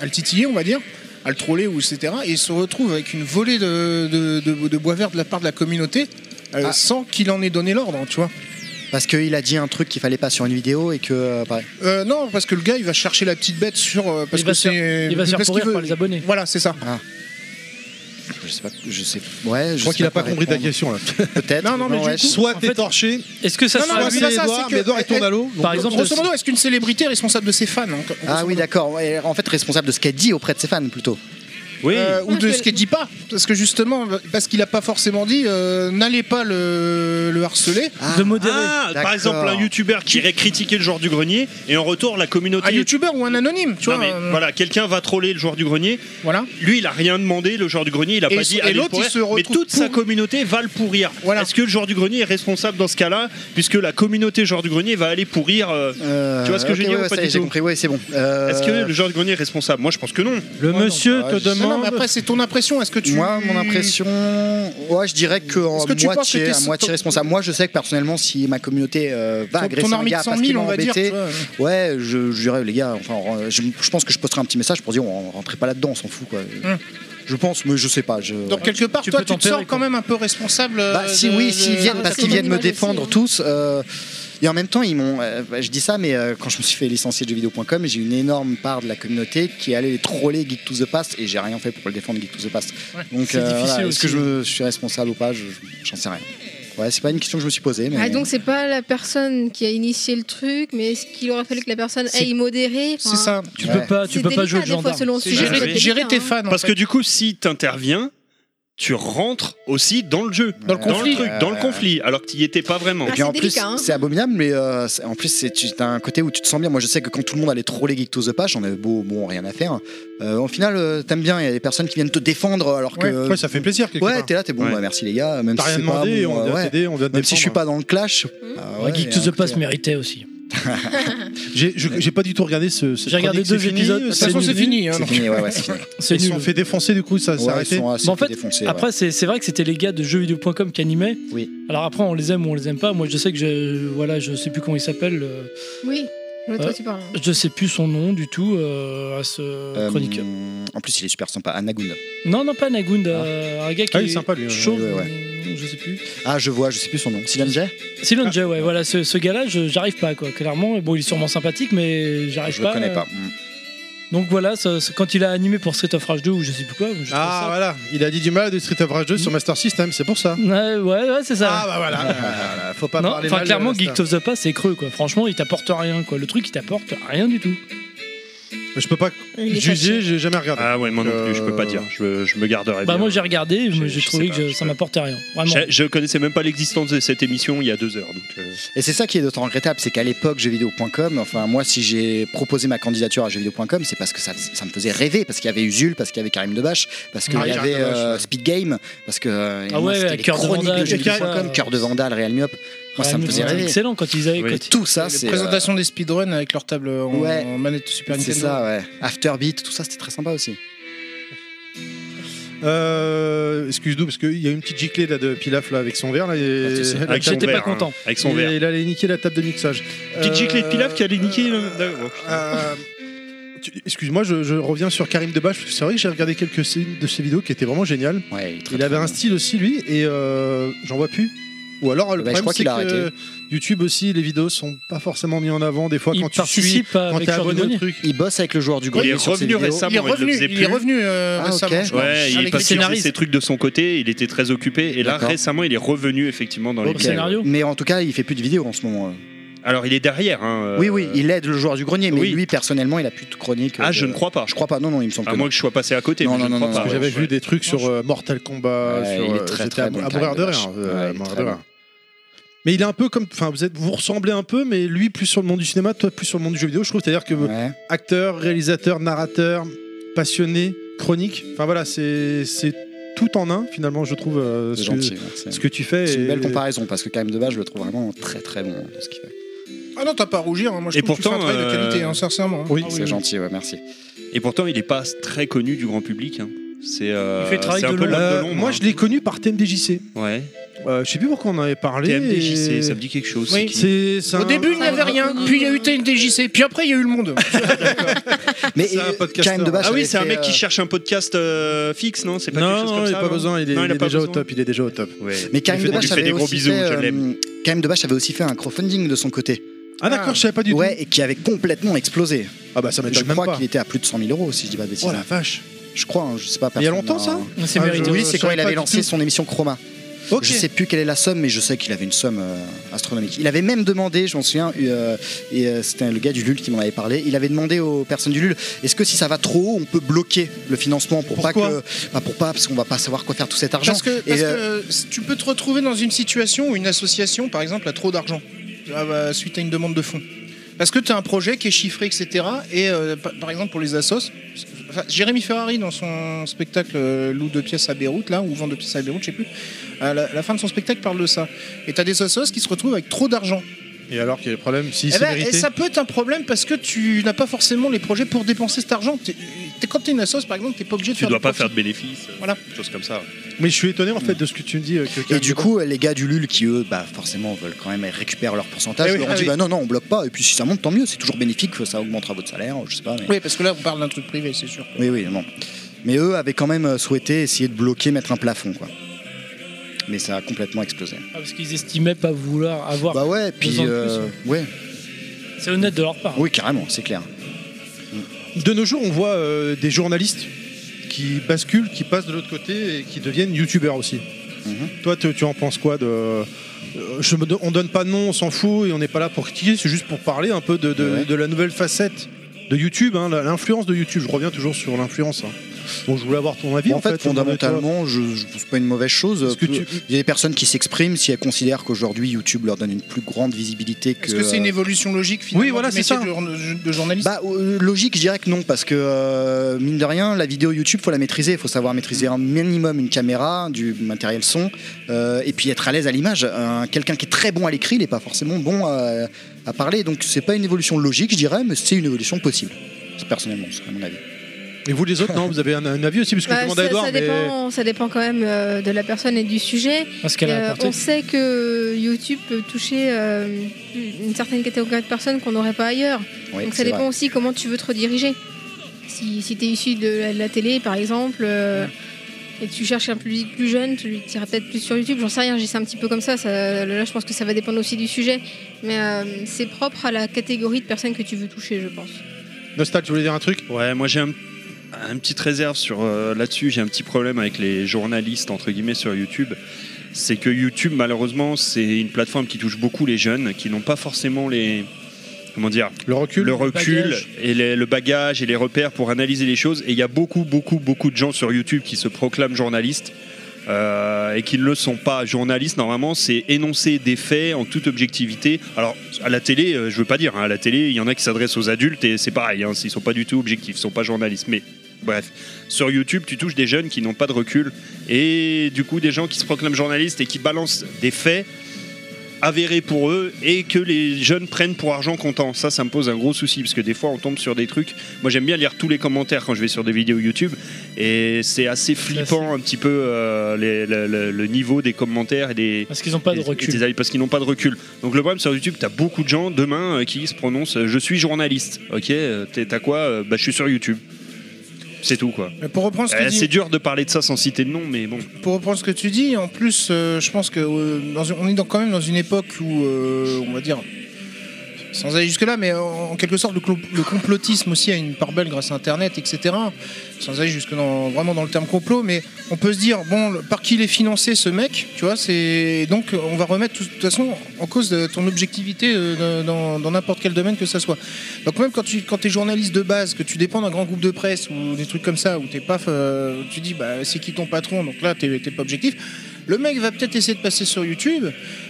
à le titiller, on va dire, à le troller, ou etc. Et il se retrouve avec une volée de, de- de- de bois vert de la part de la communauté, euh, Ah. sans qu'il en ait donné l'ordre, tu vois. Parce qu'il a dit un truc qu'il fallait pas sur une vidéo et que euh, pareil. Euh, non, parce que le gars, il va chercher la petite bête sur. euh, parce Il que va se faire- c'est- il va se faire parce qu'il pourrir veut- par les abonnés. Voilà, c'est ça. Je sais pas. Je sais. Ouais, Je crois qu'il sais a pas quoi compris ta répondre. Bah, question là. Peut-être. Non, non, mais du ouais, coup, Soit en t'es fait, torché. Est-ce que ça Non, non, soit mais c'est pas lui, ça, Edouard, c'est mais que- Edouard, il tourne à l'eau. Par exemple, Grosso modo, est-ce qu'une célébrité est responsable de ses fans hein, grosso Ah modo oui, d'accord. ouais, en fait, responsable de ce qu'elle dit auprès de ses fans plutôt. Oui. Euh, ou Ouais, de je- ce qu'elle dit pas parce que justement parce qu'il a pas forcément dit euh, n'allez pas le, le harceler Ah, de modérer. Ah, par D'accord. exemple, un youtubeur qui irait critiquer le joueur du grenier et en retour, la communauté. un youtubeur ou un anonyme tu Ah, Non, vois mais Ah, euh, voilà, quelqu'un va troller le joueur du grenier. voilà Lui, il a rien demandé, le joueur du grenier, il a Et pas il se- dit. et allez le l'autre, il pourrir. se mais retrouve toute sa pourri. communauté va le pourrir. Voilà. Est-ce que le joueur du grenier est responsable dans ce cas-là, puisque la communauté joueur du grenier va aller pourrir euh, Euh, Tu vois ce que ok, je veux dire ouais, ou ça pas y est, du J'ai tout compris. Ouais, c'est bon. Euh, Est-ce que le joueur du grenier est responsable Moi, je pense que non. Ah, Le monsieur non, te bah, je- Non, non, mais demande. après c'est ton impression est-ce que tu Moi, mon impression, ouais, je dirais que en Est-ce que tu penses que moitié, t'es- à moitié responsable. Moi, je sais que personnellement, si ma communauté euh, va ton, agresser ton un armée de gars 100 parce qu'il 000 m'a on va dire embêté, tu vois. ouais, je, je dirais les gars. Enfin, on- je, je pense que je posterai un petit message pour dire on rentrait pas là-dedans, on s'en fout quoi. Je pense, mais je sais pas. Je... Hum. donc quelque part tu toi peux tu te sens tempérer, quand même un peu responsable euh, Bah, si de- oui, de- s'ils viennent, Ah, parce ça qu'ils tombe viennent me mal aussi, défendre hein. tous. euh, et en même temps, ils m'ont. euh, bah, je dis ça, mais euh, quand je me suis fait licencier de jeuxvideo.com, j'ai une énorme part de la communauté qui est allée troller Guide to the Past et j'ai rien fait pour le défendre Guide to the Past. Donc, c'est euh, difficile voilà, est-ce que aussi. je, me- je suis responsable ou pas Je- je- J'en sais rien. Ouais, c'est pas une question que je me suis posée, mais. Ah, donc c'est pas la personne qui a initié le truc, mais est-ce qu'il aurait fallu que la personne C'est- aille modérer c'est ça Tu Ouais. peux pas, tu peux pas jouer le des fois gendarme. selon le C'est sujet, gérer- ça peut gérer, être gérer tes délicat, hein. fans en Parce fait. que du coup, si t'interviens, tu rentres aussi dans le jeu, Dans le conflit. Euh. truc, dans le Ouais. conflit, alors que t'y étais pas vraiment. Et puis Ah, en c'est plus, délicat, hein. c'est abominable, mais euh, c'est- en plus, c'est- tu as un côté où tu te sens bien. Moi, je sais que quand tout le monde allait troller Geek to the Page, on avait beau, bon, rien à faire. Euh, au final, euh, t'aimes bien, il y a des personnes qui viennent te défendre alors que. euh, Ouais, ça fait plaisir. quelque Ouais, part. t'es là, t'es bon, Ouais. bah, merci les gars. Même T'as si rien c'est pas demandé, bon, on euh, vient ouais. t'aider, on vient te Même si je suis défendre. pas dans le clash. Ah ouais, Geek il y a to un the côté- Past méritait aussi. J'ai je- j'ai pas du tout regardé ce. cette J'ai regardé chronique, deux c'est fini, épisodes. euh, de toute façon c'est fini hein, C'est donc. fini, ouais, ouais, c'est fini. C'est Ils se nul. sont fait défoncer du coup, ça s'est Ouais, arrêté. ils sont euh, assez Mais en fait, défoncés, ouais. Après, c'est c'est vrai que c'était les gars de jeuxvideo.com qui animaient. Oui. Alors après, on les aime ou on les aime pas. Moi, je sais que je, voilà, je sais plus comment il s'appelle. euh, Oui, l'autre Euh, tu parles. Je sais plus son nom du tout euh, à ce Euh, chroniqueur. En plus, il est super sympa. Anagunda. Non, non, pas Nagund. euh, un gars qui Ah, il est sympa, lui, ouais. chauve, Ouais, ouais. mais Je sais plus. Ah, je vois, je sais plus son nom. Silan Jay Silent Jay, ouais, voilà, ce, ce gars-là, je- j'arrive pas, quoi. Clairement, bon, il est sûrement sympathique, mais j'arrive Je pas. euh, le connais pas. Mm. Donc voilà, ça- ça- quand il a animé pour Street of Rage 2 ou je sais plus quoi, je Ah voilà, il a dit du mal de Street of Rage 2 sur Master System, c'est pour ça. trouve ça- Ouais, ouais, ouais, c'est ça. Ah bah voilà, euh, faut pas non, parler enfin mal de clairement, Master. Geek of the Past, c'est creux, quoi. Franchement, il t'apporte rien, quoi. Le truc, il t'apporte rien du tout. Je peux pas Il est juger, j'ai jamais regardé. Ah ouais, moi non Euh, plus, je peux pas dire. Je, je me garderai. Bah bien. moi, j'ai regardé, mais Je- j'ai je trouvé sais que pas, je- je ça sais m'apportait rien. Vraiment. Je, je connaissais même pas l'existence de cette émission il y a deux heures. Donc, euh, Et c'est ça qui est d'autant regrettable, c'est qu'à l'époque, jeuxvideo.com, enfin, moi, si j'ai proposé ma candidature à jeuxvideo.com, c'est parce que ça, ça me faisait rêver, parce qu'il y avait Usul, parce qu'il y avait Karim Debache, parce qu'il Ah, y Karim avait Debache, euh, ouais. Speed Game, parce que. euh, et Ah moi, ouais, c'était ouais, les Cœur de chroniques Vandal, de jeuxvideo.com, Karim- Cœur de Vandal, Real Myop. Moi, ça me Vraiment, faisait c'était rêver. excellent quand ils avaient. Oui. quand ils- Tout ça, c'est. les euh, présentations des speedruns avec leur table en, Ouais. en manette Super C'est Nintendo ça, ouais. Afterbeat, tout ça, c'était très sympa aussi. Euh, Excuse-nous, parce qu'il y a une petite giclée là, de Pilaf là, avec son verre. Là, et... Ah, c'est ça. la avec son table- j'étais pas verre, hein, content. avec son il, verre. il allait niquer la table de mixage. Petite giclée de Pilaf qui allait niquer, euh, euh, d'accord. euh, tu- Excuse-moi, je, je reviens sur Karim Debache, parce que c'est vrai que j'ai regardé quelques scènes de ses vidéos qui étaient vraiment géniales. Ouais, très, Il très avait un bien. style aussi, lui, et euh, j'en vois plus. Ou alors, le Bah, je problème, crois c'est qu'il a que arrêté. YouTube aussi, les vidéos sont pas forcément mises en avant des fois Ils quand tu suis, participent à- quand avec t'es Cœur de abonné au Grenier. truc. Il bosse avec le joueur du Il grenier est sur ses revenu vidéos. récemment, il est il le revenu, faisait il est plus. revenu euh, Ah, récemment. ok. je crois. Ouais, il, parce Avec les qu'il faisait scénaristes. ses trucs de son côté, il était très occupé, et là D'accord. récemment il est revenu effectivement dans les Ok. vidéos. scénario. Mais en tout cas, il fait plus de vidéos en ce moment. hein. Alors il est derrière. hein, euh, Oui, oui, il aide le joueur du grenier, mais oui. lui, personnellement, il a plus de chronique. Ah, euh, je ne crois Ah, pas. Je crois pas, non, non, il me semble À que non. moins que je sois passé à côté, Non, mais non, je ne non, crois non, pas. non, Parce que ouais. J'avais vu des trucs sur euh, Mortal Kombat, Ah Ouais, sur, il est euh, très, j'étais très à, bon, à Karim mourir de Debache. rire, euh, Ouais, à il est mourir très de bon. rire. Mais il est un peu comme, enfin, vous êtes, vous ressemblez un peu, mais lui plus sur le monde du cinéma, toi plus sur le monde du jeu vidéo. Je trouve, c'est-à-dire que Ouais. acteur, réalisateur, narrateur, passionné, chronique. Enfin voilà, c'est c'est tout en un finalement, je trouve. euh, C'est ce, gentil. que, ouais, c'est- ce que tu fais. C'est une et- belle comparaison parce que quand même de base je le trouve vraiment très très bon dans ce qu'il fait. Ah non, t'as pas à rougir. hein. Moi, je Et trouve que tu pourtant, fais un travail de euh, qualité, hein, sincèrement. hein. Oui. Ah c'est gentil, ouais, merci. Et pourtant, il n'est pas très connu du grand public. hein. C'est euh, Il fait le travail c'est un de peu l'ombre. l'homme Euh, de l'ombre, moi, hein. je l'ai connu par TMDJC. Ouais. Euh, je sais plus pourquoi on en avait parlé. et- TMDJC, ça me dit quelque chose. Oui. euh, c'est qui C'est c'est Au un- début, il n'y avait rien. Puis il y a eu TNTJC. Puis après, il y a eu le monde. Mais C'est un euh, podcasteur. Karim Debache Ah oui, avait c'est un fait, mec qui euh, cherche un podcast euh, fixe, non C'est pas quelque Non, chose non, comme il ça, n'est pas non besoin. Il est, Non, il a est pas déjà au besoin. top. Il est déjà au top. Ouais. Mais Karim Il fait- Debache il fait avait des gros aussi bisous, fait, je euh, l'aime. Karim Debache avait aussi fait un crowdfunding de son côté. Ah d'accord, je savais pas du Ouais, et qui avait complètement explosé. tout. Ah bah ça Je m'étonne même crois pas. qu'il était à plus de 100 000 euros si je dis pas de bêtises. Oh la vache. Je crois, hein, je sais pas. Il y a personne longtemps, n'a- ça Ah, C'est mérité. Oui, Je c'est quand savais il pas avait du lancé tout. son émission Chroma. Ok. Je sais plus quelle est la somme, mais je sais qu'il avait une somme euh, astronomique. Il avait même demandé, je m'en souviens, euh, et euh, c'était le gars du LUL qui m'en avait parlé. Il avait demandé aux personnes du LUL est-ce que si ça va trop haut, on peut bloquer le financement pour pas que, bah, pour pas, parce qu'on va pas savoir quoi faire tout cet argent. Parce que, Et, parce que, euh, euh, tu peux te retrouver dans une situation où une association, par exemple, a trop d'argent ah bah, suite à une demande de fonds. Parce que tu as un projet qui est chiffré, etc. Et euh, pa- par exemple, pour les assos, enfin, Jérémy Ferrari, dans son spectacle euh, Loue de pièces à Beyrouth, là, ou Vend de pièces à Beyrouth, je sais plus, à la, la fin de son spectacle parle de ça. Et tu as des assos qui se retrouvent avec trop d'argent. Et alors qu'il y a des problèmes, si Eh c'est ben, et mérité. ça peut être un problème parce que tu n'as pas forcément les projets pour dépenser cet argent. T'es- t'es- quand tu es une assos, par exemple, tu pas obligé de Tu faire dois du pas profit. faire de bénéfices, euh, Voilà. choses comme ça. Mais je suis étonné en fait de ce que tu me dis. euh, que- et du coup, les gars du LUL qui eux, bah, forcément, veulent quand même récupérer leur pourcentage, Eh oui, leur ont ah dit oui. bah, non, non, on bloque pas. Et puis si ça monte, tant mieux, c'est toujours bénéfique, ça augmentera votre salaire, je sais pas. mais- Oui, parce que là, on parle d'un truc privé, c'est sûr. Oui, oui, bon. Mais eux avaient quand même euh, souhaité essayer de bloquer, mettre un plafond, quoi. Mais ça a complètement explosé. Ah, parce qu'ils estimaient pas vouloir avoir. Bah ouais, deux puis. ans de plus, euh, ouais. C'est honnête de leur part. Oui, carrément, c'est clair. De nos jours, on voit euh, des journalistes qui basculent, qui passent de l'autre côté et qui deviennent youtubeurs aussi. Mhm. Toi, te- tu en penses quoi de euh, je me don- on donne pas de nom, on s'en fout et on n'est pas là pour critiquer, c'est juste pour parler un peu de, de- de la nouvelle facette de YouTube, hein, la- l'influence de YouTube. Je reviens toujours sur l'influence. hein. Donc je voulais avoir ton avis. en fait, fondamentalement, euh, je ne pense pas une mauvaise chose. que Peu- tu- Il y a des personnes qui s'expriment si elles considèrent qu'aujourd'hui YouTube leur donne une plus grande visibilité que. Est-ce que c'est une euh, évolution logique finalement Oui, voilà, du c'est métier ça. de journa- de journaliste Bah, euh, logique, je dirais que non, parce que euh, mine de rien, la vidéo YouTube, faut la maîtriser. Il faut savoir maîtriser un minimum une caméra, du matériel son, euh, et puis être à l'aise à l'image. Un- Quelqu'un qui est très bon à l'écrit, il n'est pas forcément bon à, à parler. Donc, c'est pas une évolution logique, je dirais, mais c'est une évolution possible. C'est Personnellement, c'est à mon avis. Et vous les autres, non Vous avez un, un avis aussi parce que Bah, je demandais à ça, Edouard. ça mais- dépend, ça dépend quand même euh, de la personne et du sujet. hein, Parce qu'elle a Euh, apporté. on sait que YouTube peut toucher euh, une certaine catégorie de personnes qu'on n'aurait pas ailleurs. Oui, Donc ça c'est dépend vrai. aussi comment tu veux te rediriger. Si, si tu es issu de la, de la télé, par exemple, euh, et que tu cherches un public plus jeune, tu iras peut-être plus sur YouTube. J'en sais rien, j'ai ça un petit peu comme ça, ça- Là, je pense que ça va dépendre aussi du sujet. Mais euh, c'est propre à la catégorie de personnes que tu veux toucher, je pense. Nostal, tu voulais dire un truc Ouais, moi j'ai un, un petite réserve sur euh, là-dessus. J'ai un petit problème avec les journalistes entre guillemets sur YouTube. C'est que YouTube, malheureusement, c'est une plateforme qui touche beaucoup les jeunes, qui n'ont pas forcément les comment dire le recul, le Le recul bagage. et les- le bagage et les repères pour analyser les choses. Et il y a beaucoup, beaucoup, beaucoup de gens sur YouTube qui se proclament journalistes. euh, et qui ne le sont pas journalistes normalement c'est énoncer des faits en toute objectivité alors à la télé euh, je veux pas dire hein, à la télé il y en a qui s'adressent aux adultes et c'est pareil hein, s'ils sont pas du tout objectifs ils sont pas journalistes mais bref sur YouTube tu touches des jeunes qui n'ont pas de recul et du coup des gens qui se proclament journalistes et qui balancent des faits avéré pour eux et que les jeunes prennent pour argent comptant. Ça, ça me pose un gros souci parce que des fois on tombe sur des trucs. Moi, j'aime bien lire tous les commentaires quand je vais sur des vidéos YouTube et c'est assez flippant un petit peu euh, les- le, le- le niveau des commentaires et des. Parce qu'ils n'ont pas de et- et recul. des avis, parce qu'ils n'ont pas de recul. Donc le problème sur YouTube, t'as beaucoup de gens demain euh, qui se prononcent euh, je suis journaliste. Ok, euh, t'es- t'as quoi Euh, Bah, je suis sur YouTube. C'est tout quoi. Mais Pour reprendre ce que Euh, dit- c'est dur de parler de ça sans citer de nom, mais bon. pour reprendre ce que tu dis, en plus, euh, je pense que euh, dans une- on est dans- quand même dans une époque où, euh, on va dire, sans aller jusque-là, mais en, en quelque sorte, le, clo- le complotisme aussi a une part belle grâce à Internet, etc. Sans aller jusque dans, vraiment dans le terme complot, mais on peut se dire, bon, le- par qui il est financé ce mec, tu vois, c'est. Donc, on va remettre tout- de toute façon en cause de ton objectivité euh, de- dans dans n'importe quel domaine que ça soit. Donc, même quand tu quand es journaliste de base, que tu dépends d'un grand groupe de presse ou des trucs comme ça, où t'es pas. euh, tu dis, bah, c'est qui ton patron, donc là, t'es t'es pas objectif. Le mec va peut-être essayer de passer sur YouTube,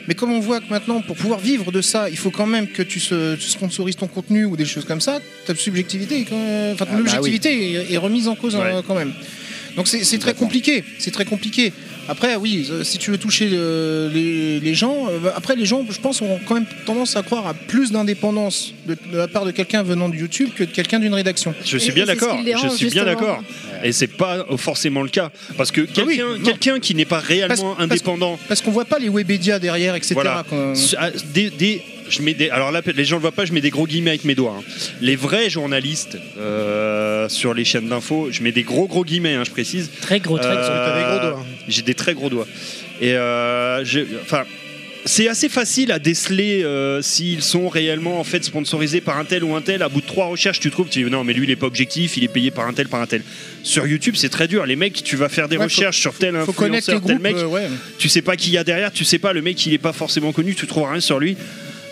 mais comme on voit que maintenant, pour pouvoir vivre de ça, il faut quand même que tu, se, tu sponsorises ton contenu ou des choses comme ça, ta subjectivité, est quand même- enfin, ton Ah bah objectivité est, est remise en cause Ouais. euh, quand même. Donc c'est c'est très compliqué, c'est très compliqué. Après, oui, euh, si tu veux toucher euh, les, les gens, euh, bah, après les gens, je pense, ont quand même tendance à croire à plus d'indépendance de, de la part de quelqu'un venant de YouTube que de quelqu'un d'une rédaction. Je suis bien d'accord. Je suis bien d'accord. Et c'est pas forcément le cas parce que Ah quelqu'un quelqu'un qui n'est pas réellement indépendant. Parce qu'on voit pas les webédias derrière, etc. Voilà. qu'on- Ce- ah, Des, des- je mets des, alors là, les gens le voient pas, je mets des gros guillemets avec mes doigts. hein. Les vrais journalistes euh, sur les chaînes d'infos, je mets des gros gros guillemets, hein, je précise. Très gros, très gros. Euh, Parce que t'as des gros doigts. J'ai des très gros doigts. Et euh, je- enfin, c'est assez facile à déceler euh, s'ils sont réellement en fait sponsorisés par un tel ou un tel. À bout de trois recherches, tu trouves, tu dis non, mais lui il est pas objectif, il est payé par un tel, par un tel. Sur YouTube, c'est très dur. Les mecs, tu vas faire des Ouais, faut- recherches sur tel faut connaître les influenceur, tel groupes, mec. euh, ouais. Tu sais pas qui il y a derrière, tu sais pas le mec, il est pas forcément connu, tu trouveras rien sur lui.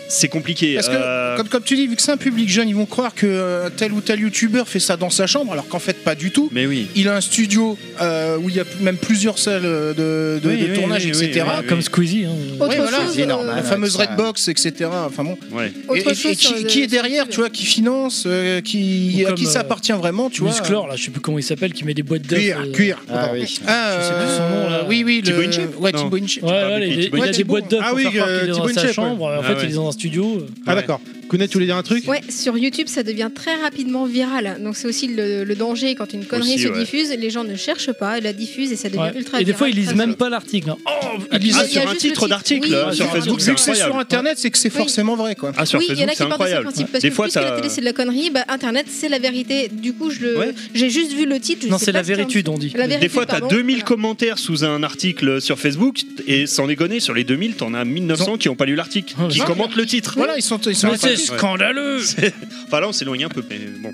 C'est compliqué. Parce que, Euh, comme, comme tu dis, vu que c'est un public jeune, ils vont croire que euh, tel ou tel youtubeur fait ça dans sa chambre, alors qu'en fait, pas du tout. Mais oui. Il a un studio euh, où il y a même plusieurs salles euh, de, de- Oui, de oui, tournage, oui, oui, etc. oui, oui. Comme Squeezie. hein. Ouais, Autre voilà. chose, C'est normal, euh, La fameuse ça. Redbox, etc. Enfin bon. Ah, Et, Autre et- et chose sur qui, le- qui est derrière, tu vois, qui finance, euh, qui, Ou à comme, qui ça euh, appartient vraiment, tu vois. Musclor, là, je sais plus comment il s'appelle, qui met des boîtes d'œufs. Cuir, euh, cuir. Ah pardon. oui. je sais plus son nom là. oui, oui, le- Ouais, Non. Thibaut Inchep. Ouais, ouais, il- il, a des boîtes d'œufs Ah pour oui, faire croire qu'il euh, est dans Thibaut sa Inchep, chambre. ouais. En Ah fait, ouais. il est dans un studio. euh, Ah d'accord. Kounet, tu voulais dire un truc Ouais, sur YouTube, ça devient très rapidement viral. Donc c'est aussi le, le danger quand une connerie Aussi, se ouais. diffuse, les gens ne cherchent pas, la diffusent et ça devient Ouais. ultra Et des fois, ils viral, lisent très même viral. pas l'article. hein. Oh, ils Il y Ah, lisent a ça sur juste un le titre d'article Oui, là, oui, euh, sur oui. Facebook, Vu que c'est incroyable. sur Internet, c'est que c'est forcément vrai, quoi. Ah, sur oui, il y en Facebook, c'est a qui partent de ce incroyable. principe parce Des que fois, plus que la t'as- télé c'est de la connerie, bah, Internet c'est la vérité. Du coup, je le, Ouais. j'ai juste vu le titre. je Non, sais c'est pas la ce qu'il y a en- véritude, on dit. La Des véritude, fois, t'as pardon. 2000 commentaires sous un article sur Facebook, et sans déconner, sur les 2000, t'en as 1900 qui n'ont pas lu l'article, qui ouais. commentent le titre. Voilà, ils sont- ils sont Mais c'est Ouais. scandaleux. C'est- Enfin, là, on s'éloigne un peu, mais bon.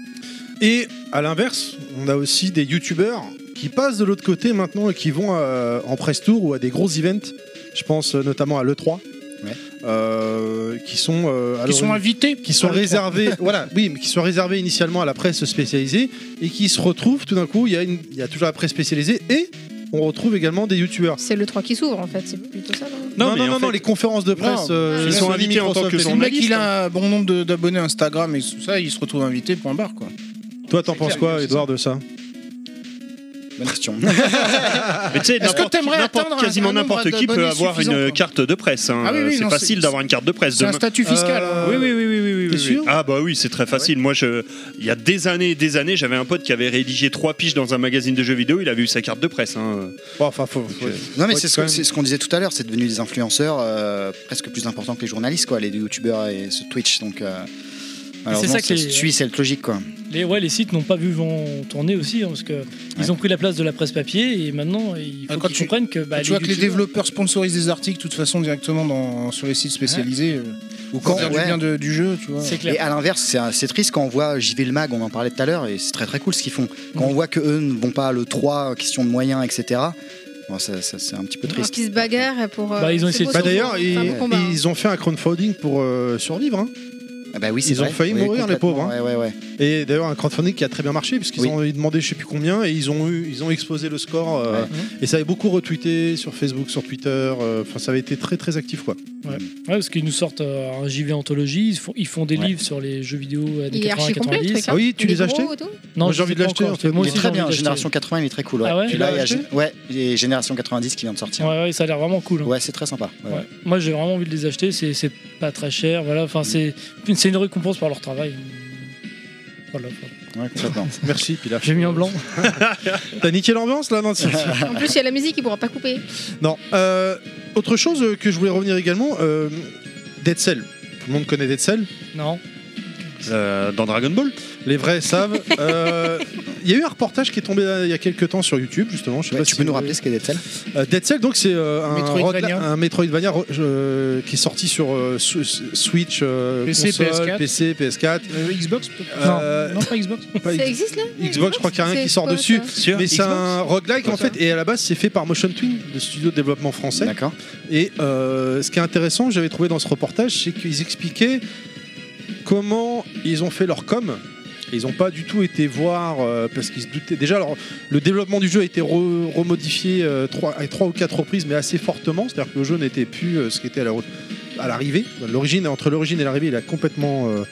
Et à l'inverse, on a aussi des youtubeurs qui passent de l'autre côté maintenant et qui vont euh, en press tour ou à des gros events. Je pense euh, notamment à l'E3. euh, qui sont euh, à Qui sont l'origine- invités qui sont à l'E3. réservés voilà oui mais qui sont réservés initialement à la presse spécialisée et qui se retrouvent tout d'un coup il y, a une- il y a toujours la presse spécialisée et on retrouve également des youtubeurs C'est le 3 qui s'ouvre en fait, c'est plutôt ça. non non non mais non, en fait- les conférences de presse Non. euh, Ils sont Sony, invités en tant Microsoft que et tout. Le mec, il a un bon nombre de- d'abonnés Instagram et tout ça, il se retrouve invité, point barre, quoi. toi t'en penses quoi Edouard de ça Bonne question. Mais tu sais, Est-ce que n'importe- t'aimerais n'importe- atteindre un- quasiment un nombre n'importe qui peut d'abonnés avoir suffisant, une quoi. carte de presse. hein. Ah oui, oui, c'est non, facile c'est- d'avoir une carte de presse. c'est un demain. Euh, statut fiscal, hein. Oui, oui, oui, oui, oui, oui, oui. sûr Ah bah oui, c'est très facile. Moi, je, il y a des années et des années, j'avais un pote qui avait rédigé trois piges dans un magazine de jeux vidéo. Il avait eu sa carte de presse. hein. Bon, enfin faut, faut- Non mais faut c'est ce être quand que- même- c'est ce qu'on disait tout à l'heure, c'est devenu des influenceurs euh, presque plus importants que les journalistes quoi, les youtubeurs et ce Twitch donc euh, malheureusement, ça qui ça est- suit cette logique quoi. Les, ouais, les sites n'ont pas vu vent tourner aussi, hein, parce que ils ont pris la place de la presse papier et maintenant il faut qu'ils comprennent que. bah, tu vois que les youtubeurs- développeurs sponsorisent des articles de toute façon directement dans, sur les sites spécialisés. euh, Ou pour quand- faire du ouais. bien de- du jeu, tu vois. Et à l'inverse, c'est un- c'est triste quand on voit JV le Mag, on en parlait tout à l'heure, et c'est très très cool ce qu'ils font. Quand on voit que eux ne vont pas le 3, question de moyens, etc. Bon, ça, ça, c'est un petit peu Alors triste. qu'ils se bagarrent pour. euh, c'est beau, Bah c'est beau, d'ailleurs, c'est un ils, beau combat, hein. ils ont fait un crowdfunding pour euh, survivre. hein. Ah bah oui, c'est ils ont vrai. failli Oui, mourir les complètement, pauvres. hein. ouais, ouais, ouais. Et d'ailleurs un crowdfunding qui a très bien marché puisqu'ils ont demandé je sais plus combien et ils ont eu ils ont explosé le score euh, Mhm. et ça avait beaucoup retweeté sur Facebook, sur Twitter. euh, Enfin ça avait été très très actif quoi. Ouais. Ouais, parce qu'ils nous sortent euh, un JV anthologie, ils font, ils font des livres sur les jeux vidéo euh, des Il est archi 80 complet, 90. le truc, hein. Ah oui, tu Il est les as gros achetés et tout Non, Moi, je sais pas encore, je fais- moi il est aussi, très j'ai bien. envie Génération d'acheter. 80, il est très cool. Ouais. Ah ouais Puis Tu là, l'as il y a- acheté ouais, et Génération 90 qui vient de sortir. Ouais, ouais, ça a l'air vraiment cool. hein. Ouais, c'est très sympa. ouais. Ouais. Moi, j'ai vraiment envie de les acheter. C'est c'est pas très cher. Voilà. Enfin, c'est c'est une récompense pour leur travail. Voilà. Ouais, complètement. Merci Pilar. J'ai mis en blanc. T'as niqué l'ambiance là non c'est- En plus, il y a la musique, il pourra pas couper. Non. Euh, autre chose euh, que je voulais revenir également, euh, Dead Cell. Tout le monde connaît Dead Cell Non. Euh, dans Dragon Ball. Les vrais savent. Euh, Il y a eu un reportage qui est tombé euh, il y a quelques temps sur YouTube justement. Je sais pas tu si peux nous vous- rappeler ce qu'est Dead Cell Euh, Dead Cell, donc c'est euh, un, Metroidvania. roguela- un Metroidvania ro- euh, qui est sorti sur euh, su- Switch, euh, PC, console, PS4. PC, PS4. Euh, Xbox peut-être Euh, Non, pas Xbox. pas Ça X- existe là Xbox, je crois qu'il n'y a rien C'est qui sort quoi, dessus. ça Mais c'est Xbox un roguelike en fait, et à la base c'est fait par Motion Twin, le studio de développement français. D'accord. Et euh, ce qui est intéressant, que j'avais trouvé dans ce reportage, c'est qu'ils expliquaient comment ils ont fait leur com. Et Ils n'ont pas du tout été voir euh, parce qu'ils se doutaient. Déjà, alors, le développement du jeu a été re- remodifié euh, trois, à trois ou quatre reprises, mais assez fortement. C'est-à-dire que le jeu n'était plus euh, ce qui était à la- à l'arrivée. L'origine, entre l'origine et l'arrivée, il a complètement euh,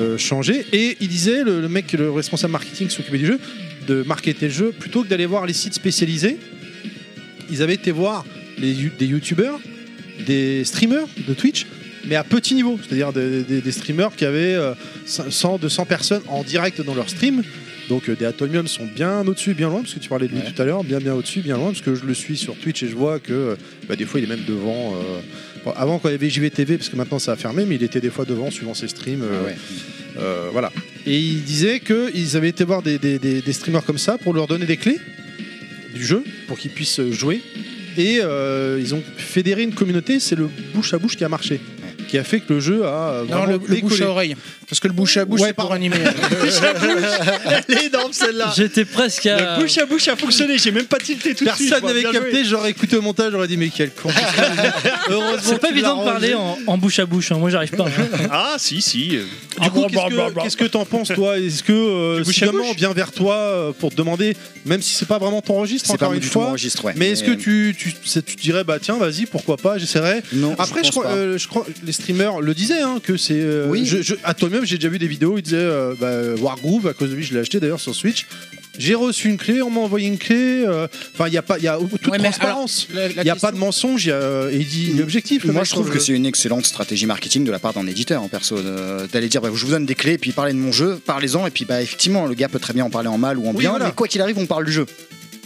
euh, changé. Et il disait, le, le mec, le responsable marketing qui s'occupait du jeu, de marketer le jeu, plutôt que d'aller voir les sites spécialisés, ils avaient été voir les you- des youtubeurs, des streamers de Twitch, mais à petit niveau, c'est-à-dire des, des- des streamers qui avaient euh, 100, 200 personnes en direct dans leur stream. Donc euh, des Atomium sont bien au-dessus, bien loin, parce que tu parlais de lui tout à l'heure, bien bien au-dessus, bien loin, parce que je le suis sur Twitch et je vois que euh, bah, des fois il est même devant. euh, bon, avant quand il y avait JVTV, parce que maintenant ça a fermé, mais il était des fois devant suivant ses streams. euh, Ah euh, voilà. Et il disait qu'ils avaient été voir des- des- des- des streamers comme ça pour leur donner des clés du jeu pour qu'ils puissent euh, jouer et euh, ils ont fédéré une communauté. C'est le bouche à bouche qui a marché, qui a fait que le jeu a euh, Non, vraiment le, le bouche décollé. à oreille. Parce que le bouche à bouche, Ouais, c'est pour pardon. animer. Elle est énorme celle-là. J'étais presque à. Le bouche à bouche a fonctionné, j'ai même pas tilté tout de suite. Personne moi, n'avait bien joué. capté, j'aurais écouté au montage, j'aurais dit mais quel con. Heureusement C'est pas qu'il l'a évident de parler en, rangé. en bouche à bouche, hein. Ah, moi j'arrive pas. Ah, si, si. Du coup, bah, qu'est-ce que- qu'est-ce que t'en penses toi Est-ce que euh, Du si bouche à demain bouche on vient vers toi euh, pour te demander, même si c'est pas vraiment ton registre, C'est pas encore une du tout fois, mon registre, ouais. mais est-ce que Mais- euh, tu, tu, c'est- tu dirais bah tiens vas-y pourquoi pas j'essaierai. Non, Après je, pense crois, pas. euh, je crois les streamers le disaient hein, que c'est. euh, Oui. Je, je- Atomium j'ai déjà vu des vidéos ils disaient euh, bah, Wargroove à cause de lui je l'ai acheté d'ailleurs sur Switch. J'ai reçu une clé, on m'a envoyé une clé. euh, Enfin, il n'y a pas, il y a toute Ouais, mais transparence. alors, la- Il la n'y a pas de mensonge. il y a- Et il dit l'objectif. le Mm. Moi, mec, euh, je sur trouve le- que c'est une excellente stratégie marketing de la part d'un éditeur en perso, de- d'aller dire bah, je vous donne des clés, puis parlez de mon jeu, parlez-en, et puis bah, effectivement, le gars peut très bien en parler en mal ou en Oui, bien, voilà. mais quoi qu'il arrive, on parle du jeu.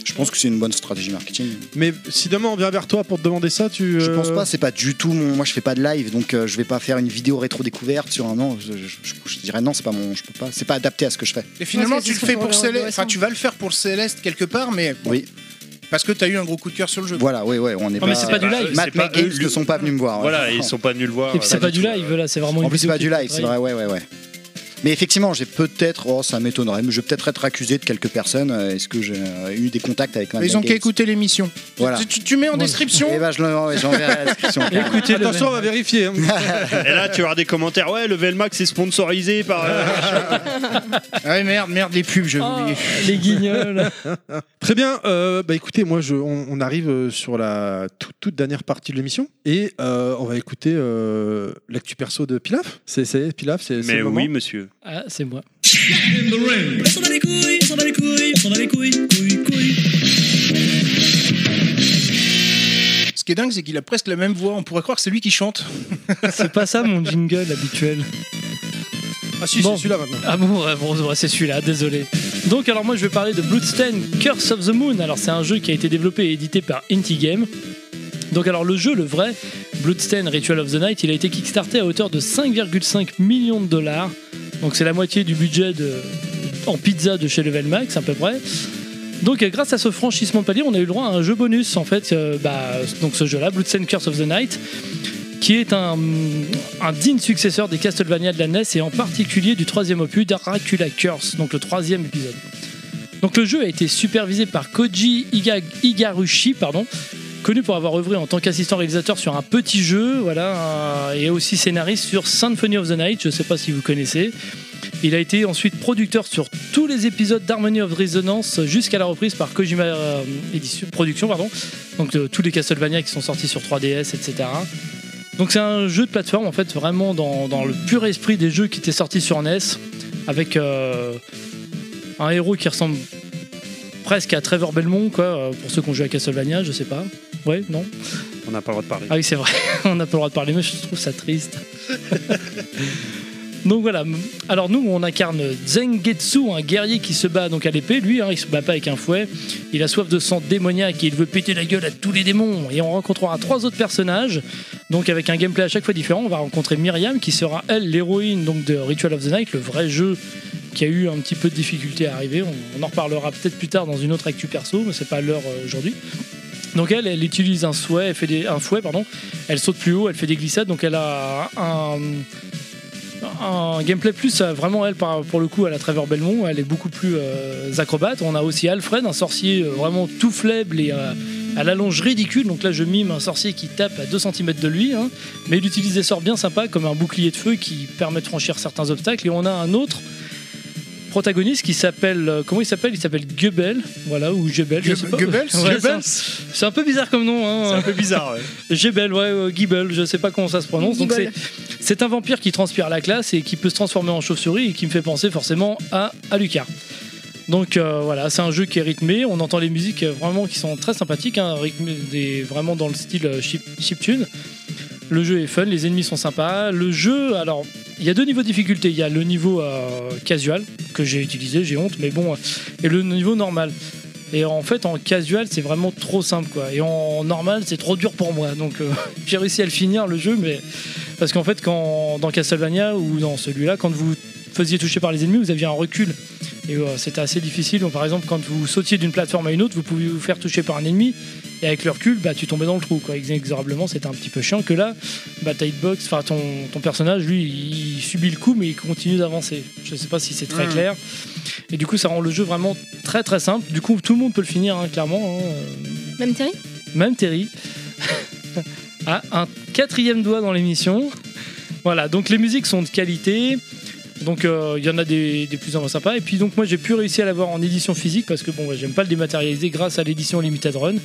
Je pense que c'est une bonne stratégie marketing. Mais si demain on vient vers toi pour te demander ça, tu. Je euh, pense pas, c'est pas du tout mon. Moi, je fais pas de live, donc euh, je vais pas faire une vidéo rétro découverte sur un an. Je, je- je- je dirais non, c'est pas mon. Je peux pas. C'est pas adapté à ce que je fais. Et finalement, Ouais, c'est- tu le c'est fais pour pour leur Céleste. intéressant. Enfin, tu vas le faire pour Céleste quelque part, mais bon, Oui, parce que t'as eu un gros coup de cœur sur le jeu. voilà, oui, ouais, on est Ah, pas. mais c'est pas du pas- euh, live. c'est Matt pas McGill eux, ne le- sont pas venus me voir. hein. ouais. Voilà, ils sont pas venus le voir. euh, Et puis c'est Voilà. pas du live là, c'est vraiment En une plus, c'est vidéo pas du qui est live, c'est vrai, ouais, ouais, ouais. Mais effectivement, j'ai peut-être, oh, ça m'étonnerait, mais je vais peut-être être accusé de quelques personnes. Euh, Est-ce que j'ai euh, eu des contacts avec ma Mais Ils ont qu'à écouter l'émission. Voilà. Tu, tu- tu mets en Voilà. Eh description. ben, je l'en- ouais, j'enverrai la description. Ah, carrément. Écoutez, le- Attention, on va vérifier. hein. Et là, tu auras des commentaires. Ouais, Level Max est sponsorisé par. euh, Ah Ouais, merde, merde, les pubs, je Ah, les guignols. Très bien. euh, bah écoutez, moi, je, on, on arrive euh, sur la toute, toute dernière partie de l'émission et euh, on va écouter euh, l'actu perso de Pilaf. C'est c'est- Pilaf, c'est c'est Mais le moment. oui, monsieur. Ah, c'est moi. On s'en bat les couilles, on s'en bat les couilles, on s'en bat les couilles, couilles, couilles. Ce qui est dingue, c'est qu'il a presque la même voix. On pourrait croire que c'est lui qui chante. C'est pas ça mon jingle habituel. Ah si, Bon. c'est celui-là maintenant. Ah bon, ouais, bon, ouais, c'est celui-là, désolé. Donc alors moi je vais parler de Bloodstained Curse of the Moon. Alors c'est un jeu qui a été développé et édité par Inti Game. Donc alors le jeu, le vrai, Bloodstained Ritual of the Night, il a été kickstarté à hauteur de 5,5 millions de dollars. Donc c'est la moitié du budget de, en pizza de chez Level Max à peu près. Donc euh, grâce à ce franchissement de palier, on a eu le droit à un jeu bonus en fait, euh, bah, donc ce jeu-là, Bloodstained Curse of the Night, qui est un, un digne successeur des Castlevania de la NES et en particulier du troisième opus Dracula Curse, donc le troisième épisode. Donc le jeu a été supervisé par Koji Higa- Higarushi, pardon, connu pour avoir œuvré en tant qu'assistant réalisateur sur un petit jeu, voilà, euh, et aussi scénariste sur Symphony of the Night, je ne sais pas si vous connaissez. Il a été ensuite producteur sur tous les épisodes d'Harmony of Resonance jusqu'à la reprise par Kojima euh, Édition- Production, pardon. donc de tous les Castlevania qui sont sortis sur 3DS, etc. Donc c'est un jeu de plateforme en fait vraiment dans, dans le pur esprit des jeux qui étaient sortis sur NES avec euh, un héros qui ressemble presque à Trevor Belmont quoi euh, pour ceux qui ont joué à Castlevania je sais pas ouais non On n'a pas le droit de parler. ah oui, c'est vrai, on n'a pas le droit de parler, mais je trouve ça triste. donc voilà, alors nous on incarne Zengetsu, un guerrier qui se bat donc à l'épée, lui hein, il se bat pas avec un fouet, il a soif de sang démoniaque et il veut péter la gueule à tous les démons. Et on rencontrera trois autres personnages, donc avec un gameplay à chaque fois différent, on va rencontrer Myriam qui sera elle l'héroïne donc de Ritual of the Night, le vrai jeu qui a eu un petit peu de difficulté à arriver, on, on en reparlera peut-être plus tard dans une autre actu perso, mais c'est pas l'heure euh, aujourd'hui. Donc elle, elle utilise un souhait, elle fait des, un fouet, pardon. Elle saute plus haut, elle fait des glissades, donc elle a un, un gameplay plus euh, vraiment elle par- pour le coup à la Trevor Belmont. Elle est beaucoup plus euh, acrobate. On a aussi Alfred, un sorcier euh, vraiment tout faible et euh, à l'allonge ridicule. Donc là, je mime un sorcier qui tape à 2 cm de lui, hein. mais il utilise des sorts bien sympas comme un bouclier de feu qui permet de franchir certains obstacles. Et on a un autre protagoniste qui s'appelle euh, comment il s'appelle il s'appelle Goebbels voilà ou Goebbels je sais pas Goebbels Ouais, c'est un- c'est un peu bizarre comme nom. C'est Hein. un peu bizarre. ouais. Gebel, ouais, euh, Giebel, je sais pas comment ça se prononce. Donc c'est, Giebel. c'est un vampire qui transpire la classe et qui peut se transformer en chauve-souris et qui me fait penser forcément à Alucard. Donc euh, voilà, c'est un jeu qui est rythmé. On entend les musiques euh, vraiment qui sont très sympathiques, hein, rythmées des, vraiment dans le style euh, chip, chiptune. Le jeu est fun, les ennemis sont sympas. Le jeu, alors, il y a deux niveaux de difficulté. Il y a le niveau euh, casual que j'ai utilisé, j'ai honte, mais bon, euh, et le niveau normal. Et en fait, en casual, c'est vraiment trop simple, quoi. Et en normal, c'est trop dur pour moi. Donc, euh, j'ai réussi à le finir le jeu, mais parce qu'en fait, quand dans Castlevania ou dans celui-là, quand vous faisiez toucher par les ennemis, vous aviez un recul. Et euh, c'était assez difficile. Donc, par exemple, quand vous sautiez d'une plateforme à une autre, vous pouviez vous faire toucher par un ennemi. Et avec le recul, bah, tu tombais dans le trou. Quoi. Inexorablement, c'était un petit peu chiant. Que là, bah, ta hitbox, enfin, ton, ton personnage, lui, il subit le coup, mais il continue d'avancer. Je sais pas si c'est très Mhm. clair. Et du coup, ça rend le jeu vraiment très très simple. Du coup, tout le monde peut le finir, hein, clairement. hein. Euh, Même Thierry Même Terry a un quatrième doigt dans l'émission. Voilà, donc les musiques sont de qualité. Donc euh, il y en a des, des plus en moins sympas. Et puis donc moi j'ai pu réussir à l'avoir en édition physique parce que bon ouais, j'aime pas le dématérialiser grâce à l'édition Limited Run.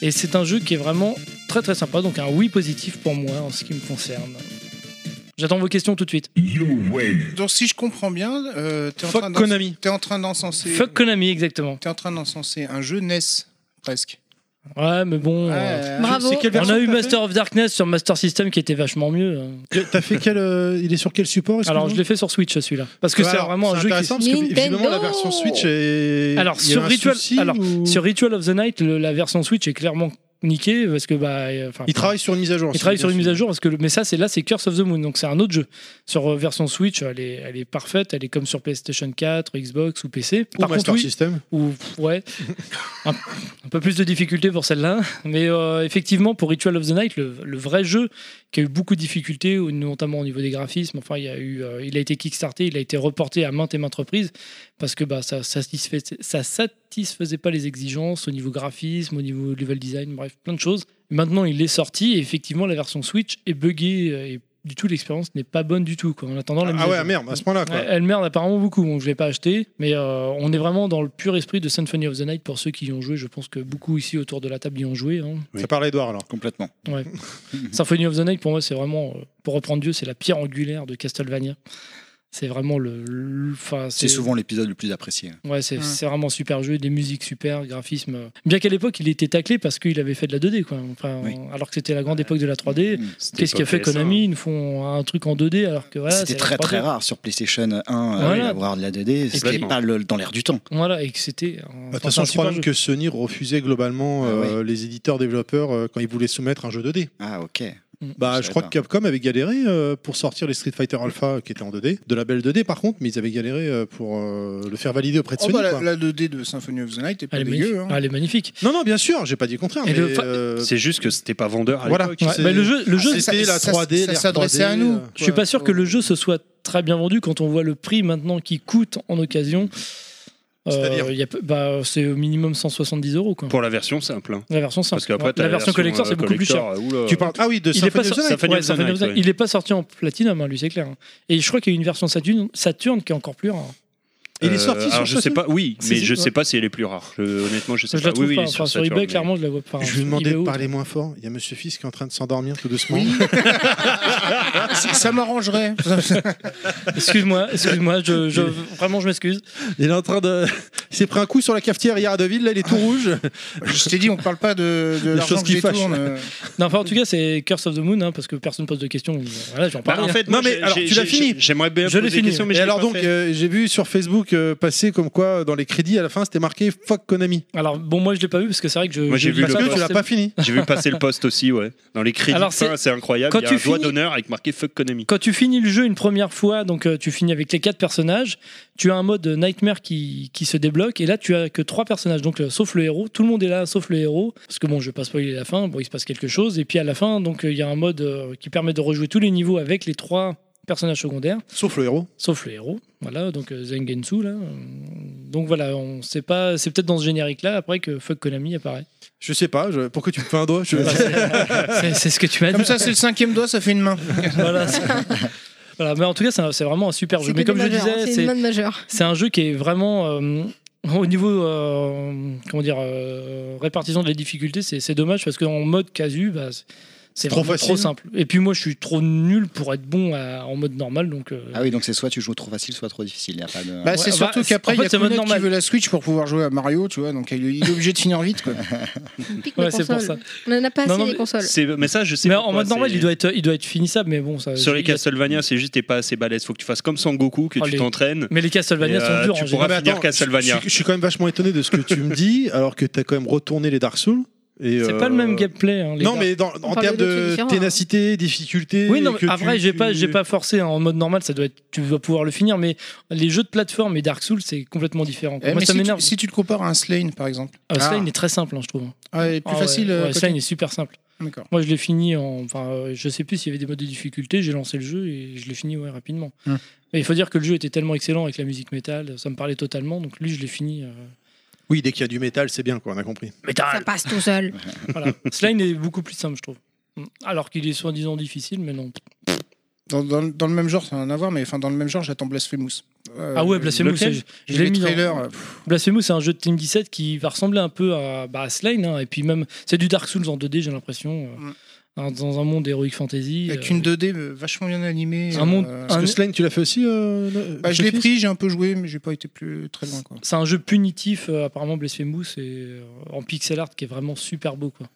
Et c'est un jeu qui est vraiment très très sympa. Donc un oui positif pour moi en ce qui me concerne. J'attends vos questions tout de suite. Donc si je comprends bien, euh, t'es en Fuck train d'en- Konami. T'es en train d'encenser. Fuck Konami exactement. T'es en train d'encenser un jeu NES presque. Ouais, mais bon. Ouais, euh, Bravo. c'est quelle On version a eu que t'as Master of Darkness sur Master System qui était vachement mieux. hein. T'as fait quel. euh, il est sur quel support excuse-moi Alors, je l'ai fait sur Switch euh, celui-là. Parce que Ouais, c'est alors, vraiment un c'est jeu qui intéressant parce que visiblement la version Switch est. Alors, il y a sur un Ritual, souci alors ou- sur Ritual of the Night, le- la version Switch est clairement niquée parce que bah. euh, enfin, Il travaille sur une mise à jour. il travaille sur une mise à jour parce que le- mais ça c'est là c'est Curse of the Moon donc c'est un autre jeu sur euh, version Switch elle est, elle est parfaite elle est comme sur PlayStation 4 Xbox ou PC Ou Master oui, System. ou pff, ouais un, un peu plus de difficultés pour celle-là mais euh, effectivement pour Ritual of the Night le, le vrai jeu qui a eu beaucoup de difficultés au- notamment au niveau des graphismes enfin il y a eu euh, il a été kickstarté il a été reporté à maintes et maintes reprises parce que bah ça satisfait ça satisfaisait pas les exigences au niveau graphisme au niveau level design bref plein de choses maintenant il est sorti et effectivement la version Switch est buggée euh, et du tout l'expérience n'est pas bonne du tout quoi, en attendant la mise à Ah ouais, jour. merde, à ce point-là, quoi. Ouais, Elle merde apparemment beaucoup, donc je l'ai pas acheté, mais euh, on est vraiment dans le pur esprit de Symphony of the Night pour ceux qui y ont joué. Je pense que beaucoup ici autour de la table y ont joué. hein. Ça parle à Edouard alors. Complètement. Ouais. Mhm. Symphony of the Night pour moi c'est vraiment, euh, pour reprendre Dieu, c'est la pierre angulaire de Castlevania. C'est vraiment le, le- enfin, C'est souvent l'épisode le plus apprécié. Ouais, c'est c'est vraiment super jeu, des musiques super, graphisme. euh. Bien qu'à l'époque, il était taclé parce qu'il avait fait de la 2D, quoi. Enfin, on- alors que c'était la grande époque de la 3D. Qu'est-ce qu'a Mmh, pas fait PSA, Konami Ils nous font un truc en 2D alors que voilà. C'était c'est la très 3D. très rare sur PlayStation 1 euh, Voilà. d'avoir de la 2D, ce qui n'est puis- pas le- dans l'air du temps. Voilà, et que c'était. Bah, De un- toute enfin, façon, c'est un je crois super même jeu. que Sony refusait Ah, globalement euh, les éditeurs développeurs euh, quand ils voulaient soumettre un jeu 2D. Ah, ok. Bah, Je je savais crois hein. pas. que Capcom avait galéré euh, pour sortir les Street Fighter Alpha qui étaient en 2D, de la belle 2D par contre, mais ils avaient galéré euh, pour euh, le faire valider auprès de Oh, Sony. bah, la, quoi. la 2D de Symphony of the Night est pas Elle est dégueu. magnifique. hein. Ah, elle est magnifique. Non, non, bien sûr, j'ai pas dit le contraire. Et mais, le fa- euh, C'est juste que c'était pas vendeur à Voilà. l'époque. Ouais, bah, le jeu, le jeu c'était la 3D, l'ère 3D, euh, Je suis pas sûr que le jeu se soit très bien vendu quand on voit le prix maintenant qui coûte en occasion. Euh, C'est-à-dire il y a peu- bah, c'est au minimum 170 euros quoi. Pour la version simple. hein. La version simple. Parce qu'après, Ouais, t'as la version collector, c'est euh, beaucoup plus cher. collector, euh, oula. Ah il est pas sorti- ouais, Symphony of the Night. Il est pas sorti en platinum, hein, lui, c'est clair. hein. Et je crois qu'il y a une version Saturn, Saturn qui est encore plus rare. Euh, alors, je sais pas, oui, mais je sais pas si elle est plus rare. Je- honnêtement, je sais Je pas. la trouve oui, pas. oui, Enfin, sur Saturn, eBay, mais- clairement, je la vois pas. hein. Je lui demandais eBay de ou- parler moins fort. Il y a Monsieur Fils qui est en train de s'endormir tout doucement. Ça- ça m'arrangerait. Excuse-moi, excuse-moi, je, je- vraiment je m'excuse. Il est en train de. Il s'est pris un coup sur la cafetière hier à Deville, là il est Ah. tout rouge. Je t'ai dit, on parle pas de, de Des l'argent choses que qui je fâchent. détourne. euh. Non, enfin, en tout cas, c'est Curse of the Moon, hein, parce que personne pose de questions. Voilà, j'en Bah, parle. en hein. fait, moi, j'ai- j'ai- j'ai- J'aimerais bien Je l'ai poser des fini. questions, mais Et je l'ai alors pas donc, fait. euh, j'ai vu sur Facebook euh, passer comme quoi euh, dans les crédits à la fin c'était marqué fuck Konami. Alors bon, moi je l'ai pas vu parce que c'est vrai que je. Moi, j'ai je vu passe le pas poste. Tu l'as pas fini. J'ai vu passer le poste aussi, ouais. Dans les crédits, Alors, de fin, c'est- c'est incroyable. quand il y a tu un doigt finis- d'honneur avec marqué Fuck Konami. Quand tu finis le jeu une première fois, donc euh, tu finis avec les quatre personnages, tu as un mode Nightmare qui, qui se débloque et là tu as que trois personnages, donc euh, sauf le héros, tout le monde est là sauf le héros, parce que bon, je vais pas spoiler la fin, bon, il se passe quelque chose et puis à la fin, donc euh, il y a un mode euh, qui permet de rejouer tous les niveaux avec les trois personnages secondaires, Sauf le héros. sauf le héros, voilà, donc euh, Zangetsu là. euh, Donc voilà, on sait pas, c'est peut-être dans ce générique là après que Fuck Konami apparaît. Je sais pas, je- pourquoi tu me fais un doigt je- Euh, C'est- C'est ce que tu m'as dit. Comme ça, c'est le cinquième doigt, ça fait une main. Voilà, c'est- Voilà, mais en tout cas, c'est un- c'est vraiment un super jeu. C'est Mais comme je majeur, hein, disais, c'est c'est- une mode majeure. c'est un jeu qui est vraiment euh, au niveau euh, comment dire euh, répartition de la difficulté, c'est c'est dommage parce qu'en mode casu, bah, c'est- c'est Trop vraiment facile. trop simple. Et puis moi, je suis trop nul pour être bon à- en mode normal, donc. euh, Ah oui, donc c'est soit tu joues trop facile, soit trop difficile. Il y a pas de... Bah, c'est bah, surtout c'est- qu'après, en il y a fait, c'est mode Kounet qui normal. veut la Switch pour pouvoir jouer à Mario, tu vois, donc il il est obligé de finir vite. Quoi. les ouais, c'est pour ça. consoles. On en a pas Non, assez non, des mais consoles. C'est- Mais ça, je sais mais pas en quoi, mode normal, c'est- il doit être, il doit être finissable, mais bon, ça. Sur je- les il y a- Castlevania, c'est juste t'es pas assez balèze. Faut que tu fasses comme Sangoku, que Oh, tu les- t'entraînes. Mais les Castlevania Et, sont euh, durs tu en pourras général. finir attends, Castlevania. Je, je suis quand même vachement étonné de ce que tu me dis, alors que t'as quand même retourné les Dark Souls. Et, euh, C'est pas le euh, même gameplay, hein, les non, gars. mais dans- On en parle termes de deux de, trucs différents, hein. ténacité, difficulté. Oui, non, que mais tu- après, j'ai tu- pas, j'ai pas forcé hein. en mode normal, ça doit être, tu vas pouvoir le finir, mais les jeux de plateforme et Dark Souls, c'est complètement différent. Eh, Moi, mais ça si, tu, m'énerve. si tu le compares à un Slane, par exemple. Ah, Slane est très simple, hein, je trouve. Ah, il est plus Ah ouais, facile. euh, ouais, côté- Slane est super simple. D'accord. Moi, je l'ai fini en. Enfin, euh, je sais plus s'il y avait des modes de difficulté, j'ai lancé le jeu et je l'ai fini ouais, rapidement. Hmm. Mais il faut dire que le jeu était tellement excellent avec la musique métal, ça me parlait totalement, donc lui, je l'ai fini. euh, Oui, dès qu'il y a du métal, c'est bien, quoi, on a compris. métal Ça passe tout seul. Voilà. Slane est beaucoup plus simple, je trouve. Hum. Alors qu'il est soi-disant difficile, mais non. Dans, dans le- dans le même genre, ça n'a rien à voir, mais enfin, dans le même genre, j'attends Blasphemous. Euh, ah ouais, Blasphemous, lequel je- je Les l'ai mis. dans- Ah, trailers, euh, pff, Blasphemous, c'est un jeu de Team 17 qui va ressembler un peu à, bah, à Slane, hein, et puis même, c'est du Dark Souls en 2D, j'ai l'impression, Mm. euh, hein, dans un monde héroïque fantasy. avec euh, une 2D vachement bien animée. Un monde- euh, Parce que Slane, tu l'as fait aussi euh, le- bah, je l'ai Sophie pris, j'ai un peu joué, mais j'ai pas été plus très loin. Quoi. C'est un jeu punitif, euh, apparemment Blasphemous, et euh, en pixel art qui est vraiment super beau. Quoi.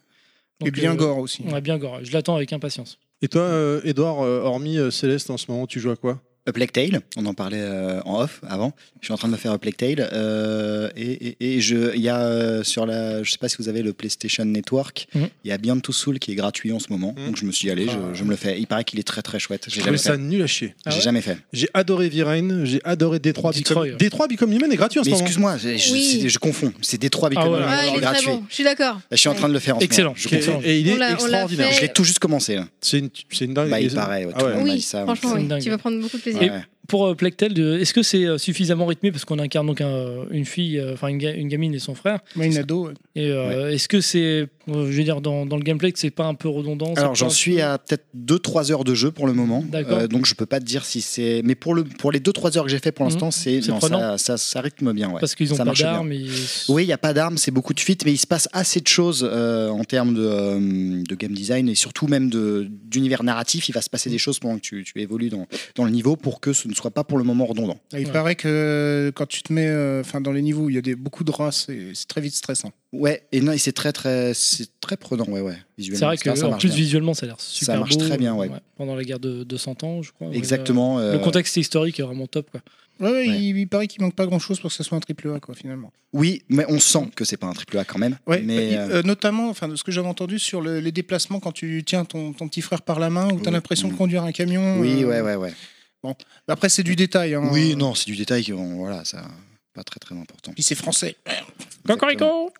euh, Et bien gore aussi. Ouais, bien gore. Je l'attends avec impatience. Et toi, euh, Edouard, euh, hormis euh, Céleste, en ce moment, tu joues à quoi A Plague Tale, on en parlait euh, en off avant. Je suis en train de me faire A Plague Tale. euh, et et- et je- il y a euh, sur la. Je sais pas si vous avez le PlayStation Network. Il Mhm. y a bien de Soul qui est gratuit en ce moment. Donc je me suis dit, allez, Ah. je, je me le fais. Il paraît qu'il est très très chouette. Je J'ai trouvais jamais ça fait. Ah nul à chier. J'ai jamais fait. J'ai adoré Virine, j'ai adoré Détroit Detroit, Become... ouais. Détroit Become Human est gratuit en ce Mais moment. excuse-moi, je, je- Oui. c'est- je confonds. C'est Détroit Become Ah ouais. Human, Ah, il est gratuit. très bon. Je suis d'accord. Je suis en train de le faire en ce Excellent. moment. Je Et, confonds. et il On est l'a- on l'a extraordinaire. fait- Je l'ai tout juste commencé. là. C'est une, c'est une dingue. Bah, il Et- paraît, ouais, ah tout le ouais. monde. Oui, dit ça, franchement, c'est oui. dingue. tu vas prendre beaucoup de plaisir. Ouais. Et pour euh, Plague Tale, de- est-ce que c'est euh, suffisamment rythmé parce qu'on incarne donc un- une fille, euh, enfin une, ga- une gamine et son frère Moi, une ado. ouais. Et euh, est-ce que c'est, euh, je veux dire, dans, dans le gameplay que c'est pas un peu redondant c'est Alors pas j'en un suis peu- à peut-être 2-3 heures de jeu pour le moment, D'accord. Euh, donc je peux pas te dire si c'est. Mais pour le pour les 2-3 heures que j'ai fait pour l'instant, c'est Mm. C'est non, prenant. ça, ça ça rythme bien, ouais. Parce qu'ils ont ça pas marche bien. d'armes. ils- Oui, il n'y a pas d'armes, c'est beaucoup de fuites, mais il se passe assez de choses euh, en termes de, euh, de game design et surtout même de- d'univers narratif. Il va se passer Mm. des choses pendant que tu, tu évolues dans, dans le niveau pour que ce ne soit pas pour le moment redondant. Il Ouais. paraît que euh, quand tu te mets euh, enfin, dans les niveaux où il y a des, beaucoup de races, c'est c'est très vite stressant. Ouais, et non, et c'est très très c'est très prenant, ouais ouais. Visuellement, C'est vrai etc., que ça en marche plus bien. visuellement, ça a l'air super marche beau. très bien, ouais. Pendant la guerre de, de 100 ans, je crois. ouais, Exactement. euh, euh, Le contexte historique est vraiment top, quoi. Ouais, ouais, Ouais. Il, il paraît qu'il manque pas grand chose pour que ce soit un triple A, quoi, finalement. Oui, mais on sent que c'est pas un triple A quand même. Ouais, mais bah, il- euh, euh, notamment, enfin, de ce que j'avais entendu sur le- les déplacements quand tu tiens ton, ton petit frère par la main ou t'as Oui. l'impression de Mm. conduire un camion. oui, euh, ouais ouais ouais. Après, c'est du détail. euh, hein. Oui, non, c'est du détail qui on- voilà, ça pas très très important. Puis c'est français. Cocorico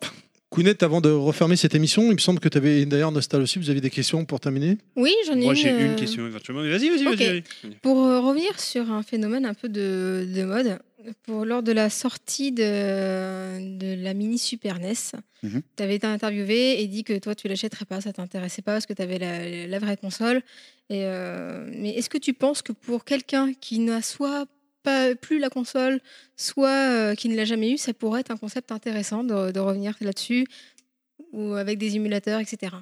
Kounet, avant de refermer cette émission, il me semble que tu avais d'ailleurs Nostal aussi, vous avez des questions pour terminer Oui, j'en ai Moi, j'ai euh, une question éventuellement. Mais Vas-y, vas-y, Ok. vas-y. vas-y. Pour euh, revenir sur un phénomène un peu de, de mode, pour, lors de la sortie de, de la mini Super NES, Mhm. tu avais été interviewé et dit que toi tu l'achèterais pas, ça t'intéressait pas parce que tu avais la, la vraie console. Et, euh, mais est-ce que tu penses que pour quelqu'un qui n'a soit pas plus la console, soit euh, qui ne l'a jamais eu, ça pourrait être un concept intéressant de, de revenir là-dessus ou avec des émulateurs, etc.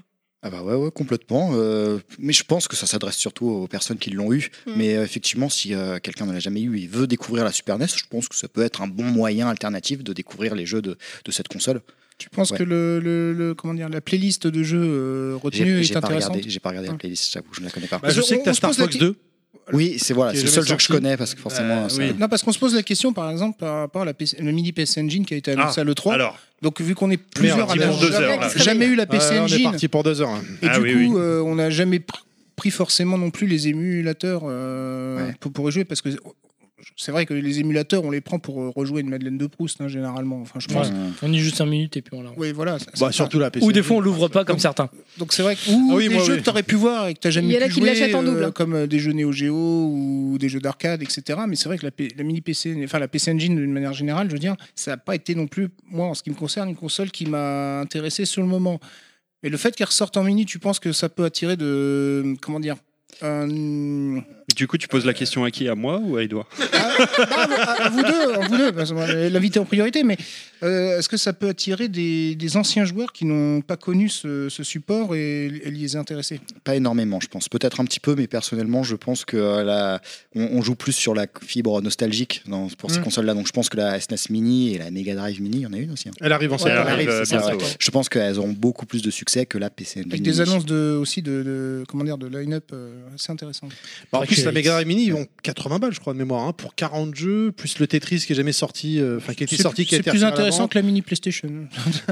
Ah bah ouais, ouais complètement. euh, mais je pense que ça s'adresse surtout aux personnes qui l'ont eu. Mm. Mais euh, effectivement, si euh, quelqu'un ne l'a jamais eu et veut découvrir la Super NES, je pense que ça peut être un bon moyen alternatif de découvrir les jeux de, de cette console. Tu penses Ouais. que le, le- le- comment dire, la playlist de jeux euh, retenue J'ai est j'ai pas intéressante regardé, j'ai pas regardé la Ah. playlist, j'avoue, je ne la connais pas. Bah, je- Je sais on- que tu on as se Star pose la Fox que- 2. oui, c'est voilà, Qui est c'est le jamais seul jeu que je sorti. connais parce que forcément. Euh, ça- oui. Non, parce qu'on se pose la question, par exemple, par rapport à la PC le mini PC Engine qui a été annoncé Ah, à l'E3. Alors, Donc, vu qu'on est plusieurs à dis-moi n'avoir deux jamais, heures, là. jamais eu la PC Ah, on est Engine, parti pour deux heures. hein. et Ah du oui, coup, oui. euh, on n'a jamais pr- pris forcément non plus les émulateurs euh, Ouais. pour, pour y jouer, parce que c'est vrai que les émulateurs, on les prend pour euh, rejouer une Madeleine de Proust, hein, généralement. Enfin, je pense. Ouais. On y joue 5 minutes et puis on l'a. Oui, voilà. ça- Bah, ça- surtout la PC. Ou des fois on l'ouvre pas comme certains. Donc c'est vrai que ou Ah oui, des moi, jeux oui. que t'aurais pu voir et que t'as jamais Il y en a pu qui jouer, l'achètent en double. hein. comme euh, des jeux Neo Geo ou des jeux d'arcade, etc. Mais c'est vrai que la, P- la mini PC, enfin la PC Engine d'une manière générale, je veux dire, ça n'a pas été non plus, moi en ce qui me concerne, une console qui m'a intéressé sur le moment. Et le fait qu'elle ressorte en mini, tu penses que ça peut attirer de comment dire un- du coup, tu poses la question à qui À moi ou à Edouard Ah, à, à vous deux, à vous deux, parce que moi, je vais l'inviter en priorité, mais euh, est-ce que ça peut attirer des, des anciens joueurs qui n'ont pas connu ce, ce support et, et les intéresser Pas énormément, je pense. Peut-être un petit peu, mais personnellement, je pense que euh, la... on, on joue plus sur la fibre nostalgique dans- pour ces Mm. consoles-là. Donc je pense que la SNES Mini et la Mega Drive Mini, il y en a une aussi. hein. Elle arrive en Elle salle. arrive, euh, c'est ça, bientôt, ouais. ouais. Je pense qu'elles auront beaucoup plus de succès que la PC Engine Avec Mini. des annonces de, aussi de, de- comment dire de line-up euh, assez intéressantes. Bah, en Ok. plus, la la Mega Drive Mini, ils ont 80 balles, je crois, de mémoire, hein, pour 40 jeux, plus le Tetris qui est jamais sorti, euh, enfin qui était C'est- sorti, qui a C'est été plus retiré à la intéressant vente. que la mini PlayStation.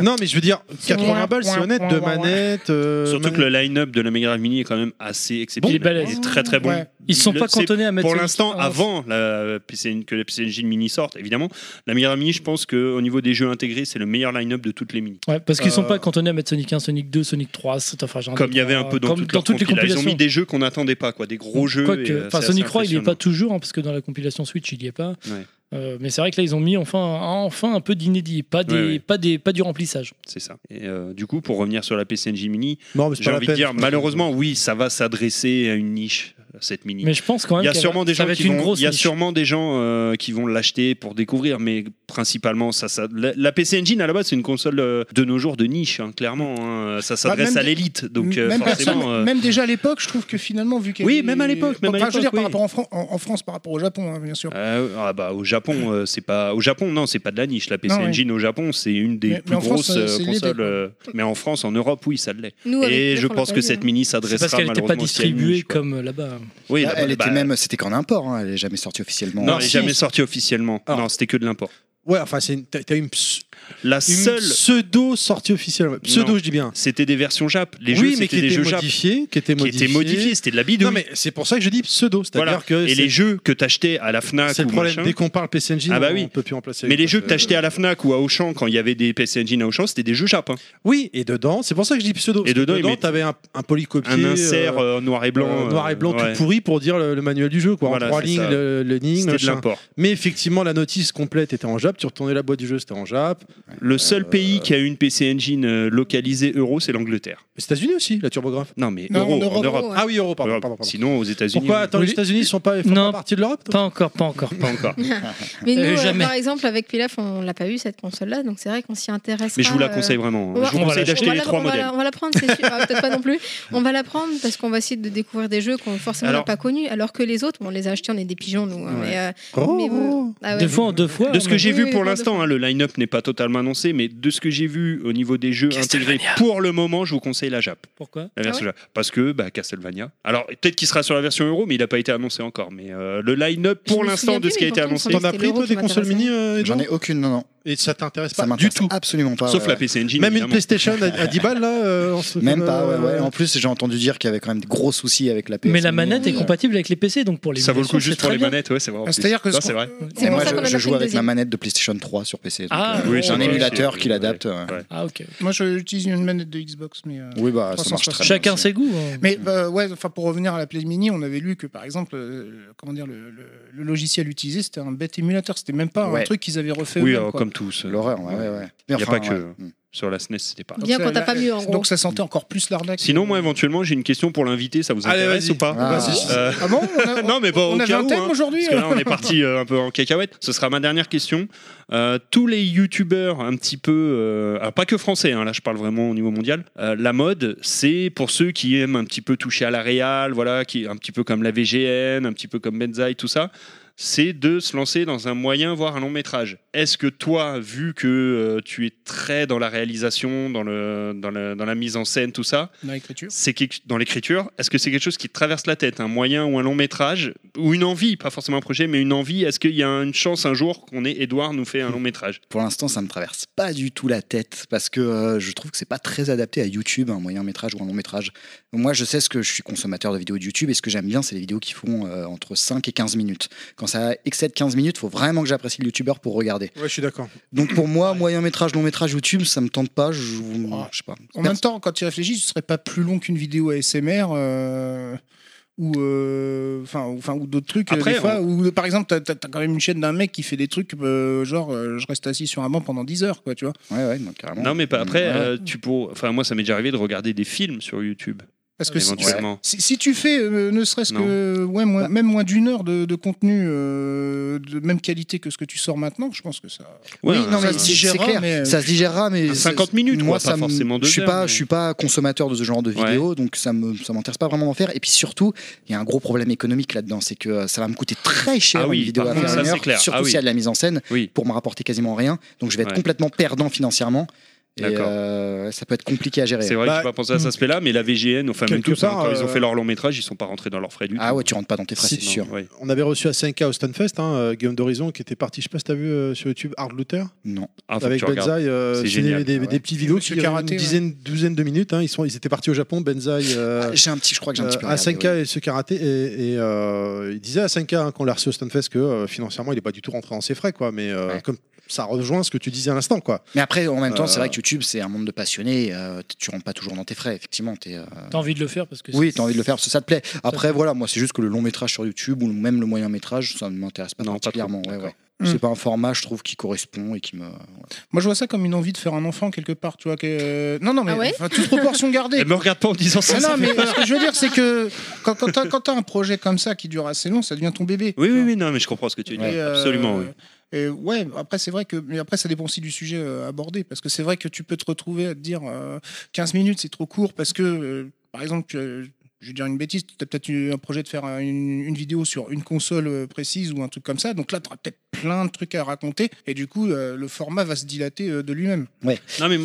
Non, mais je veux dire, C'est 80 moins, balles, c'est moins, honnête, moins, de moins, moins. manettes. euh, Surtout que le line-up de la Mega Drive Mini est quand même assez exceptionnel. Il est balèze. Il est très très bon. Ouais. Ils se sont Le- pas c'est- cantonnés à mettre Pour Sonic l'instant, Force. avant la PC, que la PC Engine Mini sorte, évidemment, la Mega Drive Mini, je pense qu'au niveau des jeux intégrés, c'est le meilleur line-up de toutes les minis. Ouais, parce qu'ils sont Euh, pas cantonnés à mettre Sonic 1, Sonic 2, Sonic 3, c'est- enfin, j'en ai Comme il y avait un pas- peu dans, Ah, comme toutes, dans leurs toutes les compilations. compilations. Ils ont mis des jeux qu'on n'attendait pas, quoi, des gros jeux. Quoique, et, euh, enfin, c'est Sonic assez Roy, il est pas impressionnant. toujours, hein, parce que dans la compilation Switch, il y est pas. Ouais. Euh, mais c'est vrai que là, ils ont mis enfin, enfin un peu d'inédit, pas, des, Ouais, ouais. pas, des, pas du remplissage. C'est ça. Et euh, du coup, pour revenir sur la PCNJ Mini, Non, mais c'est j'ai pas la envie de peine. dire, malheureusement, oui, ça va s'adresser à une niche cette mini. Mais je pense quand même Il y a qu'elle sûrement va- des ça gens va être qui une vont, grosse il y a niche. sûrement des gens euh, qui vont l'acheter pour découvrir, mais principalement ça, ça la, la PC Engine à la base c'est une console euh, de nos jours de niche, hein, clairement. hein. ça s'adresse Bah, même à des- l'élite, donc euh, même, forcément. personne- euh, même déjà à l'époque, je trouve que finalement, vu qu'elle Oui, est- même à l'époque, même à Enfin, je veux dire, l'époque, par rapport en, Fran- en- en France, par rapport au Japon, hein, bien sûr. euh, ah bah, au Japon, euh, c'est pas au Japon non, c'est pas de la niche. La PC Non, oui. Engine au Japon, c'est une des Mais- mais plus en France, grosses euh, c'est l'idée, consoles. quoi. euh, mais en France, en Europe, oui, ça l'est. Nous, avec Et Jeff, je on l'a pense pas que vu, cette hein. mini C'est s'adressera parce qu'elle n'était pas malheureusement aussi à une niche, distribuée quoi. comme là-bas. Oui, Ah, Bah, là-bas, elle était bah, même, c'était qu'en import, hein, elle est jamais sortie officiellement. Non, elle n'est Si. jamais sortie officiellement. Ah. Non, c'était que de l'import. Ouais, enfin, c'est une- t'as t'as une, ps- La une seule. pseudo sortie officielle. ouais. Pseudo, Non. je dis bien. C'était des versions Jap. Les oui, jeux, mais c'était qui des étaient jeux Jap. modifiés, qui étaient Qui étaient modifiés, c'était de la bidouille. Non, mais c'est pour ça que je dis pseudo, c'est-à-dire Voilà. que Et c'est- les jeux que t'achetais à la Fnac c'est le ou problème. machin, Dès qu'on parle PC Engine, Ah bah on oui. peut plus remplacer. Mais les jeux que t'achetais à la Fnac ou à Auchan quand il y avait des PC Engine à Auchan, c'était des jeux Jap. hein. Oui, et dedans, c'est pour ça que je dis pseudo. Et parce que dedans, ils dedans mettent t'avais un, un polycopier, Un insert euh, euh, en noir et blanc. euh, noir et blanc euh, ouais. tout pourri pour dire le, le manuel du jeu, quoi. Voilà, en trois c'est lignes, ça. le- l'énigme. C'était de machin. l'import. Mais effectivement, la notice complète était en Jap. Tu retournais la boîte du jeu, c'était en Jap. Le seul pays qui a eu une PC Engine euh, localisée euro, c'est l'Angleterre. Les États-Unis aussi, la turbographe. Non, mais Non, euro, en Europe. en Europe. ouais. Ah oui, Euro, pardon. Europe. pardon, pardon. Sinon, aux États-Unis. Pourquoi oui. Attends, les États-Unis sont pas, ils font Non. pas partie de l'Europe toi Pas encore, pas encore. Pas encore. Mais nous, Euh, euh, jamais. par exemple, avec Pilaf, on l'a pas eu cette console-là, donc c'est vrai qu'on s'y intéresse. Mais je vous la pas, euh, conseille vraiment. hein. va- Je vous on va conseille d'acheter l'acheter. on va les la- trois on va la- modèles. On va la prendre, c'est sûr. Ah, Peut-être pas non plus. On va la prendre parce qu'on va essayer de découvrir des jeux qu'on forcément n'a Alors- pas connus, alors que les autres, bon, on les a achetés, on est des pigeons, nous. hein, mais, euh, mais Oh. bon, ah ouais. Deux fois en deux fois. De ce on que a- j'ai oui, vu oui, pour oui, l'instant, hein, le line-up n'est pas totalement annoncé, mais de ce que j'ai vu au niveau des jeux intégrés pour le moment, je vous conseille la JAP. Pourquoi La version ouais Jap. Parce que bah, Castlevania. Alors peut-être qu'il sera sur la version euro, mais il n'a pas été annoncé encore. Mais euh, le line-up Je pour me l'instant souviens de ce plus, qui a mais été pourtant, annoncé, il me T'en as C'était pris l'euro toi qui des consoles m'intéressait. mini euh, Edouard J'en ai aucune, non, non. Et ça t'intéresse Ça pas du m'intéresse tout. absolument pas. sauf ouais, la ouais. PC Engine. Même une évidemment. PlayStation à, à 10 balles là. euh, en ce- Même euh, pas, ouais, ouais. En plus, j'ai entendu dire qu'il y avait quand même de gros soucis avec la PS. Mais la manette est euh, compatible avec les PC, donc pour les Ça vaut le coup émulations, c'est juste pour très les bien. manettes, ouais, c'est vrai. en Ah, plus. c'est-à-dire que Non, ce c'est vrai. C'est Et pour moi, ça qu'on en je, a je pris joue une avec ma deuxième. manette de PlayStation 3 sur PC. donc, Ah, euh, oui, j'ai un ouais, émulateur c'est- qui l'adapte. ouais. Ouais. Ah, ok. Moi, je- j'utilise une manette de Xbox, mais. euh, Oui, bah, ça marche 360. très bien. Chacun aussi. ses goûts. hein. Mais euh, ouais, enfin pour revenir à la Play Mini, on avait lu que par exemple, euh, comment dire, le, le- le logiciel utilisé c'était un bête émulateur, c'était même pas un Ouais. truc qu'ils avaient refait. Oui, eux-mêmes, euh, quoi. comme tous. euh, L'horreur, ouais, ouais. ouais. Mais Y a enfin, pas que- ouais. Mm. Sur la SNES, c'était pas. Donc, Bien ça- quand t'as pas là- euh, mieux, en gros. Donc ça sentait encore plus l'arnaque. Sinon, moi, éventuellement, j'ai une question pour l'invité. Ça vous Allez, intéresse vas-y. ou pas Ah. Vas-y. Euh, Ah bon on a- Non, mais bon, on au avait cas un où, thème hein, aujourd'hui. Parce que là, on est parti euh, un peu en cacahuète. Ce sera ma dernière question. Euh, tous les youtubeurs, un petit peu, euh, alors pas que français, hein, là je parle vraiment au niveau mondial, euh, la mode, c'est pour ceux qui aiment un petit peu toucher à la réal, voilà, qui un petit peu comme la VGN, un petit peu comme Benzaï, tout ça, c'est de se lancer dans un moyen, voire un long métrage. Est-ce que toi, vu que euh, tu es très dans la réalisation, dans, le, dans, le- dans la mise en scène, tout ça, Dans l'écriture. c'est quelque- dans l'écriture, est-ce que c'est quelque chose qui te traverse la tête, un moyen ou un long métrage, ou une envie, pas forcément un projet, mais une envie Est-ce qu'il y a une chance un jour qu'on ait Edouard nous fait un long métrage Pour l'instant, ça me traverse pas du tout la tête parce que euh, je trouve que c'est pas très adapté à YouTube, un moyen métrage ou un long métrage. Moi, je sais ce que je suis consommateur de vidéos de YouTube et ce que j'aime bien, c'est les vidéos qui font euh, entre 5 et 15 minutes. Quand ça excède 15 minutes, faut vraiment que j'apprécie le youtubeur pour regarder. Ouais, je suis d'accord. Donc pour moi, moyen métrage, long métrage YouTube, ça me tente pas. Je, je sais pas. En même temps, quand tu réfléchis, ce serait pas plus long qu'une vidéo ASMR. euh, Ou euh, enfin ou, enfin, ou d'autres trucs euh, Après, des fois ou par exemple t'as- t'as t'as quand même une chaîne d'un mec qui fait des trucs euh, genre euh, je reste assis sur un banc pendant 10 heures quoi tu vois Ouais, ouais, non, carrément. Non, mais pas après. Ouais. euh, tu pour... enfin, moi, ça m'est déjà arrivé de regarder des films sur YouTube, parce que si tu éventuellement. Si, si tu fais euh, ne serait-ce Non. Bah. que ouais, moins- même moins d'une heure de, de contenu euh, de même qualité que ce que tu sors maintenant, je pense que ça. Ouais, oui, non, un- mais se c'est digérera, c'est clair, mais- ça se digérera, mais Un c'est- 50 minutes, Moi, quoi, pas ça me- forcément deux Je suis heures, pas, mais- je suis pas consommateur de ce genre de Ouais. vidéos, donc ça me, ça m'intéresse pas vraiment d'en faire. Et puis surtout, il y a un gros problème économique là-dedans, c'est que euh, ça va me coûter très cher Ah oui, une vidéo par à contre, faire ça, une c'est heure, clair. surtout Ah oui. s'il y a de la mise en scène, Oui. pour me rapporter quasiment rien. Donc je vais être Ouais. complètement perdant financièrement. Et, D'accord. euh, ça peut être compliqué à gérer. C'est vrai que j'ai pas pensé à cet aspect-là, mais la VGN, enfin même Bah, hmm. Quelque tout ça, part, quand ils euh, ont fait leur long métrage, ils sont pas rentrés dans leurs frais du tout. Ah ouais, tu rentres pas dans tes frais, Si, c'est non, sûr. ouais. On avait reçu à 5K au Stunfest, hein, euh, Guillaume d'Horizon qui était parti, je sais pas si t'as vu euh, sur YouTube, Hard Looter Non. Ah, faut avec que tu regardes. Benzaï, euh, C'est c'est génial. des, des, Ah ouais. des petits vidéos Monsieur qui durent Karaté, une ouais. dizaine, douzaine de minutes. hein. Ils, sont, ils étaient partis au Japon, Benzaï. euh, J'ai un petit, Ah, je crois que j'ai un petit peu. euh, regardé, A5K et ce karaté et, et, euh, il disait à 5K hein, qu'on l'a reçu au Stunfest que euh, financièrement il n'est pas du tout rentré dans ses frais quoi mais euh, comme ça rejoint ce que tu disais à l'instant quoi Mais après, en même temps, c'est Euh, vrai que YouTube, c'est un monde de passionnés. euh, t- tu rentres pas toujours dans tes frais, effectivement. T'es, euh, T'as envie de le faire parce que Oui, c'est- t'as envie de le faire parce que ça te plaît. Après, voilà, moi, c'est juste que le long métrage sur YouTube ou même le moyen métrage, ça ne m'intéresse pas particulièrement. ouais, ouais. Hmm. C'est pas un format, je trouve, qui correspond et qui me. Moi, je vois ça comme une envie de faire un enfant quelque part, tu vois. Que... euh, Non, non, mais Ah ouais enfin, toute proportion gardée. Elle me regarde pas en disant ça. Ah ça non, fait mais peur. ce que je veux dire, c'est que quand, quand t'as- quand t'as un projet comme ça qui dure assez long, ça devient ton bébé. Oui, oui, oui, non, mais je comprends ce que tu dis. Et, euh, Absolument, oui. Et ouais, après c'est vrai que, mais après ça dépend aussi du sujet euh, abordé, parce que c'est vrai que tu peux te retrouver à te dire euh, 15 minutes c'est trop court, parce que, euh, par exemple, tu, euh, je vais dire une bêtise, tu as peut-être eu un projet de faire euh, une, une vidéo sur une console euh, précise ou un truc comme ça, donc là tu auras peut-être plein de trucs à raconter, et du coup euh, le format va se dilater euh, de lui-même, Ouais. Non, mais.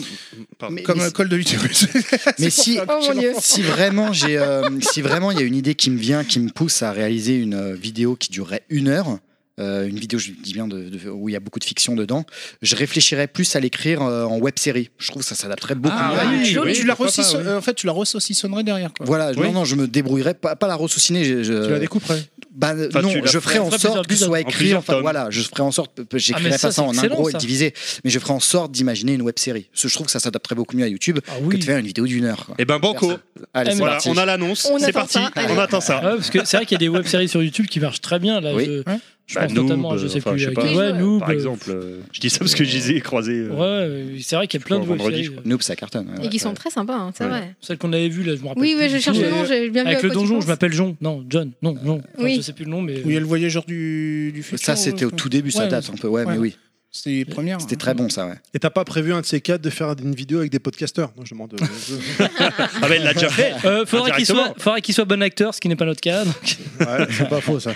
comme un col de l'utérus. C'est Mais pour si, faire un petit enfant. si vraiment j'ai, euh, si vraiment il y a une idée qui me vient, qui me pousse à réaliser une euh, vidéo qui durerait une heure, euh, une vidéo, je dis bien, de, de- où il y a beaucoup de fiction dedans, je réfléchirais plus à l'écrire euh, en web série. Je trouve que ça s'adapterait beaucoup mieux à Ah, YouTube. tu, tu la pourquoi pas, ressaucisse- oui. euh, En fait, tu la ressaucissonnerais derrière. Quoi. Voilà, Oui. non, non, je me débrouillerais pas, pas la ressouciner. Je, je- tu la découperais Bah, euh, Enfin, non, tu la je ferai ferais- en ferais sorte que plusieurs ce soit épisodes. En écrit. plusieurs Enfin tomes. voilà, je ferai en sorte, euh, Ah, j'écrirai mais pas ça, ça en c'est un gros excellent, et ça. divisé, mais je ferai en sorte d'imaginer une web série. Je trouve que ça s'adapterait beaucoup mieux à YouTube que de faire une vidéo d'une heure. quoi. Eh ben, banco. Personne. Allez, c'est Voilà, parti. on a l'annonce. On C'est attend parti. ça, allez. On attend ça. Ah ouais, parce que c'est vrai qu'il y a des web-séries sur YouTube qui marchent très bien. Là, Oui. je, je Bah, pense Noob, notamment, à je sais enfin, plus. je sais à- pas, ouais, Noob, Par exemple, euh, je dis ça parce que je les ai croisés. euh, Ouais, euh, c'est vrai qu'il y a plein de crois, vendredi, web-séries. je Noob, ça cartonne. ouais. Et qui sont très sympas, hein, c'est Ouais. vrai. Celle qu'on avait vue, là, je me rappelle. Oui, oui, plus je du cherche tout. le nom, j'ai bien vu. Avec à le quoi tu donjon, je penses. m'appelle John. Non, John. Non, non. Enfin, Oui. Je sais plus le nom, mais. Où il y a le voyageur du, du futur. euh, Ça, c'était au tout début, ça Ouais, date un peu. Ouais, mais ouais. oui, C'était hein. les premières. c'était très bon ça. Ouais. et t'as pas prévu un de ces quatre de faire une vidéo avec des podcasteurs non je demande euh, je- Ah, ben, elle l'a déjà fait. Euh, faudra qu'il Indirectement. soit, faudra qu'il soit bon acteur, ce qui n'est pas notre cas. donc. ouais, c'est pas faux ça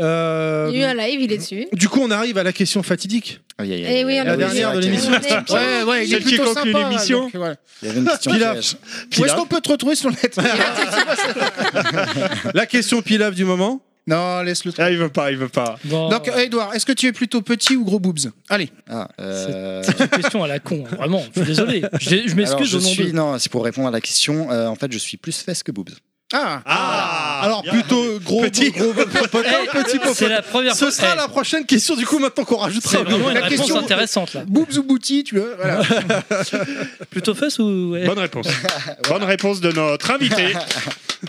Euh, Il y a eu un live, il est dessus. du coup on arrive à la question fatidique Aïe, aïe, aïe. Et Eh oui, on La a- dernière de on est- l'émission. on est- Ouais, ouais, il est Celle qui plutôt conclut sympa. l'émission. donc, voilà. Il y avait une question Pilaf. piège. Où est-ce qu'on peut te retrouver sur le net la question pilaf du moment Non, laisse-le. Ah, il veut pas, il veut pas. Bon, Donc, euh, Edouard, est-ce que tu es plutôt petit ou gros boobs Allez. Ah, euh, c'est une question à la con, hein, vraiment. Je suis désolé. Je, je alors, m'excuse je au nom suis de. non, c'est pour répondre à la question. euh, en fait, je suis plus fesse que boobs. Ah, Eh, Ah alors plutôt gros Petit. gros, gros, gros, potin, petit C'est potin. la première ce fois. sera Eh, la prochaine question du coup maintenant qu'on rajoutera C'est vraiment une La réponse question- intéressante là. boobs ou booty, tu vois voilà. Plutôt face ou. ouais. Bonne réponse. Bonne réponse de notre invité. Ouais,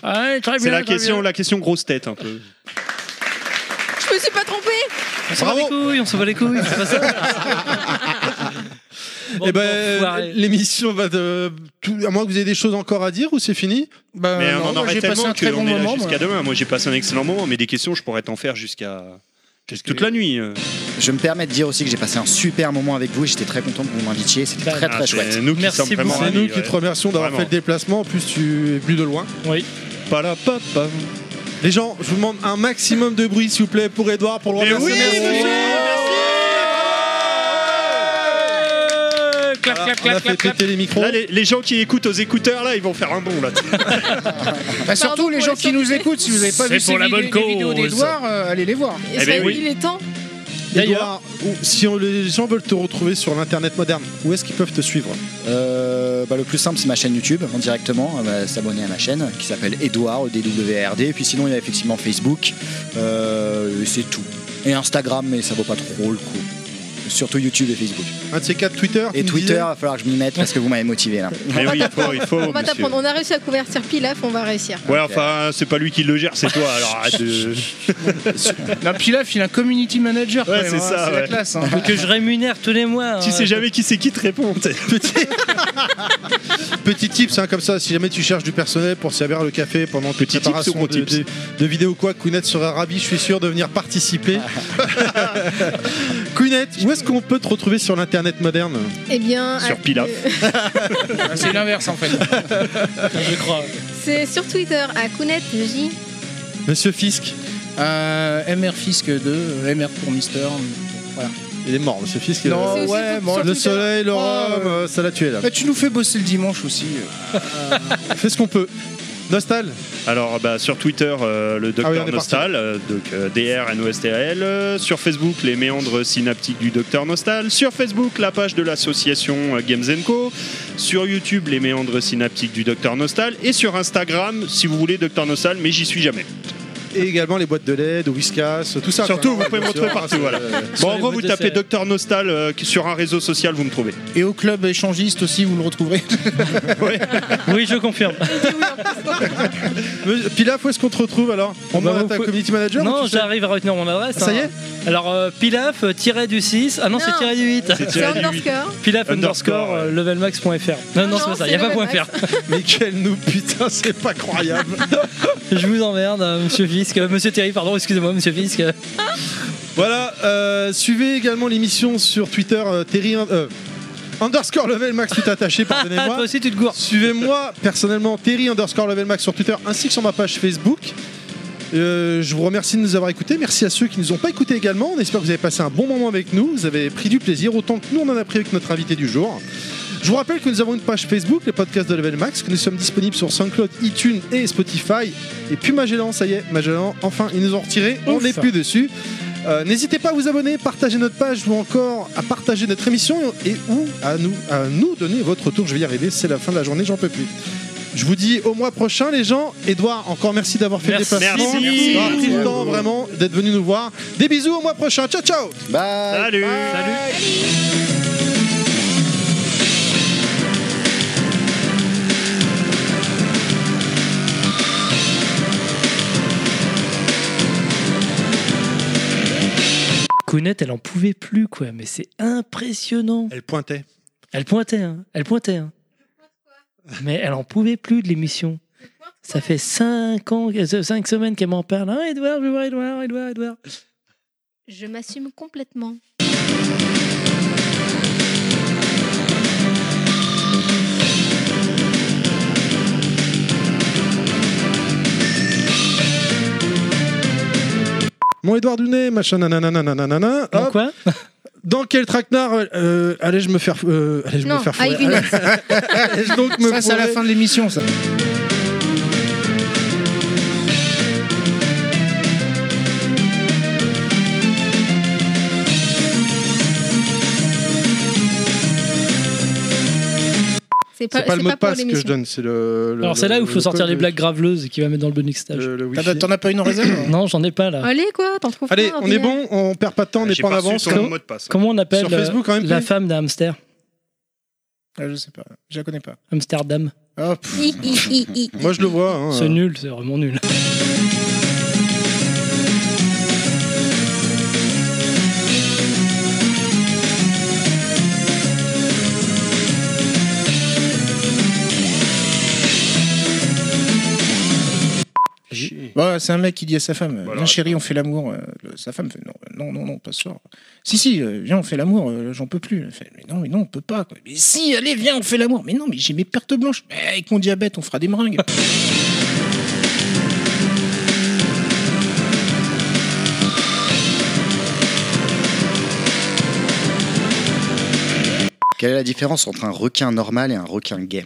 Ah, très C'est bien, la très question, bien. la question grosse tête un Euh, peu. Je me suis pas trompé On s'en bat les couilles, on s'en bat les couilles, c'est pas ça. Eh Bon, ben, enfoiré. l'émission va de. tout- À moins que vous ayez des choses encore à dire ou c'est fini Bah, Mais non, on en moi, aurait j'ai passé tellement un très qu'on bon est là moment. jusqu'à moi. demain. Moi, j'ai passé un excellent moment, mais des questions, je pourrais t'en faire jusqu'à toute la nuit. euh. Je me permets de dire aussi que j'ai passé un super moment avec vous. et J'étais très content que vous m'invitiez. C'était Bah, très Ah, très chouette. C'est nous qui Merci sommes vraiment beaucoup. C'est nous ravis, qui ouais. te remercions d'avoir fait Vraiment. le déplacement. En plus, tu es venu de loin. Oui. Palapapam. Les gens, je vous demande un maximum de bruit, s'il vous plaît, pour Edouard, pour le Mais oui, remercier. monsieur, Euh, Clap, Voilà, clap, on a fait clap, clap, clap. péter les micros. Là, les, les gens qui écoutent aux écouteurs, là, ils vont faire un bon, là. Bah, surtout Pardon les pour gens la qui nous sortie. écoutes, si vous n'avez pas C'est vu ces pour la vidéos- bonne les vidéos cause. d'Edouard, euh, allez les voir. Et Eh ça, ben oui. Il est temps. D'ailleurs, Edouard, ou- si on- les gens veulent te retrouver sur l'internet moderne, où est-ce qu'ils peuvent te suivre Euh, bah, le plus simple, c'est ma chaîne YouTube, en directement, euh, bah, s'abonner à ma chaîne, qui s'appelle Edouard, E DWRD. Et puis sinon, il y a effectivement Facebook, euh, et c'est tout. Et Instagram, mais ça vaut pas trop le coup. Surtout YouTube et Facebook. Un de ces quatre Twitter Ah, tu Et nous Twitter, disais il va falloir que je m'y mette parce que vous m'avez motivé là. Mais oui, il faut, il faut. On va monsieur. t'apprendre. On a réussi à convertir Pilaf, on va réussir. Ouais, enfin, c'est pas lui qui le gère, c'est toi, alors arrête de. Non, Pilaf, il a un community manager. quand Ouais, même, c'est hein, ça, la ouais. classe. hein. faut que je rémunère tous les mois. Tu hein. sais jamais qui c'est qui te répond. t'es- Petit tips, hein, comme ça, si jamais tu cherches du personnel pour servir le café pendant tes Petit tips préparations ou gros de, tips de, de vidéo ou quoi, Kounet sera ravi, je suis sûr, de venir participer. Kounet, où est-ce qu'on peut te retrouver sur l'internet moderne Eh bien. Sur à- Pilaf. euh, Ah, C'est l'inverse en fait. Je crois. C'est sur Twitter à Kounet J. Monsieur Fisk Euh, MR Fisk 2, euh, MR pour Mister. donc, Voilà. Il est mort, ce fils. qui- Oh Non, C'est aussi ouais, votre mort. le sortie, soleil, le Ouais, rhum, ouais. euh, ça l'a tué là. Mais Ah, bah, tu nous fais bosser le dimanche aussi. Fais ce qu'on peut. Nostal Alors bah, sur Twitter, euh, le Ah oui, docteur on est Nostal, euh, donc euh, D-R-N-O-S-T-A-L. euh, sur Facebook, les méandres synaptiques du docteur Nostal. Sur Facebook, la page de l'association euh, Games Co. Sur YouTube, les méandres synaptiques du docteur Nostal. Et sur Instagram, si vous voulez, docteur Nostal, mais j'y suis jamais. Et également les boîtes de lait, de whiskas, tout ça. Surtout, quoi. vous pouvez me Bien sûr, retrouver partout. c'est- Voilà. Bon, en gros, vous tapez Docteur Nostal euh, sur un réseau social, vous me trouvez. Et au club échangiste aussi, vous le retrouverez. Oui, je confirme. Mais, Pilaf, où est-ce qu'on te retrouve alors On Bah, demande à vous ta pouvez- community manager ou Non, tu sais j'arrive à retenir mon adresse. Ah, ça y hein. Alors, euh, Pilaf, euh, tiré du 6. Ah non, c'est Non. tiré du 8. C'est tiré C'est du huit. underscore. Pilaf Underscore, underscore euh, levelmax.fr. Non, non, c'est non, pas ça, c'est il a pas point levelmax. .fr. Mais quel nous, putain, c'est pas croyable. Je vous emmerde, euh, monsieur Fisk. Euh, monsieur Terry, pardon, excusez-moi, monsieur Fisk. Voilà, euh, suivez également l'émission sur Twitter, euh, Terry. euh, Underscore level max tout attaché, pardonnez-moi. Toi aussi, tu te gourres. Suivez-moi personnellement Terry underscore level max sur Twitter ainsi que sur ma page Facebook. Euh, je vous remercie de nous avoir écoutés. Merci à ceux qui nous ont pas écoutés également. On espère que vous avez passé un bon moment avec nous. Vous avez pris du plaisir autant que nous on en a pris avec notre invité du jour. Je vous rappelle que nous avons une page Facebook, les podcasts de Level Max, que nous sommes disponibles sur SoundCloud, iTunes et Spotify. Et puis Magellan, ça y est, Magellan, enfin, ils nous ont retiré. On Ouf. n'est plus dessus. Euh, N'hésitez pas à vous abonner, partager notre page ou encore à partager notre émission et et ou à nous, à nous donner votre retour. Je vais y arriver, c'est la fin de la journée, j'en peux plus. Je vous dis au mois prochain, les gens. Edouard, encore merci d'avoir fait Merci. le déplacement. Merci. D'avoir Merci. pris le temps vraiment d'être venu nous voir. Des bisous au mois prochain. Ciao, ciao. Bye. Salut. Counette, elle en pouvait plus, quoi, mais c'est impressionnant. Elle pointait. Elle pointait, hein. Elle pointait, hein. Mais elle en pouvait plus de l'émission. Ça fait 5 ans, 5 semaines qu'elle m'en parle. Ah, Edouard, je veux voir Edouard, Edouard, Edouard. Je m'assume complètement. Mon Edouard Dunet, machin, nanana, nanana, nanana. Dans Hop. quoi Dans quel traquenard euh, euh, allais-je me faire, euh, allais-je me Non, faire aïe, fourrer une- Allais-je donc me ça, c'est à la fourrer fin de l'émission, ça. C'est C'est pas le mot de pour passe que je l'émission. donne, c'est le. le- Alors, c'est là où il le- faut sortir le- les blagues graveleuses et qui va mettre dans le bonus stage. le- le wifi. T'en as- T'en as pas une en réserve Euh. hein Non, j'en ai pas là. Allez, quoi, t'en trouves Allez, pas, on est ordinaire. bon, on perd pas de temps, on n'est J'ai pas en reçu avance. ton Comment- mot de passe. Comment on appelle Sur Facebook, euh, en MP? la femme d'un hamster Ah, Je sais pas, je la connais pas. Amsterdam. Ah, pff, Hi, hi, hi, hi. Moi, je le vois. hein, C'est nul, c'est vraiment nul. ouais, c'est un mec qui dit à sa femme, Voilà, viens chérie, on fait l'amour. Euh, le- Sa femme fait, non, non, non, non, pas ce soir. Si, si, euh, viens, on fait l'amour, euh, j'en peux plus. Elle fait, mais non, mais non, on peut pas. quoi. Mais si, allez, viens, on fait l'amour. Mais non, mais j'ai mes pertes blanches. Mais avec mon diabète, on fera des meringues. Quelle est la différence entre un requin normal et un requin gay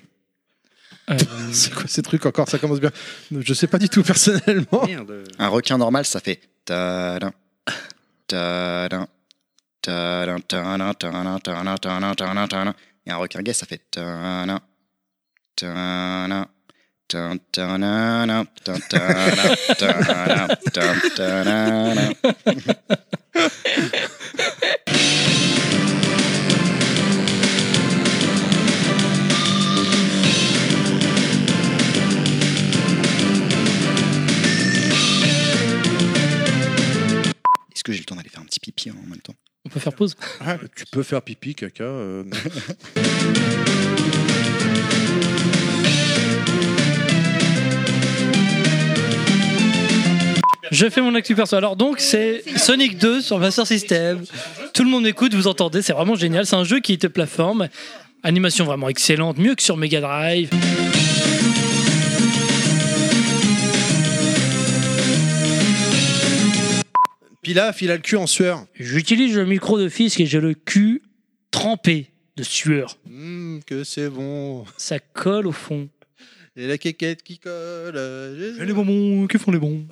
C'est quoi ces trucs encore Ça commence bien. Je sais pas du tout personnellement. Merde. Un requin normal, ça fait tadin, tadin, tadin, tadin, tadin, tadin, tadin, tadin, tadin. Et un requin gay, ça fait tadin, tadin, tadin, tadin, tadin, tadin, tadin, tadin. Est-ce que j'ai le temps d'aller faire un petit pipi hein, en même temps On peut faire pause Ah, tu peux faire pipi, caca. euh, Je fais mon actu perso. Alors donc c'est Sonic 2 sur Master System. Tout le monde écoute, vous entendez, c'est vraiment génial. C'est un jeu qui était plateforme. Animation vraiment excellente, mieux que sur Mega Drive. Pilaf, il a le cul en sueur. J'utilise le micro de fisc et j'ai le cul trempé de sueur. Hum, que c'est bon. Ça colle au fond. Et la quéquette qui colle. J'ai les bonbons qui font les bons.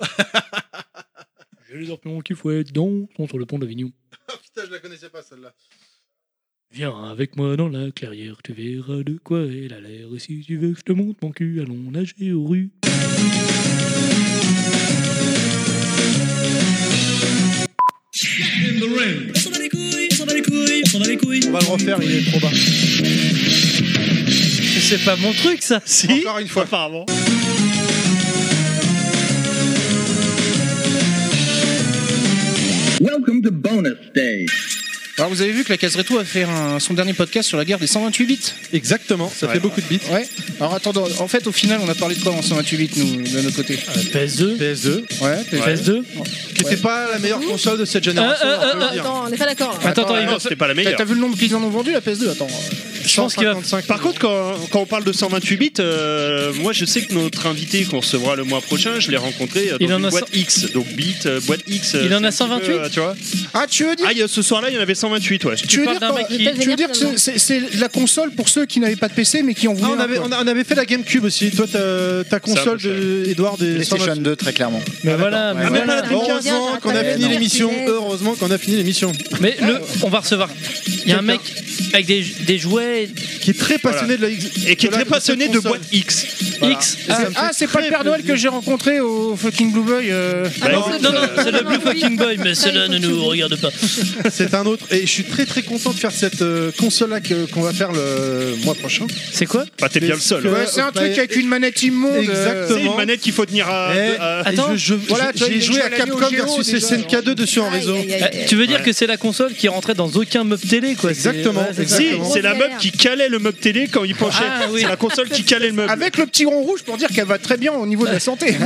J'ai les orpions qui fouettent dans, sont sur le pont d'Avignon. Putain, je la connaissais pas celle-là. Viens avec moi dans la clairière, tu verras de quoi elle a l'air. Et si tu veux que je te monte mon cul, allons nager aux rues. On s'en bat les couilles, on s'en bat les couilles, on s'en bat les couilles. On va le refaire, il est trop bas. C'est pas mon truc ça Si Encore une fois. Apparemment. Welcome to bonus day. Alors vous avez vu que la Casereto va faire un- son dernier podcast sur la guerre des 128 bits Exactement, ça fait beaucoup de bits. Ouais. Alors attendons, en fait au final on a parlé de quoi en 128 bits nous de notre côté Ah, PS2 PS2. Ouais, PS2 Qui n'était pas la meilleure console de cette génération. Euh, euh, on peut le euh, dire. Attends, on n'est pas d'accord. là. Attends, attends, Yvan, c'était pas la meilleure. T'as vu le nombre qu'ils en ont vendu la PS2 Attends. euh, Je pense qu'il va- Par contre, quand, quand on parle de 128 bits, euh, moi je sais que notre invité qu'on recevra le mois prochain, je l'ai rencontré euh, dans Il en une a boîte X. Donc bit, euh, boîte X. euh, Il en a c'est un petit 128? euh, Tu vois Ah, tu veux dire Ah, il y a- ce soir-là, il y en avait 128, ouais. Tu veux dire, d'un quoi mec qui- Tu veux dire que c'est- c'est c'est la console pour ceux qui n'avaient pas de PC mais qui en Ah, voulaient on, avait, un, quoi. on, a- on avait fait la GameCube aussi. Toi, ta, ta console, de, Edouard, des PlayStation 128. 2, très clairement. Mais voilà, mais ouais. voilà. Ah, mais on revient, Heureusement qu'on a j'arrête fini pas de l'émission. faire Heureusement qu'on a fini l'émission. Mais le, on va recevoir. Il y a un mec avec des, des jouets Qui est très passionné de la Et qui de est la- très de passionné cette de console. boîte X. X. Ah, ça me fait Ah, c'est pas le très Père Noël plaisir. que j'ai rencontré au fucking Blue Boy. euh, Bah, Non, non, non, c'est le non, Blue non, oui. Fucking Boy, mais Ça, il cela faut ne que tu nous oublies. regarde pas. C'est un autre. Et je suis très très content de faire cette euh, console-là que- qu'on va faire le mois prochain. C'est quoi Bah, t'es bien Mais le seul. que- hein. Ouais, c'est un bah, truc avec une manette immonde. euh, C'est une Exactement. manette qu'il faut tenir à. Eh, à- et Attends. je- je- Voilà, tu vois, j'ai il joué est à allé Capcom au Géo versus déjà, SNK2 Ah, dessus en réseau. Aïe, aïe, aïe, Eh, Tu veux dire que c'est la console qui rentrait dans aucun meuble télé, quoi c'est- Exactement. ouais, c'est ça. Si, Exactement. Ah, c'est la meuf qui calait le meuble télé quand il penchait. Ah, oui. C'est la console qui calait le meuble. Avec le petit rond rouge pour dire qu'elle va très bien au niveau de la santé.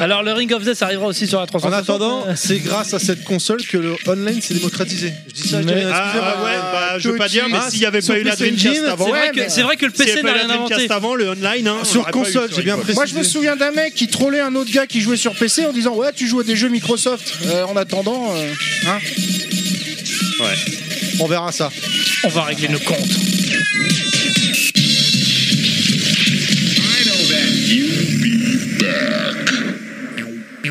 Alors le Ring of Death arrivera aussi sur la En 360. attendant, c'est grâce à cette console que le online s'est démocratisé. Je dis ça, je dis Mais- rien, Ah, excusez-moi. ah ouais, bah, je veux pas Touchy. dire, mais Ah, s'il y avait sur pas eu la PC Engine, Dreamcast avant, c'est Ouais, vrai, que- mais- c'est vrai que le s'il y PC avait n'a pas eu la rien inventé. Dreamcast avant, le online. hein, on Sur l'aurait pas eu console, sur j'ai bien Xbox. précisé. Moi, je me souviens d'un mec qui trollait un autre gars qui jouait sur PC en disant Ouais, tu joues à des jeux Microsoft. Euh, en attendant, euh, hein. On verra ça. On va régler nos comptes. Ce